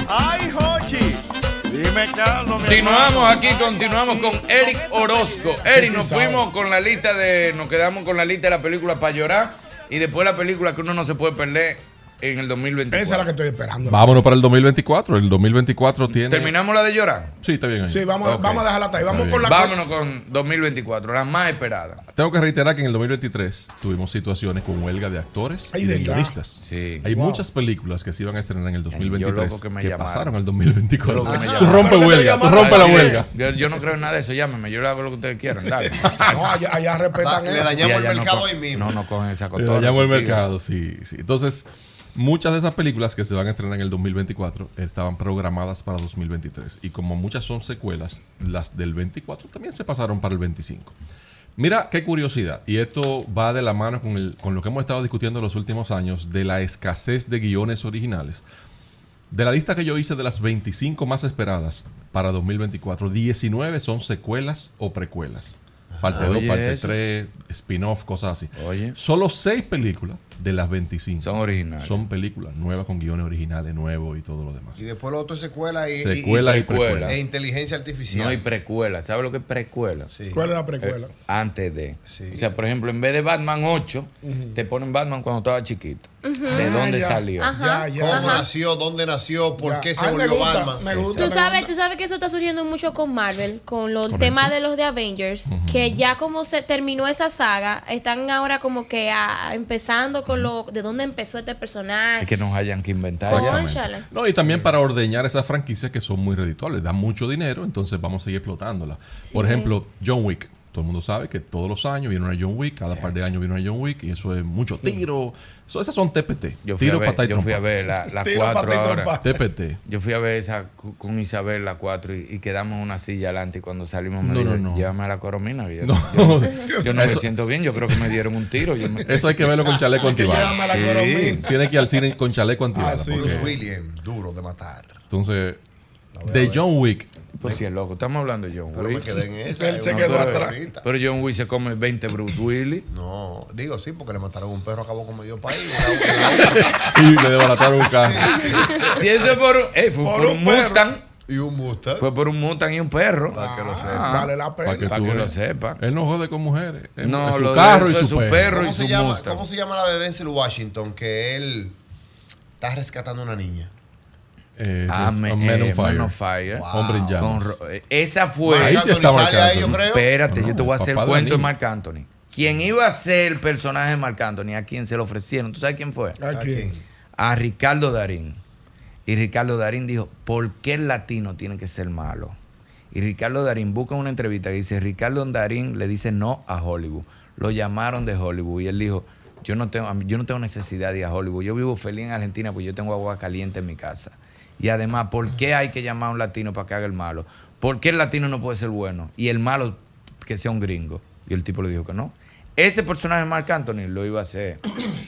Speaker 2: ¡Ay, Hochi! Dime, Carlos. mi hermano.
Speaker 3: Continuamos aquí, continuamos con Eric Orozco. Eric, nos fuimos con la lista de. Nos quedamos con la lista de la película para llorar. Y después la película que uno no se puede perder en el 2024.
Speaker 6: Esa es la que estoy esperando.
Speaker 14: Vámonos para el 2024. El 2024 tiene.
Speaker 3: ¿Terminamos la de llorar?
Speaker 14: Sí, está bien ahí.
Speaker 6: Sí, vamos, a-
Speaker 14: Ok.
Speaker 6: vamos a dejarla hasta ahí. Vamos
Speaker 14: Está
Speaker 6: por la.
Speaker 3: Vámonos con 2024, la más esperada.
Speaker 14: Tengo que reiterar que en el 2023 tuvimos situaciones con huelga de actores
Speaker 3: Ay,
Speaker 14: y de
Speaker 3: ¿verdad?
Speaker 14: guionistas. Hay muchas películas que se iban a estrenar en el
Speaker 3: Yo
Speaker 14: 2023
Speaker 3: loco que me
Speaker 14: que
Speaker 3: llamaron.
Speaker 14: pasaron al 2024.
Speaker 3: Yo loco que me
Speaker 14: Tú
Speaker 3: llamaron.
Speaker 14: rompes huelga, tú rompes la
Speaker 3: Así que
Speaker 14: huelga.
Speaker 3: Yo, yo no creo en nada de eso, llámeme, yo le hago lo que ustedes quieran. Dale.
Speaker 6: No, allá, allá respetan eso.
Speaker 3: Sí, allá no co- No, no cogen esa
Speaker 14: Le
Speaker 3: cotorra.
Speaker 14: dañamos el
Speaker 3: esa tigra.
Speaker 14: mercado, sí, sí. Entonces, muchas de esas películas que se van a estrenar en el 2024 estaban programadas para 2023. Y como muchas son secuelas, las del 24 también se pasaron para el 25. Mira, qué curiosidad. Y esto va de la mano con, el- con lo que hemos estado discutiendo en los últimos años de la escasez de guiones originales. De la lista que yo hice de las 25 más esperadas para 2024, 19 son secuelas o precuelas. Parte 2,
Speaker 3: Oye,
Speaker 14: parte
Speaker 3: eso.
Speaker 14: 3, spin-off, cosas así. Solo 6 películas de las 25 son
Speaker 3: originales.
Speaker 14: Son películas nuevas con guiones originales nuevos y todo lo demás.
Speaker 5: Y después lo otro es secuela y,
Speaker 14: Secuela y precuela.
Speaker 5: E inteligencia artificial.
Speaker 3: No hay precuela. ¿Sabes lo que es precuela?
Speaker 6: ¿Cuál es la precuela?
Speaker 3: Eh, antes de. O sea, por ejemplo, en vez de Batman 8,
Speaker 5: Ujú.
Speaker 3: te ponen Batman cuando estaba chiquito.
Speaker 8: Ujú.
Speaker 3: ¿De
Speaker 5: Ah,
Speaker 3: dónde
Speaker 5: ya.
Speaker 3: salió?
Speaker 5: Ajá. Ya, ya. ¿Cómo Ajá. nació? ¿Dónde nació? ¿Por qué
Speaker 6: Ah,
Speaker 5: se volvió Batman?
Speaker 8: Tú sabes, tú sabes que eso está surgiendo mucho con Marvel, con los temas de los de Avengers, que ya como se terminó esa saga, están ahora como que ah, empezando con lo de dónde empezó este personaje.
Speaker 3: Es que nos hayan que inventar.
Speaker 8: Cónchale.
Speaker 3: ya.
Speaker 14: No, y también para ordeñar esas franquicias que son muy redituables, dan mucho dinero, entonces vamos a seguir explotándolas.
Speaker 8: Sí.
Speaker 14: Por ejemplo, John Wick. Todo el mundo sabe que todos los años viene una John Wick, cada par de años viene una John Wick, y eso es mucho tiro. Eso- esas son TPT.
Speaker 3: Yo fui,
Speaker 14: tiro,
Speaker 3: a ver,
Speaker 14: pata y
Speaker 3: yo fui a
Speaker 14: trompa.
Speaker 3: ver la, la
Speaker 14: Tiro,
Speaker 3: 4
Speaker 14: pata y
Speaker 3: ahora.
Speaker 14: trompa. TPT.
Speaker 3: Yo fui a ver esa cu- con Isabel la 4 y, y quedamos en una silla adelante y cuando salimos me
Speaker 14: No,
Speaker 3: dijo,
Speaker 14: no, no.
Speaker 3: llévame a la coromina. que Yo
Speaker 14: No.
Speaker 3: yo- yo, no me
Speaker 14: Eso-
Speaker 3: siento bien, yo creo que me dieron un tiro. yo me-
Speaker 14: Eso hay que verlo con chaleco antibalas.
Speaker 3: llama la Coromina.
Speaker 14: Tiene que ir al cine con chaleco antibalas.
Speaker 5: Ah, sí.
Speaker 14: porque-
Speaker 5: Bruce William, duro de matar.
Speaker 14: Entonces, de John Wick.
Speaker 3: Pues si es loco, estamos hablando de John Wick.
Speaker 5: Pero me quedé en esa.
Speaker 3: Él
Speaker 5: Es
Speaker 3: se
Speaker 5: una
Speaker 3: quedó
Speaker 5: cosa
Speaker 3: atrás.
Speaker 5: bonita.
Speaker 3: Pero John Wick se come 20 Bruce Willis.
Speaker 5: No, digo sí, porque le mataron un perro, acabó con medio país.
Speaker 14: y le desbarataron un carro.
Speaker 3: Si eso es por, un- eh, fue por,
Speaker 5: Por
Speaker 3: un,
Speaker 5: un perro.
Speaker 3: Mustang.
Speaker 5: Y un Mustang.
Speaker 3: Fue por un Mustang y un perro. Para
Speaker 5: que lo
Speaker 3: sepa.
Speaker 6: Vale la pena.
Speaker 3: Para que,
Speaker 14: tú
Speaker 3: lo
Speaker 14: veas.
Speaker 3: sepa.
Speaker 14: Él no jode con mujeres. Él-
Speaker 3: No,
Speaker 14: es su
Speaker 3: lo de
Speaker 14: carro
Speaker 3: eso
Speaker 14: y
Speaker 3: es
Speaker 14: su
Speaker 3: su
Speaker 14: perro.
Speaker 3: perro y
Speaker 5: ¿Cómo
Speaker 3: su
Speaker 5: se, llama,
Speaker 3: Mustang.
Speaker 5: ¿Cómo se llama la de Denzel Washington? Que él está rescatando a una niña.
Speaker 14: Eh,
Speaker 3: Ah,
Speaker 14: es
Speaker 3: me-
Speaker 14: a Man
Speaker 3: eh,
Speaker 14: on Fire.
Speaker 3: Man on Fire.
Speaker 14: Hombre en llamas.
Speaker 3: Con ro- eh, esa fue.
Speaker 14: Ahí sí está Marc Anthony.
Speaker 3: Espérate,
Speaker 14: No,
Speaker 3: yo te voy a
Speaker 14: el
Speaker 3: hacer
Speaker 14: papá
Speaker 3: el
Speaker 14: de la
Speaker 3: cuento de
Speaker 14: niña.
Speaker 3: Marc Anthony. Quien iba a ser el personaje de Marc Anthony, a quien se lo ofrecieron, ¿tú sabes quién fue?
Speaker 6: ¿A quién?
Speaker 3: A Ricardo Darín. Y Ricardo Darín dijo, ¿por qué el latino tiene que ser malo? Y Ricardo Darín busca una entrevista que dice, Ricardo Darín le dice no a Hollywood. Lo llamaron de Hollywood y él dijo, yo no tengo, yo no tengo necesidad de ir a Hollywood. Yo vivo feliz en Argentina porque yo tengo agua caliente en mi casa. Y además, ¿por qué hay que llamar a un latino para que haga el malo? ¿Por qué el latino no puede ser bueno? Y el malo que sea un gringo. Y el tipo le dijo que no. Ese personaje de Marc Anthony lo iba a hacer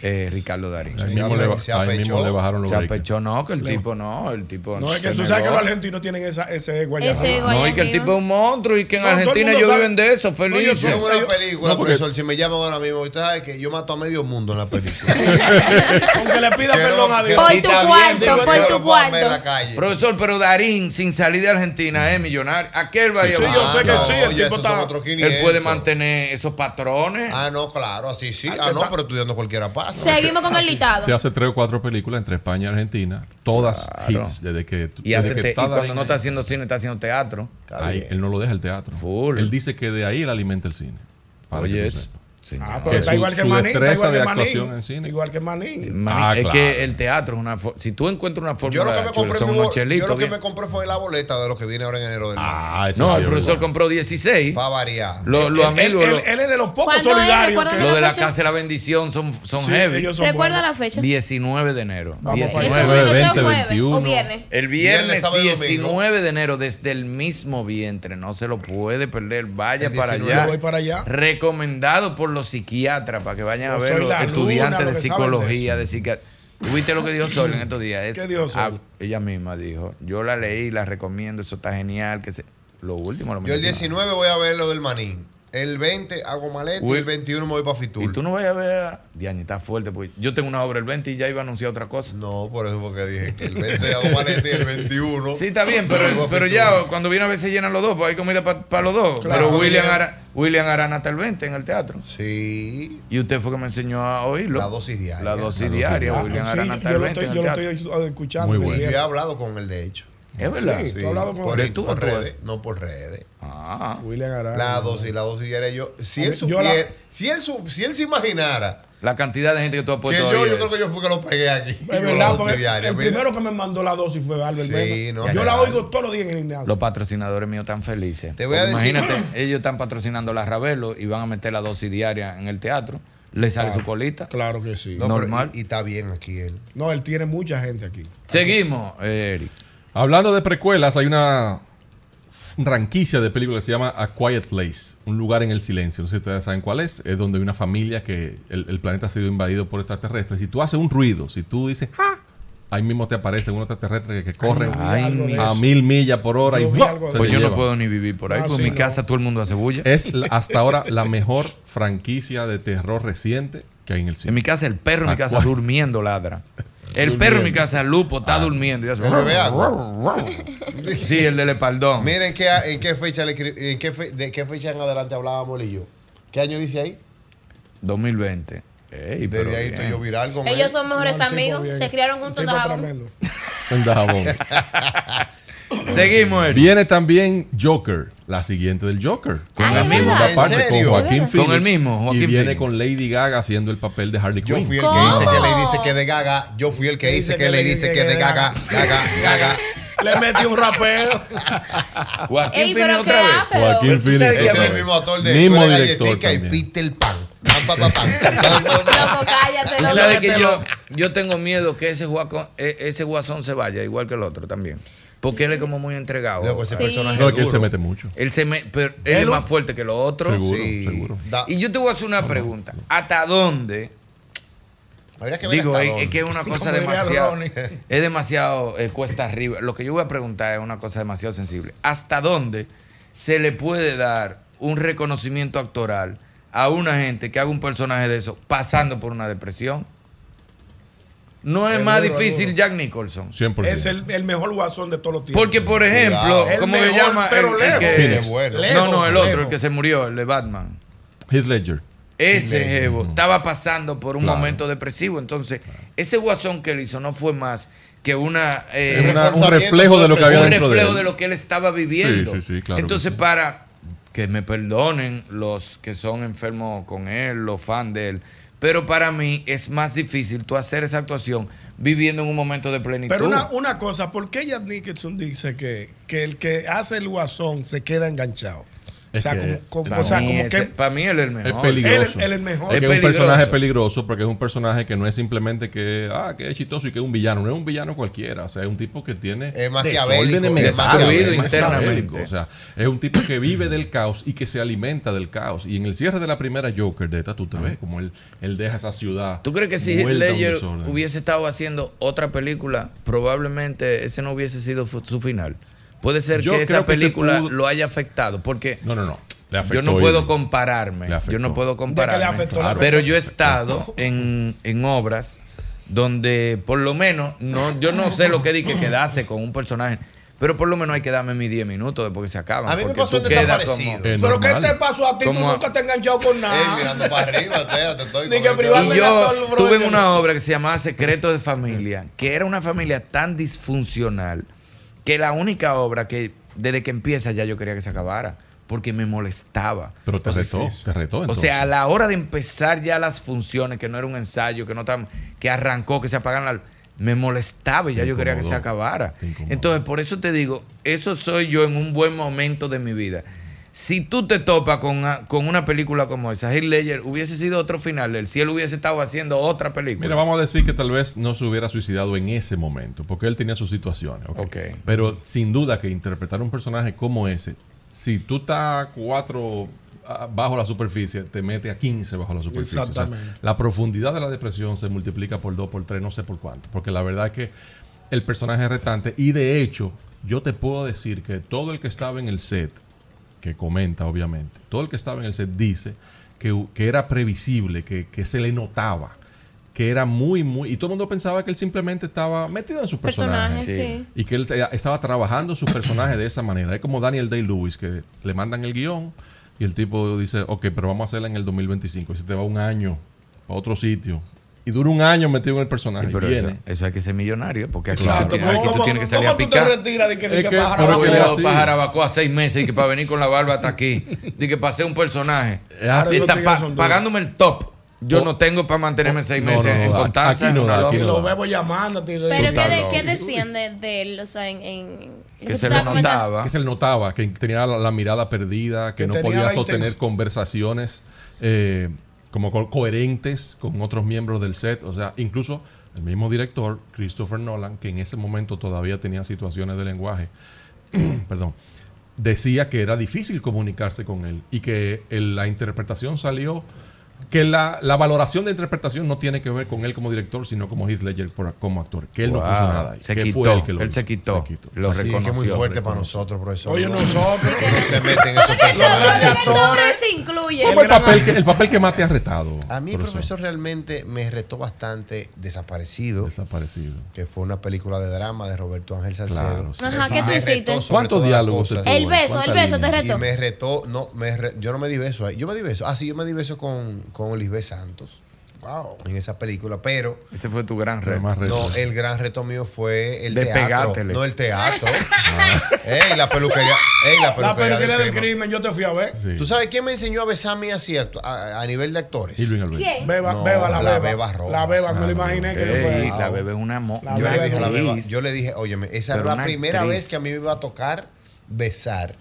Speaker 3: eh, Ricardo Darín.
Speaker 14: Ahí mismo le ba- Se ahí mismo apechó. le bajaron los
Speaker 3: Se
Speaker 14: breaks.
Speaker 3: apechó, no, que el tipo no, el tipo
Speaker 6: No, es que
Speaker 3: se
Speaker 6: tú sabes que
Speaker 3: negó.
Speaker 6: los argentinos tienen esa, ese ego allá.
Speaker 3: Ese ego No, allá y que el arriba. tipo es un monstruo y que en
Speaker 6: todo el
Speaker 3: Argentina
Speaker 6: mundo
Speaker 3: ellos
Speaker 6: sabe-
Speaker 3: viven de eso, feliz.
Speaker 6: yo
Speaker 5: Yo
Speaker 6: soy-
Speaker 5: en una
Speaker 6: yo-
Speaker 5: película,
Speaker 6: no, porque-
Speaker 5: profesor, si me llaman ahora mismo, usted sabe que yo mato a medio mundo en la película.
Speaker 6: Aunque le pida
Speaker 5: Quiero-
Speaker 6: perdón a Dios.
Speaker 5: quiero- está bien, digo, yo no puedo ver la calle.
Speaker 3: Profesor, pero Darín, sin salir de Argentina, es millonario. Aquel va a
Speaker 5: Sí,
Speaker 3: llevar. Ah,
Speaker 5: yo sé que sí, el tipo está-
Speaker 3: Él puede mantener esos patrones.
Speaker 5: Ah, no, claro, así sí. Ah, no, pero estudiando cualquiera pasa.
Speaker 8: Seguimos con el listado.
Speaker 14: Se hace tres o cuatro películas entre España y Argentina, todas
Speaker 3: Claro.
Speaker 14: hits desde que
Speaker 3: Y,
Speaker 14: desde
Speaker 3: hace
Speaker 14: que
Speaker 3: te- y
Speaker 14: está
Speaker 3: cuando
Speaker 14: Darín
Speaker 3: no
Speaker 14: ahí.
Speaker 3: está haciendo cine, está haciendo teatro.
Speaker 14: Ahí, él no lo deja el teatro. Él dice que de ahí él alimenta el cine. Para
Speaker 3: Oye,
Speaker 14: que tú
Speaker 3: eso.
Speaker 14: sepas.
Speaker 6: Ah,
Speaker 14: Que
Speaker 6: pero está
Speaker 14: su-
Speaker 6: igual que
Speaker 14: su
Speaker 6: Manín, está
Speaker 14: destreza
Speaker 6: igual
Speaker 14: de
Speaker 6: que
Speaker 14: actuación en
Speaker 6: Manín.
Speaker 14: cine.
Speaker 6: Igual que Manín.
Speaker 3: Maní,
Speaker 14: Ah,
Speaker 3: es
Speaker 14: claro.
Speaker 3: que el teatro es una. for- Si tú encuentras una
Speaker 5: Yo lo que
Speaker 3: fórmula,
Speaker 5: me
Speaker 3: chula,
Speaker 5: compré,
Speaker 3: son
Speaker 5: fue-
Speaker 3: unos
Speaker 5: yo lo
Speaker 3: chelitos.
Speaker 5: que
Speaker 3: bien.
Speaker 5: me compré fue la boleta de lo que viene ahora en enero del
Speaker 14: Ah, eso
Speaker 3: No,
Speaker 14: sí
Speaker 3: el
Speaker 14: es
Speaker 3: profesor
Speaker 14: bueno.
Speaker 3: compró 16.
Speaker 5: Va a variar.
Speaker 3: Los los amigos.
Speaker 6: Él,
Speaker 3: los-
Speaker 6: él es de los pocos
Speaker 8: ¿Cuándo es?
Speaker 6: solidarios.
Speaker 8: Recuerda-
Speaker 6: que-
Speaker 3: Lo de la
Speaker 8: fecha?
Speaker 3: casa de la bendición son, son
Speaker 6: Sí,
Speaker 3: heavy.
Speaker 6: ellos
Speaker 8: son ¿Recuerda buenos. la fecha?
Speaker 3: 19 de enero.
Speaker 8: Vamos para allá.
Speaker 3: 19,
Speaker 8: Eso es jueves, 20, jueves, 21. o viernes.
Speaker 3: El viernes
Speaker 5: Viernes, sábado y domingo.
Speaker 3: 19 de enero, desde el mismo vientre. No se lo puede perder. Vaya
Speaker 6: El
Speaker 3: para
Speaker 6: 19
Speaker 3: allá.
Speaker 6: voy para allá.
Speaker 3: Recomendado por los psiquiatras para que vayan a
Speaker 6: Yo
Speaker 3: ver
Speaker 6: soy
Speaker 3: los
Speaker 6: la
Speaker 3: estudiantes
Speaker 6: luna,
Speaker 3: de
Speaker 6: lo que saben de
Speaker 3: psicología, de psiquiatría. ¿Tuviste lo que dijo Sol en estos días? Es-
Speaker 6: ¿Qué dijo Sol?
Speaker 3: ah, ella misma dijo, yo la leí, la recomiendo, eso está genial. Que se, lo último, lo
Speaker 5: Yo
Speaker 3: mencionaba.
Speaker 5: el 19 voy a ver lo del manín. El 20 hago maleta
Speaker 3: Uy.
Speaker 5: y el 21 me voy para Fitur.
Speaker 3: Y tú no vas a ver. a- Diaña, está fuerte. Porque yo tengo una obra el 20 y ya iba a anunciar otra cosa.
Speaker 5: No, por eso porque dije que el 20 hago maleta y el 21.
Speaker 3: Sí, está bien, pero, pero ya cuando viene a ver se llenan los dos, pues hay comida para los dos.
Speaker 5: Claro,
Speaker 3: Oh, pero
Speaker 5: porque
Speaker 3: William,
Speaker 5: ya-
Speaker 3: Ara- William Arana hasta el 20 en el teatro.
Speaker 5: Sí.
Speaker 3: Y usted fue que me enseñó a oírlo. La dosis diaria. La dosis diaria,
Speaker 6: Ah,
Speaker 3: William
Speaker 6: sí,
Speaker 3: Arana
Speaker 6: yo
Speaker 3: hasta el
Speaker 6: lo
Speaker 3: 20
Speaker 6: estoy,
Speaker 3: en
Speaker 6: yo
Speaker 3: el
Speaker 6: lo
Speaker 3: teatro.
Speaker 6: estoy eh, escuchando.
Speaker 3: Muy bueno.
Speaker 5: Yo he hablado con él, de hecho.
Speaker 3: Es verdad.
Speaker 5: Sí,
Speaker 3: Sí,
Speaker 5: tú has hablado con
Speaker 3: por
Speaker 5: él.
Speaker 3: el tú,
Speaker 5: por
Speaker 3: a tú.
Speaker 5: redes, no por redes.
Speaker 3: Ah.
Speaker 6: William Arana.
Speaker 5: La dosis, la dosis diaria. Yo, si,
Speaker 6: A
Speaker 5: él
Speaker 6: mí- yo la-
Speaker 5: supiera- si, él su- si él se imaginara
Speaker 3: La cantidad de gente que tú has
Speaker 5: que
Speaker 3: puesto
Speaker 5: yo,
Speaker 3: ahí es-
Speaker 5: yo creo que yo fui que lo pegué aquí.
Speaker 6: Es
Speaker 5: Con la
Speaker 6: verdad,
Speaker 5: dosis
Speaker 6: porque
Speaker 5: diaria.
Speaker 6: el
Speaker 5: mira.
Speaker 6: primero que me mandó la dosis fue Albert
Speaker 5: Sí,
Speaker 6: Mena.
Speaker 5: no,
Speaker 6: Yo
Speaker 3: ya,
Speaker 6: la
Speaker 3: ya.
Speaker 6: oigo todos los días en el gimnasio.
Speaker 3: Los patrocinadores míos están felices.
Speaker 5: voy a
Speaker 3: Porque
Speaker 5: decir-
Speaker 3: Imagínate, ellos están patrocinando la Ravelo y van a meter la dosis diaria en el teatro. Le sale
Speaker 6: Claro,
Speaker 3: su colita.
Speaker 6: Claro que sí.
Speaker 5: No, pero
Speaker 3: Normal.
Speaker 5: y, y está bien aquí él.
Speaker 6: No, él tiene mucha gente aquí.
Speaker 3: Seguimos, eh, Eric.
Speaker 14: Hablando de precuelas, hay una franquicia de película que se llama A Quiet Place, un lugar en el silencio. No sé si ustedes saben cuál es. Es donde hay una familia que el, el planeta ha sido invadido por extraterrestres. Si tú haces un ruido, si tú dices, ¡ah! Ahí mismo te aparece un extraterrestre que, que corre
Speaker 3: Ay, algo de
Speaker 14: a
Speaker 3: eso.
Speaker 14: mil millas por hora. y
Speaker 3: Yo vi
Speaker 14: ¡buah!
Speaker 3: algo de
Speaker 14: se
Speaker 3: Pues
Speaker 14: te
Speaker 3: yo no
Speaker 14: lleva.
Speaker 3: puedo ni vivir por ahí, Ah, pues sí, mi no. casa todo el mundo hace bulla.
Speaker 14: Es la- hasta ahora la mejor franquicia de terror reciente que hay en el cine.
Speaker 3: En mi casa el perro en mi
Speaker 14: Ah,
Speaker 3: casa
Speaker 14: ¿cuál?
Speaker 3: durmiendo ladra. El
Speaker 14: Durmiendo.
Speaker 3: perro en mi casa, Lupo,
Speaker 5: Ah,
Speaker 3: está durmiendo. y hace-
Speaker 5: El bebé agua.
Speaker 3: Sí, el del espaldón.
Speaker 5: Miren qué, en qué fecha le escri- en qué fe- de qué fecha en adelante hablábamos él y yo. ¿Qué año dice ahí?
Speaker 3: 2020. Ey,
Speaker 5: Desde
Speaker 3: pero
Speaker 5: ahí estoy yo viral con
Speaker 8: Ellos
Speaker 5: él.
Speaker 8: son mejores
Speaker 5: No, el tipo
Speaker 8: amigos,
Speaker 5: bien.
Speaker 8: se criaron juntos.
Speaker 5: tipo
Speaker 8: Dajabón.
Speaker 3: Seguimos.
Speaker 14: Viene también Joker, la siguiente del Joker. Con
Speaker 3: Ay,
Speaker 14: la
Speaker 3: Ah, ¿verdad?
Speaker 14: segunda
Speaker 3: ¿En
Speaker 14: parte con
Speaker 3: serio?
Speaker 14: Joaquín
Speaker 3: Con
Speaker 14: Phoenix.
Speaker 3: el mismo,
Speaker 14: y
Speaker 3: Joaquín
Speaker 14: viene
Speaker 3: Phoenix.
Speaker 14: con Lady Gaga haciendo el papel de Harley Quinn.
Speaker 5: Yo fui el que dice que le dice que de gaga. Yo fui el que dice que le dice que de gaga. Gaga, gaga.
Speaker 23: Le metí un rapeo.
Speaker 3: Joaquín
Speaker 5: Ey,
Speaker 3: Phoenix
Speaker 5: pero
Speaker 3: otra
Speaker 5: qué
Speaker 3: vez.
Speaker 5: da, pero- Joaquín
Speaker 3: Tú sabes
Speaker 5: Phoenix
Speaker 3: que
Speaker 5: otra
Speaker 3: es
Speaker 5: vez.
Speaker 14: Mismo
Speaker 3: tú eres
Speaker 14: director
Speaker 3: galletica y
Speaker 14: también.
Speaker 3: Peter Pan. Pam, pam, pam, pam.
Speaker 8: Loco, cállate,
Speaker 3: Tú
Speaker 8: loco.
Speaker 3: sabes que yo, yo tengo miedo que ese guacón, e- ese guasón se vaya, igual que el otro también. Porque él es como muy entregado.
Speaker 14: ese Sí. personaje No, es que él duro. se mete mucho.
Speaker 3: Él, se me- pero él es
Speaker 14: Él-
Speaker 3: más fuerte que los otros.
Speaker 14: Seguro, seguro.
Speaker 3: Y yo te voy a hacer una pregunta. ¿Hasta dónde?
Speaker 5: que ver
Speaker 3: Digo,
Speaker 5: hasta
Speaker 3: es,
Speaker 5: dónde.
Speaker 3: es que es una cosa
Speaker 5: Como diría
Speaker 3: demasiado.
Speaker 5: Ronnie.
Speaker 3: Es demasiado eh, cuesta arriba. Lo que yo voy a preguntar es una cosa demasiado sensible. ¿Hasta dónde se le puede dar un reconocimiento actoral a una gente que haga un personaje de eso pasando por una depresión? No es
Speaker 6: Es
Speaker 3: más
Speaker 6: duro, es
Speaker 3: difícil
Speaker 6: duro.
Speaker 3: Jack Nicholson.
Speaker 6: Es el, el mejor guasón de todos los tiempos.
Speaker 3: Porque, por ejemplo,
Speaker 6: El
Speaker 3: ¿cómo se
Speaker 6: mejor,
Speaker 3: llama?
Speaker 6: Pero
Speaker 3: el, el
Speaker 6: lejos.
Speaker 3: que-
Speaker 14: Phoenix.
Speaker 3: no, no, el
Speaker 14: Lejos.
Speaker 3: otro, el que se murió, el de Batman.
Speaker 14: Heath Ledger.
Speaker 3: Ese jevo estaba pasando por un
Speaker 14: Claro.
Speaker 3: momento depresivo. Entonces, ese guasón que él hizo no fue más que una,
Speaker 14: Es una- un reflejo de lo que había
Speaker 3: un
Speaker 14: dentro de
Speaker 3: reflejo
Speaker 14: él.
Speaker 3: de lo que él estaba viviendo.
Speaker 14: Sí, sí, sí, claro que
Speaker 3: Entonces, para que me perdonen los que son enfermos con él, los fans de él, pero para mí es más difícil tú hacer esa actuación viviendo en un momento de plenitud.
Speaker 6: Pero una, una cosa, ¿por qué Jack Nicholson dice que, que el que hace el guasón se queda enganchado?
Speaker 14: Es
Speaker 6: o sea,
Speaker 14: que-
Speaker 6: como, como-
Speaker 14: para
Speaker 6: o sea,
Speaker 14: mí
Speaker 6: como
Speaker 14: ese-
Speaker 6: que.
Speaker 3: para mí él es el mejor.
Speaker 14: Es peligroso.
Speaker 6: Él- él es el mejor. Es
Speaker 14: Es, que es un
Speaker 6: peligroso.
Speaker 14: personaje peligroso porque es un personaje que no es simplemente que, ah, que es chistoso y que es un villano. No es un villano cualquiera. O sea, es un tipo que tiene
Speaker 5: Es maquiavélico,
Speaker 14: desórdenes
Speaker 5: es
Speaker 14: mentales,
Speaker 5: maquiavélico.
Speaker 14: es maquiavélico.
Speaker 5: internamente.
Speaker 14: O sea, es un tipo que vive del caos y que se alimenta del caos. Y en el cierre de la primera Joker de esta, tú te ves como él, él deja esa ciudad.
Speaker 3: Ah. ¿Tú crees que si Heath
Speaker 14: vuelta a un
Speaker 3: Ledger
Speaker 14: desorden.
Speaker 3: hubiese estado haciendo otra película, probablemente ese no hubiese sido fu- su final? Puede ser
Speaker 14: Yo
Speaker 3: que esa
Speaker 14: creo que se
Speaker 3: película
Speaker 14: pudo-
Speaker 3: lo haya afectado, porque
Speaker 14: No, no, no. Le afectó
Speaker 3: yo no puedo
Speaker 14: Irving.
Speaker 3: compararme.
Speaker 14: Le afectó.
Speaker 3: Yo no puedo
Speaker 14: ¿De
Speaker 3: compararme.
Speaker 14: qué le afectó? Claro.
Speaker 3: Pero yo he estado en, en obras donde por lo menos, no, yo no sé lo que di que quedase con un personaje, pero por lo menos hay que darme mis 10 minutos después que se acaban.
Speaker 6: A mí me
Speaker 3: porque
Speaker 6: pasó
Speaker 3: tú
Speaker 6: en
Speaker 3: quedas
Speaker 6: Desaparecido.
Speaker 3: como-
Speaker 6: Pero ¿qué te pasó a ti? Tú
Speaker 3: Como a-
Speaker 6: nunca te has enganchado con nada. Ni que privado
Speaker 3: Y
Speaker 6: de actor,
Speaker 3: yo
Speaker 6: bro,
Speaker 3: tuve en
Speaker 6: yo-
Speaker 3: una obra que se llamaba Secretos de Familia, que era una familia tan disfuncional que la única obra que desde que empieza ya yo quería que se acabara, porque me molestaba.
Speaker 14: Pero te
Speaker 3: O sea,
Speaker 14: retó, te retó.
Speaker 3: O
Speaker 14: entonces.
Speaker 3: sea, a la hora de empezar ya las funciones, que no era un ensayo, que no tan, que arrancó, que se apagan la me molestaba y ya yo quería que se
Speaker 14: incomodó,
Speaker 3: acabara. Entonces, por eso te digo, eso soy yo en un buen momento de mi vida. Si tú te topas con una, con una película como esa, Heath Ledger hubiese sido otro final, el cielo hubiese estado haciendo otra película.
Speaker 14: Mira, vamos a decir que tal vez no se hubiera suicidado en ese momento, porque él tenía sus situaciones. ¿ok?
Speaker 3: Ok.
Speaker 14: Pero sin duda que interpretar un personaje como ese, si tú estás cuatro ah, bajo la superficie, te mete a 15 bajo la superficie. O sea,
Speaker 6: Exactamente.
Speaker 14: la profundidad de la depresión se multiplica por dos, por tres, no sé por cuánto. Porque la verdad es que el personaje es retante. Y de hecho, yo te puedo decir que todo el que estaba en el set, que comenta obviamente, todo el que estaba en el set dice que, que era previsible, que, que se le notaba. Que era muy, muy. Y todo el mundo pensaba que él simplemente estaba metido en su personaje.
Speaker 8: Personaje, sí.
Speaker 14: Y que él te- estaba trabajando su personaje de esa manera. Es como Daniel Day-Lewis, que le mandan el guión y el tipo dice, ok, pero vamos a hacerla en el 2025. Y se te va un año a otro sitio. Y dura un año metido en el personaje.
Speaker 3: Sí, pero
Speaker 14: viene.
Speaker 3: eso, eso hay que ser millonario, porque aquí,
Speaker 14: Exacto,
Speaker 3: tú, ti-
Speaker 14: pero
Speaker 3: aquí tú
Speaker 14: ¿cómo-
Speaker 3: tienes que salir a
Speaker 14: cómo tú te
Speaker 3: picar.
Speaker 14: retiras de que- de
Speaker 3: Es
Speaker 14: que
Speaker 3: que
Speaker 14: Pájaro
Speaker 3: yo
Speaker 14: Bacó
Speaker 3: veo
Speaker 14: es así.
Speaker 3: Pájaro Bacó a seis meses y que para venir con la barba hasta aquí, de que pasé un personaje.
Speaker 14: así.
Speaker 3: Y está
Speaker 14: Esos tigres
Speaker 3: pa-
Speaker 14: son duros.
Speaker 3: pagándome el top. Yo
Speaker 14: Oh.
Speaker 3: no tengo para mantenerme seis
Speaker 14: No,
Speaker 3: meses
Speaker 14: no,
Speaker 3: en
Speaker 14: no,
Speaker 3: constancia.
Speaker 14: aquí no
Speaker 3: en
Speaker 14: da,
Speaker 3: una
Speaker 14: aquí
Speaker 3: loca.
Speaker 14: no
Speaker 6: Lo veo llamándote.
Speaker 8: Pero ¿qué, de,
Speaker 14: loco.
Speaker 8: ¿qué decían de, de él? O sea, en. en- lo
Speaker 14: Que
Speaker 8: tú
Speaker 14: se le
Speaker 8: estabas comentando?
Speaker 14: notaba. Que se le notaba, que tenía la, la mirada perdida, que,
Speaker 6: Que
Speaker 14: no
Speaker 6: tenía
Speaker 14: podía
Speaker 6: la
Speaker 14: sostener
Speaker 6: intención.
Speaker 14: conversaciones eh, como co- coherentes con otros miembros del set. O sea, incluso el mismo director, Christopher Nolan, que en ese momento todavía tenía situaciones de lenguaje, perdón, decía que era difícil comunicarse con él y que el- la interpretación salió, que la, la valoración de interpretación no tiene que ver con él como director, sino como Heath Ledger por- como actor, que él no
Speaker 3: Wow.
Speaker 14: puso nada ahí.
Speaker 3: Se
Speaker 14: que
Speaker 3: quitó,
Speaker 14: fue él que lo
Speaker 3: él
Speaker 14: hizo.
Speaker 3: se quitó, lo
Speaker 5: Así es que es muy
Speaker 3: reconoció.
Speaker 5: fuerte para nosotros, profesor.
Speaker 3: Oye,
Speaker 5: nosotros. No se meten en
Speaker 8: O sea
Speaker 5: esos
Speaker 8: que el
Speaker 5: personajes.
Speaker 8: nombre- el nombre se incluye.
Speaker 14: ¿Cómo el papel, que, el papel que más te ha retado?
Speaker 5: A mí, profesor. realmente me retó bastante Desaparecido.
Speaker 14: Desaparecido.
Speaker 5: Que fue una película de drama de Roberto Ángel Salcedo.
Speaker 14: Claro, sí.
Speaker 8: Ajá, ¿qué tú
Speaker 5: Me
Speaker 8: hiciste?
Speaker 5: retó sobre
Speaker 14: ¿Cuántos
Speaker 5: todas las
Speaker 14: diálogos
Speaker 5: cosas.
Speaker 14: usted tuvo?
Speaker 8: El beso, ¿Cuántas el beso te líneas? retó.
Speaker 5: ¿eh? Y me retó, no, me re- yo no me di beso ahí. Yo me di beso. Ah, sí, yo me di beso con, con Lisbeth Santos. Wow. En esa película, pero.
Speaker 3: Ese fue tu gran
Speaker 5: reto.
Speaker 3: reto. más reto.
Speaker 5: No, eh, el gran reto mío fue el
Speaker 3: De
Speaker 5: teatro.
Speaker 3: pegártele.
Speaker 5: No, el teatro. Ey, la peluquería. Ey,
Speaker 6: Ah.
Speaker 5: la peluquería.
Speaker 6: La peluquería del
Speaker 5: crema.
Speaker 6: crimen, yo te fui a ver.
Speaker 5: ¿Tú sabes quién me enseñó a besarme así a, a- a nivel de actores?
Speaker 6: Irving
Speaker 14: Alberto.
Speaker 6: ¿Quién? Beba-
Speaker 5: No,
Speaker 6: Beba, la Beba.
Speaker 5: Rojas.
Speaker 6: La Beba, me lo imaginé que yo fue.
Speaker 3: Ah, Ey, la bebé es una mo-
Speaker 5: yo,
Speaker 3: una
Speaker 5: le dije, a la
Speaker 3: actriz.
Speaker 5: Beba, yo le dije, óyeme, esa
Speaker 3: Pero
Speaker 5: era la
Speaker 3: una
Speaker 5: primera
Speaker 3: actriz.
Speaker 5: vez que a mí me iba a tocar besar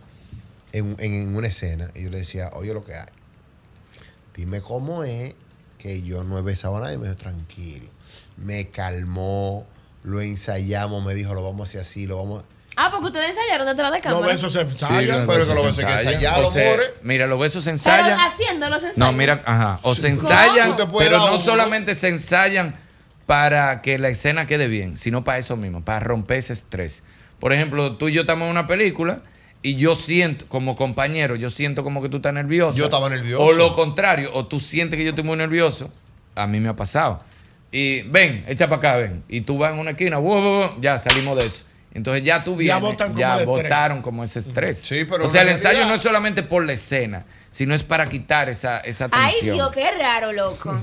Speaker 5: en, en- en una escena. Y yo le decía, oye lo que hay. Dime cómo es que yo no he besado a nadie. Me dijo, tranquilo. Me calmó, lo ensayamos, me dijo, lo vamos a hacer así, lo vamos a...
Speaker 8: Ah, porque ustedes ensayaron detrás de cámara.
Speaker 3: Sí, los
Speaker 5: pero
Speaker 3: besos
Speaker 5: que lo besos
Speaker 3: se
Speaker 5: hay que
Speaker 3: ensayan.
Speaker 5: ensayar,
Speaker 3: O
Speaker 5: los
Speaker 3: sea,
Speaker 5: mores.
Speaker 3: Mira, los besos se
Speaker 8: Pero
Speaker 3: ensayan.
Speaker 8: haciendo los ensayos.
Speaker 3: No, mira, ajá. O se
Speaker 8: ¿Cómo?
Speaker 3: ensayan,
Speaker 8: Tú te puedes
Speaker 3: pero
Speaker 8: dar
Speaker 3: no
Speaker 8: uno.
Speaker 3: solamente se ensayan para que la escena quede bien, sino para eso mismo, para romper ese estrés. Por ejemplo, tú y yo estamos en una película y yo siento, como compañero, yo siento como que tú estás nervioso.
Speaker 5: Yo estaba nervioso.
Speaker 3: O lo contrario, o tú sientes que yo estoy muy nervioso. A mí me ha pasado. Y ven, echa para acá, ven. Y tú vas en una esquina, bu, bu, bu, ya salimos de eso. Entonces ya tú vienes, ya,
Speaker 5: botan como el estrés.
Speaker 3: botaron como ese estrés.
Speaker 5: pero
Speaker 3: o sea, el
Speaker 5: una
Speaker 3: ensayo
Speaker 5: realidad.
Speaker 3: no es solamente por la escena, sino es para quitar esa, esa
Speaker 8: Ay,
Speaker 3: tensión.
Speaker 8: Dios, qué raro, loco.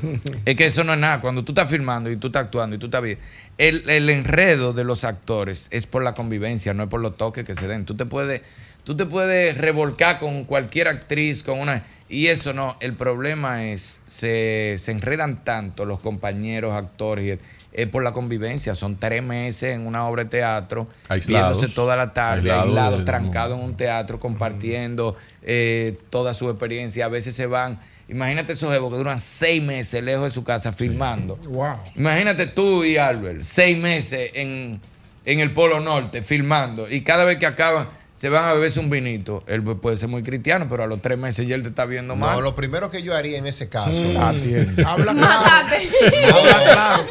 Speaker 3: Es que eso no es nada. Cuando tú estás filmando y tú estás actuando y tú estás bien, el, el enredo de los actores es por la convivencia, no es por los toques que se den. Tú te puedes, tú te puedes revolcar con cualquier actriz, con una. Y eso no. El problema es, se, se enredan tanto los compañeros, actores, y es- es por la convivencia. Son tres meses en una obra de teatro,
Speaker 14: Aislados.
Speaker 3: viéndose toda la tarde,
Speaker 14: Aislados
Speaker 3: aislados,
Speaker 14: del
Speaker 3: trancados en un teatro, compartiendo eh, toda su experiencia. A veces se van. Imagínate esos jevos que duran seis meses lejos de su casa filmando.
Speaker 6: Wow.
Speaker 3: Imagínate tú y Albert, seis meses en, en el Polo Norte filmando y cada vez que acaban se van a beberse un vinito. Él puede ser muy cristiano, pero a los tres meses ya él te está viendo mal.
Speaker 5: No, lo primero que yo haría en ese caso.
Speaker 3: Mm. Atiende.
Speaker 5: Habla
Speaker 8: Mátate.
Speaker 5: claro.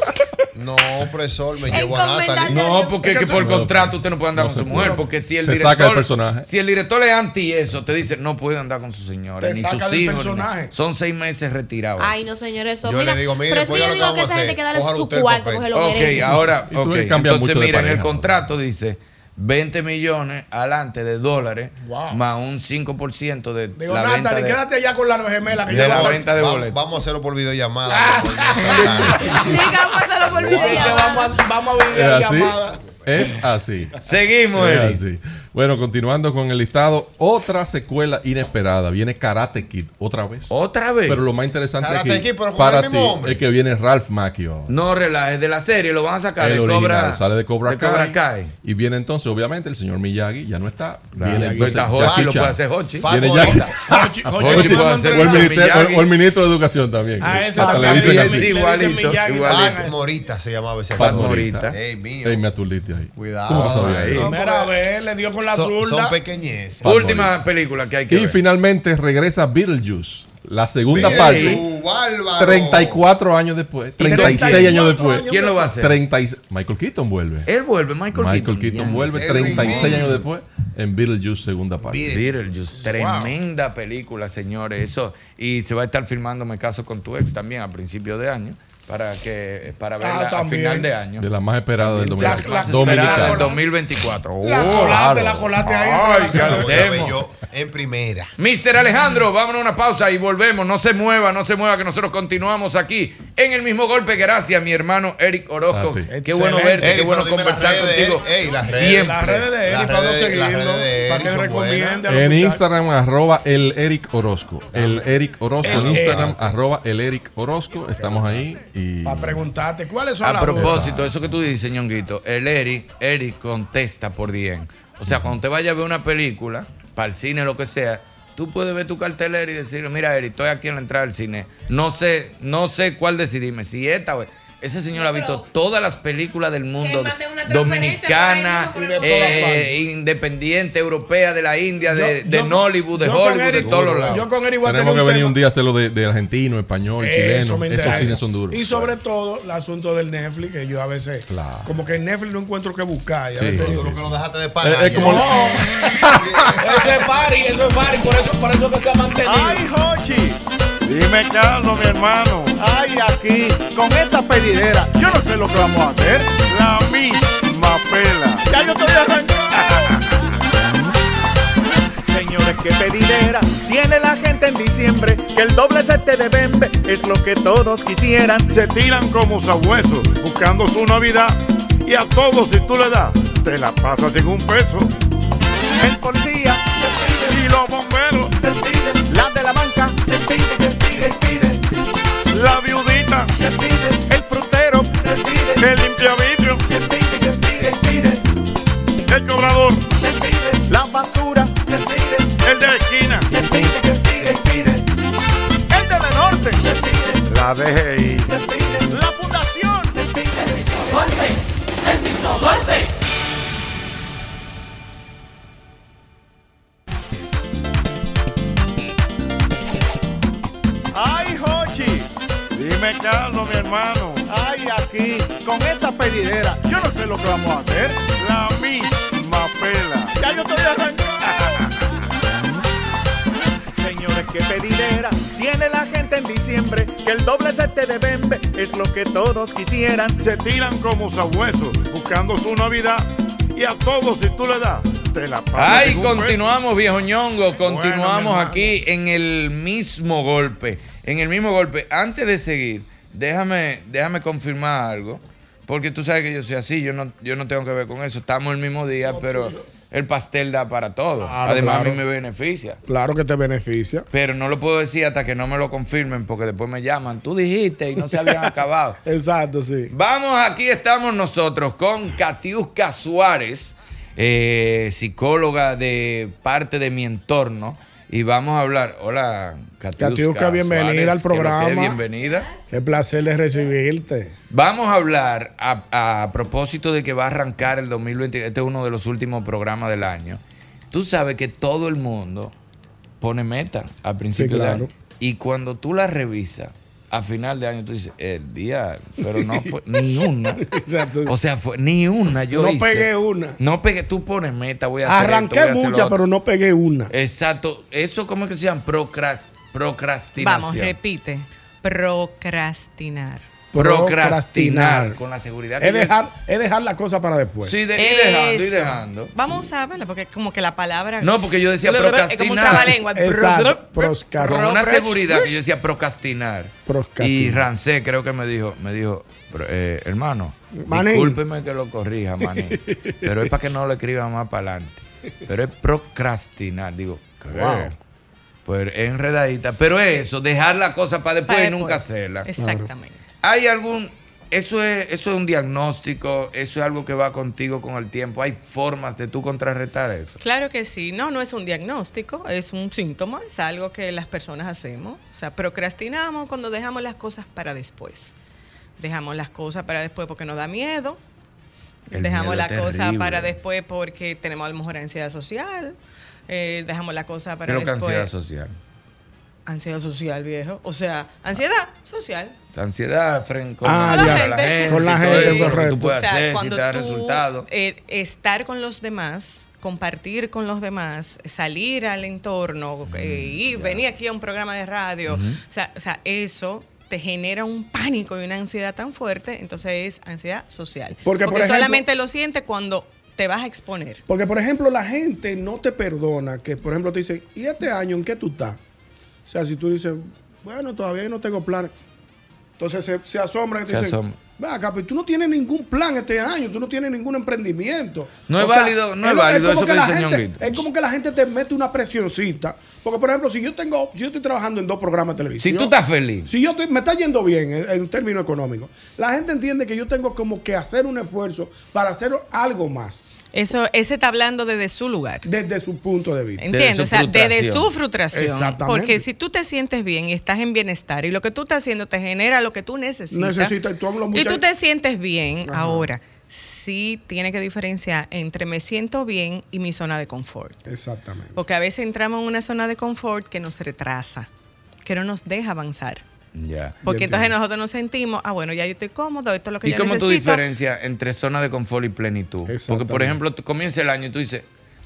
Speaker 5: No, profesor, me
Speaker 3: El
Speaker 5: llevo a Natalie.
Speaker 3: No, porque es que por contrato usted no puede andar
Speaker 5: No
Speaker 3: con
Speaker 5: se
Speaker 3: su mujer,
Speaker 5: puede.
Speaker 3: porque si el
Speaker 14: Se
Speaker 3: director
Speaker 14: saca del personaje.
Speaker 3: si el director es anti eso, te dice no puede andar con su señora,
Speaker 8: Te
Speaker 3: ni
Speaker 8: saca
Speaker 3: sus
Speaker 8: del
Speaker 3: hijos. ni
Speaker 8: personaje.
Speaker 3: nada. Son seis meses retirados.
Speaker 8: Ay, no, señores, eso.
Speaker 3: Yo
Speaker 8: mira,
Speaker 3: le digo, mire,
Speaker 8: pero es que
Speaker 3: pues
Speaker 8: yo
Speaker 3: ya lo
Speaker 8: digo
Speaker 3: que
Speaker 8: que
Speaker 3: vamos
Speaker 8: esa
Speaker 3: a
Speaker 8: gente hay que darle
Speaker 3: hacer, cojan
Speaker 8: su
Speaker 3: usted el
Speaker 8: cuarto
Speaker 3: papel.
Speaker 8: porque lo
Speaker 3: Ok,
Speaker 8: merece.
Speaker 3: ahora,
Speaker 14: Y tú
Speaker 3: ok.
Speaker 14: le cambias
Speaker 3: Entonces,
Speaker 14: mucho de
Speaker 3: mira, en el
Speaker 14: pareja, ¿no?
Speaker 3: contrato dice 20 millones adelante de dólares más un 5% de
Speaker 6: Digo,
Speaker 3: la venta
Speaker 6: Natalie,
Speaker 3: de,
Speaker 6: quédate allá con la gemela que
Speaker 3: de
Speaker 6: yo
Speaker 3: la
Speaker 6: voy a-
Speaker 3: venta de
Speaker 5: Va-
Speaker 3: boletos. Ah.
Speaker 5: Vamos a hacerlo por videollamada.
Speaker 8: Digámoselo por videollamada.
Speaker 6: Vamos a- Vamos a
Speaker 14: Es así.
Speaker 6: videollamada.
Speaker 14: Es así.
Speaker 3: Seguimos,
Speaker 14: Es
Speaker 3: Eric.
Speaker 14: así. Bueno, continuando con el listado, otra secuela inesperada. Viene Karate Kid otra vez.
Speaker 3: Otra vez.
Speaker 14: Pero lo más interesante
Speaker 3: Karate
Speaker 14: aquí
Speaker 3: Kid, pero con el
Speaker 14: para ti
Speaker 3: mismo hombre.
Speaker 14: es que viene Ralph Macchio.
Speaker 3: No relajes de la serie, lo van a sacar
Speaker 14: el
Speaker 3: de
Speaker 14: original.
Speaker 3: Cobra.
Speaker 14: sale de Cobra,
Speaker 3: de Cobra
Speaker 14: Kai,
Speaker 3: Kai.
Speaker 14: Y viene entonces, obviamente, el señor Miyagi. Ya no está.
Speaker 3: Claro.
Speaker 14: Viene
Speaker 3: Miyagi está Hochi,
Speaker 14: Jackie
Speaker 3: lo puede
Speaker 14: Chan.
Speaker 3: hacer Hochi.
Speaker 14: Viene
Speaker 3: Paco
Speaker 14: Jackie-
Speaker 3: ahorita. Hochi- Hochi
Speaker 14: Hochi
Speaker 3: lo puede
Speaker 14: puede
Speaker 3: hacer
Speaker 14: hacer. O el
Speaker 3: Miyagi.
Speaker 14: minister- o el ministro de Educación también.
Speaker 5: Ah,
Speaker 14: Hasta le dicen así.
Speaker 5: Pat Morita se llamaba ese.
Speaker 14: Pat Morita.
Speaker 5: Ey, mío.
Speaker 14: Ey, me aturdiste ahí.
Speaker 5: Cuidado.
Speaker 14: ¿Cómo que sabía
Speaker 5: Ahí.
Speaker 14: eso?
Speaker 6: Primera vez, le dio con la
Speaker 5: Son- son
Speaker 6: zurda.
Speaker 5: pequeñeces.
Speaker 14: Pat
Speaker 3: Última película que hay que
Speaker 14: Y
Speaker 3: ver.
Speaker 14: finalmente regresa Beetlejuice, la segunda
Speaker 3: Beetlejuice,
Speaker 14: parte.
Speaker 3: bárbaro.
Speaker 14: 34 años después, 36 años después.
Speaker 3: ¿Quién lo va a hacer?
Speaker 14: 36 Michael Keaton vuelve.
Speaker 3: Él vuelve, Michael,
Speaker 14: Michael Keaton,
Speaker 3: ya,
Speaker 14: vuelve
Speaker 3: ese
Speaker 14: 36
Speaker 3: mismo.
Speaker 14: años después en Beetlejuice segunda parte.
Speaker 3: Beetlejuice, tremenda película, señores. Eso y se va a estar filmando Me caso con tu ex también a principio de año para que
Speaker 14: Ah,
Speaker 3: para verla a
Speaker 6: también.
Speaker 3: final de año.
Speaker 14: De la más esperada del
Speaker 3: La-
Speaker 14: dominicano.
Speaker 3: la-
Speaker 14: Dominicana.
Speaker 3: del 2024.
Speaker 14: La
Speaker 3: Oh, claro.
Speaker 14: colate, la colate ahí.
Speaker 3: Ay, ¿qué
Speaker 14: La voy a ver
Speaker 3: hacemos?
Speaker 5: yo en primera.
Speaker 3: Mister Alejandro, vámonos a una pausa y volvemos. No se mueva, no se mueva, que nosotros continuamos aquí en el mismo golpe. Gracias, mi hermano Eric Orozco.
Speaker 5: Ah, sí.
Speaker 3: Qué bueno
Speaker 5: Excelente.
Speaker 3: verte, qué
Speaker 5: Eric,
Speaker 3: bueno
Speaker 5: pero dime
Speaker 3: conversar
Speaker 5: las redes de
Speaker 3: contigo.
Speaker 5: él. Ey, las redes,
Speaker 3: Siempre.
Speaker 5: las redes de Eric, Las para no redes- las seguirlo, redes de para que Eric son recomiende
Speaker 14: En Instagram, arroba el Eric Orozco.
Speaker 3: Ah.
Speaker 14: El Eric Orozco.
Speaker 6: El
Speaker 14: En Instagram,
Speaker 6: Eric.
Speaker 14: arroba el Eric Orozco. Estamos ahí y.
Speaker 6: Para preguntarte, ¿cuáles son
Speaker 3: A
Speaker 6: las dudas?
Speaker 3: propósito, eso que tú dices, ñonguito, el Eric, Eric contesta por bien. O sea, cuando te vayas a ver una película, para el cine, lo que sea, tú puedes ver tu cartelera y decir, mira, Eric, estoy aquí en la entrada del cine. No sé, no sé cuál decidirme, si esta o Ese señor ha visto todas las películas del mundo
Speaker 20: manden una
Speaker 3: dominicana,
Speaker 20: transferencia
Speaker 6: para él,
Speaker 3: eh,
Speaker 6: por ejemplo.
Speaker 3: independiente, europea, de la India, de,
Speaker 6: Yo-
Speaker 3: de
Speaker 6: yo-
Speaker 3: Nollywood, de
Speaker 6: yo con
Speaker 3: Hollywood, de
Speaker 6: Eric-
Speaker 3: todos los lados.
Speaker 6: Yo con Eric voy a
Speaker 14: Tenemos que
Speaker 6: tener un
Speaker 14: venir
Speaker 6: tema.
Speaker 14: un día a hacerlo de, de argentino, español,
Speaker 6: Eso
Speaker 14: chileno.
Speaker 6: me
Speaker 14: Esos
Speaker 6: interesa.
Speaker 14: cines son duros.
Speaker 6: Y sobre todo el asunto del Netflix, que yo a veces, como que en Netflix no encuentro qué buscar. Y a
Speaker 14: Sí.
Speaker 6: veces
Speaker 14: Sí,
Speaker 6: digo,
Speaker 14: sí,
Speaker 6: lo
Speaker 14: sí.
Speaker 6: que lo
Speaker 24: dejaste de
Speaker 6: pagar.
Speaker 14: Es- es como-
Speaker 6: No. eso es party, eso es party, por eso, por eso que se ha mantenido.
Speaker 12: Ay, Hochi. Dime, Carlos, mi hermano. Ay, aquí, con esta pedidera, yo no sé lo que vamos a hacer. La misma pela. Ya yo estoy arrancando. Señores, qué pedidera tiene la gente en diciembre. Que el doble sete de Bembe es lo que todos quisieran. Se tiran como sabuesos buscando su Navidad. Y a todos, si tú le das, te la pasas sin un peso. El policía te pide. Y los bomberos te piden. La de la banca te piden, te piden, piden. La viudita te piden. El frutero te piden. El limpiavidrio te piden, te piden, piden. El cobrador te piden. La basura te piden. El de la esquina te piden, te piden, piden. El de la norte te piden. La DGI te piden. La fundación te piden. El mismo golpe, el mismo golpe. Ay, Hochi. Dime, Carlos, mi hermano. Ay, aquí, con esta pedidera, yo no sé lo que vamos a hacer. La misma pela. Ya yo estoy arrancando. Señores, qué pedidera tiene la gente en diciembre. Que el doble sete de Bembe es lo que todos quisieran. Se tiran como sabuesos buscando su Navidad. Y a todos, si tú le das, te la pagas.
Speaker 3: Ay,
Speaker 14: sin un
Speaker 3: continuamos, viejo ñongo.
Speaker 14: Bueno, mi
Speaker 3: Continuamos
Speaker 14: hermano.
Speaker 3: aquí en el mismo golpe. En el mismo golpe. Antes de seguir, déjame, déjame confirmar algo. Porque tú sabes que yo soy así, yo no, yo no tengo que ver con eso. Estamos el mismo día, pero el pastel da para todo.
Speaker 6: Claro,
Speaker 3: Además, a
Speaker 6: claro.
Speaker 3: mí me beneficia.
Speaker 6: Claro que te beneficia.
Speaker 3: Pero no lo puedo decir hasta que no me lo confirmen, porque después me llaman. Tú dijiste y no se habían acabado.
Speaker 6: Exacto, sí.
Speaker 3: Vamos, aquí estamos nosotros con Katiuska Suárez, eh, psicóloga de parte de mi entorno. Y vamos a hablar. Hola, Katiuska.
Speaker 6: Katiuska, bienvenida
Speaker 3: Suárez,
Speaker 6: al
Speaker 3: que lo que es,
Speaker 6: programa.
Speaker 3: Bienvenida.
Speaker 6: Qué placer de recibirte.
Speaker 3: Vamos a hablar a, a propósito de que va a arrancar el 2020. Este es uno de los últimos programas del año. Tú sabes que todo el mundo pone meta al principio de
Speaker 6: claro.
Speaker 3: año. Y cuando tú la revisas a final de año, tú dices, el día, pero no fue ni una. O sea, Ah, fue ni una. Yo
Speaker 6: no
Speaker 3: hice.
Speaker 6: pegué una.
Speaker 3: No pegué, tú pones meta, voy a hacer esto, voy a
Speaker 6: Arranqué
Speaker 3: hacer lo
Speaker 6: muchas,
Speaker 3: otro.
Speaker 6: pero no pegué una.
Speaker 3: Exacto. Eso, ¿cómo es que se llama? Procras- procrastinación.
Speaker 25: Vamos, repite. Procrastinar.
Speaker 3: Procrastinar. Con la seguridad que
Speaker 6: Es
Speaker 3: yo-
Speaker 6: dejar, es dejar la cosa para después.
Speaker 3: Sí, de- y dejando, y
Speaker 25: Eso.
Speaker 3: dejando.
Speaker 25: Vamos a usarla porque como que la palabra.
Speaker 3: No, porque yo decía
Speaker 25: Es como un
Speaker 3: procrastinar.
Speaker 25: trabalengua.
Speaker 3: Con una seguridad que yo decía procrastinar.
Speaker 6: Procrastinar.
Speaker 3: Y Rancé creo que me dijo, me dijo, "Pro- eh, hermano,
Speaker 6: Manín.
Speaker 3: discúlpeme que lo corrija, maní, pero es para que no lo escriba más para adelante. Pero es procrastinar, digo, ¿qué?
Speaker 25: Wow.
Speaker 3: Pues es enredadita. Pero es eso, dejar la cosa para después
Speaker 25: Pa'
Speaker 3: y nunca
Speaker 25: después.
Speaker 3: hacerla.
Speaker 25: Exactamente.
Speaker 3: ¿Hay algún... Eso es, eso es un diagnóstico, eso es algo que va contigo con el tiempo. ¿Hay formas de tú contrarrestar eso?
Speaker 25: Claro que sí. No, no es un diagnóstico, es un síntoma, es algo que las personas hacemos. O sea, procrastinamos cuando dejamos las cosas para después. Dejamos las cosas para después porque nos da miedo.
Speaker 21: El
Speaker 25: dejamos
Speaker 21: miedo
Speaker 25: la
Speaker 21: terrible.
Speaker 25: cosa para después porque tenemos a lo mejor ansiedad social. Eh, dejamos la cosa para
Speaker 3: Creo que
Speaker 25: después.
Speaker 3: ansiedad social.
Speaker 25: Ansiedad social, viejo. O sea, ansiedad social.
Speaker 3: ansiedad frente con,
Speaker 25: Ah,
Speaker 3: con
Speaker 25: ya.
Speaker 3: la gente,
Speaker 25: Con la
Speaker 3: y todo
Speaker 25: gente,
Speaker 3: eso, lo que
Speaker 25: correcto.
Speaker 3: tú puedes
Speaker 25: O sea,
Speaker 3: hacer, si
Speaker 25: cuando
Speaker 3: te da
Speaker 25: tú-
Speaker 3: resultado.
Speaker 25: Eh, estar con los demás, compartir con los demás, salir al entorno,
Speaker 3: Mm,
Speaker 25: eh, ir, venir aquí a un programa de radio.
Speaker 21: Ujú.
Speaker 25: o, sea, o sea, eso te genera un pánico y una ansiedad tan fuerte, entonces es ansiedad social.
Speaker 6: Porque, por ejemplo-
Speaker 25: solamente lo sientes cuando te vas a exponer.
Speaker 6: Porque, por ejemplo, la gente no te perdona que, por ejemplo, te dicen, ¿y este año en qué tú estás? O sea, si tú dices, bueno, todavía no tengo planes. Entonces se, se asombran y te
Speaker 3: Se
Speaker 6: dicen,
Speaker 3: asombra.
Speaker 6: ve acá, pero tú no tienes ningún plan este año, tú no tienes ningún emprendimiento.
Speaker 3: No es válido- no es
Speaker 6: lo-
Speaker 3: válido
Speaker 6: como
Speaker 3: eso que
Speaker 6: la
Speaker 3: dice
Speaker 6: gente-
Speaker 3: Ñonguito.
Speaker 6: Es como que la gente te mete una presioncita. Porque, por ejemplo, si yo tengo, si yo estoy trabajando en dos programas de televisión.
Speaker 3: Si tú estás feliz.
Speaker 6: Si yo estoy- me está yendo bien en, en términos económicos, la gente entiende que yo tengo como que hacer un esfuerzo para hacer algo más.
Speaker 25: Eso, ese está hablando desde su lugar.
Speaker 6: Desde su punto de vista.
Speaker 25: ¿Entiendes?
Speaker 6: Desde
Speaker 25: o
Speaker 6: su
Speaker 25: sea, desde
Speaker 6: frustración.
Speaker 25: su frustración.
Speaker 6: Exactamente.
Speaker 25: Porque si tú te sientes bien y estás en bienestar y lo que tú estás haciendo te genera lo que tú necesitas.
Speaker 6: Necesitas, tú hablas
Speaker 25: y
Speaker 6: mucho-
Speaker 25: tú te sientes bien
Speaker 6: Ajá.
Speaker 25: ahora. Sí tiene que diferenciar entre me siento bien y mi zona de confort.
Speaker 6: Exactamente.
Speaker 25: Porque a veces entramos en una zona de confort que nos retrasa, que no nos deja avanzar.
Speaker 3: Ya.
Speaker 25: Porque entonces nosotros nos sentimos, ah, bueno, ya yo estoy cómodo, esto es lo que
Speaker 3: ¿Y
Speaker 25: yo
Speaker 3: cómo tú
Speaker 25: necesito.
Speaker 3: diferencias entre zona de confort y plenitud? Porque, por ejemplo, tú comienza el año y tú dices,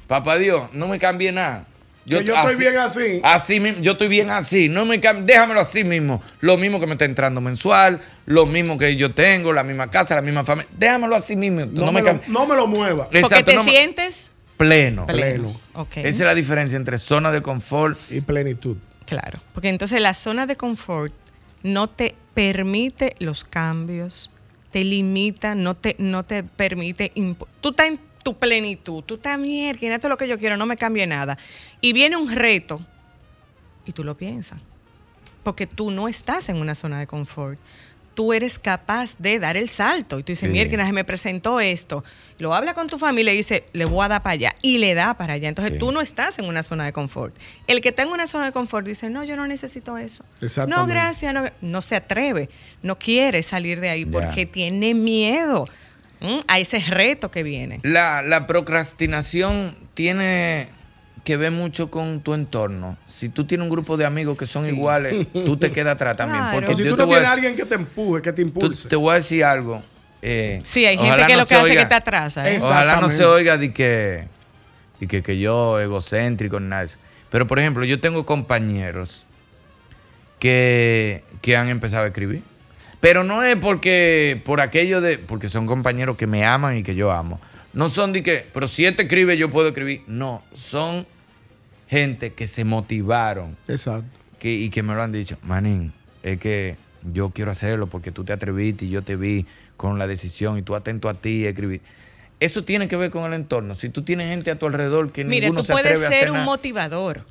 Speaker 3: papá Dios, no me cambié nada.
Speaker 6: Que yo estoy bien así.
Speaker 3: Así mismo, yo estoy bien así. No me cam- déjamelo así mismo. Lo mismo que me está entrando mensual, lo mismo que yo tengo, la misma casa, la misma familia. Déjamelo así mismo. Tú No,
Speaker 6: No, me
Speaker 3: cam-
Speaker 6: lo, no me lo mueva.
Speaker 3: Exacto, Porque te no me-
Speaker 25: sientes
Speaker 3: Pleno.
Speaker 25: Pleno. Ok.
Speaker 3: Esa es la diferencia entre zona de confort
Speaker 6: y plenitud.
Speaker 25: Claro. Porque entonces la zona de confort no te permite los cambios, te limita, no te, no te permite. impo- Tú estás en tu plenitud, tú estás mierda, esto es lo que yo quiero, no me cambie nada. Y viene un reto y tú lo piensas. Porque tú no estás en una zona de confort. Tú eres capaz de dar el salto. Y tú dices,
Speaker 3: Sí.
Speaker 25: mierda, se me presentó esto. Lo habla con tu familia y dice, le voy a dar para allá. Y le da para allá. Entonces
Speaker 3: Sí.
Speaker 25: tú no estás en una zona de confort. El que está en una zona de confort dice, no, yo no necesito eso. No,
Speaker 3: Exactamente.
Speaker 25: gracias. No, gra-". No se atreve. No quiere salir de ahí
Speaker 3: Ya.
Speaker 25: porque tiene miedo ¿m? a ese reto que viene.
Speaker 3: La, la procrastinación tiene que ver mucho con tu entorno. Si tú tienes un grupo de amigos que son iguales, tú te quedas atrás también.
Speaker 6: Claro.
Speaker 3: Porque
Speaker 6: si
Speaker 3: yo
Speaker 6: tú
Speaker 3: te
Speaker 6: no
Speaker 3: voy a
Speaker 6: tienes a
Speaker 3: decir-
Speaker 6: alguien que te empuje, que te
Speaker 3: tú-
Speaker 6: impulse.
Speaker 3: te voy a decir algo. eh,
Speaker 25: Sí, hay gente
Speaker 3: ojalá
Speaker 25: que
Speaker 3: no
Speaker 25: lo que
Speaker 3: se
Speaker 25: hace es
Speaker 3: oiga-
Speaker 25: que te atrasa. ¿eh?
Speaker 3: Ojalá no se oiga de que, de que, que yo egocéntrico ni nada de eso. Pero, por ejemplo, yo tengo compañeros que, que han empezado a escribir. Pero no es porque, por aquello de, porque son compañeros que me aman y que yo amo. No son de que, pero si este escribe, yo puedo escribir. No, son gente que se motivaron
Speaker 6: Exacto.
Speaker 3: que, y que me lo han dicho, Manín, es que yo quiero hacerlo porque tú te atreviste y yo te vi con la decisión y tú atento a ti y escribí. Eso tiene que ver con el entorno. Si tú tienes gente a tu alrededor que
Speaker 25: Mira,
Speaker 3: ninguno
Speaker 25: tú
Speaker 3: se atreve
Speaker 25: puedes
Speaker 3: a hacer
Speaker 25: ser un
Speaker 3: nada.
Speaker 25: motivador,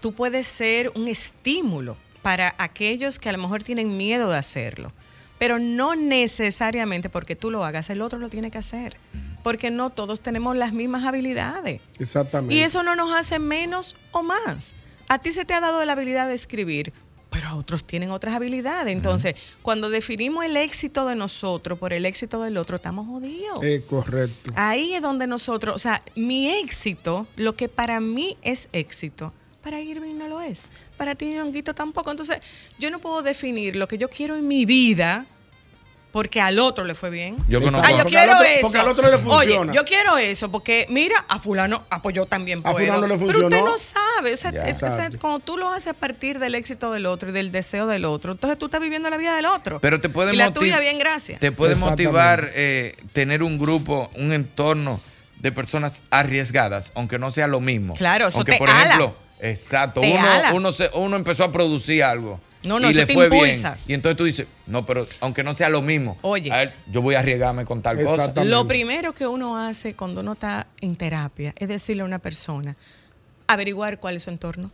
Speaker 25: tú puedes ser un estímulo para aquellos que a lo mejor tienen miedo de hacerlo, pero no necesariamente porque tú lo hagas, el otro lo tiene que hacer, porque no todos tenemos las mismas habilidades.
Speaker 6: Exactamente.
Speaker 25: Y eso no nos hace menos o más. A ti se te ha dado la habilidad de escribir, pero a otros tienen otras habilidades. Entonces, cuando definimos el éxito de nosotros por el éxito del otro, estamos jodidos.
Speaker 6: Eh, correcto.
Speaker 25: Ahí es donde nosotros, o sea, mi éxito, lo que para mí es éxito, para Irving no lo es. Para ti, Ñonguito, tampoco. Entonces, yo no puedo definir lo que yo quiero en mi vida porque al otro le fue bien.
Speaker 3: Yo conozco-
Speaker 25: Ah, yo
Speaker 3: Porque
Speaker 25: quiero
Speaker 3: al otro-
Speaker 25: eso.
Speaker 3: porque al otro le funciona.
Speaker 25: Oye, yo quiero eso porque, mira, a fulano apoyó también
Speaker 6: A
Speaker 25: puedo.
Speaker 6: fulano le
Speaker 25: Pero usted
Speaker 6: funcionó.
Speaker 25: no sabe. O sea,
Speaker 6: Ya.
Speaker 25: es- o sea,
Speaker 3: Exacto.
Speaker 25: cuando tú lo haces a partir del éxito del otro y del deseo del otro, entonces tú estás viviendo la vida del otro.
Speaker 3: Pero te puede
Speaker 25: Y la
Speaker 3: motiv-
Speaker 25: tuya, bien, gracias.
Speaker 3: Te puede
Speaker 25: Exactamente.
Speaker 3: motivar eh, tener un grupo, un entorno de personas arriesgadas, aunque no sea lo mismo.
Speaker 25: Claro, eso
Speaker 3: aunque
Speaker 25: te
Speaker 3: por
Speaker 25: ala.
Speaker 3: ejemplo, exacto,
Speaker 25: Te
Speaker 3: uno,
Speaker 25: ala.
Speaker 3: uno se- uno empezó a producir algo
Speaker 25: No, no,
Speaker 3: y
Speaker 25: eso
Speaker 3: le
Speaker 25: te
Speaker 3: fue
Speaker 25: impulsa.
Speaker 3: bien. Y entonces tú dices, no, pero aunque no sea lo mismo, a ver, yo voy a arriesgarme con tal cosa.
Speaker 25: Lo primero que uno hace cuando uno está en terapia es decirle a una persona, averiguar cuál es su entorno.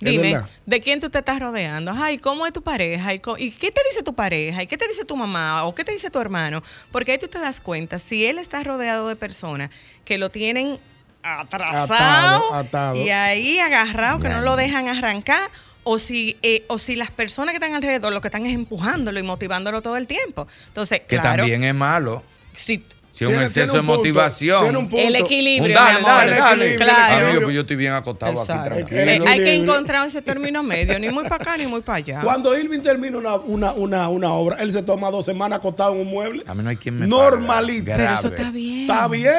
Speaker 3: Es
Speaker 25: Dime,
Speaker 3: verdad.
Speaker 25: ¿de quién tú te estás rodeando? Ay, ¿cómo es tu pareja? ¿Y, co- y qué te dice tu pareja? ¿Y qué te dice tu mamá? ¿O qué te dice tu hermano? Porque ahí tú te das cuenta, si él está rodeado de personas que lo tienen atrasado
Speaker 6: Atado, atado.
Speaker 25: y ahí agarrado, que
Speaker 6: Ya.
Speaker 25: no lo dejan arrancar, o si, eh, o si las personas que están alrededor lo que están es empujándolo y motivándolo todo el tiempo. Entonces,
Speaker 3: que
Speaker 25: claro,
Speaker 3: también es malo.
Speaker 25: Si,
Speaker 3: si un
Speaker 25: Tiene-
Speaker 3: exceso
Speaker 25: tiene un
Speaker 3: de
Speaker 25: punto,
Speaker 3: motivación.
Speaker 25: tiene un punto. El equilibrio,
Speaker 3: Un dale,
Speaker 25: mi amor.
Speaker 3: dale,
Speaker 25: El
Speaker 3: dale.
Speaker 25: equilibrio, el equilibrio.
Speaker 3: Amigo, pues yo estoy bien acotado aquí
Speaker 25: Exacto.
Speaker 3: tranquilo.
Speaker 25: Eh, hay que
Speaker 6: Equilibrio.
Speaker 25: encontrar ese término medio, ni muy para acá ni muy para allá.
Speaker 6: Cuando Irving termina una, una, una, una obra, él se toma dos semanas acostado en un mueble.
Speaker 3: A mí no hay quien me
Speaker 6: Normalito.
Speaker 3: pague, Pero eso grave. está
Speaker 25: bien.
Speaker 6: Está bien.
Speaker 3: Y no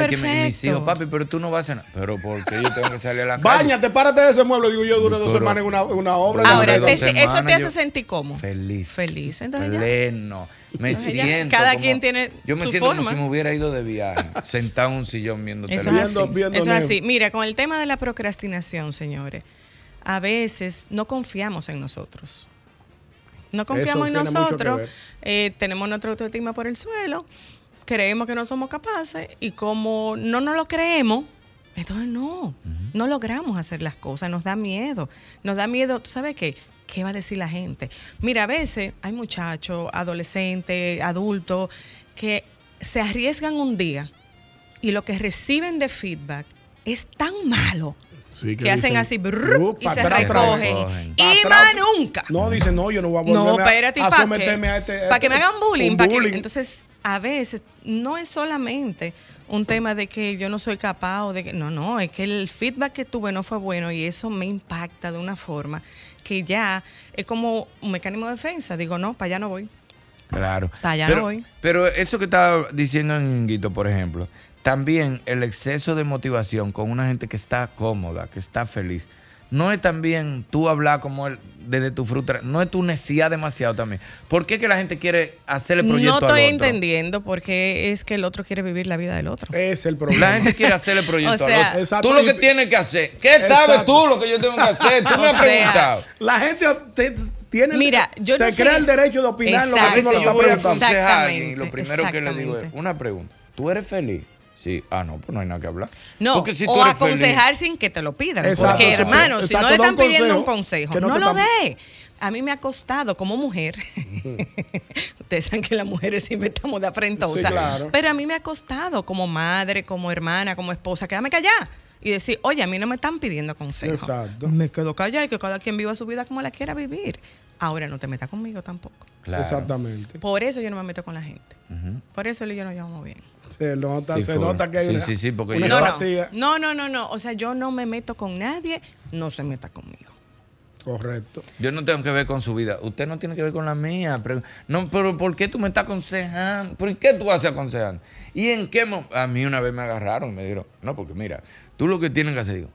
Speaker 3: hay que me- y mis hijos, papi, pero tú no vas a cenar. Pero porque yo tengo que salir a la calle.
Speaker 6: Báñate, párate de ese mueble. Digo, yo duré dos
Speaker 3: Pero-
Speaker 6: semanas en una, una obra.
Speaker 3: Ahora,
Speaker 6: Yo duré dos
Speaker 3: te- eso
Speaker 25: Eso te
Speaker 3: Hermana,
Speaker 25: hace
Speaker 3: yo-
Speaker 25: sentir cómo.
Speaker 3: Feliz.
Speaker 25: Feliz. Entonces ya.
Speaker 3: Pleno. Me
Speaker 25: Entonces ya,
Speaker 3: siento.
Speaker 25: cada
Speaker 3: como-
Speaker 25: quien tiene
Speaker 3: Yo me
Speaker 25: su
Speaker 3: siento
Speaker 25: forma.
Speaker 3: como si me hubiera ido de viaje, sentado en un sillón viendo
Speaker 25: Eso es
Speaker 3: televisión.
Speaker 25: así. Eso es así. Mira, con el tema de la procrastinación, señores, a veces no confiamos en nosotros. No confiamos
Speaker 21: Eso
Speaker 25: en
Speaker 21: tiene mucho que
Speaker 25: nosotros,
Speaker 21: ver.
Speaker 25: eh, tenemos nuestra autoestima por el suelo, creemos que no somos capaces y como no nos lo creemos, entonces no, no logramos hacer las cosas, nos da miedo, nos da miedo, ¿tú sabes qué? ¿Qué va a decir la gente? Mira, a veces hay muchachos, adolescentes, adultos, que se arriesgan un día y lo que reciben de feedback es tan malo
Speaker 6: Sí,
Speaker 25: que hacen
Speaker 6: dicen,
Speaker 25: así brrr,
Speaker 6: "Uh,
Speaker 25: y
Speaker 6: pa'
Speaker 25: se
Speaker 6: atrás, otra vez".
Speaker 25: recogen. Y
Speaker 6: Pa'
Speaker 25: más
Speaker 6: atrás.
Speaker 25: nunca.
Speaker 6: No, dice, no, yo no voy a volver
Speaker 25: No,
Speaker 6: a-
Speaker 25: espérate,
Speaker 6: a
Speaker 25: ¿para
Speaker 6: someterme a este.
Speaker 25: Para que me hagan bullying.
Speaker 6: un
Speaker 25: pa' que- entonces, a veces, no es solamente un tema de que yo no soy capaz o de que. No, no, es que el feedback que tuve no fue bueno y eso me impacta de una forma que ya es como un mecanismo de defensa. Digo, no, para allá no voy.
Speaker 3: Claro.
Speaker 25: Para allá no
Speaker 3: pero,
Speaker 25: voy.
Speaker 3: pero eso que estaba diciendo Ñonguito, por ejemplo, también el exceso de motivación con una gente que está cómoda, que está feliz. No es también tú hablar como él desde tu fruta, no es tu necesidad demasiado también. ¿Por qué que la gente quiere hacerle Este proyecto
Speaker 25: No
Speaker 3: al
Speaker 25: estoy
Speaker 3: otro?
Speaker 25: entendiendo por qué es que el otro quiere vivir la vida del otro.
Speaker 6: Es el
Speaker 3: La gente quiere hacerle proyecto
Speaker 25: O sea-
Speaker 3: al otro.
Speaker 25: Exacto,
Speaker 3: Tú lo que
Speaker 25: y-
Speaker 3: tienes que hacer. ¿Qué sabes
Speaker 6: Exacto.
Speaker 3: tú lo que yo tengo que hacer? Tú me
Speaker 6: O
Speaker 3: has
Speaker 6: sea,
Speaker 3: preguntado.
Speaker 6: La gente te- tiene
Speaker 25: Mira, yo
Speaker 6: se
Speaker 25: no sé-
Speaker 6: crea el derecho de opinar lo
Speaker 3: A
Speaker 6: que
Speaker 3: veces
Speaker 6: uno le
Speaker 3: yo
Speaker 6: está
Speaker 3: voy a
Speaker 6: preguntando.
Speaker 3: aconsejar a alguien y lo primero que le digo es una pregunta. ¿Tú eres feliz? Sí. Ah, no, pues no hay nada que hablar.
Speaker 25: No,
Speaker 3: Porque si tú
Speaker 25: o
Speaker 3: eres feliz-
Speaker 25: aconsejar sin que te lo pidan.
Speaker 3: Exacto,
Speaker 25: porque,
Speaker 3: exacto.
Speaker 25: hermano, si
Speaker 3: Exacto,
Speaker 25: no le
Speaker 3: da un
Speaker 25: están pidiendo un
Speaker 3: consejo,
Speaker 25: consejo,
Speaker 3: que no
Speaker 25: no,
Speaker 3: te
Speaker 25: lo
Speaker 3: están-
Speaker 25: dé. A mí me ha costado como mujer. Ustedes saben que las mujeres siempre estamos de afrentosa.
Speaker 3: Sí, claro.
Speaker 25: Pero a mí me ha costado como madre, como hermana, como esposa, quedarme callada. Y decir, oye, a mí no me están pidiendo consejo.
Speaker 6: Exacto.
Speaker 25: Me quedo callada y que cada quien viva su vida como la quiera vivir. Ahora no te metas conmigo tampoco.
Speaker 3: Claro.
Speaker 6: Exactamente.
Speaker 25: Por eso yo no me meto con la gente. Por eso él y yo nos llevamos bien.
Speaker 6: Se nota,
Speaker 3: Sí,
Speaker 6: se
Speaker 3: fue.
Speaker 6: nota que hay
Speaker 3: Sí,
Speaker 6: una,
Speaker 3: sí, sí, porque
Speaker 6: una
Speaker 3: yo- No, no.
Speaker 6: empatía.
Speaker 25: No, no, no, no. O sea, yo no me meto con nadie, no se meta conmigo.
Speaker 6: Correcto.
Speaker 3: Yo no tengo que ver con su vida. Usted no tiene que ver con la mía. Pero, no, pero ¿por qué tú me estás aconsejando? ¿Por qué tú haces aconsejando? ¿Y en qué momento? A mí una vez me agarraron y me dijeron, no, porque mira, tú lo que tienes que hacer, digo,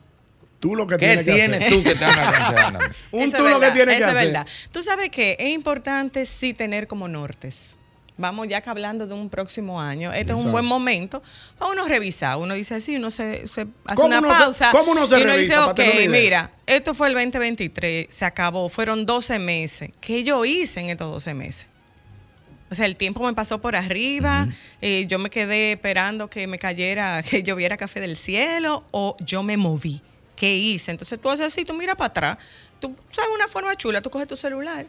Speaker 6: Tú lo que
Speaker 3: ¿qué
Speaker 6: tienes que
Speaker 3: tienes
Speaker 6: hacer?
Speaker 3: tú que estás aconsejando?
Speaker 6: Un
Speaker 25: Eso
Speaker 6: tú
Speaker 25: es
Speaker 6: lo que
Speaker 25: verdad,
Speaker 6: tienes que
Speaker 25: eso es
Speaker 6: hacer.
Speaker 25: verdad. Tú sabes que es importante sí tener como nortes. Vamos ya que hablando de un próximo año, este es
Speaker 6: Exacto.
Speaker 25: un buen momento para uno revisar. Uno dice así, uno se, se hace
Speaker 6: ¿Cómo
Speaker 25: una
Speaker 6: uno se-
Speaker 25: pausa.
Speaker 6: cómo uno se
Speaker 25: y uno
Speaker 6: revisa,
Speaker 25: dice,
Speaker 6: para
Speaker 25: ok,
Speaker 6: tener una idea?
Speaker 25: mira, esto fue el 2023, se acabó, fueron 12 meses. ¿Qué yo hice en estos 12 meses? O sea, el tiempo me pasó por arriba, eh, yo me quedé esperando que me cayera, que lloviera café del cielo, o yo me moví. ¿Qué hice? Entonces tú haces así, tú miras para atrás, tú sabes una forma chula, tú coges tu celular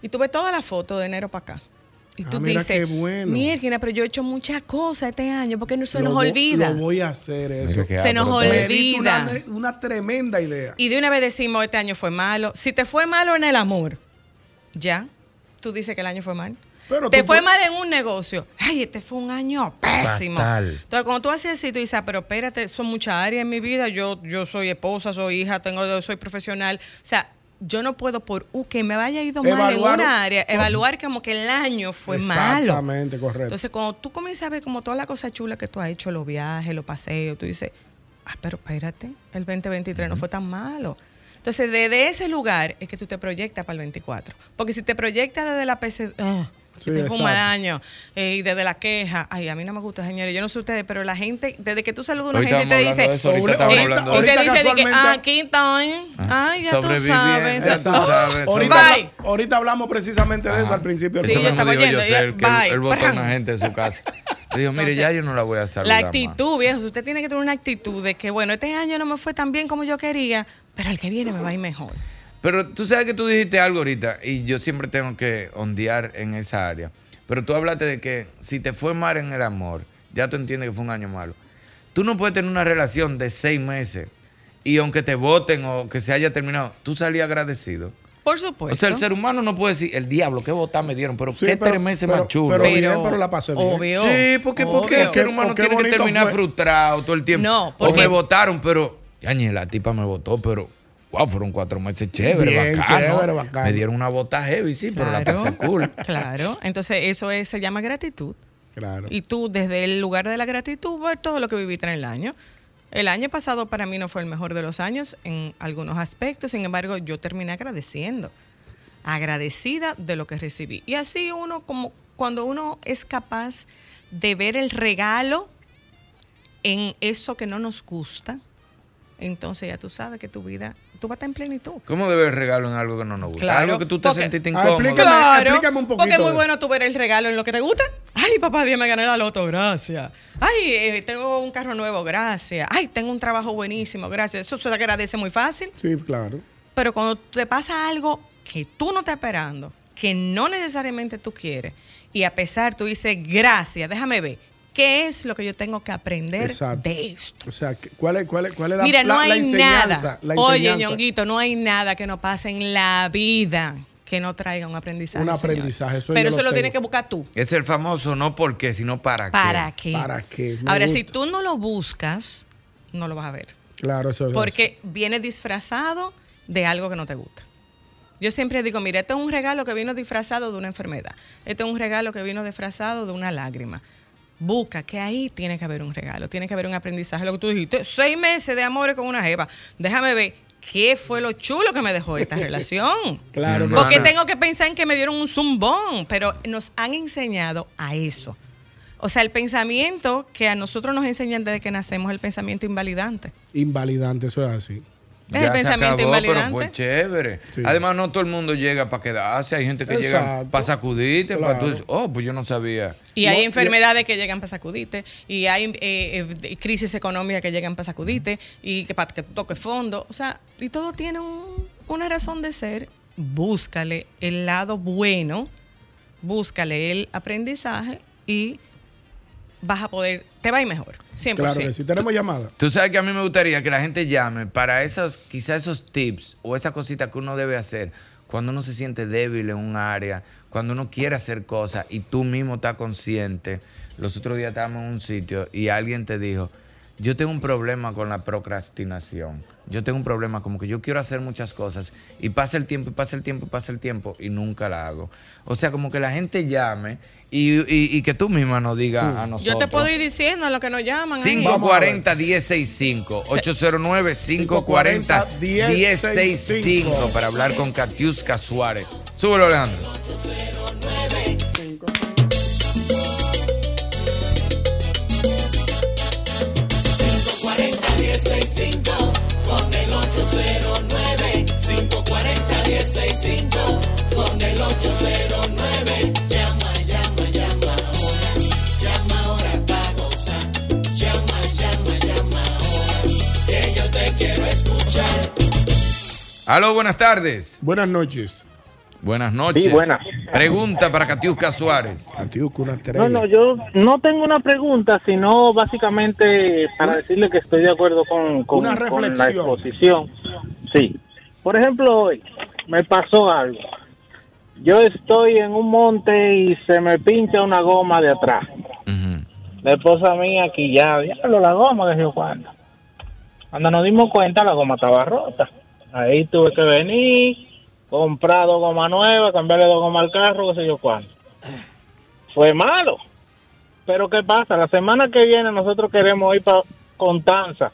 Speaker 25: y tú ves toda la foto de enero para acá. Y tú
Speaker 6: Ah, mira qué
Speaker 25: dices,
Speaker 6: bueno.
Speaker 25: mierda, pero yo he hecho muchas cosas este año, porque no se
Speaker 6: Lo
Speaker 25: nos
Speaker 6: vo-
Speaker 25: olvida.
Speaker 6: Lo voy a hacer eso.
Speaker 25: que Se nos apretado.
Speaker 6: Me diste
Speaker 25: olvida.
Speaker 6: Una, una tremenda idea.
Speaker 25: Y de una vez decimos, este año fue malo. Si te fue malo en el amor, ya, tú dices que el año fue mal.
Speaker 6: Pero
Speaker 25: te
Speaker 6: tú
Speaker 25: fue
Speaker 6: pu-
Speaker 25: mal en un negocio. Ay, este fue un año pésimo.
Speaker 3: Fatal.
Speaker 25: Entonces, cuando tú haces así, tú dices, ah, pero espérate, son muchas áreas en mi vida. Yo, yo soy esposa, soy hija, tengo, soy profesional. O sea, yo no puedo por uh, que me haya ido mal en
Speaker 6: Evaluar-
Speaker 25: una área, evaluar como que el año fue malo.
Speaker 6: Exactamente, correcto.
Speaker 25: Entonces, cuando tú comienzas a ver como todas las cosas chulas que tú has hecho, los viajes, los paseos, tú dices, ah, pero espérate, el 2023 no fue tan malo. Entonces, desde ese lugar es que tú te proyectas para el 24. Porque si te proyectas desde la PC, ah,
Speaker 6: Sí,
Speaker 25: que te fue un
Speaker 6: exacto.
Speaker 25: mal año, eh, y desde la queja, ay, a mí no me gusta, señores, yo no sé ustedes, pero la gente, desde que tú saludas a una
Speaker 3: Ahorita
Speaker 25: gente, te
Speaker 3: estamos hablando de eso,
Speaker 25: dice,
Speaker 3: ahorita estamos
Speaker 25: y-
Speaker 3: hablando
Speaker 25: y
Speaker 3: de
Speaker 25: te
Speaker 3: eso.
Speaker 25: dice, de que,
Speaker 6: Ahorita
Speaker 25: "Ah, aquí estoy, Ah. ay, ya tú
Speaker 3: Sobreviviente,
Speaker 25: sabes.
Speaker 3: ya tú sabes.
Speaker 6: Ahorita,
Speaker 3: Bye.
Speaker 6: habla- ahorita hablamos precisamente de eso al principio.
Speaker 3: Eso
Speaker 6: aquí.
Speaker 3: mismo dijo yo, que
Speaker 25: bye,
Speaker 3: él votó a
Speaker 25: pran.
Speaker 3: una gente de su casa. Le dijo, mire, ya yo no la voy a saludar
Speaker 25: La
Speaker 3: más".
Speaker 25: actitud, viejo. Usted tiene que tener una actitud de que, bueno, este año no me fue tan bien como yo quería, pero el que viene me va a ir mejor.
Speaker 3: Pero tú sabes que tú dijiste algo ahorita y yo siempre tengo que ondear en esa área. Pero tú hablaste de que si te fue mal en el amor, ya tú entiendes que fue un año malo. Tú no puedes tener una relación de seis meses y aunque te voten o que se haya terminado, tú salí agradecido.
Speaker 25: Por supuesto.
Speaker 3: O sea, el ser humano no puede decir, el diablo, qué votar me dieron, pero
Speaker 6: Sí,
Speaker 3: qué
Speaker 6: pero-
Speaker 3: tres meses
Speaker 6: pero-
Speaker 3: más chulo.
Speaker 6: pero bien, Pero- pero la pasé bien. obvio,
Speaker 3: Sí, porque, porque el
Speaker 6: obvio.
Speaker 3: ser humano
Speaker 6: O qué
Speaker 3: tiene que
Speaker 6: bonito
Speaker 3: terminar
Speaker 6: fue.
Speaker 3: frustrado todo el tiempo. o
Speaker 6: No,
Speaker 3: me
Speaker 6: porque-
Speaker 3: votaron, pero, yañe, la tipa me votó, pero, wow, fueron cuatro meses chévere,
Speaker 6: Bien,
Speaker 3: bacano.
Speaker 6: chévere, bacano.
Speaker 3: Me dieron una bota heavy, sí, pero la
Speaker 25: Claro.
Speaker 3: pasé cool.
Speaker 25: Claro. Entonces, eso es- se llama gratitud.
Speaker 6: Claro.
Speaker 25: Y tú, desde el lugar de la gratitud, ver todo lo que viviste en el año. El año pasado para mí no fue el mejor de los años en algunos aspectos, sin embargo, yo terminé agradeciendo. Agradecida de lo que recibí. Y así uno, como cuando uno es capaz de ver el regalo en eso que no nos gusta, entonces ya tú sabes que tu vida, tú vas a estar en plenitud.
Speaker 3: ¿Cómo debe el regalo en algo que no nos gusta?
Speaker 25: Claro,
Speaker 3: algo que tú te
Speaker 25: porque-
Speaker 3: sentiste
Speaker 25: Ah,
Speaker 3: incómodo.
Speaker 25: Claro,
Speaker 3: un
Speaker 25: Porque
Speaker 3: poquito
Speaker 25: es muy
Speaker 3: de
Speaker 25: bueno tú ver el regalo en lo que te gusta. Ay, papá, Dios me gané la loto, gracias. Ay, eh, tengo un carro nuevo, gracias. Ay, tengo un trabajo buenísimo, gracias. Eso se le agradece muy fácil.
Speaker 6: Sí, claro.
Speaker 25: Pero cuando te pasa algo que tú no estás esperando, que no necesariamente tú quieres, y a pesar tú dices, gracias, déjame ver, ¿Qué es lo que yo tengo que aprender de esto?
Speaker 6: O sea, ¿cuál es, cuál es, cuál es la,
Speaker 25: Mira, no
Speaker 6: la- la
Speaker 25: hay
Speaker 6: enseñanza?
Speaker 25: nada.
Speaker 6: La
Speaker 25: Oye,
Speaker 6: enseñanza?
Speaker 25: ñonguito, no hay nada que nos pase en la vida que no traiga un aprendizaje.
Speaker 6: Un
Speaker 25: señor.
Speaker 6: aprendizaje, eso
Speaker 25: Pero
Speaker 3: yo
Speaker 25: eso
Speaker 3: lo
Speaker 25: lo,
Speaker 3: tengo.
Speaker 25: tienes que buscar tú.
Speaker 3: Es el famoso no porque, sino para,
Speaker 25: ¿Para
Speaker 3: qué.
Speaker 25: qué? Ahora, si tú no lo buscas, no lo vas a ver.
Speaker 6: Claro, eso es.
Speaker 25: Porque viene disfrazado de algo que no te gusta. Yo siempre digo, mira, este es un regalo que vino disfrazado de una enfermedad. Este es un regalo que vino disfrazado de una lágrima. Busca, que ahí tiene que haber un regalo, tiene que haber un aprendizaje. Lo que tú dijiste, seis meses de amores con una jeva. Déjame ver qué fue lo chulo que me dejó esta relación.
Speaker 6: Claro, Mi
Speaker 25: Porque
Speaker 6: hermana.
Speaker 25: tengo que pensar en que me dieron un zumbón, pero nos han enseñado a eso. O sea, el pensamiento que a nosotros nos enseñan desde que nacemos, el pensamiento invalidante.
Speaker 6: Invalidante, eso es así.
Speaker 25: Es el pensamiento
Speaker 3: pero
Speaker 25: invalidante.
Speaker 3: fue chévere. Además, no todo el mundo llega para quedarse. Hay gente que llega
Speaker 25: Exacto.
Speaker 3: para sacudirte. Para tú
Speaker 25: Claro.
Speaker 3: dices, oh, pues yo no sabía.
Speaker 25: Y hay enfermedades que llegan para sacudirte, y hay eh, eh, de- crisis económicas que llegan para sacudirte, y que para que toque fondo. O sea, y todo tiene un- una razón de ser. Búscale el lado bueno, búscale el aprendizaje y vas a poder, te va a ir mejor. 100%.
Speaker 6: Tenemos llamada.
Speaker 3: Tú sabes que a mí me gustaría que la gente llame para esos, quizá esos tips o esas cositas que uno debe hacer cuando uno se siente débil en un área, cuando uno quiere hacer cosas y tú mismo estás consciente. Los otros días estábamos en un sitio y alguien te dijo, yo tengo un problema con la procrastinación. Yo tengo un problema como que yo quiero hacer muchas cosas y pasa el tiempo y pasa el tiempo y pasa el tiempo y nunca la hago. O sea, como que la gente llame y, y- y que tú misma nos digas a nosotros.
Speaker 25: Yo te puedo ir diciendo lo que nos llaman. ahí.
Speaker 3: 540-1065. 809-540-1065 para hablar con Katiuska Suárez. Súbelo, Alejandro.
Speaker 1: con el 809 540 165 con el 809 llama llama llama ahora llama ahora pa gozar llama llama llama ahora que yo te quiero escuchar
Speaker 3: Aló, buenas tardes.
Speaker 6: Buenas noches.
Speaker 3: Buenas noches.
Speaker 6: Sí, buenas.
Speaker 3: Pregunta para Katiuska Suárez.
Speaker 6: Katiuska, una
Speaker 9: No, no, yo no tengo una pregunta, sino básicamente para decirle que estoy de acuerdo con, con-
Speaker 6: Una
Speaker 9: con la
Speaker 6: reflexión.
Speaker 9: exposición. Sí. Por ejemplo, hoy me pasó algo. Yo estoy en un monte y se me pincha una goma de atrás. La esposa mía aquí ya, diablo, la goma, que yo cuando. Cuando nos dimos cuenta, la goma estaba rota. Ahí tuve que venir, comprar dos gomas nuevas, cambiarle dos gomas al carro, qué sé yo cuándo. Fue malo. Pero ¿qué pasa? La semana que viene nosotros queremos ir para Constanza.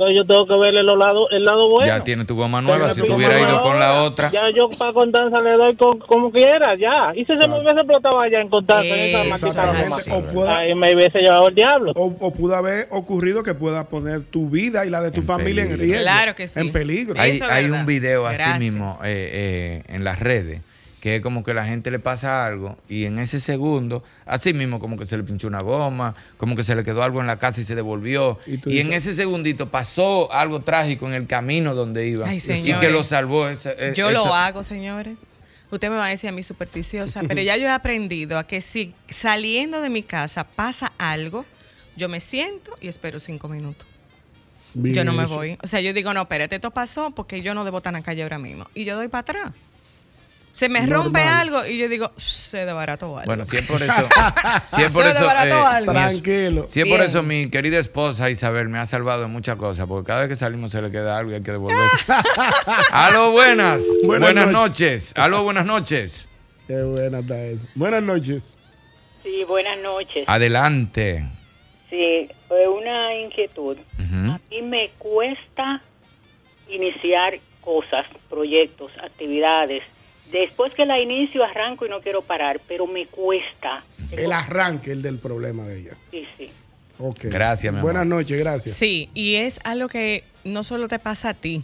Speaker 9: Entonces yo tengo que verle los lado, el lado bueno.
Speaker 3: Ya tiene tu goma nueva. Si
Speaker 9: tu
Speaker 3: tú
Speaker 9: goma
Speaker 3: hubieras ido
Speaker 9: nueva.
Speaker 3: con la otra.
Speaker 9: Ya yo para Constanza le doy co- como quiera, ya. Y si se me hubiese explotado allá en Constanza, en esa maldita goma.
Speaker 6: O puede-
Speaker 9: Ahí me hubiese llevado el diablo.
Speaker 6: O, o pudo haber ocurrido que pueda poner tu vida y la de tu familia en riesgo. En peligro.
Speaker 3: Hay, hay un video así mismo eh, eh, en las redes que es como que la gente le pasa algo y en ese segundo, así mismo como que se le pinchó una goma, como que se le quedó algo en la casa y se devolvió. Y,
Speaker 26: tú
Speaker 3: en
Speaker 26: dices-
Speaker 3: ese segundito pasó algo trágico en el camino donde iba
Speaker 25: Ay,
Speaker 3: y
Speaker 25: señores.
Speaker 3: que lo salvó. esa- eh,
Speaker 25: Yo lo
Speaker 3: esa-
Speaker 25: hago, señores. Usted me va a decir a mí supersticiosa, pero ya yo he aprendido a que si saliendo de mi casa pasa algo, yo me siento y espero cinco minutos. yo no me voy. O sea, yo digo, no, espérate, esto pasó porque yo no debo estar en la calle ahora mismo. Y yo doy para atrás. Se me rompe
Speaker 3: Normal.
Speaker 25: algo y yo digo, se desbarató algo.
Speaker 3: Bueno, si es por eso. si es por
Speaker 25: Se
Speaker 3: eso.
Speaker 25: desbarató
Speaker 3: eh,
Speaker 25: algo.
Speaker 3: mi es-
Speaker 25: Tranquilo.
Speaker 3: Si es por
Speaker 25: Bien.
Speaker 3: eso, mi querida esposa Isabel me ha salvado de muchas cosas, porque cada vez que salimos se le queda algo y hay que devolver. Aló, buenas. Buenas,
Speaker 6: Buenas
Speaker 3: noches. Aló, buenas noches.
Speaker 6: Qué buena está eso. Buenas noches.
Speaker 21: Sí, buenas noches.
Speaker 3: Adelante.
Speaker 21: Sí, eh, una inquietud.
Speaker 3: Ujú.
Speaker 21: A mí me cuesta iniciar cosas, proyectos, actividades. Después que la inicio arranco y no quiero parar, pero me cuesta.
Speaker 6: El arranque, el del problema de ella.
Speaker 21: Sí, sí.
Speaker 6: Ok.
Speaker 3: Gracias, mi amor.
Speaker 6: Buenas noches, gracias.
Speaker 25: Sí, y es algo que no solo te pasa a ti,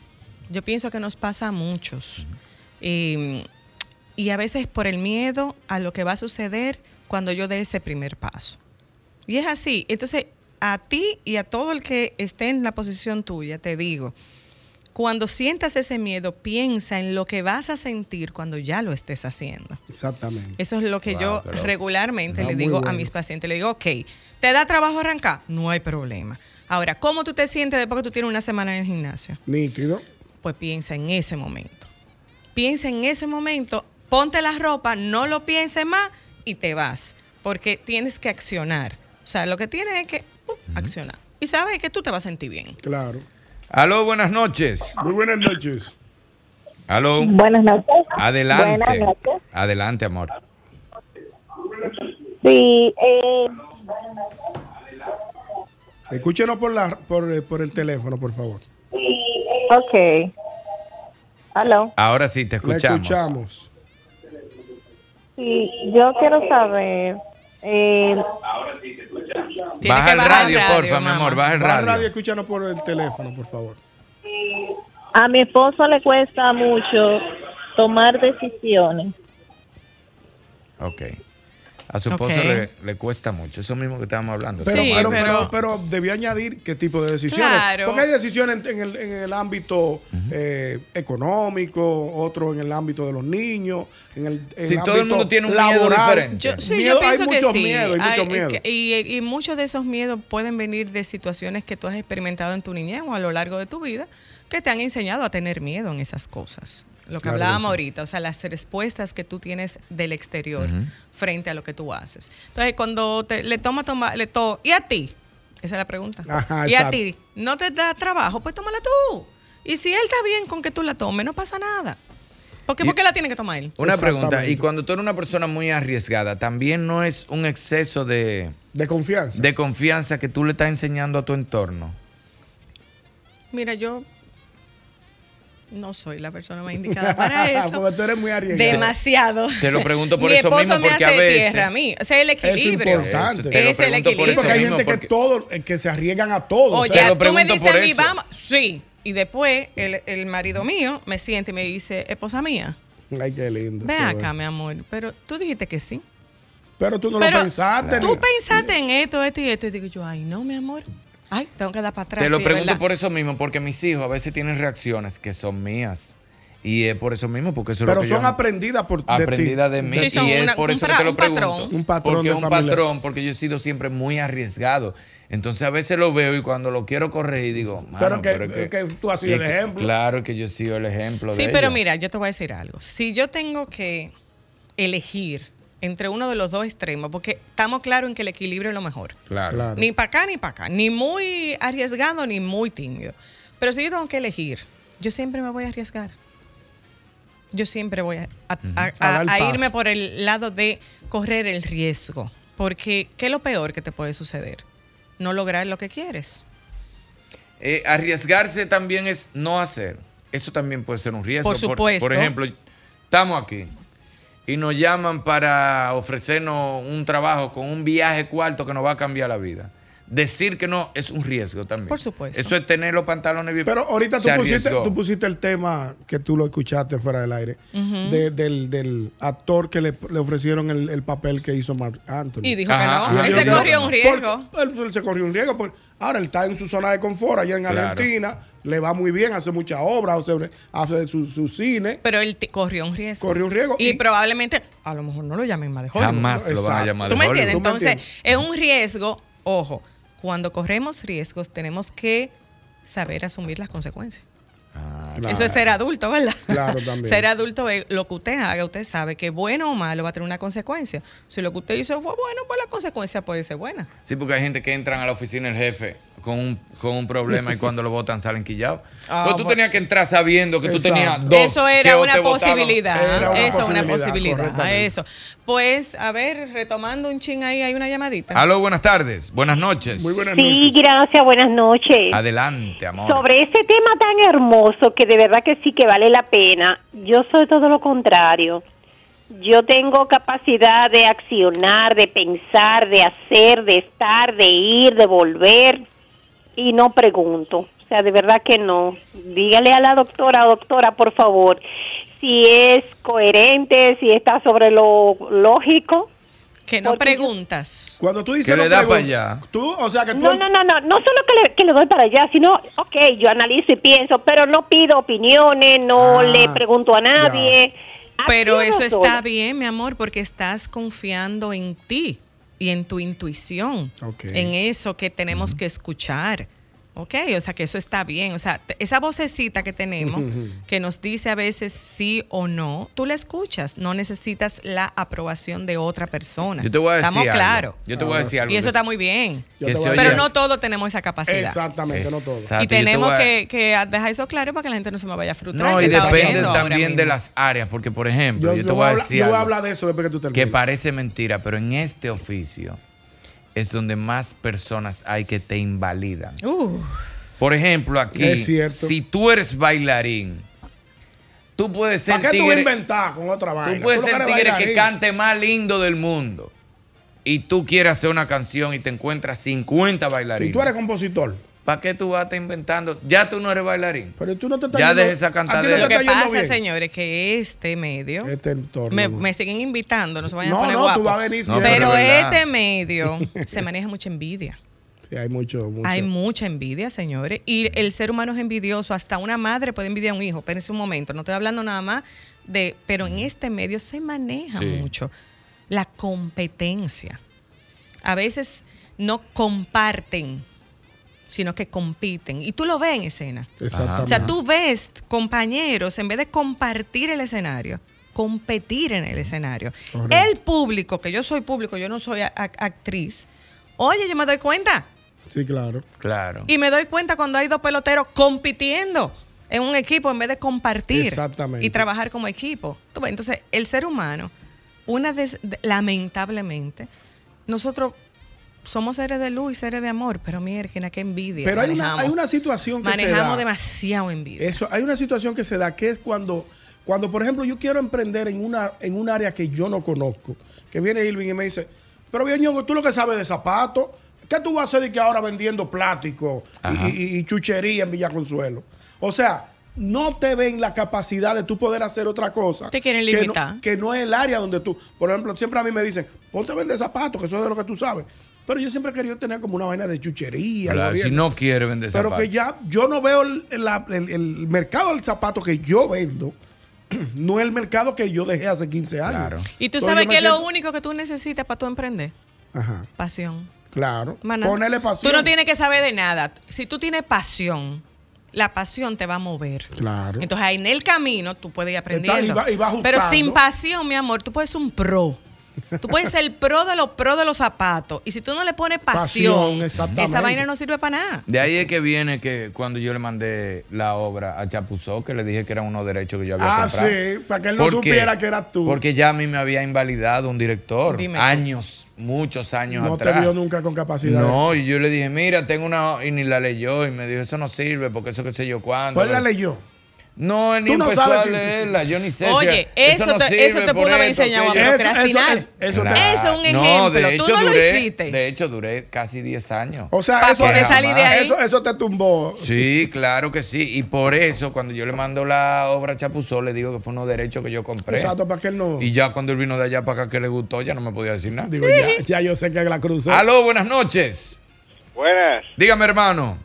Speaker 25: yo pienso que nos pasa a muchos. Eh, y a veces por el miedo a lo que va a suceder cuando yo dé ese primer paso. Y es así. Entonces, a ti y a todo el que esté en la posición tuya, te digo, cuando sientas ese miedo, piensa en lo que vas a sentir cuando ya lo estés haciendo.
Speaker 6: Exactamente.
Speaker 25: Eso es lo que
Speaker 6: Wow,
Speaker 25: yo
Speaker 6: pero-
Speaker 25: regularmente
Speaker 6: Está
Speaker 25: le
Speaker 6: muy
Speaker 25: digo a
Speaker 6: bueno.
Speaker 25: mis pacientes. Le digo, ok, ¿te da trabajo arrancar? No hay problema. Ahora, ¿cómo tú te sientes después que tú tienes una semana en el gimnasio?
Speaker 6: Nítido.
Speaker 25: Pues piensa en ese momento. Piensa en ese momento, ponte la ropa, no lo pienses más y te vas. Porque tienes que accionar. O sea, lo que tienes es que uh, accionar. Y sabes que tú te vas a sentir bien.
Speaker 6: Claro.
Speaker 1: Aló, buenas noches.
Speaker 6: Muy buenas noches.
Speaker 1: Aló.
Speaker 21: Buenas noches.
Speaker 1: Adelante.
Speaker 21: Buenas noches.
Speaker 1: Adelante, amor.
Speaker 21: Sí, eh,
Speaker 6: Escúchenos por, la, por, eh, por el teléfono, por favor.
Speaker 21: ok. Aló.
Speaker 1: Ahora sí,
Speaker 6: La
Speaker 1: te escuchamos.
Speaker 6: escuchamos.
Speaker 21: Sí, yo quiero saber. eh,
Speaker 1: Baja el radio, porfa, mi amor, baja el
Speaker 6: Baja
Speaker 1: radio.
Speaker 6: escúchanos por el teléfono, por favor.
Speaker 21: a mi esposo le cuesta mucho tomar decisiones.
Speaker 3: Ok. A su esposo
Speaker 1: Ok.
Speaker 3: le, le cuesta mucho. Eso mismo que estábamos hablando.
Speaker 6: Pero, pero, pero, pero debió añadir qué tipo de decisiones.
Speaker 3: Claro.
Speaker 6: Porque hay decisiones en, en el, en el ámbito eh, económico, otro en el ámbito de los niños, en el, en
Speaker 3: Sí,
Speaker 6: el
Speaker 3: todo el
Speaker 6: ámbito
Speaker 3: mundo tiene un miedo
Speaker 6: laboral.
Speaker 3: diferente. Yo-
Speaker 25: Sí, yo
Speaker 6: Miedo- hay
Speaker 25: pienso que
Speaker 6: muchos
Speaker 25: sí.
Speaker 6: miedos, hay muchos
Speaker 25: Hay-
Speaker 6: miedos.
Speaker 25: que- Y, y muchos de esos miedos pueden venir de situaciones que tú has experimentado en tu niñez o a lo largo de tu vida que te han enseñado a tener miedo en esas cosas. Lo que
Speaker 2: Claro que
Speaker 25: hablábamos
Speaker 2: sí.
Speaker 25: ahorita, o sea, las respuestas que tú tienes del exterior
Speaker 2: Ujú.
Speaker 25: frente a lo que tú haces. Entonces, cuando te- le toma, toma, le to ¿y a ti? Esa es la pregunta.
Speaker 2: Ajá,
Speaker 25: ¿Y a
Speaker 2: exacto.
Speaker 25: ti? ¿No te da trabajo? Pues tómala tú. Y si él está bien con que tú la tomes, no pasa nada. ¿Por qué,
Speaker 3: Y-
Speaker 25: ¿Por qué la tiene que tomar él?
Speaker 3: Una pregunta. Y cuando tú eres una persona muy arriesgada, ¿también no es un exceso de,
Speaker 6: de confianza?
Speaker 3: De confianza que tú le estás enseñando a tu entorno.
Speaker 25: Mira, yo no soy la persona más indicada para eso.
Speaker 6: Porque tú eres muy arriesgado.
Speaker 25: Demasiado.
Speaker 3: Te lo pregunto por
Speaker 25: Mi
Speaker 3: eso
Speaker 25: esposo
Speaker 3: mismo,
Speaker 25: me
Speaker 3: porque a
Speaker 25: hace
Speaker 3: veces-
Speaker 25: tierra a mí. O sea, el
Speaker 6: Eso es
Speaker 25: equilibrio.
Speaker 6: importante.
Speaker 3: Eso, te lo
Speaker 25: es el
Speaker 3: pregunto por
Speaker 25: equilibrio.
Speaker 3: eso
Speaker 6: porque hay
Speaker 3: mismo,
Speaker 6: gente que
Speaker 3: porque-
Speaker 6: todo, eh, que se arriesgan a todo.
Speaker 25: Oye,
Speaker 6: o sea,
Speaker 25: tú me dices a mí, vamos. Sí. Y después el, el marido mío me siente y me dice, esposa mía,
Speaker 6: Ay, qué lindo.
Speaker 25: ven
Speaker 6: qué
Speaker 25: acá,
Speaker 6: bueno.
Speaker 25: mi amor. Pero tú dijiste que sí.
Speaker 6: Pero eh". tú no
Speaker 25: Pero
Speaker 6: lo pensaste.
Speaker 25: Tú
Speaker 6: ni-
Speaker 25: pensaste en esto, esto y esto. Y digo yo, ay, no, mi amor. Ay, tengo que dar para atrás.
Speaker 3: Te lo
Speaker 25: sí,
Speaker 3: pregunto
Speaker 25: ¿verdad?
Speaker 3: por eso mismo, porque mis hijos a veces tienen reacciones que son mías. Y es por eso mismo, porque eso
Speaker 6: pero
Speaker 3: es lo que
Speaker 6: son
Speaker 3: yo
Speaker 6: aprendidas por de ti.
Speaker 3: aprendida de mí. y es por eso que te lo pregunto.
Speaker 6: Un patrón
Speaker 3: porque
Speaker 6: de
Speaker 3: un
Speaker 6: familia.
Speaker 3: patrón, porque yo he sido siempre muy arriesgado. Entonces a veces lo veo y cuando lo quiero corregir digo, "Mano,
Speaker 6: Pero que-
Speaker 3: pero es
Speaker 6: que tú has sido
Speaker 3: y
Speaker 6: el
Speaker 3: es que-
Speaker 6: ejemplo.
Speaker 3: Claro que yo he sido el ejemplo
Speaker 25: Sí,
Speaker 3: de
Speaker 25: pero
Speaker 3: ello.
Speaker 25: mira, yo te voy a decir algo. Si yo tengo que elegir entre uno de los dos extremos, porque estamos claros en que el equilibrio es lo mejor.
Speaker 1: Claro.
Speaker 25: Ni para acá ni para acá. Ni muy arriesgado ni muy tímido. Pero si yo tengo que elegir, yo siempre me voy a arriesgar. Yo siempre voy a, a- a-
Speaker 2: A dar el
Speaker 25: a
Speaker 2: paso.
Speaker 25: irme por el lado de correr el riesgo. Porque, ¿qué es lo peor que te puede suceder? No lograr lo que quieres.
Speaker 3: Eh, arriesgarse también es no hacer. Eso también puede ser un riesgo.
Speaker 25: Por supuesto.
Speaker 3: Por, ejemplo, estamos aquí y nos llaman para ofrecernos un trabajo con un viaje cuarto que nos va a cambiar la vida. Decir que no es un riesgo también.
Speaker 25: Por supuesto.
Speaker 3: Eso es tener los pantalones bien.
Speaker 6: Pero ahorita tú
Speaker 3: Se
Speaker 6: pusiste,
Speaker 3: arriesgó.
Speaker 6: tú pusiste el tema que tú lo escuchaste fuera del aire,
Speaker 25: Ujú.
Speaker 6: de- del, del actor que le, le ofrecieron el, el papel que hizo Mark Anthony.
Speaker 25: Y dijo que Ajá, no. ajá. Él se corrió un riesgo.
Speaker 6: Porque Él, él se corrió un riesgo. porque ahora él está en su zona de confort, allá en
Speaker 3: Claro.
Speaker 6: Argentina, le va muy bien, hace muchas obras, hace, hace su, su cine.
Speaker 25: Pero él te- corrió un riesgo.
Speaker 6: Corrió un riesgo.
Speaker 25: Y, probablemente, a lo mejor no lo llamen más de Hollywood.
Speaker 3: Jamás lo van a llamar
Speaker 25: ¿Tú
Speaker 3: de
Speaker 25: me
Speaker 3: Hollywood.
Speaker 25: entiendes?
Speaker 3: ¿Tú me
Speaker 25: Entonces, es un riesgo. Ojo, cuando corremos riesgos, tenemos que saber asumir las consecuencias. Eso es ser adulto, ¿verdad?
Speaker 6: Claro, también.
Speaker 25: Ser adulto es lo que usted haga, usted sabe que bueno o malo va a tener una consecuencia. Si lo que usted hizo fue bueno, pues la consecuencia puede ser buena.
Speaker 3: Sí, porque hay gente que entran a la oficina del jefe con un, con un problema y cuando lo votan salen quillados.
Speaker 25: Ah,
Speaker 3: Pero tú
Speaker 25: bueno.
Speaker 3: tenías que entrar sabiendo que tú
Speaker 25: Exacto.
Speaker 3: tenías dos.
Speaker 25: Eso
Speaker 3: que
Speaker 25: era
Speaker 3: o
Speaker 25: una
Speaker 3: te votaban.
Speaker 25: posibilidad.
Speaker 3: Era una
Speaker 25: eso es una
Speaker 3: posibilidad,
Speaker 25: posibilidad. a Eso. Pues, a ver, retomando un ching ahí, hay una llamadita.
Speaker 3: Aló, buenas tardes. Buenas noches. Muy buenas
Speaker 13: Sí, gracias, buenas noches.
Speaker 3: Adelante, amor.
Speaker 13: Sobre este tema tan hermoso que de verdad que sí que vale la pena, yo soy todo lo contrario. Yo tengo capacidad de accionar, de pensar, de hacer, de estar, de ir, de volver y no pregunto. O sea, de verdad que no. Dígale a la doctora, doctora, por favor, si es coherente, si está sobre lo lógico.
Speaker 25: Que no
Speaker 13: Porque yo-
Speaker 25: preguntas.
Speaker 6: Cuando tú dices
Speaker 27: Que le
Speaker 6: no
Speaker 27: da
Speaker 6: pregun-
Speaker 27: pa' allá.
Speaker 6: Tú, o sea, que tú.
Speaker 13: No, no, no, no, no solo que le, que le doy para allá, sino, ok, yo analizo y pienso, pero no pido opiniones, no
Speaker 6: Ah,
Speaker 13: le pregunto a nadie.
Speaker 25: Pero
Speaker 13: Así
Speaker 25: eso
Speaker 13: no
Speaker 25: está
Speaker 13: soy.
Speaker 25: bien, mi amor, porque estás confiando en ti y en tu intuición, en eso que tenemos que escuchar. Ok, o sea que eso está bien. O sea, te- esa vocecita que tenemos,
Speaker 21: Ujú.
Speaker 25: que nos dice a veces sí o no, tú la escuchas, no necesitas la aprobación de otra persona.
Speaker 3: Yo te voy a decir
Speaker 25: Estamos
Speaker 3: algo.
Speaker 25: claros.
Speaker 3: Yo
Speaker 6: Ah,
Speaker 3: te voy a decir algo
Speaker 25: Y
Speaker 3: que
Speaker 25: eso
Speaker 3: se-
Speaker 25: está muy bien.
Speaker 3: que se oye-
Speaker 25: Pero no todos tenemos esa capacidad.
Speaker 3: Exactamente, no todos. Exacto,
Speaker 25: Y
Speaker 3: yo te
Speaker 25: tenemos
Speaker 3: voy a-
Speaker 25: que, que dejar eso claro para que la gente no se me vaya a frustrar.
Speaker 3: No, y
Speaker 25: que está
Speaker 3: depende
Speaker 25: oyendo ahora
Speaker 3: también de
Speaker 25: mismo.
Speaker 3: las áreas, porque por ejemplo, yo,
Speaker 6: yo
Speaker 3: te voy a
Speaker 6: hablar-
Speaker 3: decir
Speaker 6: yo voy a
Speaker 3: algo
Speaker 6: hablar de eso después que tú
Speaker 3: que
Speaker 6: termines.
Speaker 3: parece mentira, pero en este oficio es donde más personas hay que te invalidan.
Speaker 25: Uh.
Speaker 3: Por ejemplo, aquí,
Speaker 6: Es cierto.
Speaker 3: si tú eres bailarín, tú puedes ser
Speaker 6: ¿Para qué tú
Speaker 3: tigre-
Speaker 6: inventar con otra vaina?
Speaker 3: Tú puedes
Speaker 6: no
Speaker 3: ser
Speaker 6: eres
Speaker 3: tigre que
Speaker 6: bailarín.
Speaker 3: cante más lindo del mundo. Y tú quieres hacer una canción y te encuentras 50 bailarines.
Speaker 6: Y tú eres compositor.
Speaker 3: ¿Para qué tú vas a estar inventando? Ya tú no eres bailarín.
Speaker 6: Pero tú no te
Speaker 3: Ya deja esa cantadera.
Speaker 25: Lo que pasa, señores, que este medio. me, me siguen invitando, no se vayan
Speaker 6: No,
Speaker 25: a poner
Speaker 6: no, tú
Speaker 25: guapos.
Speaker 6: vas a venir
Speaker 25: pero,
Speaker 6: siempre. No, pero es verdad.
Speaker 25: este medio se maneja mucha envidia.
Speaker 6: Sí, hay mucho, mucho.
Speaker 25: Hay mucha envidia, señores. Y el ser humano es envidioso. Hasta una madre puede envidiar a un hijo. Espérense un momento. No estoy hablando nada más de. Pero en este medio se maneja
Speaker 3: Sí.
Speaker 25: mucho la competencia. A veces no comparten, sino que compiten. Y tú lo ves en escena.
Speaker 6: Exactamente.
Speaker 25: O sea, tú ves compañeros, en vez de compartir el escenario, competir en el escenario.
Speaker 6: Correcto.
Speaker 25: El público, que yo soy público, yo no soy a- a- actriz. Oye, yo me doy cuenta.
Speaker 6: Sí, claro.
Speaker 3: Claro.
Speaker 25: Y me doy cuenta cuando hay dos peloteros compitiendo en un equipo en vez de compartir
Speaker 6: Exactamente.
Speaker 25: y trabajar como equipo. Tú ves, Entonces, el ser humano, una des- de- lamentablemente, nosotros somos seres de luz y seres de amor, pero mierda, qué envidia.
Speaker 6: Pero hay una,
Speaker 25: manejamos.
Speaker 6: hay una situación que se da.
Speaker 25: manejamos demasiado envidia.
Speaker 6: Eso, hay una situación que se da que es cuando, cuando por ejemplo, yo quiero emprender en una en un área que yo no conozco. Que viene Irving y me dice, pero bien, Ñongo, tú lo que sabes de zapatos, ¿qué tú vas a hacer de que ahora vendiendo plástico y-
Speaker 3: Ajá.
Speaker 6: y, y chuchería en Villa Consuelo? O sea, no te ven la capacidad de tú poder hacer otra cosa.
Speaker 25: Te quieren
Speaker 6: que no-
Speaker 25: limitar.
Speaker 6: Que no, es el área donde tú, por ejemplo, siempre a mí me dicen, ponte a vender zapatos, que eso es de lo que tú sabes. Pero yo siempre he querido tener como una vaina de chuchería. y
Speaker 3: Claro,
Speaker 6: gobierno.
Speaker 3: si no quiere vender
Speaker 6: Pero
Speaker 3: zapatos.
Speaker 6: que ya yo no veo el, la- el- el mercado del zapato que yo vendo, no es el mercado que yo dejé hace 15 años.
Speaker 25: Y tú
Speaker 6: Entonces
Speaker 25: sabes
Speaker 6: yo me
Speaker 25: que lo
Speaker 6: siento-
Speaker 25: único que tú necesitas para tú emprender,
Speaker 6: Ajá,
Speaker 25: pasión.
Speaker 6: claro.
Speaker 25: Maná.
Speaker 6: Ponerle pasión.
Speaker 25: Tú no tienes que saber de nada. Si tú tienes pasión, la pasión te va a mover.
Speaker 6: Claro.
Speaker 25: Entonces ahí en el camino tú puedes ir aprendiendo.
Speaker 6: Está- y va- y va ajustando.
Speaker 25: Pero sin pasión, mi amor, tú puedes ser un pro. Tú puedes ser el pro de los pro de los zapatos. Y si tú no le pones pasión,
Speaker 3: Pasión, exactamente.
Speaker 25: esa vaina no sirve para nada.
Speaker 3: De ahí es que viene que cuando yo le mandé la obra a Chapuzó, que le dije que era unos derechos que yo había
Speaker 6: Ah,
Speaker 3: comprado.
Speaker 6: sí, para que él no
Speaker 3: ¿Por qué?
Speaker 6: supiera que eras tú.
Speaker 3: Porque ya a mí me había invalidado un director.
Speaker 6: Dime tú.
Speaker 3: años, muchos años
Speaker 6: no te
Speaker 3: atrás.
Speaker 6: vio nunca con capacidad.
Speaker 3: No, y yo le dije, mira, tengo una. Y ni la leyó. Y me dijo, eso no sirve, porque eso qué sé yo cuándo.
Speaker 6: ¿Cuál Pues la leyó?
Speaker 3: No, él ni
Speaker 6: Tú no
Speaker 3: empezó
Speaker 6: sabes
Speaker 3: a
Speaker 6: si-
Speaker 3: leerla. Yo ni sé.
Speaker 25: Oye,
Speaker 3: si-
Speaker 25: eso,
Speaker 3: no
Speaker 25: te, eso
Speaker 3: sirve
Speaker 25: te
Speaker 3: por
Speaker 25: pudo haber
Speaker 3: esto,
Speaker 25: enseñado,
Speaker 3: aquello.
Speaker 25: pero que al final. Eso es un ejemplo.
Speaker 3: No, de hecho,
Speaker 25: tú no
Speaker 3: duré,
Speaker 25: lo hiciste.
Speaker 3: De hecho, duré casi 10 años.
Speaker 6: O sea,
Speaker 3: Pa'
Speaker 6: eso,
Speaker 3: poder
Speaker 6: eso-
Speaker 3: salir de ahí.
Speaker 6: eso- eso te tumbó.
Speaker 3: Sí, claro que sí. Y por eso, cuando yo le mando la obra a Chapuzó, le digo que fue unos derechos que yo compré.
Speaker 6: Exacto, para que él no.
Speaker 3: Y ya cuando él vino de allá para acá que le gustó, ya no me podía decir nada.
Speaker 6: Digo, ya, ya yo sé que la cruzó.
Speaker 3: Aló, buenas noches.
Speaker 15: Buenas,
Speaker 3: Dígame, hermano.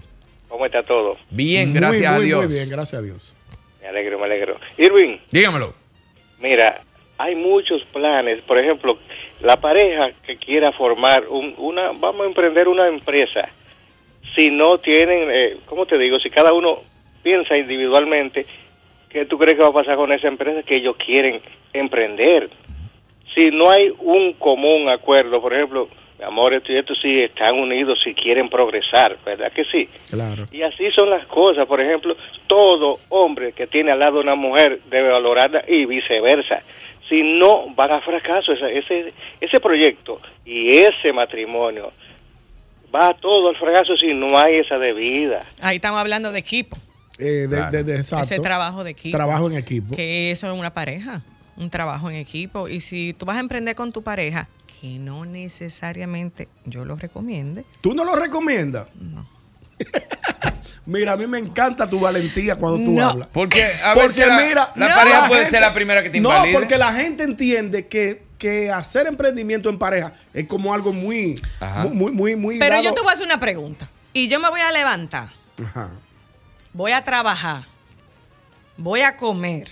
Speaker 15: ¿cómo está todo?
Speaker 3: Bien,
Speaker 15: Muy,
Speaker 3: gracias
Speaker 15: muy,
Speaker 3: a Dios.
Speaker 15: muy bien,
Speaker 6: gracias a Dios.
Speaker 15: Me alegro, me alegro. Irving,
Speaker 3: Dígamelo.
Speaker 15: mira, hay muchos planes. Por ejemplo, la pareja que quiera formar un- una, vamos a emprender una empresa. Si no tienen, eh, ¿cómo te digo? Si cada uno piensa individualmente, ¿qué tú crees que va a pasar con esa empresa que ellos quieren emprender? Si no hay un común acuerdo, por ejemplo, mi amor, esto y esto sí están unidos si quieren progresar, ¿verdad que sí?
Speaker 6: Claro.
Speaker 15: Y así son las cosas. Por ejemplo, todo hombre que tiene al lado una mujer debe valorarla y viceversa. Si no, van a fracaso. Ese, ese, ese proyecto y ese matrimonio va todo al fracaso si no hay esa debida.
Speaker 25: Ahí estamos hablando de equipo.
Speaker 6: Eh, de, de- de- exacto.
Speaker 25: Ese trabajo de equipo.
Speaker 6: Trabajo en equipo.
Speaker 25: Que eso es una pareja, un trabajo en equipo. Y si tú vas a emprender con tu pareja, que no necesariamente yo lo recomiende.
Speaker 6: ¿Tú no lo recomiendas?
Speaker 25: No.
Speaker 6: mira, a mí me encanta tu valentía cuando tú
Speaker 3: No.
Speaker 6: hablas.
Speaker 3: Porque a veces
Speaker 6: Porque
Speaker 3: la-
Speaker 6: mira,
Speaker 3: la No. pareja puede ser la primera que te
Speaker 6: No,
Speaker 3: invalide.
Speaker 6: porque la gente entiende que que hacer emprendimiento en pareja es como algo muy,
Speaker 3: Ajá.
Speaker 6: muy, muy, muy, muy
Speaker 25: Pero
Speaker 6: dado-
Speaker 25: yo te voy a hacer una pregunta. Y yo me voy a levantar,
Speaker 6: Ajá.
Speaker 25: voy a trabajar, voy a comer,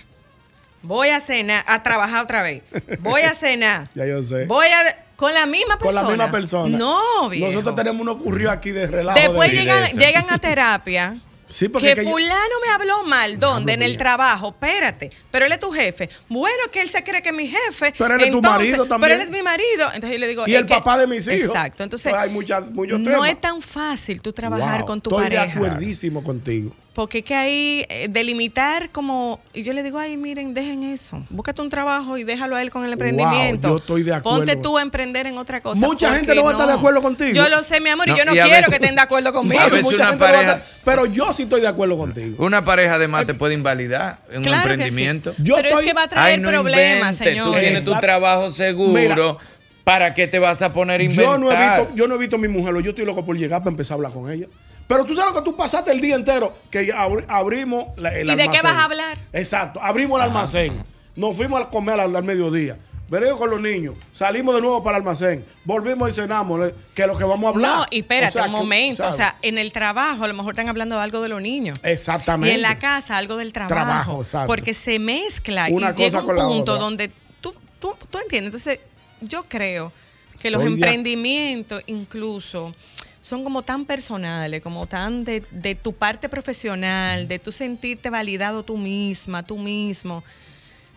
Speaker 25: voy a cenar, a trabajar otra vez, voy a cenar,
Speaker 6: Ya yo sé.
Speaker 25: voy a... Con la misma
Speaker 6: Con
Speaker 25: persona.
Speaker 6: la misma persona.
Speaker 25: No, viejo.
Speaker 6: Nosotros tenemos uno ocurrió aquí de relajo.
Speaker 25: Después
Speaker 6: de-
Speaker 25: llegan, llegan a terapia.
Speaker 6: Sí, porque
Speaker 25: que,
Speaker 6: es que yo-
Speaker 25: fulano me habló mal, ¿dónde? En el
Speaker 6: mía.
Speaker 25: trabajo, espérate, pero él es tu jefe. Bueno, que él se cree que es mi jefe.
Speaker 6: Pero él es tu marido
Speaker 25: Pero
Speaker 6: también.
Speaker 25: él es mi marido. Entonces yo le digo...
Speaker 6: Y
Speaker 25: es
Speaker 6: el
Speaker 25: que-
Speaker 6: papá de mis hijos.
Speaker 25: Exacto, entonces...
Speaker 6: Pues hay muchas- muchos
Speaker 25: No
Speaker 6: temas.
Speaker 25: es tan fácil tú trabajar
Speaker 6: Wow,
Speaker 25: con tu
Speaker 6: estoy de
Speaker 25: pareja.
Speaker 6: acuerdísimo contigo.
Speaker 25: Porque es que ahí eh, delimitar como... Y yo le digo, ay, miren, dejen eso. Búscate un trabajo y déjalo a él con el emprendimiento.
Speaker 6: yo estoy de acuerdo.
Speaker 25: Ponte tú a emprender en otra cosa.
Speaker 6: Mucha gente
Speaker 25: porque
Speaker 6: no va a estar de acuerdo contigo.
Speaker 25: Yo lo sé, mi amor, y yo no
Speaker 20: y a
Speaker 25: quiero
Speaker 20: veces-
Speaker 25: que estén de acuerdo conmigo.
Speaker 20: A veces
Speaker 25: Mucha
Speaker 20: una
Speaker 25: gente no va a estar-
Speaker 20: pareja,
Speaker 6: Pero yo sí estoy de acuerdo contigo.
Speaker 20: una pareja además te puede invalidar en
Speaker 25: Claro
Speaker 20: un
Speaker 25: que
Speaker 20: emprendimiento.
Speaker 25: sí. Yo Pero es estoy- que va a traer
Speaker 20: Ay, no
Speaker 25: problemas,
Speaker 20: inventes, Tú
Speaker 25: señores.
Speaker 20: tienes tu
Speaker 25: Exacto.
Speaker 20: trabajo seguro.
Speaker 6: Mira.
Speaker 20: ¿Para qué te vas a poner a inventar?
Speaker 6: Yo no, he visto, yo no he visto a mi mujer, yo estoy loco por llegar para empezar a hablar con ella. Pero tú sabes lo que tú pasaste el día entero, que abri- abrimos la, el
Speaker 25: ¿Y de qué
Speaker 6: almacén.
Speaker 25: vas a hablar?
Speaker 6: Exacto, abrimos el almacén. Nos fuimos a comer al, al mediodía. Venimos con los niños, salimos de nuevo para el almacén, volvimos y cenamos, le- que es lo que vamos a hablar.
Speaker 25: No, y espérate
Speaker 6: O sea,
Speaker 25: un
Speaker 6: que-
Speaker 25: momento.
Speaker 6: ¿sabes?
Speaker 25: O sea, en el trabajo a lo mejor están hablando algo de los niños.
Speaker 6: Exactamente.
Speaker 25: Y en la casa algo del trabajo.
Speaker 6: Trabajo, exacto.
Speaker 25: Porque se mezcla
Speaker 6: Una
Speaker 25: y llega
Speaker 6: cosa
Speaker 25: un
Speaker 6: con la
Speaker 25: punto
Speaker 6: otra.
Speaker 25: donde tú, tú, tú entiendes. Entonces, yo creo que los
Speaker 6: Estoy de-
Speaker 25: emprendimientos incluso son como tan personales, como tan de, de tu parte profesional, de tú sentirte validado tú misma, tú mismo.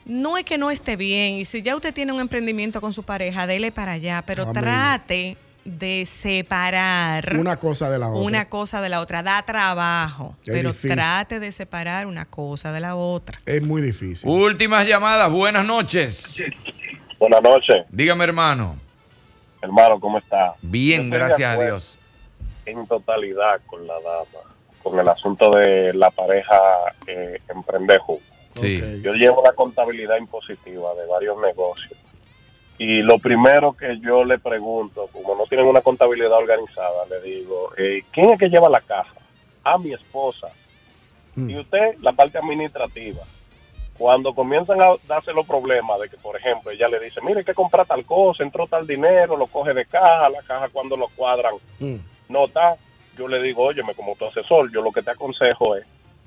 Speaker 25: No es que no esté bien, y si ya usted tiene un emprendimiento con su pareja, dele para allá, pero
Speaker 6: Amén.
Speaker 25: trate de separar
Speaker 6: una cosa de la otra.
Speaker 25: una cosa de la otra. Da trabajo,
Speaker 6: Es
Speaker 25: pero
Speaker 6: difícil.
Speaker 25: trate de separar una cosa de la otra.
Speaker 6: Es muy difícil.
Speaker 20: Últimas llamadas, buenas noches.
Speaker 17: Buenas noches.
Speaker 20: Dígame, hermano.
Speaker 17: Hermano, ¿cómo está?
Speaker 20: Bien,
Speaker 17: Yo estoy de
Speaker 20: gracias a
Speaker 17: acuerdo
Speaker 20: Dios.
Speaker 17: En totalidad con la dama, con el asunto de la pareja eh, emprender juntos.
Speaker 20: Sí.
Speaker 17: Yo llevo la contabilidad impositiva de varios negocios. Y lo primero que yo le pregunto, como no tienen una contabilidad organizada, le digo, eh, ¿quién es que lleva la caja? A mi esposa. Y usted, la parte administrativa. Cuando comienzan a darse los problemas de que, por ejemplo, ella le dice, mire, hay que comprar tal cosa, entró tal dinero, lo coge de caja, la caja cuando lo cuadran, no está. Yo le digo, óyeme, como tu asesor, yo lo que te aconsejo es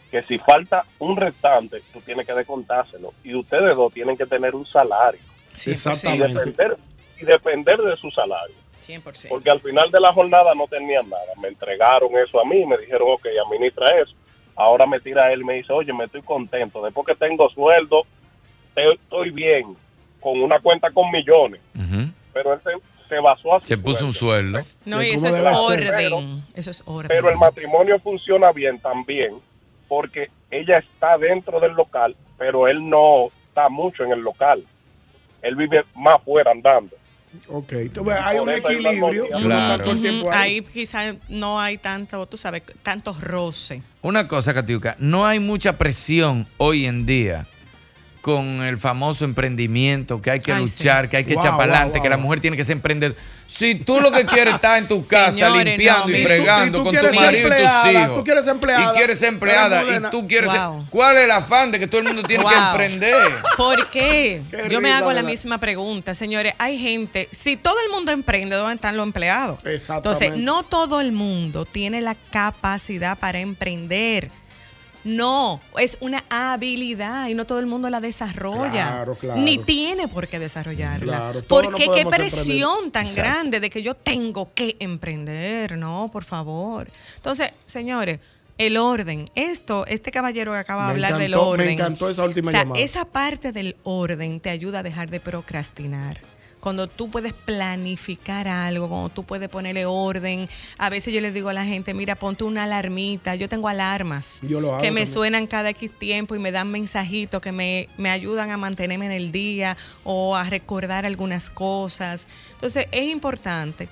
Speaker 17: que si falta un restante, tú tienes que descontárselo. Y ustedes dos tienen que tener un salario. Y depender, y depender de su salario.
Speaker 25: 100%.
Speaker 17: Porque al final de la jornada no tenían nada. Me entregaron eso a mí, me dijeron, ok, administra eso. Ahora me tira él y me dice, oye, me estoy contento. Después que tengo sueldo, te- estoy bien, con una cuenta con millones. Pero él se, se basó a su
Speaker 20: Se puso un sueldo.
Speaker 25: No,
Speaker 17: ¿Y
Speaker 25: y eso
Speaker 17: cómo
Speaker 25: es
Speaker 17: debe ser?
Speaker 25: orden.
Speaker 17: Pero-
Speaker 25: eso es orden.
Speaker 17: pero el matrimonio funciona bien también porque ella está dentro del local, pero él no está mucho en el local. Él vive más fuera andando.
Speaker 6: Ok, tú ves, Pues, hay
Speaker 17: Por
Speaker 6: un
Speaker 17: eso hay una
Speaker 6: equilibrio.
Speaker 17: armonía.
Speaker 6: uno no está todo el
Speaker 25: Ujú,
Speaker 6: tiempo ahí.
Speaker 25: Mm, ahí quizás no hay tanto, tú sabes, tanto roce.
Speaker 20: Una cosa, Catiuca, no hay mucha presión hoy en día con el famoso emprendimiento, que hay que
Speaker 25: Ay, sí.
Speaker 20: luchar, que hay que
Speaker 25: Wow,
Speaker 20: echar para
Speaker 25: wow,
Speaker 20: adelante,
Speaker 25: wow,
Speaker 20: que la
Speaker 25: wow.
Speaker 20: mujer tiene que ser emprendedora. Si tú lo que quieres está en tu casa
Speaker 25: Señores,
Speaker 20: limpiando
Speaker 25: no,
Speaker 20: y
Speaker 25: mira.
Speaker 20: fregando
Speaker 17: Y tú- y tú
Speaker 20: con
Speaker 17: quieres
Speaker 20: tu
Speaker 17: ser
Speaker 20: marido y tus
Speaker 17: empleada,
Speaker 20: hijos.
Speaker 17: tú quieres ser empleada,
Speaker 20: Y quieres ser
Speaker 17: eres
Speaker 20: empleada.
Speaker 17: moderna.
Speaker 20: Y tú quieres ser-
Speaker 25: Wow.
Speaker 20: ¿Cuál es el afán de que todo el mundo tiene que
Speaker 25: Wow.
Speaker 20: emprender?
Speaker 25: ¿Por qué?
Speaker 20: Qué
Speaker 25: Yo me
Speaker 20: risa,
Speaker 25: hago la
Speaker 20: ¿verdad?
Speaker 25: misma pregunta, señores. Hay gente, si todo el mundo emprende, ¿dónde están los empleados?
Speaker 6: Exactamente.
Speaker 25: Entonces, no todo el mundo tiene la capacidad para emprender. No, es una habilidad y no todo el mundo la desarrolla.
Speaker 6: Claro, claro.
Speaker 25: Ni tiene por qué desarrollarla.
Speaker 6: Claro, todos no
Speaker 25: Porque qué
Speaker 6: podemos
Speaker 25: presión
Speaker 6: emprender.
Speaker 25: tan
Speaker 6: Exacto.
Speaker 25: grande de que yo tengo que emprender, no, por favor. Entonces, señores, el orden. Esto, este caballero que acaba de
Speaker 6: Me
Speaker 25: hablar del
Speaker 6: encantó- me
Speaker 25: orden.
Speaker 6: encantó esa última
Speaker 25: O sea,
Speaker 6: llamada.
Speaker 25: Esa parte del orden te ayuda a dejar de procrastinar. Cuando tú puedes planificar algo, cuando tú puedes ponerle orden. A veces yo les digo a la gente, mira, ponte una alarmita. Yo tengo alarmas
Speaker 6: Yo lo hago
Speaker 25: que me
Speaker 6: también.
Speaker 25: suenan cada X tiempo y me dan mensajitos que me, me ayudan a mantenerme en el día o a recordar algunas cosas. Entonces es importante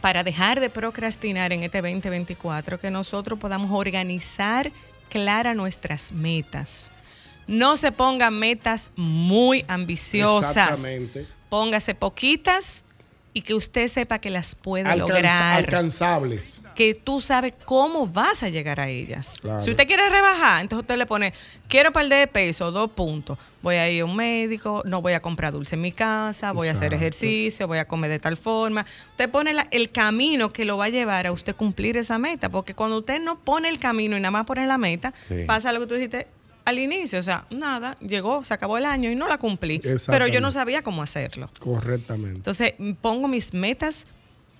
Speaker 25: para dejar de procrastinar en este 2024 que nosotros podamos organizar clara nuestras metas. No se pongan metas muy ambiciosas.
Speaker 6: Exactamente.
Speaker 25: Póngase poquitas y que usted sepa que las puede
Speaker 6: Alcanza-
Speaker 25: lograr.
Speaker 6: alcanzables.
Speaker 25: que tú sabes cómo vas a llegar a ellas.
Speaker 6: Claro.
Speaker 25: Si usted quiere rebajar, entonces usted le pone, quiero perder peso, dos puntos. Voy a ir a un médico, no voy a comprar dulce en mi casa, voy a hacer
Speaker 21: Exacto.
Speaker 25: ejercicio, voy a comer de tal forma. Usted pone la- el camino que lo va a llevar a usted cumplir esa meta, porque cuando usted no pone el camino y nada más pone la meta,
Speaker 21: Sí.
Speaker 25: pasa lo que tú dijiste al inicio, o sea, nada, llegó, se acabó el año y no la cumplí, pero yo
Speaker 6: Exactamente.
Speaker 25: no sabía cómo hacerlo.
Speaker 6: Correctamente.
Speaker 25: Entonces, m- pongo mis metas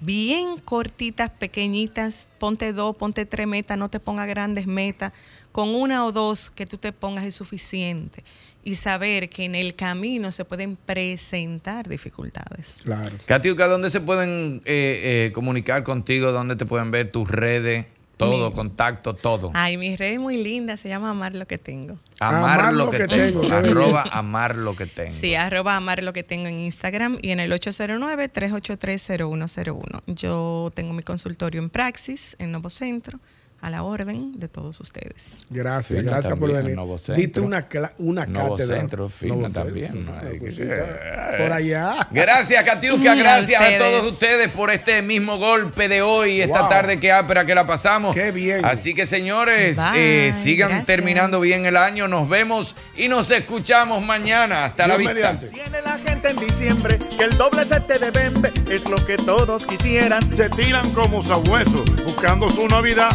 Speaker 25: bien cortitas, pequeñitas. Ponte dos, ponte tres metas, no te pongas grandes metas. Con una o dos que tú te pongas es suficiente. Y saber que en el camino se pueden presentar dificultades.
Speaker 6: Claro.
Speaker 3: Catiuca, ¿dónde se pueden eh, eh, comunicar contigo? ¿Dónde te pueden ver tus redes? Todo, contacto, todo.
Speaker 25: Ay, mi red es muy linda, se llama Amar lo que tengo.
Speaker 3: Amar, lo que, tengo.
Speaker 25: qué
Speaker 3: Arroba
Speaker 25: belleza.
Speaker 3: amar lo que tengo.
Speaker 25: Sí, arroba amar lo que tengo en Instagram y en el 809-383-0101. Yo tengo mi consultorio en Praxis, en Novo Centro, a la orden de todos ustedes.
Speaker 6: Gracias,
Speaker 3: Fina
Speaker 6: gracias por
Speaker 3: también,
Speaker 6: venir.
Speaker 3: Novo Centro.
Speaker 6: Diste una, cla- una
Speaker 3: Novo
Speaker 6: cátedra.
Speaker 3: Centro, Fina
Speaker 6: Novo
Speaker 3: también, ¿no?
Speaker 6: Centro, una
Speaker 3: Hay que-
Speaker 6: cosita. Por allá.
Speaker 3: Eh, Gracias, Catiuca.
Speaker 6: Mm, a
Speaker 3: Gracias a,
Speaker 6: ustedes.
Speaker 3: todos ustedes por este mismo golpe de hoy, esta
Speaker 6: Wow.
Speaker 3: tarde que ápera que la pasamos. Qué bien. Así que, señores,
Speaker 6: Bye,
Speaker 3: eh, sigan
Speaker 6: gracias.
Speaker 3: terminando bien el año. Nos vemos y nos escuchamos mañana. Hasta la
Speaker 2: Dios
Speaker 3: vista.
Speaker 2: mediante. Tiene la gente en diciembre que el doble sete de Bembe es lo que todos quisieran. Se tiran como sabuesos buscando su Navidad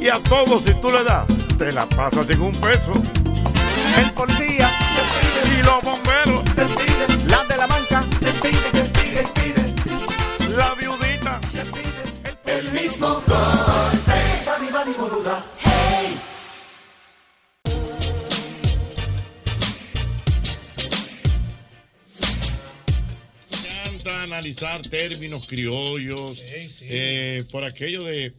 Speaker 2: y a todos si tú le das, te la pasas sin un peso. El policía te pide y los bomberos te piden. La de la banca te piden, te piden, piden. La viudita te piden. El mismo golpe.
Speaker 12: encanta analizar términos criollos, eh, por aquello de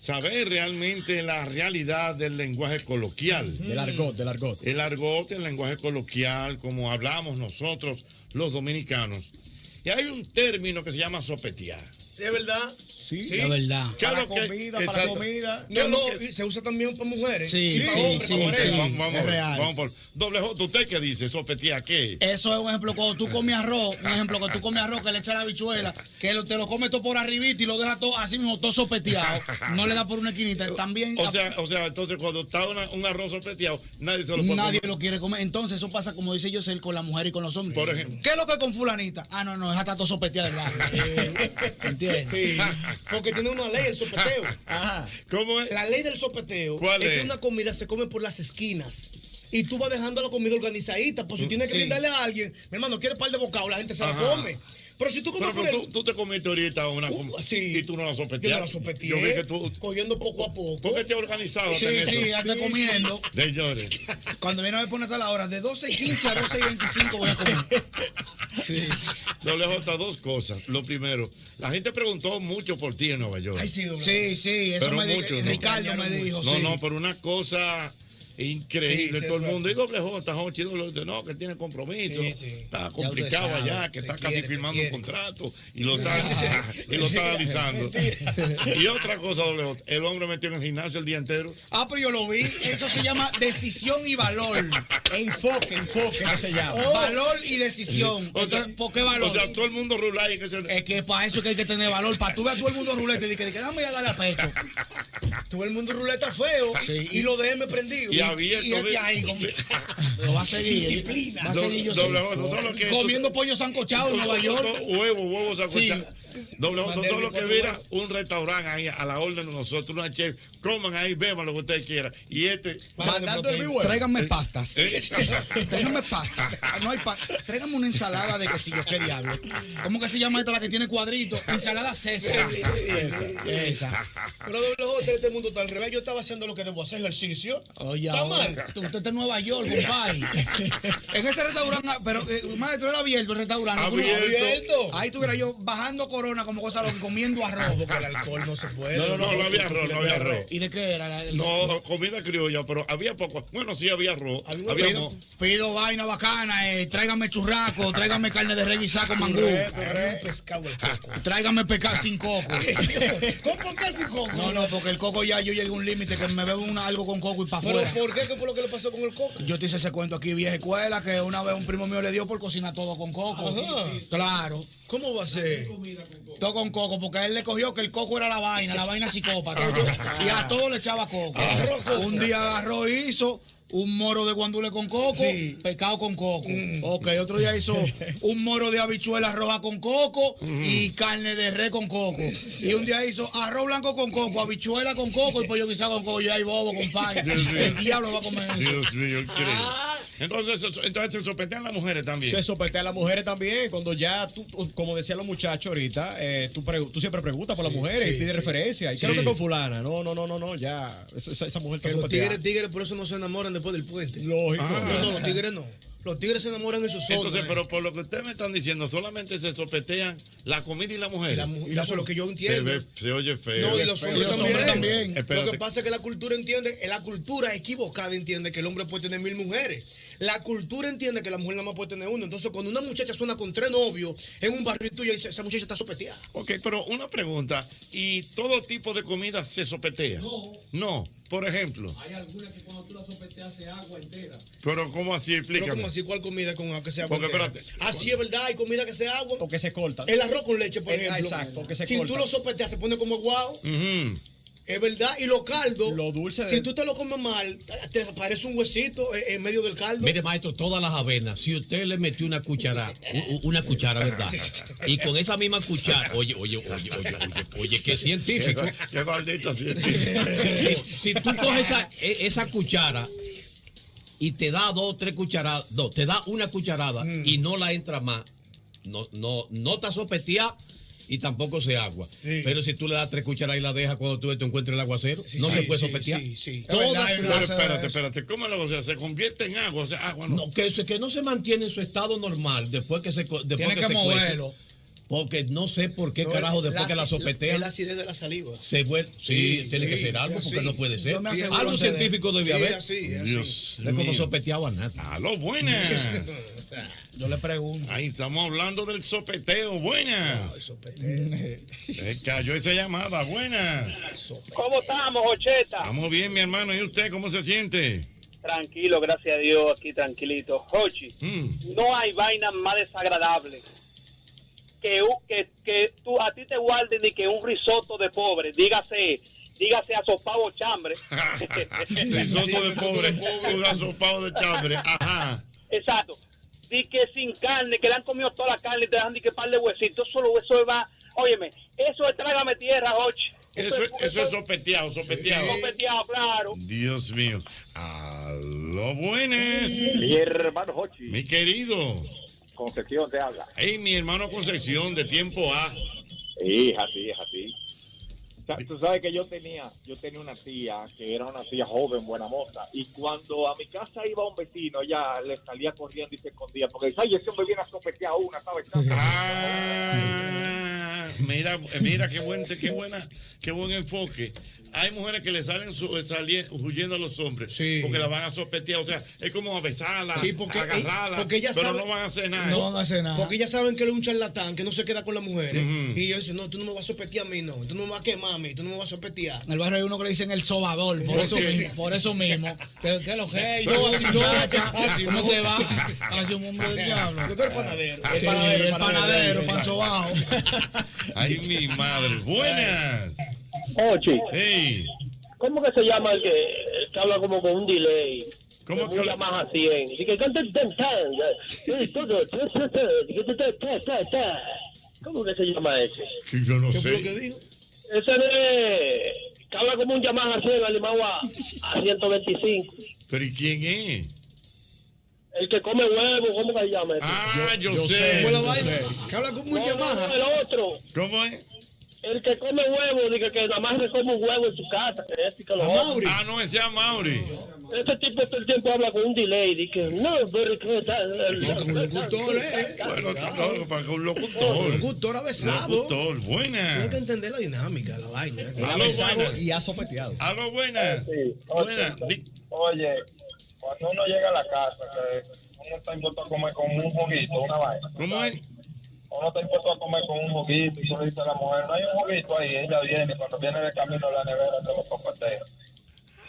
Speaker 12: saber realmente la realidad del lenguaje coloquial.
Speaker 4: Del argot, del argot.
Speaker 12: El argot, el lenguaje coloquial, como hablamos nosotros los dominicanos. Y hay un término que se llama sopetear.
Speaker 28: ¿Es verdad?
Speaker 12: Sí,
Speaker 28: Es verdad.
Speaker 12: ¿Qué es
Speaker 28: Para
Speaker 12: lo que-
Speaker 28: comida, para
Speaker 12: Exacto.
Speaker 28: comida.
Speaker 12: ¿Qué es lo que-
Speaker 28: y se usa también para mujeres.
Speaker 12: para hombres, para mujeres. Vamos, vamos,
Speaker 4: es real.
Speaker 12: vamos por- Doble J, ¿usted qué dice? ¿Sopetear qué?
Speaker 4: Eso es un ejemplo. Cuando tú comes arroz, un ejemplo, cuando tú comes arroz que le echas la habichuela, que lo- te lo comes todo por arribita y lo dejas todo así mismo, todo sopeteado. No le da por una esquinita. También.
Speaker 12: O sea, o sea, entonces cuando está una- un arroz sopeteado, nadie se lo puede
Speaker 4: Nadie
Speaker 12: comer.
Speaker 4: lo quiere comer. Entonces, eso pasa, como dice José, con las mujeres y con los hombres.
Speaker 12: Por ejemplo.
Speaker 4: ¿Qué es lo que con Fulanita? Ah, no, no, es hasta todo sopeteado de blanco.
Speaker 12: Eh,
Speaker 4: ¿Entiendes?
Speaker 28: Porque tiene una ley el sopeteo. Ajá.
Speaker 12: ¿Cómo es?
Speaker 28: La ley del sopeteo
Speaker 4: ¿Cuál
Speaker 28: es,
Speaker 4: es?
Speaker 28: que una comida se come por las esquinas. Y tú vas dejando la comida organizadita. Por
Speaker 4: pues
Speaker 28: si
Speaker 12: Mm,
Speaker 28: tienes que
Speaker 12: sí.
Speaker 28: brindarle a alguien, mi hermano, quiere par de bocados, la gente se la
Speaker 12: Ajá.
Speaker 28: come. Pero si tú comes
Speaker 12: Pero
Speaker 28: por el- Uh,
Speaker 12: tú, tú te comiste ahorita una com- y tú no la sopeteaste.
Speaker 28: Yo no la sopeteé.
Speaker 12: Yo vi que tú.
Speaker 28: cogiendo poco a poco.
Speaker 12: Porque te organizado.
Speaker 4: Sí, sí, anda comiendo.
Speaker 12: Señores.
Speaker 4: Cuando viene a ver poner a la hora, de 12 y 15 a 12 y 25 voy a comer.
Speaker 12: Doble J, dos cosas. Lo primero, la gente preguntó mucho por ti en Nueva York.
Speaker 4: Sí, sí, eso
Speaker 12: Pero
Speaker 4: me dijo.
Speaker 12: mucho, ¿no?
Speaker 4: Ricardo me dijo.
Speaker 12: No,
Speaker 4: sí.
Speaker 12: no, pero una cosa
Speaker 4: Sí,
Speaker 12: increíble.
Speaker 4: sí,
Speaker 12: Todo el
Speaker 4: eso
Speaker 12: mundo. Y doble J, Jochi, doble J, no, que tiene compromiso. Está complicado
Speaker 4: sabe,
Speaker 12: allá, que
Speaker 4: te
Speaker 12: está casi
Speaker 4: quiere, te
Speaker 12: firmando un
Speaker 4: quiere.
Speaker 12: contrato y lo está, y lo está analizando. y otra cosa, doble J, el hombre metió en el gimnasio el día entero.
Speaker 4: Ah, pero yo lo vi. Eso se llama decisión y valor. Enfoque, enfoque, eso se llama.
Speaker 12: Oh.
Speaker 4: Valor y decisión.
Speaker 12: O sea,
Speaker 4: Entonces, ¿Por qué valor?
Speaker 12: o sea, todo el mundo rular y que se...
Speaker 4: Es que para eso que hay que tener valor. Para tú ver a todo el mundo rulete y que, que déjame ir a darle a pecho.
Speaker 28: Todo el mundo ruleta feo y, lo déjeme prendido.
Speaker 12: Y abierto,
Speaker 4: Y este
Speaker 12: ¿ves?
Speaker 4: ahí, con-
Speaker 12: Sí.
Speaker 4: lo va a seguir.
Speaker 12: Disciplina.
Speaker 4: Va a seguir yo.
Speaker 12: Doble
Speaker 4: sé.
Speaker 12: voz, no solo que-
Speaker 4: Comiendo pollo sancochado en Nueva York.
Speaker 12: Huevo, huevo sancochado. Doble J,
Speaker 4: Mandé
Speaker 12: todo
Speaker 4: mi
Speaker 12: lo que
Speaker 4: cuatro
Speaker 12: mira,
Speaker 4: huevos.
Speaker 12: un restaurante ahí a la orden de nosotros, una chef, coman ahí, beban lo que ustedes quieran. Y este.
Speaker 4: Mandando el huevo. Tráiganme pastas.
Speaker 12: Eh.
Speaker 4: Tráiganme pastas. Ah, No hay pa Tráiganme una ensalada de que si yo qué diablo. ¿Cómo que se llama esta la que tiene cuadrito? Ensalada César. Esa.
Speaker 28: Pero doble J, este mundo está al revés. Yo estaba haciendo lo que debo hacer, ejercicio.
Speaker 4: Oye,
Speaker 28: está
Speaker 4: ahora,
Speaker 28: mal.
Speaker 4: tú- usted está en Nueva York, compadre. en ese restaurante, pero eh, maestro, era abierto el restaurante. ¿no?
Speaker 12: Abierto. Abierto.
Speaker 4: Ahí tuviera yo bajando corona como cosa loca, comiendo arroz, porque el alcohol no se puede.
Speaker 12: Eh, No, no, no, no había arroz, no había arroz.
Speaker 4: ¿Y de qué era? La-
Speaker 12: No, comida criolla, pero había poco. Bueno, sí había arroz. Había
Speaker 4: pido,
Speaker 12: mo-
Speaker 4: pido vaina bacana, eh, tráigame churraco, tráigame carne de res y saco mangú. Tráigame pescado sin coco.
Speaker 28: ¿Cómo que sin coco?
Speaker 4: No, no, porque el coco ya yo llegué a un límite que me bebo una, algo con coco y para
Speaker 28: ¿Pero
Speaker 4: afuera.
Speaker 28: por qué? ¿Qué fue lo que le pasó con el coco?
Speaker 4: Yo te hice ese cuento aquí, vieja escuela, que una vez un primo mío le dio por cocinar todo con coco.
Speaker 28: Ajá.
Speaker 4: Claro.
Speaker 16: ¿Cómo va a ser? Todo con coco, porque a él le cogió que el coco era la vaina, la vaina psicópata. y a todo le echaba coco.
Speaker 12: Ah.
Speaker 16: Un día agarró y hizo un moro de guandule con coco, pescado con coco.
Speaker 12: Mm.
Speaker 16: Ok, otro día hizo un moro de habichuela roja con coco
Speaker 12: Mm.
Speaker 16: y carne de res con coco. Y un día hizo arroz blanco con coco, habichuela con coco y pollo guisado con coco. Y ahí bobo, compadre.
Speaker 12: Dios mío.
Speaker 16: El diablo va a comer eso.
Speaker 12: Dios
Speaker 4: Ah.
Speaker 12: mío, increíble. Entonces, eso- entonces se sopetean las mujeres también.
Speaker 7: Se sopetea a las mujeres también. Cuando ya, tú, como decían los muchachos ahorita, eh, tú, pregu- tú siempre preguntas por las mujeres
Speaker 4: sí,
Speaker 7: y pides
Speaker 4: sí.
Speaker 7: referencia. ¿Y
Speaker 4: Sí.
Speaker 7: qué es lo que con fulana? No, no, no, no, no, ya. Eso- Esa, esa mujer está
Speaker 4: Los
Speaker 7: sopeteada.
Speaker 4: tigres, tigres, por eso no se enamoran después del puente.
Speaker 7: Lógico.
Speaker 4: No, no, los tigres no. Los tigres se enamoran en sus
Speaker 12: Ah. Entonces,
Speaker 4: zonas.
Speaker 12: pero por lo que ustedes me están diciendo, solamente se sopetean la comida y la mujer.
Speaker 4: Y la mu- y eso es lo que yo entiendo.
Speaker 12: Se, ve- se oye feo.
Speaker 4: No, y los
Speaker 12: Feo.
Speaker 4: hombres también. Lo
Speaker 12: Espérate.
Speaker 4: que pasa es que la cultura entiende, eh, la cultura equivocada entiende que el hombre puede tener mil mujeres. La cultura entiende que la mujer nada más puede tener uno. Entonces, cuando una muchacha suena con tres novios en un barrio tuyo, dice, esa muchacha está sopeteada.
Speaker 12: Ok, pero una pregunta. ¿Y todo tipo de comida se sopetea?
Speaker 4: No.
Speaker 12: No. Por ejemplo.
Speaker 4: Hay algunas que cuando tú la sopeteas hace agua entera.
Speaker 12: Pero ¿cómo así?
Speaker 4: Pero
Speaker 12: Explícame.
Speaker 4: como así, ¿cuál comida con que sea agua?
Speaker 12: Porque,
Speaker 4: entera?
Speaker 12: espérate.
Speaker 4: Así es verdad, hay comida que sea agua.
Speaker 7: Porque se corta.
Speaker 4: El arroz con leche, por
Speaker 7: Eh,
Speaker 4: ejemplo.
Speaker 7: exacto, que se
Speaker 4: si
Speaker 7: corta.
Speaker 4: tú lo sopeteas, se pone como guau.
Speaker 12: Ujú.
Speaker 4: Es verdad, y los caldos. Lo
Speaker 7: dulce
Speaker 4: Si tú te lo comes mal, te parece un huesito eh, en medio del caldo.
Speaker 29: Mire, maestro, todas las avenas, si usted le metió una cuchara, u- u- una cuchara, ¿verdad? Y con esa misma cuchara, oye, oye, oye, oye, oye, oye, qué científico.
Speaker 12: Qué- Qué maldito científico.
Speaker 29: Si, si- si tú coges esa, e- esa cuchara y te da dos, tres cucharadas, no, te da una cucharada y no la entra más, no, no, no te sopetía y tampoco se agua. Pero si tú le das tres cucharadas y la dejas cuando tú te encuentres el aguacero, no se puede sopetear. Todas
Speaker 12: pero espérate, espérate, ¿cómo lo o sea, se convierte en agua? O sea, agua no.
Speaker 29: no, que, se- que no se mantiene en su estado normal después que se co- después
Speaker 4: Tiene
Speaker 29: que
Speaker 4: que
Speaker 29: se
Speaker 4: moverlo.
Speaker 29: cuece. porque no sé por qué
Speaker 4: No,
Speaker 29: carajo
Speaker 4: el-
Speaker 29: después que la
Speaker 4: aci-
Speaker 29: sopetea
Speaker 4: El acidez de la saliva.
Speaker 29: se vuelve sí,
Speaker 4: Sí,
Speaker 29: tiene que
Speaker 4: sí,
Speaker 29: ser algo
Speaker 4: es
Speaker 29: porque
Speaker 4: así.
Speaker 29: no puede ser
Speaker 4: Yo me aseguro
Speaker 29: algo
Speaker 4: antes de-
Speaker 29: científico
Speaker 4: Sí,
Speaker 29: debía haber
Speaker 4: es así, es así.
Speaker 12: Dios
Speaker 29: no es como
Speaker 12: mío.
Speaker 29: sopeteaba nada
Speaker 12: A lo buena.
Speaker 4: Yo le pregunto.
Speaker 12: Ahí estamos hablando del sopeteo.
Speaker 7: Ah.
Speaker 12: Buenas. Se cayó esa llamada. Buenas.
Speaker 30: ¿Cómo estamos, Jocheta?
Speaker 12: Estamos bien, mi hermano. ¿Y usted cómo se siente?
Speaker 30: Tranquilo, gracias a Dios, aquí tranquilito. Jochi,
Speaker 12: Mm,
Speaker 30: no hay vaina más desagradable que, u- que, que tú, a ti te guarden ni que un risotto de pobre, dígase, dígase asopado chambre.
Speaker 12: Risotto de pobre, un asopado de chambre. Ajá.
Speaker 30: Exacto. Di que sin carne, que le han comido toda la carne y te dejan di que par de huesitos, solo eso va. Óyeme, eso es trágame tierra, Jochi.
Speaker 12: Eso, eso es sopeteado, sopeteado.
Speaker 30: sopeteado, claro.
Speaker 12: Dios mío. A lo buenas.
Speaker 30: Mi hermano Jochi.
Speaker 12: Mi querido.
Speaker 30: Concepción te habla.
Speaker 12: Ey, mi hermano Concepción, de tiempo A.
Speaker 30: Sí, es así, es así. Sa- Tú sabes que yo tenía, yo tenía una tía que era una tía joven, buena moza, y cuando a mi casa iba un vecino, ella le salía corriendo y se escondía, porque dice, ay, ese hombre viene a sopetear a una, ¿sabes?
Speaker 12: Ah, mira, mira qué buen, qué buena, qué buen enfoque. Hay mujeres que le salen su, sali- huyendo a los hombres porque la van a sopetear, o sea, es como a besarla,
Speaker 4: Sí, porque-
Speaker 12: agarrarla,
Speaker 4: porque ellas
Speaker 12: Ah, pero
Speaker 4: saben-
Speaker 12: no van a hacer nada.
Speaker 4: No
Speaker 12: van a hacer nada.
Speaker 4: Porque ya saben que él es un charlatán, que no se queda con las mujeres.
Speaker 12: Ujú.
Speaker 4: Y yo dice, no, tú no me vas a sopetear a mí, no. Tú no me vas a quemar a mí, tú no me vas a sopetear.
Speaker 16: En el barrio hay uno que le dicen el sobador, por eso
Speaker 4: Sí.
Speaker 16: mismo. Por eso mismo. Que, que lo que y
Speaker 4: No,
Speaker 16: todo,
Speaker 4: así
Speaker 16: y
Speaker 4: no,
Speaker 16: todo,
Speaker 4: así
Speaker 16: ¿Cómo
Speaker 4: no.
Speaker 16: te va? Hace un hombre del diablo.
Speaker 4: Yo soy el panadero.
Speaker 16: Sí, El panadero, el panadero, panzo bajo.
Speaker 12: Ay, mi madre, buenas.
Speaker 30: Ochi.
Speaker 12: Hey.
Speaker 30: Oh, ¿Cómo que se llama el que, el que habla como con un delay?
Speaker 12: ¿Cómo
Speaker 30: que habla? más a 100. eh. Dice que canta el tan, tan, eh, todo, ta, ta, ta, dice que ta, ta, ta, ta. ¿Cómo que se llama ese?
Speaker 12: Que yo no
Speaker 30: ¿Qué fue
Speaker 12: sé.
Speaker 30: lo que Ese de... que habla como un Yamaha 100, animado a, a 125.
Speaker 12: Pero ¿y quién es?
Speaker 30: El que come huevo, ¿cómo que se llama ese?
Speaker 12: Ah, yo, sé.
Speaker 30: ¿Cómo la vaina? Que habla como un Yamaha. el otro.
Speaker 12: ¿Cómo es?
Speaker 30: El que come huevo, dice que nada más se come un huevo en su casa. que este y que lo otro.
Speaker 12: Ah, no, ese es Mauri.
Speaker 30: Ese tipo todo el tiempo habla con un delay. Dice que no, pero que está.
Speaker 6: eh.
Speaker 12: Bueno, está loco, para que un locutor.
Speaker 4: Locutor avesado.
Speaker 12: Locutor, buenas.
Speaker 4: Tienes que entender la dinámica, la vaina.
Speaker 12: A lo buenas.
Speaker 4: Y ha sopeteado.
Speaker 12: A lo buenas. Buenas.
Speaker 30: Oye, cuando uno llega a la casa, que uno está impuesto a comer con un juguito, una vaina.
Speaker 12: ¿Cómo es?
Speaker 30: Uno está impuesto a comer con un juguito y yo le dice a la mujer, no hay un juguito ahí, ella viene, cuando viene de camino a la nevera se lo sopetea.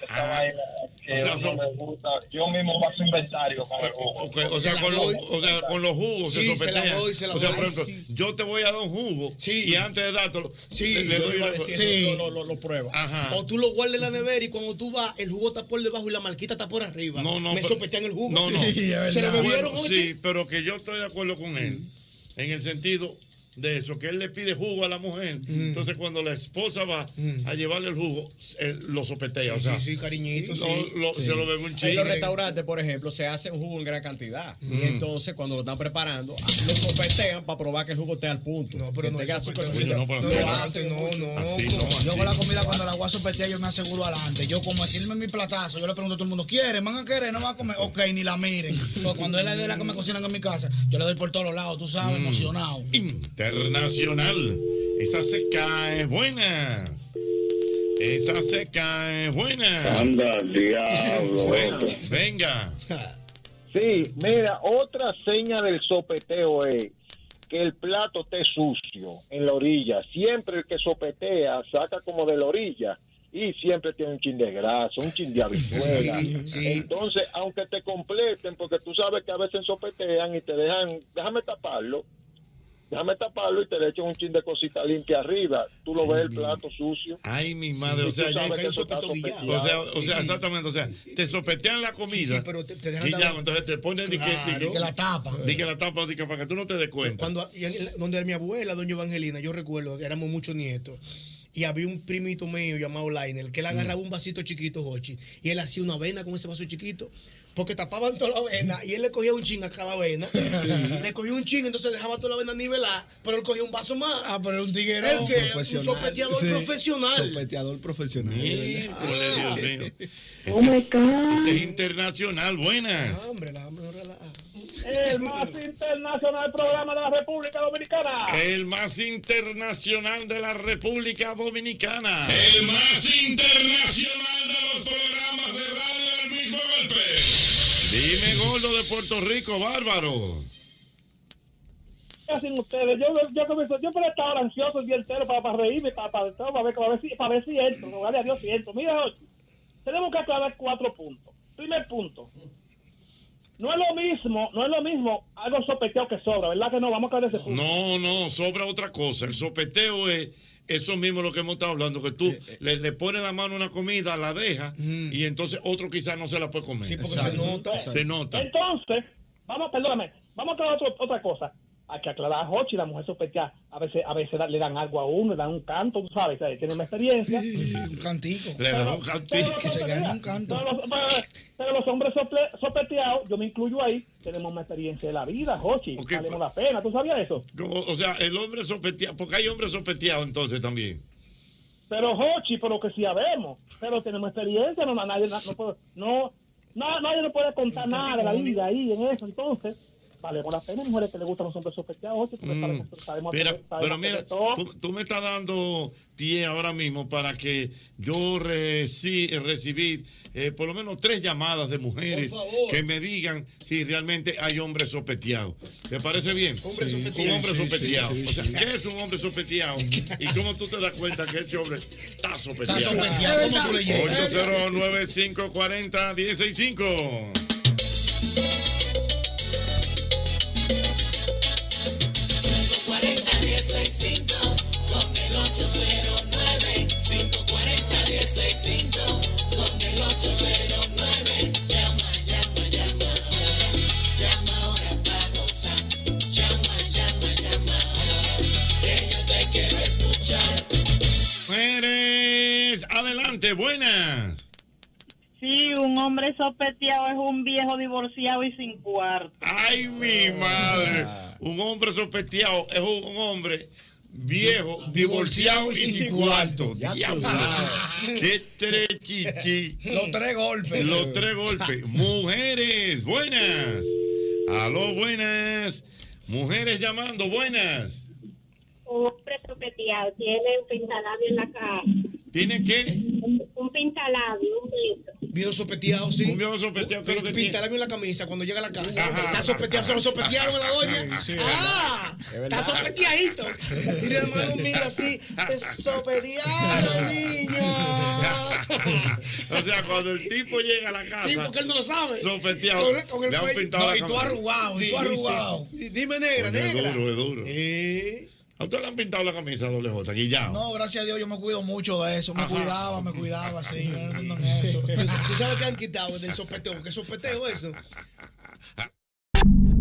Speaker 7: esta vaina que
Speaker 12: Ah. O sea,
Speaker 7: no
Speaker 12: son- Eh,
Speaker 7: me gusta. Yo mismo hago inventario con el jugo.
Speaker 12: o, sea, con los, o sea, con los jugos
Speaker 7: Sí,
Speaker 12: se
Speaker 7: se la
Speaker 12: sopetean.
Speaker 7: doy, se la
Speaker 12: o sea,
Speaker 7: doy.
Speaker 12: por ejemplo, yo te voy a dar un jugo y antes de dártelo,
Speaker 4: Sí,
Speaker 12: le, le
Speaker 4: yo
Speaker 12: doy
Speaker 4: iba a
Speaker 12: una-
Speaker 4: decir
Speaker 12: Sí.
Speaker 4: eso, lo- lo- lo
Speaker 6: prueba.
Speaker 12: Ajá.
Speaker 4: O tú lo guardas en la nevera y cuando tú vas, el jugo está por debajo y la marquita está por arriba.
Speaker 12: No, no,
Speaker 4: Me
Speaker 12: pero-
Speaker 4: sopetean el jugo.
Speaker 12: No, no.
Speaker 4: Se lo bebieron,
Speaker 12: Bueno,
Speaker 4: oye.
Speaker 12: Sí, pero que yo estoy de acuerdo con él. En el sentido de eso, que él le pide jugo a la mujer. Entonces, cuando la esposa va a llevarle el jugo, él lo sopetea. o sea,
Speaker 4: cariñito.
Speaker 12: lo- lo- Se lo bebe un chico.
Speaker 6: En los restaurantes, por ejemplo, se hace un jugo en gran cantidad.
Speaker 12: Mm.
Speaker 6: Y entonces, cuando lo están preparando, lo
Speaker 7: ah,
Speaker 6: sopetean para probar que el jugo esté al punto. No, pero
Speaker 4: no
Speaker 6: tenga
Speaker 4: es
Speaker 6: azúcar
Speaker 4: sopeteo.
Speaker 6: suficiente.
Speaker 4: No, pero
Speaker 6: Lo
Speaker 4: no,
Speaker 6: hacen,
Speaker 4: no,
Speaker 6: así
Speaker 4: no,
Speaker 6: así
Speaker 31: Yo con la comida cuando la voy a sopetear yo me aseguro adelante. Yo como decirme mi platazo, yo le pregunto a todo el mundo, ¿quieren? ¿Van a querer? ¿No van a comer? Ok, ni la miren. Pues cuando es la de la que me cocinan en mi casa, yo le doy por todos los lados, tú sabes,
Speaker 12: Mm.
Speaker 31: emocionado.
Speaker 12: Internacional. Esa se cae buena. Esa se cae buena.
Speaker 30: Anda, diablo, esto.
Speaker 12: Venga.
Speaker 30: Sí, mira, otra seña del sopeteo es que el plato esté sucio en la orilla. Siempre el que sopetea saca como de la orilla y siempre tiene un chin de grasa, un chin de habichuela. Entonces, aunque te completen, porque tú sabes que a veces sopetean y te dejan, déjame taparlo, déjame taparlo y te le echan un chin de cosita limpia arriba. Tú lo ves el plato sucio.
Speaker 12: Ay, mi madre, o sea, ya- o sea, o sea, exactamente, o sea, te sopetean la comida.
Speaker 4: dejan
Speaker 12: y ya,
Speaker 4: dar-
Speaker 12: entonces te ponen di que- di
Speaker 4: Claro. Que la tapan.
Speaker 12: Di que la tapa, di que para que tú no te des cuenta.
Speaker 4: Cuando, y en- donde mi abuela, doña Evangelina, yo recuerdo que éramos muchos nietos. Y había un primito mío llamado Lainer, que él agarraba un vasito chiquito, Jochi, y él hacía una avena con ese vaso chiquito, porque tapaban toda la avena, y él le cogía un ching a cada avena, le cogía un ching, entonces dejaba toda la avena nivelada, pero él cogía un vaso más. Ah, pero un tiguerón. que es un sopeteador
Speaker 31: Sí,
Speaker 4: profesional.
Speaker 31: Sopeteador profesional. Ah,
Speaker 12: Híjole, Dios mío.
Speaker 31: Oh my God.
Speaker 12: Este, Es internacional, buenas.
Speaker 30: El más internacional programa de la República Dominicana.
Speaker 12: El más internacional de la República Dominicana. El más internacional de los programas de radio del mismo golpe. Dime, gordo de Puerto Rico, bárbaro.
Speaker 30: ¿Qué hacen ustedes? Yo, yo, comienzo, yo por estar ansioso el día entero para, para reírme, para, para, todo, para, ver, para, ver si, para ver si entro, rogarle a Dios si entro. Mira, Jochi, tenemos que aclarar cuatro puntos. Primer punto. No es lo mismo, no es lo mismo algo sopeteado que sobra, ¿verdad que no? Vamos a aclarar ese punto.
Speaker 12: No, no, sobra otra cosa. El sopeteo es eso mismo lo que hemos estado hablando, que tú le, le pones la mano a una comida, la dejas y entonces otro quizás no se la puede comer. Mm. Sí, porque se nota. Se nota.
Speaker 30: Entonces, vamos, perdóname, vamos a aclarar otro- otra cosa. Hay que aclarar a Jochi, la mujer sospechada. A veces, a veces da- le dan algo a uno, le dan un canto, tú sabes, ¿sabes? tiene una experiencia. un cantico.
Speaker 12: Le dan un cantico.
Speaker 30: Pero, los- pero- pero los hombres sople- sopeteados, yo me incluyo ahí, tenemos una experiencia de la vida, Jochi. valemos la pena, ¿tú sabías eso?
Speaker 12: Como, pues. o sea, el hombre sopeteado, porque hay hombres sopeteados entonces también.
Speaker 30: Pero Jochi, pero que sí sabemos, pero tenemos experiencia, no, nadie, no, puede- no, no, nadie nos puede contar nada de la vida ahí en eso, entonces valemos la pena, mujeres que le gustan los hombres sospechados, Jochi, porque sabemos, sabemos,
Speaker 12: Mm. Mira,
Speaker 30: sabemos
Speaker 12: pero
Speaker 30: hacer
Speaker 12: mira,
Speaker 30: de todo.
Speaker 12: tú, tú me estás dando pie ahora mismo para que yo reci- recibir eh, por lo menos tres llamadas de mujeres
Speaker 30: Por favor.
Speaker 12: que me digan si realmente hay hombres sopeteados. ¿Te parece bien?
Speaker 30: Hombre
Speaker 12: Sí.
Speaker 30: sopeteado.
Speaker 12: Un hombre
Speaker 30: Sí, sí,
Speaker 12: sopeteado.
Speaker 30: sí,
Speaker 12: O
Speaker 30: sí.
Speaker 12: sea, ¿qué es un hombre sopeteado? ¿Y cómo tú te das cuenta que ese hombre está sopeteado?
Speaker 30: Está sopeteado, ¿cómo tú le llegas?
Speaker 12: 809-540-165.
Speaker 1: con el 809 540 165 con el 809 llama llama llama ahora llama ahora para gozar llama llama llama ahora que yo te quiero escuchar
Speaker 12: Mujeres, adelante, buenas.
Speaker 21: Sí, un hombre sopeteado es un viejo divorciado y sin cuarto.
Speaker 12: Ay, mi madre. Un hombre sospeteado es un un hombre viejo, divorciado y sin cuarto. Diablo. Qué tres chichi.
Speaker 4: Los tres golpes.
Speaker 12: Los tres golpes. Mujeres, buenas. Aló, buenas. Mujeres llamando, buenas.
Speaker 13: un hombre sopeteado tiene un pintalabio en la cara.
Speaker 12: ¿Tiene qué?
Speaker 13: Un pintalabio, un beso.
Speaker 4: Vino sopeteado, sí.
Speaker 12: Un viejo sopeteado, ¿qué es lo que tiene?
Speaker 4: Pintale bien la camisa cuando llega a la casa.
Speaker 12: Ajá.
Speaker 4: Está sopeteado, se lo sopetearon a la doña.
Speaker 12: Sí, sí,
Speaker 4: ¡Ah!
Speaker 12: es verdad.
Speaker 4: Está sopeteadito. Y el hermano mira así, te sopetearon, niño.
Speaker 12: o sea, cuando el tipo llega a la casa.
Speaker 4: Sí, porque él no lo sabe.
Speaker 12: Sofeteado.
Speaker 4: Con el- con el
Speaker 12: le han
Speaker 4: cuello.
Speaker 12: pintado
Speaker 4: No,
Speaker 12: la
Speaker 4: y tú
Speaker 12: cabeza.
Speaker 4: arrugado, y tú arrugado.
Speaker 12: sí.
Speaker 4: Dime negra,
Speaker 12: Coño,
Speaker 4: negra.
Speaker 12: Es duro, es duro. ¿A usted le han pintado la camisa doble J, Guillao?
Speaker 32: No, gracias a Dios yo me cuido mucho de eso. Me
Speaker 12: Ajá.
Speaker 32: cuidaba, me cuidaba, sí. yo no entiendo en eso.
Speaker 4: Pues, ¿Tú sabes qué han quitado del sopeteo? ¿Qué sopeteo es eso?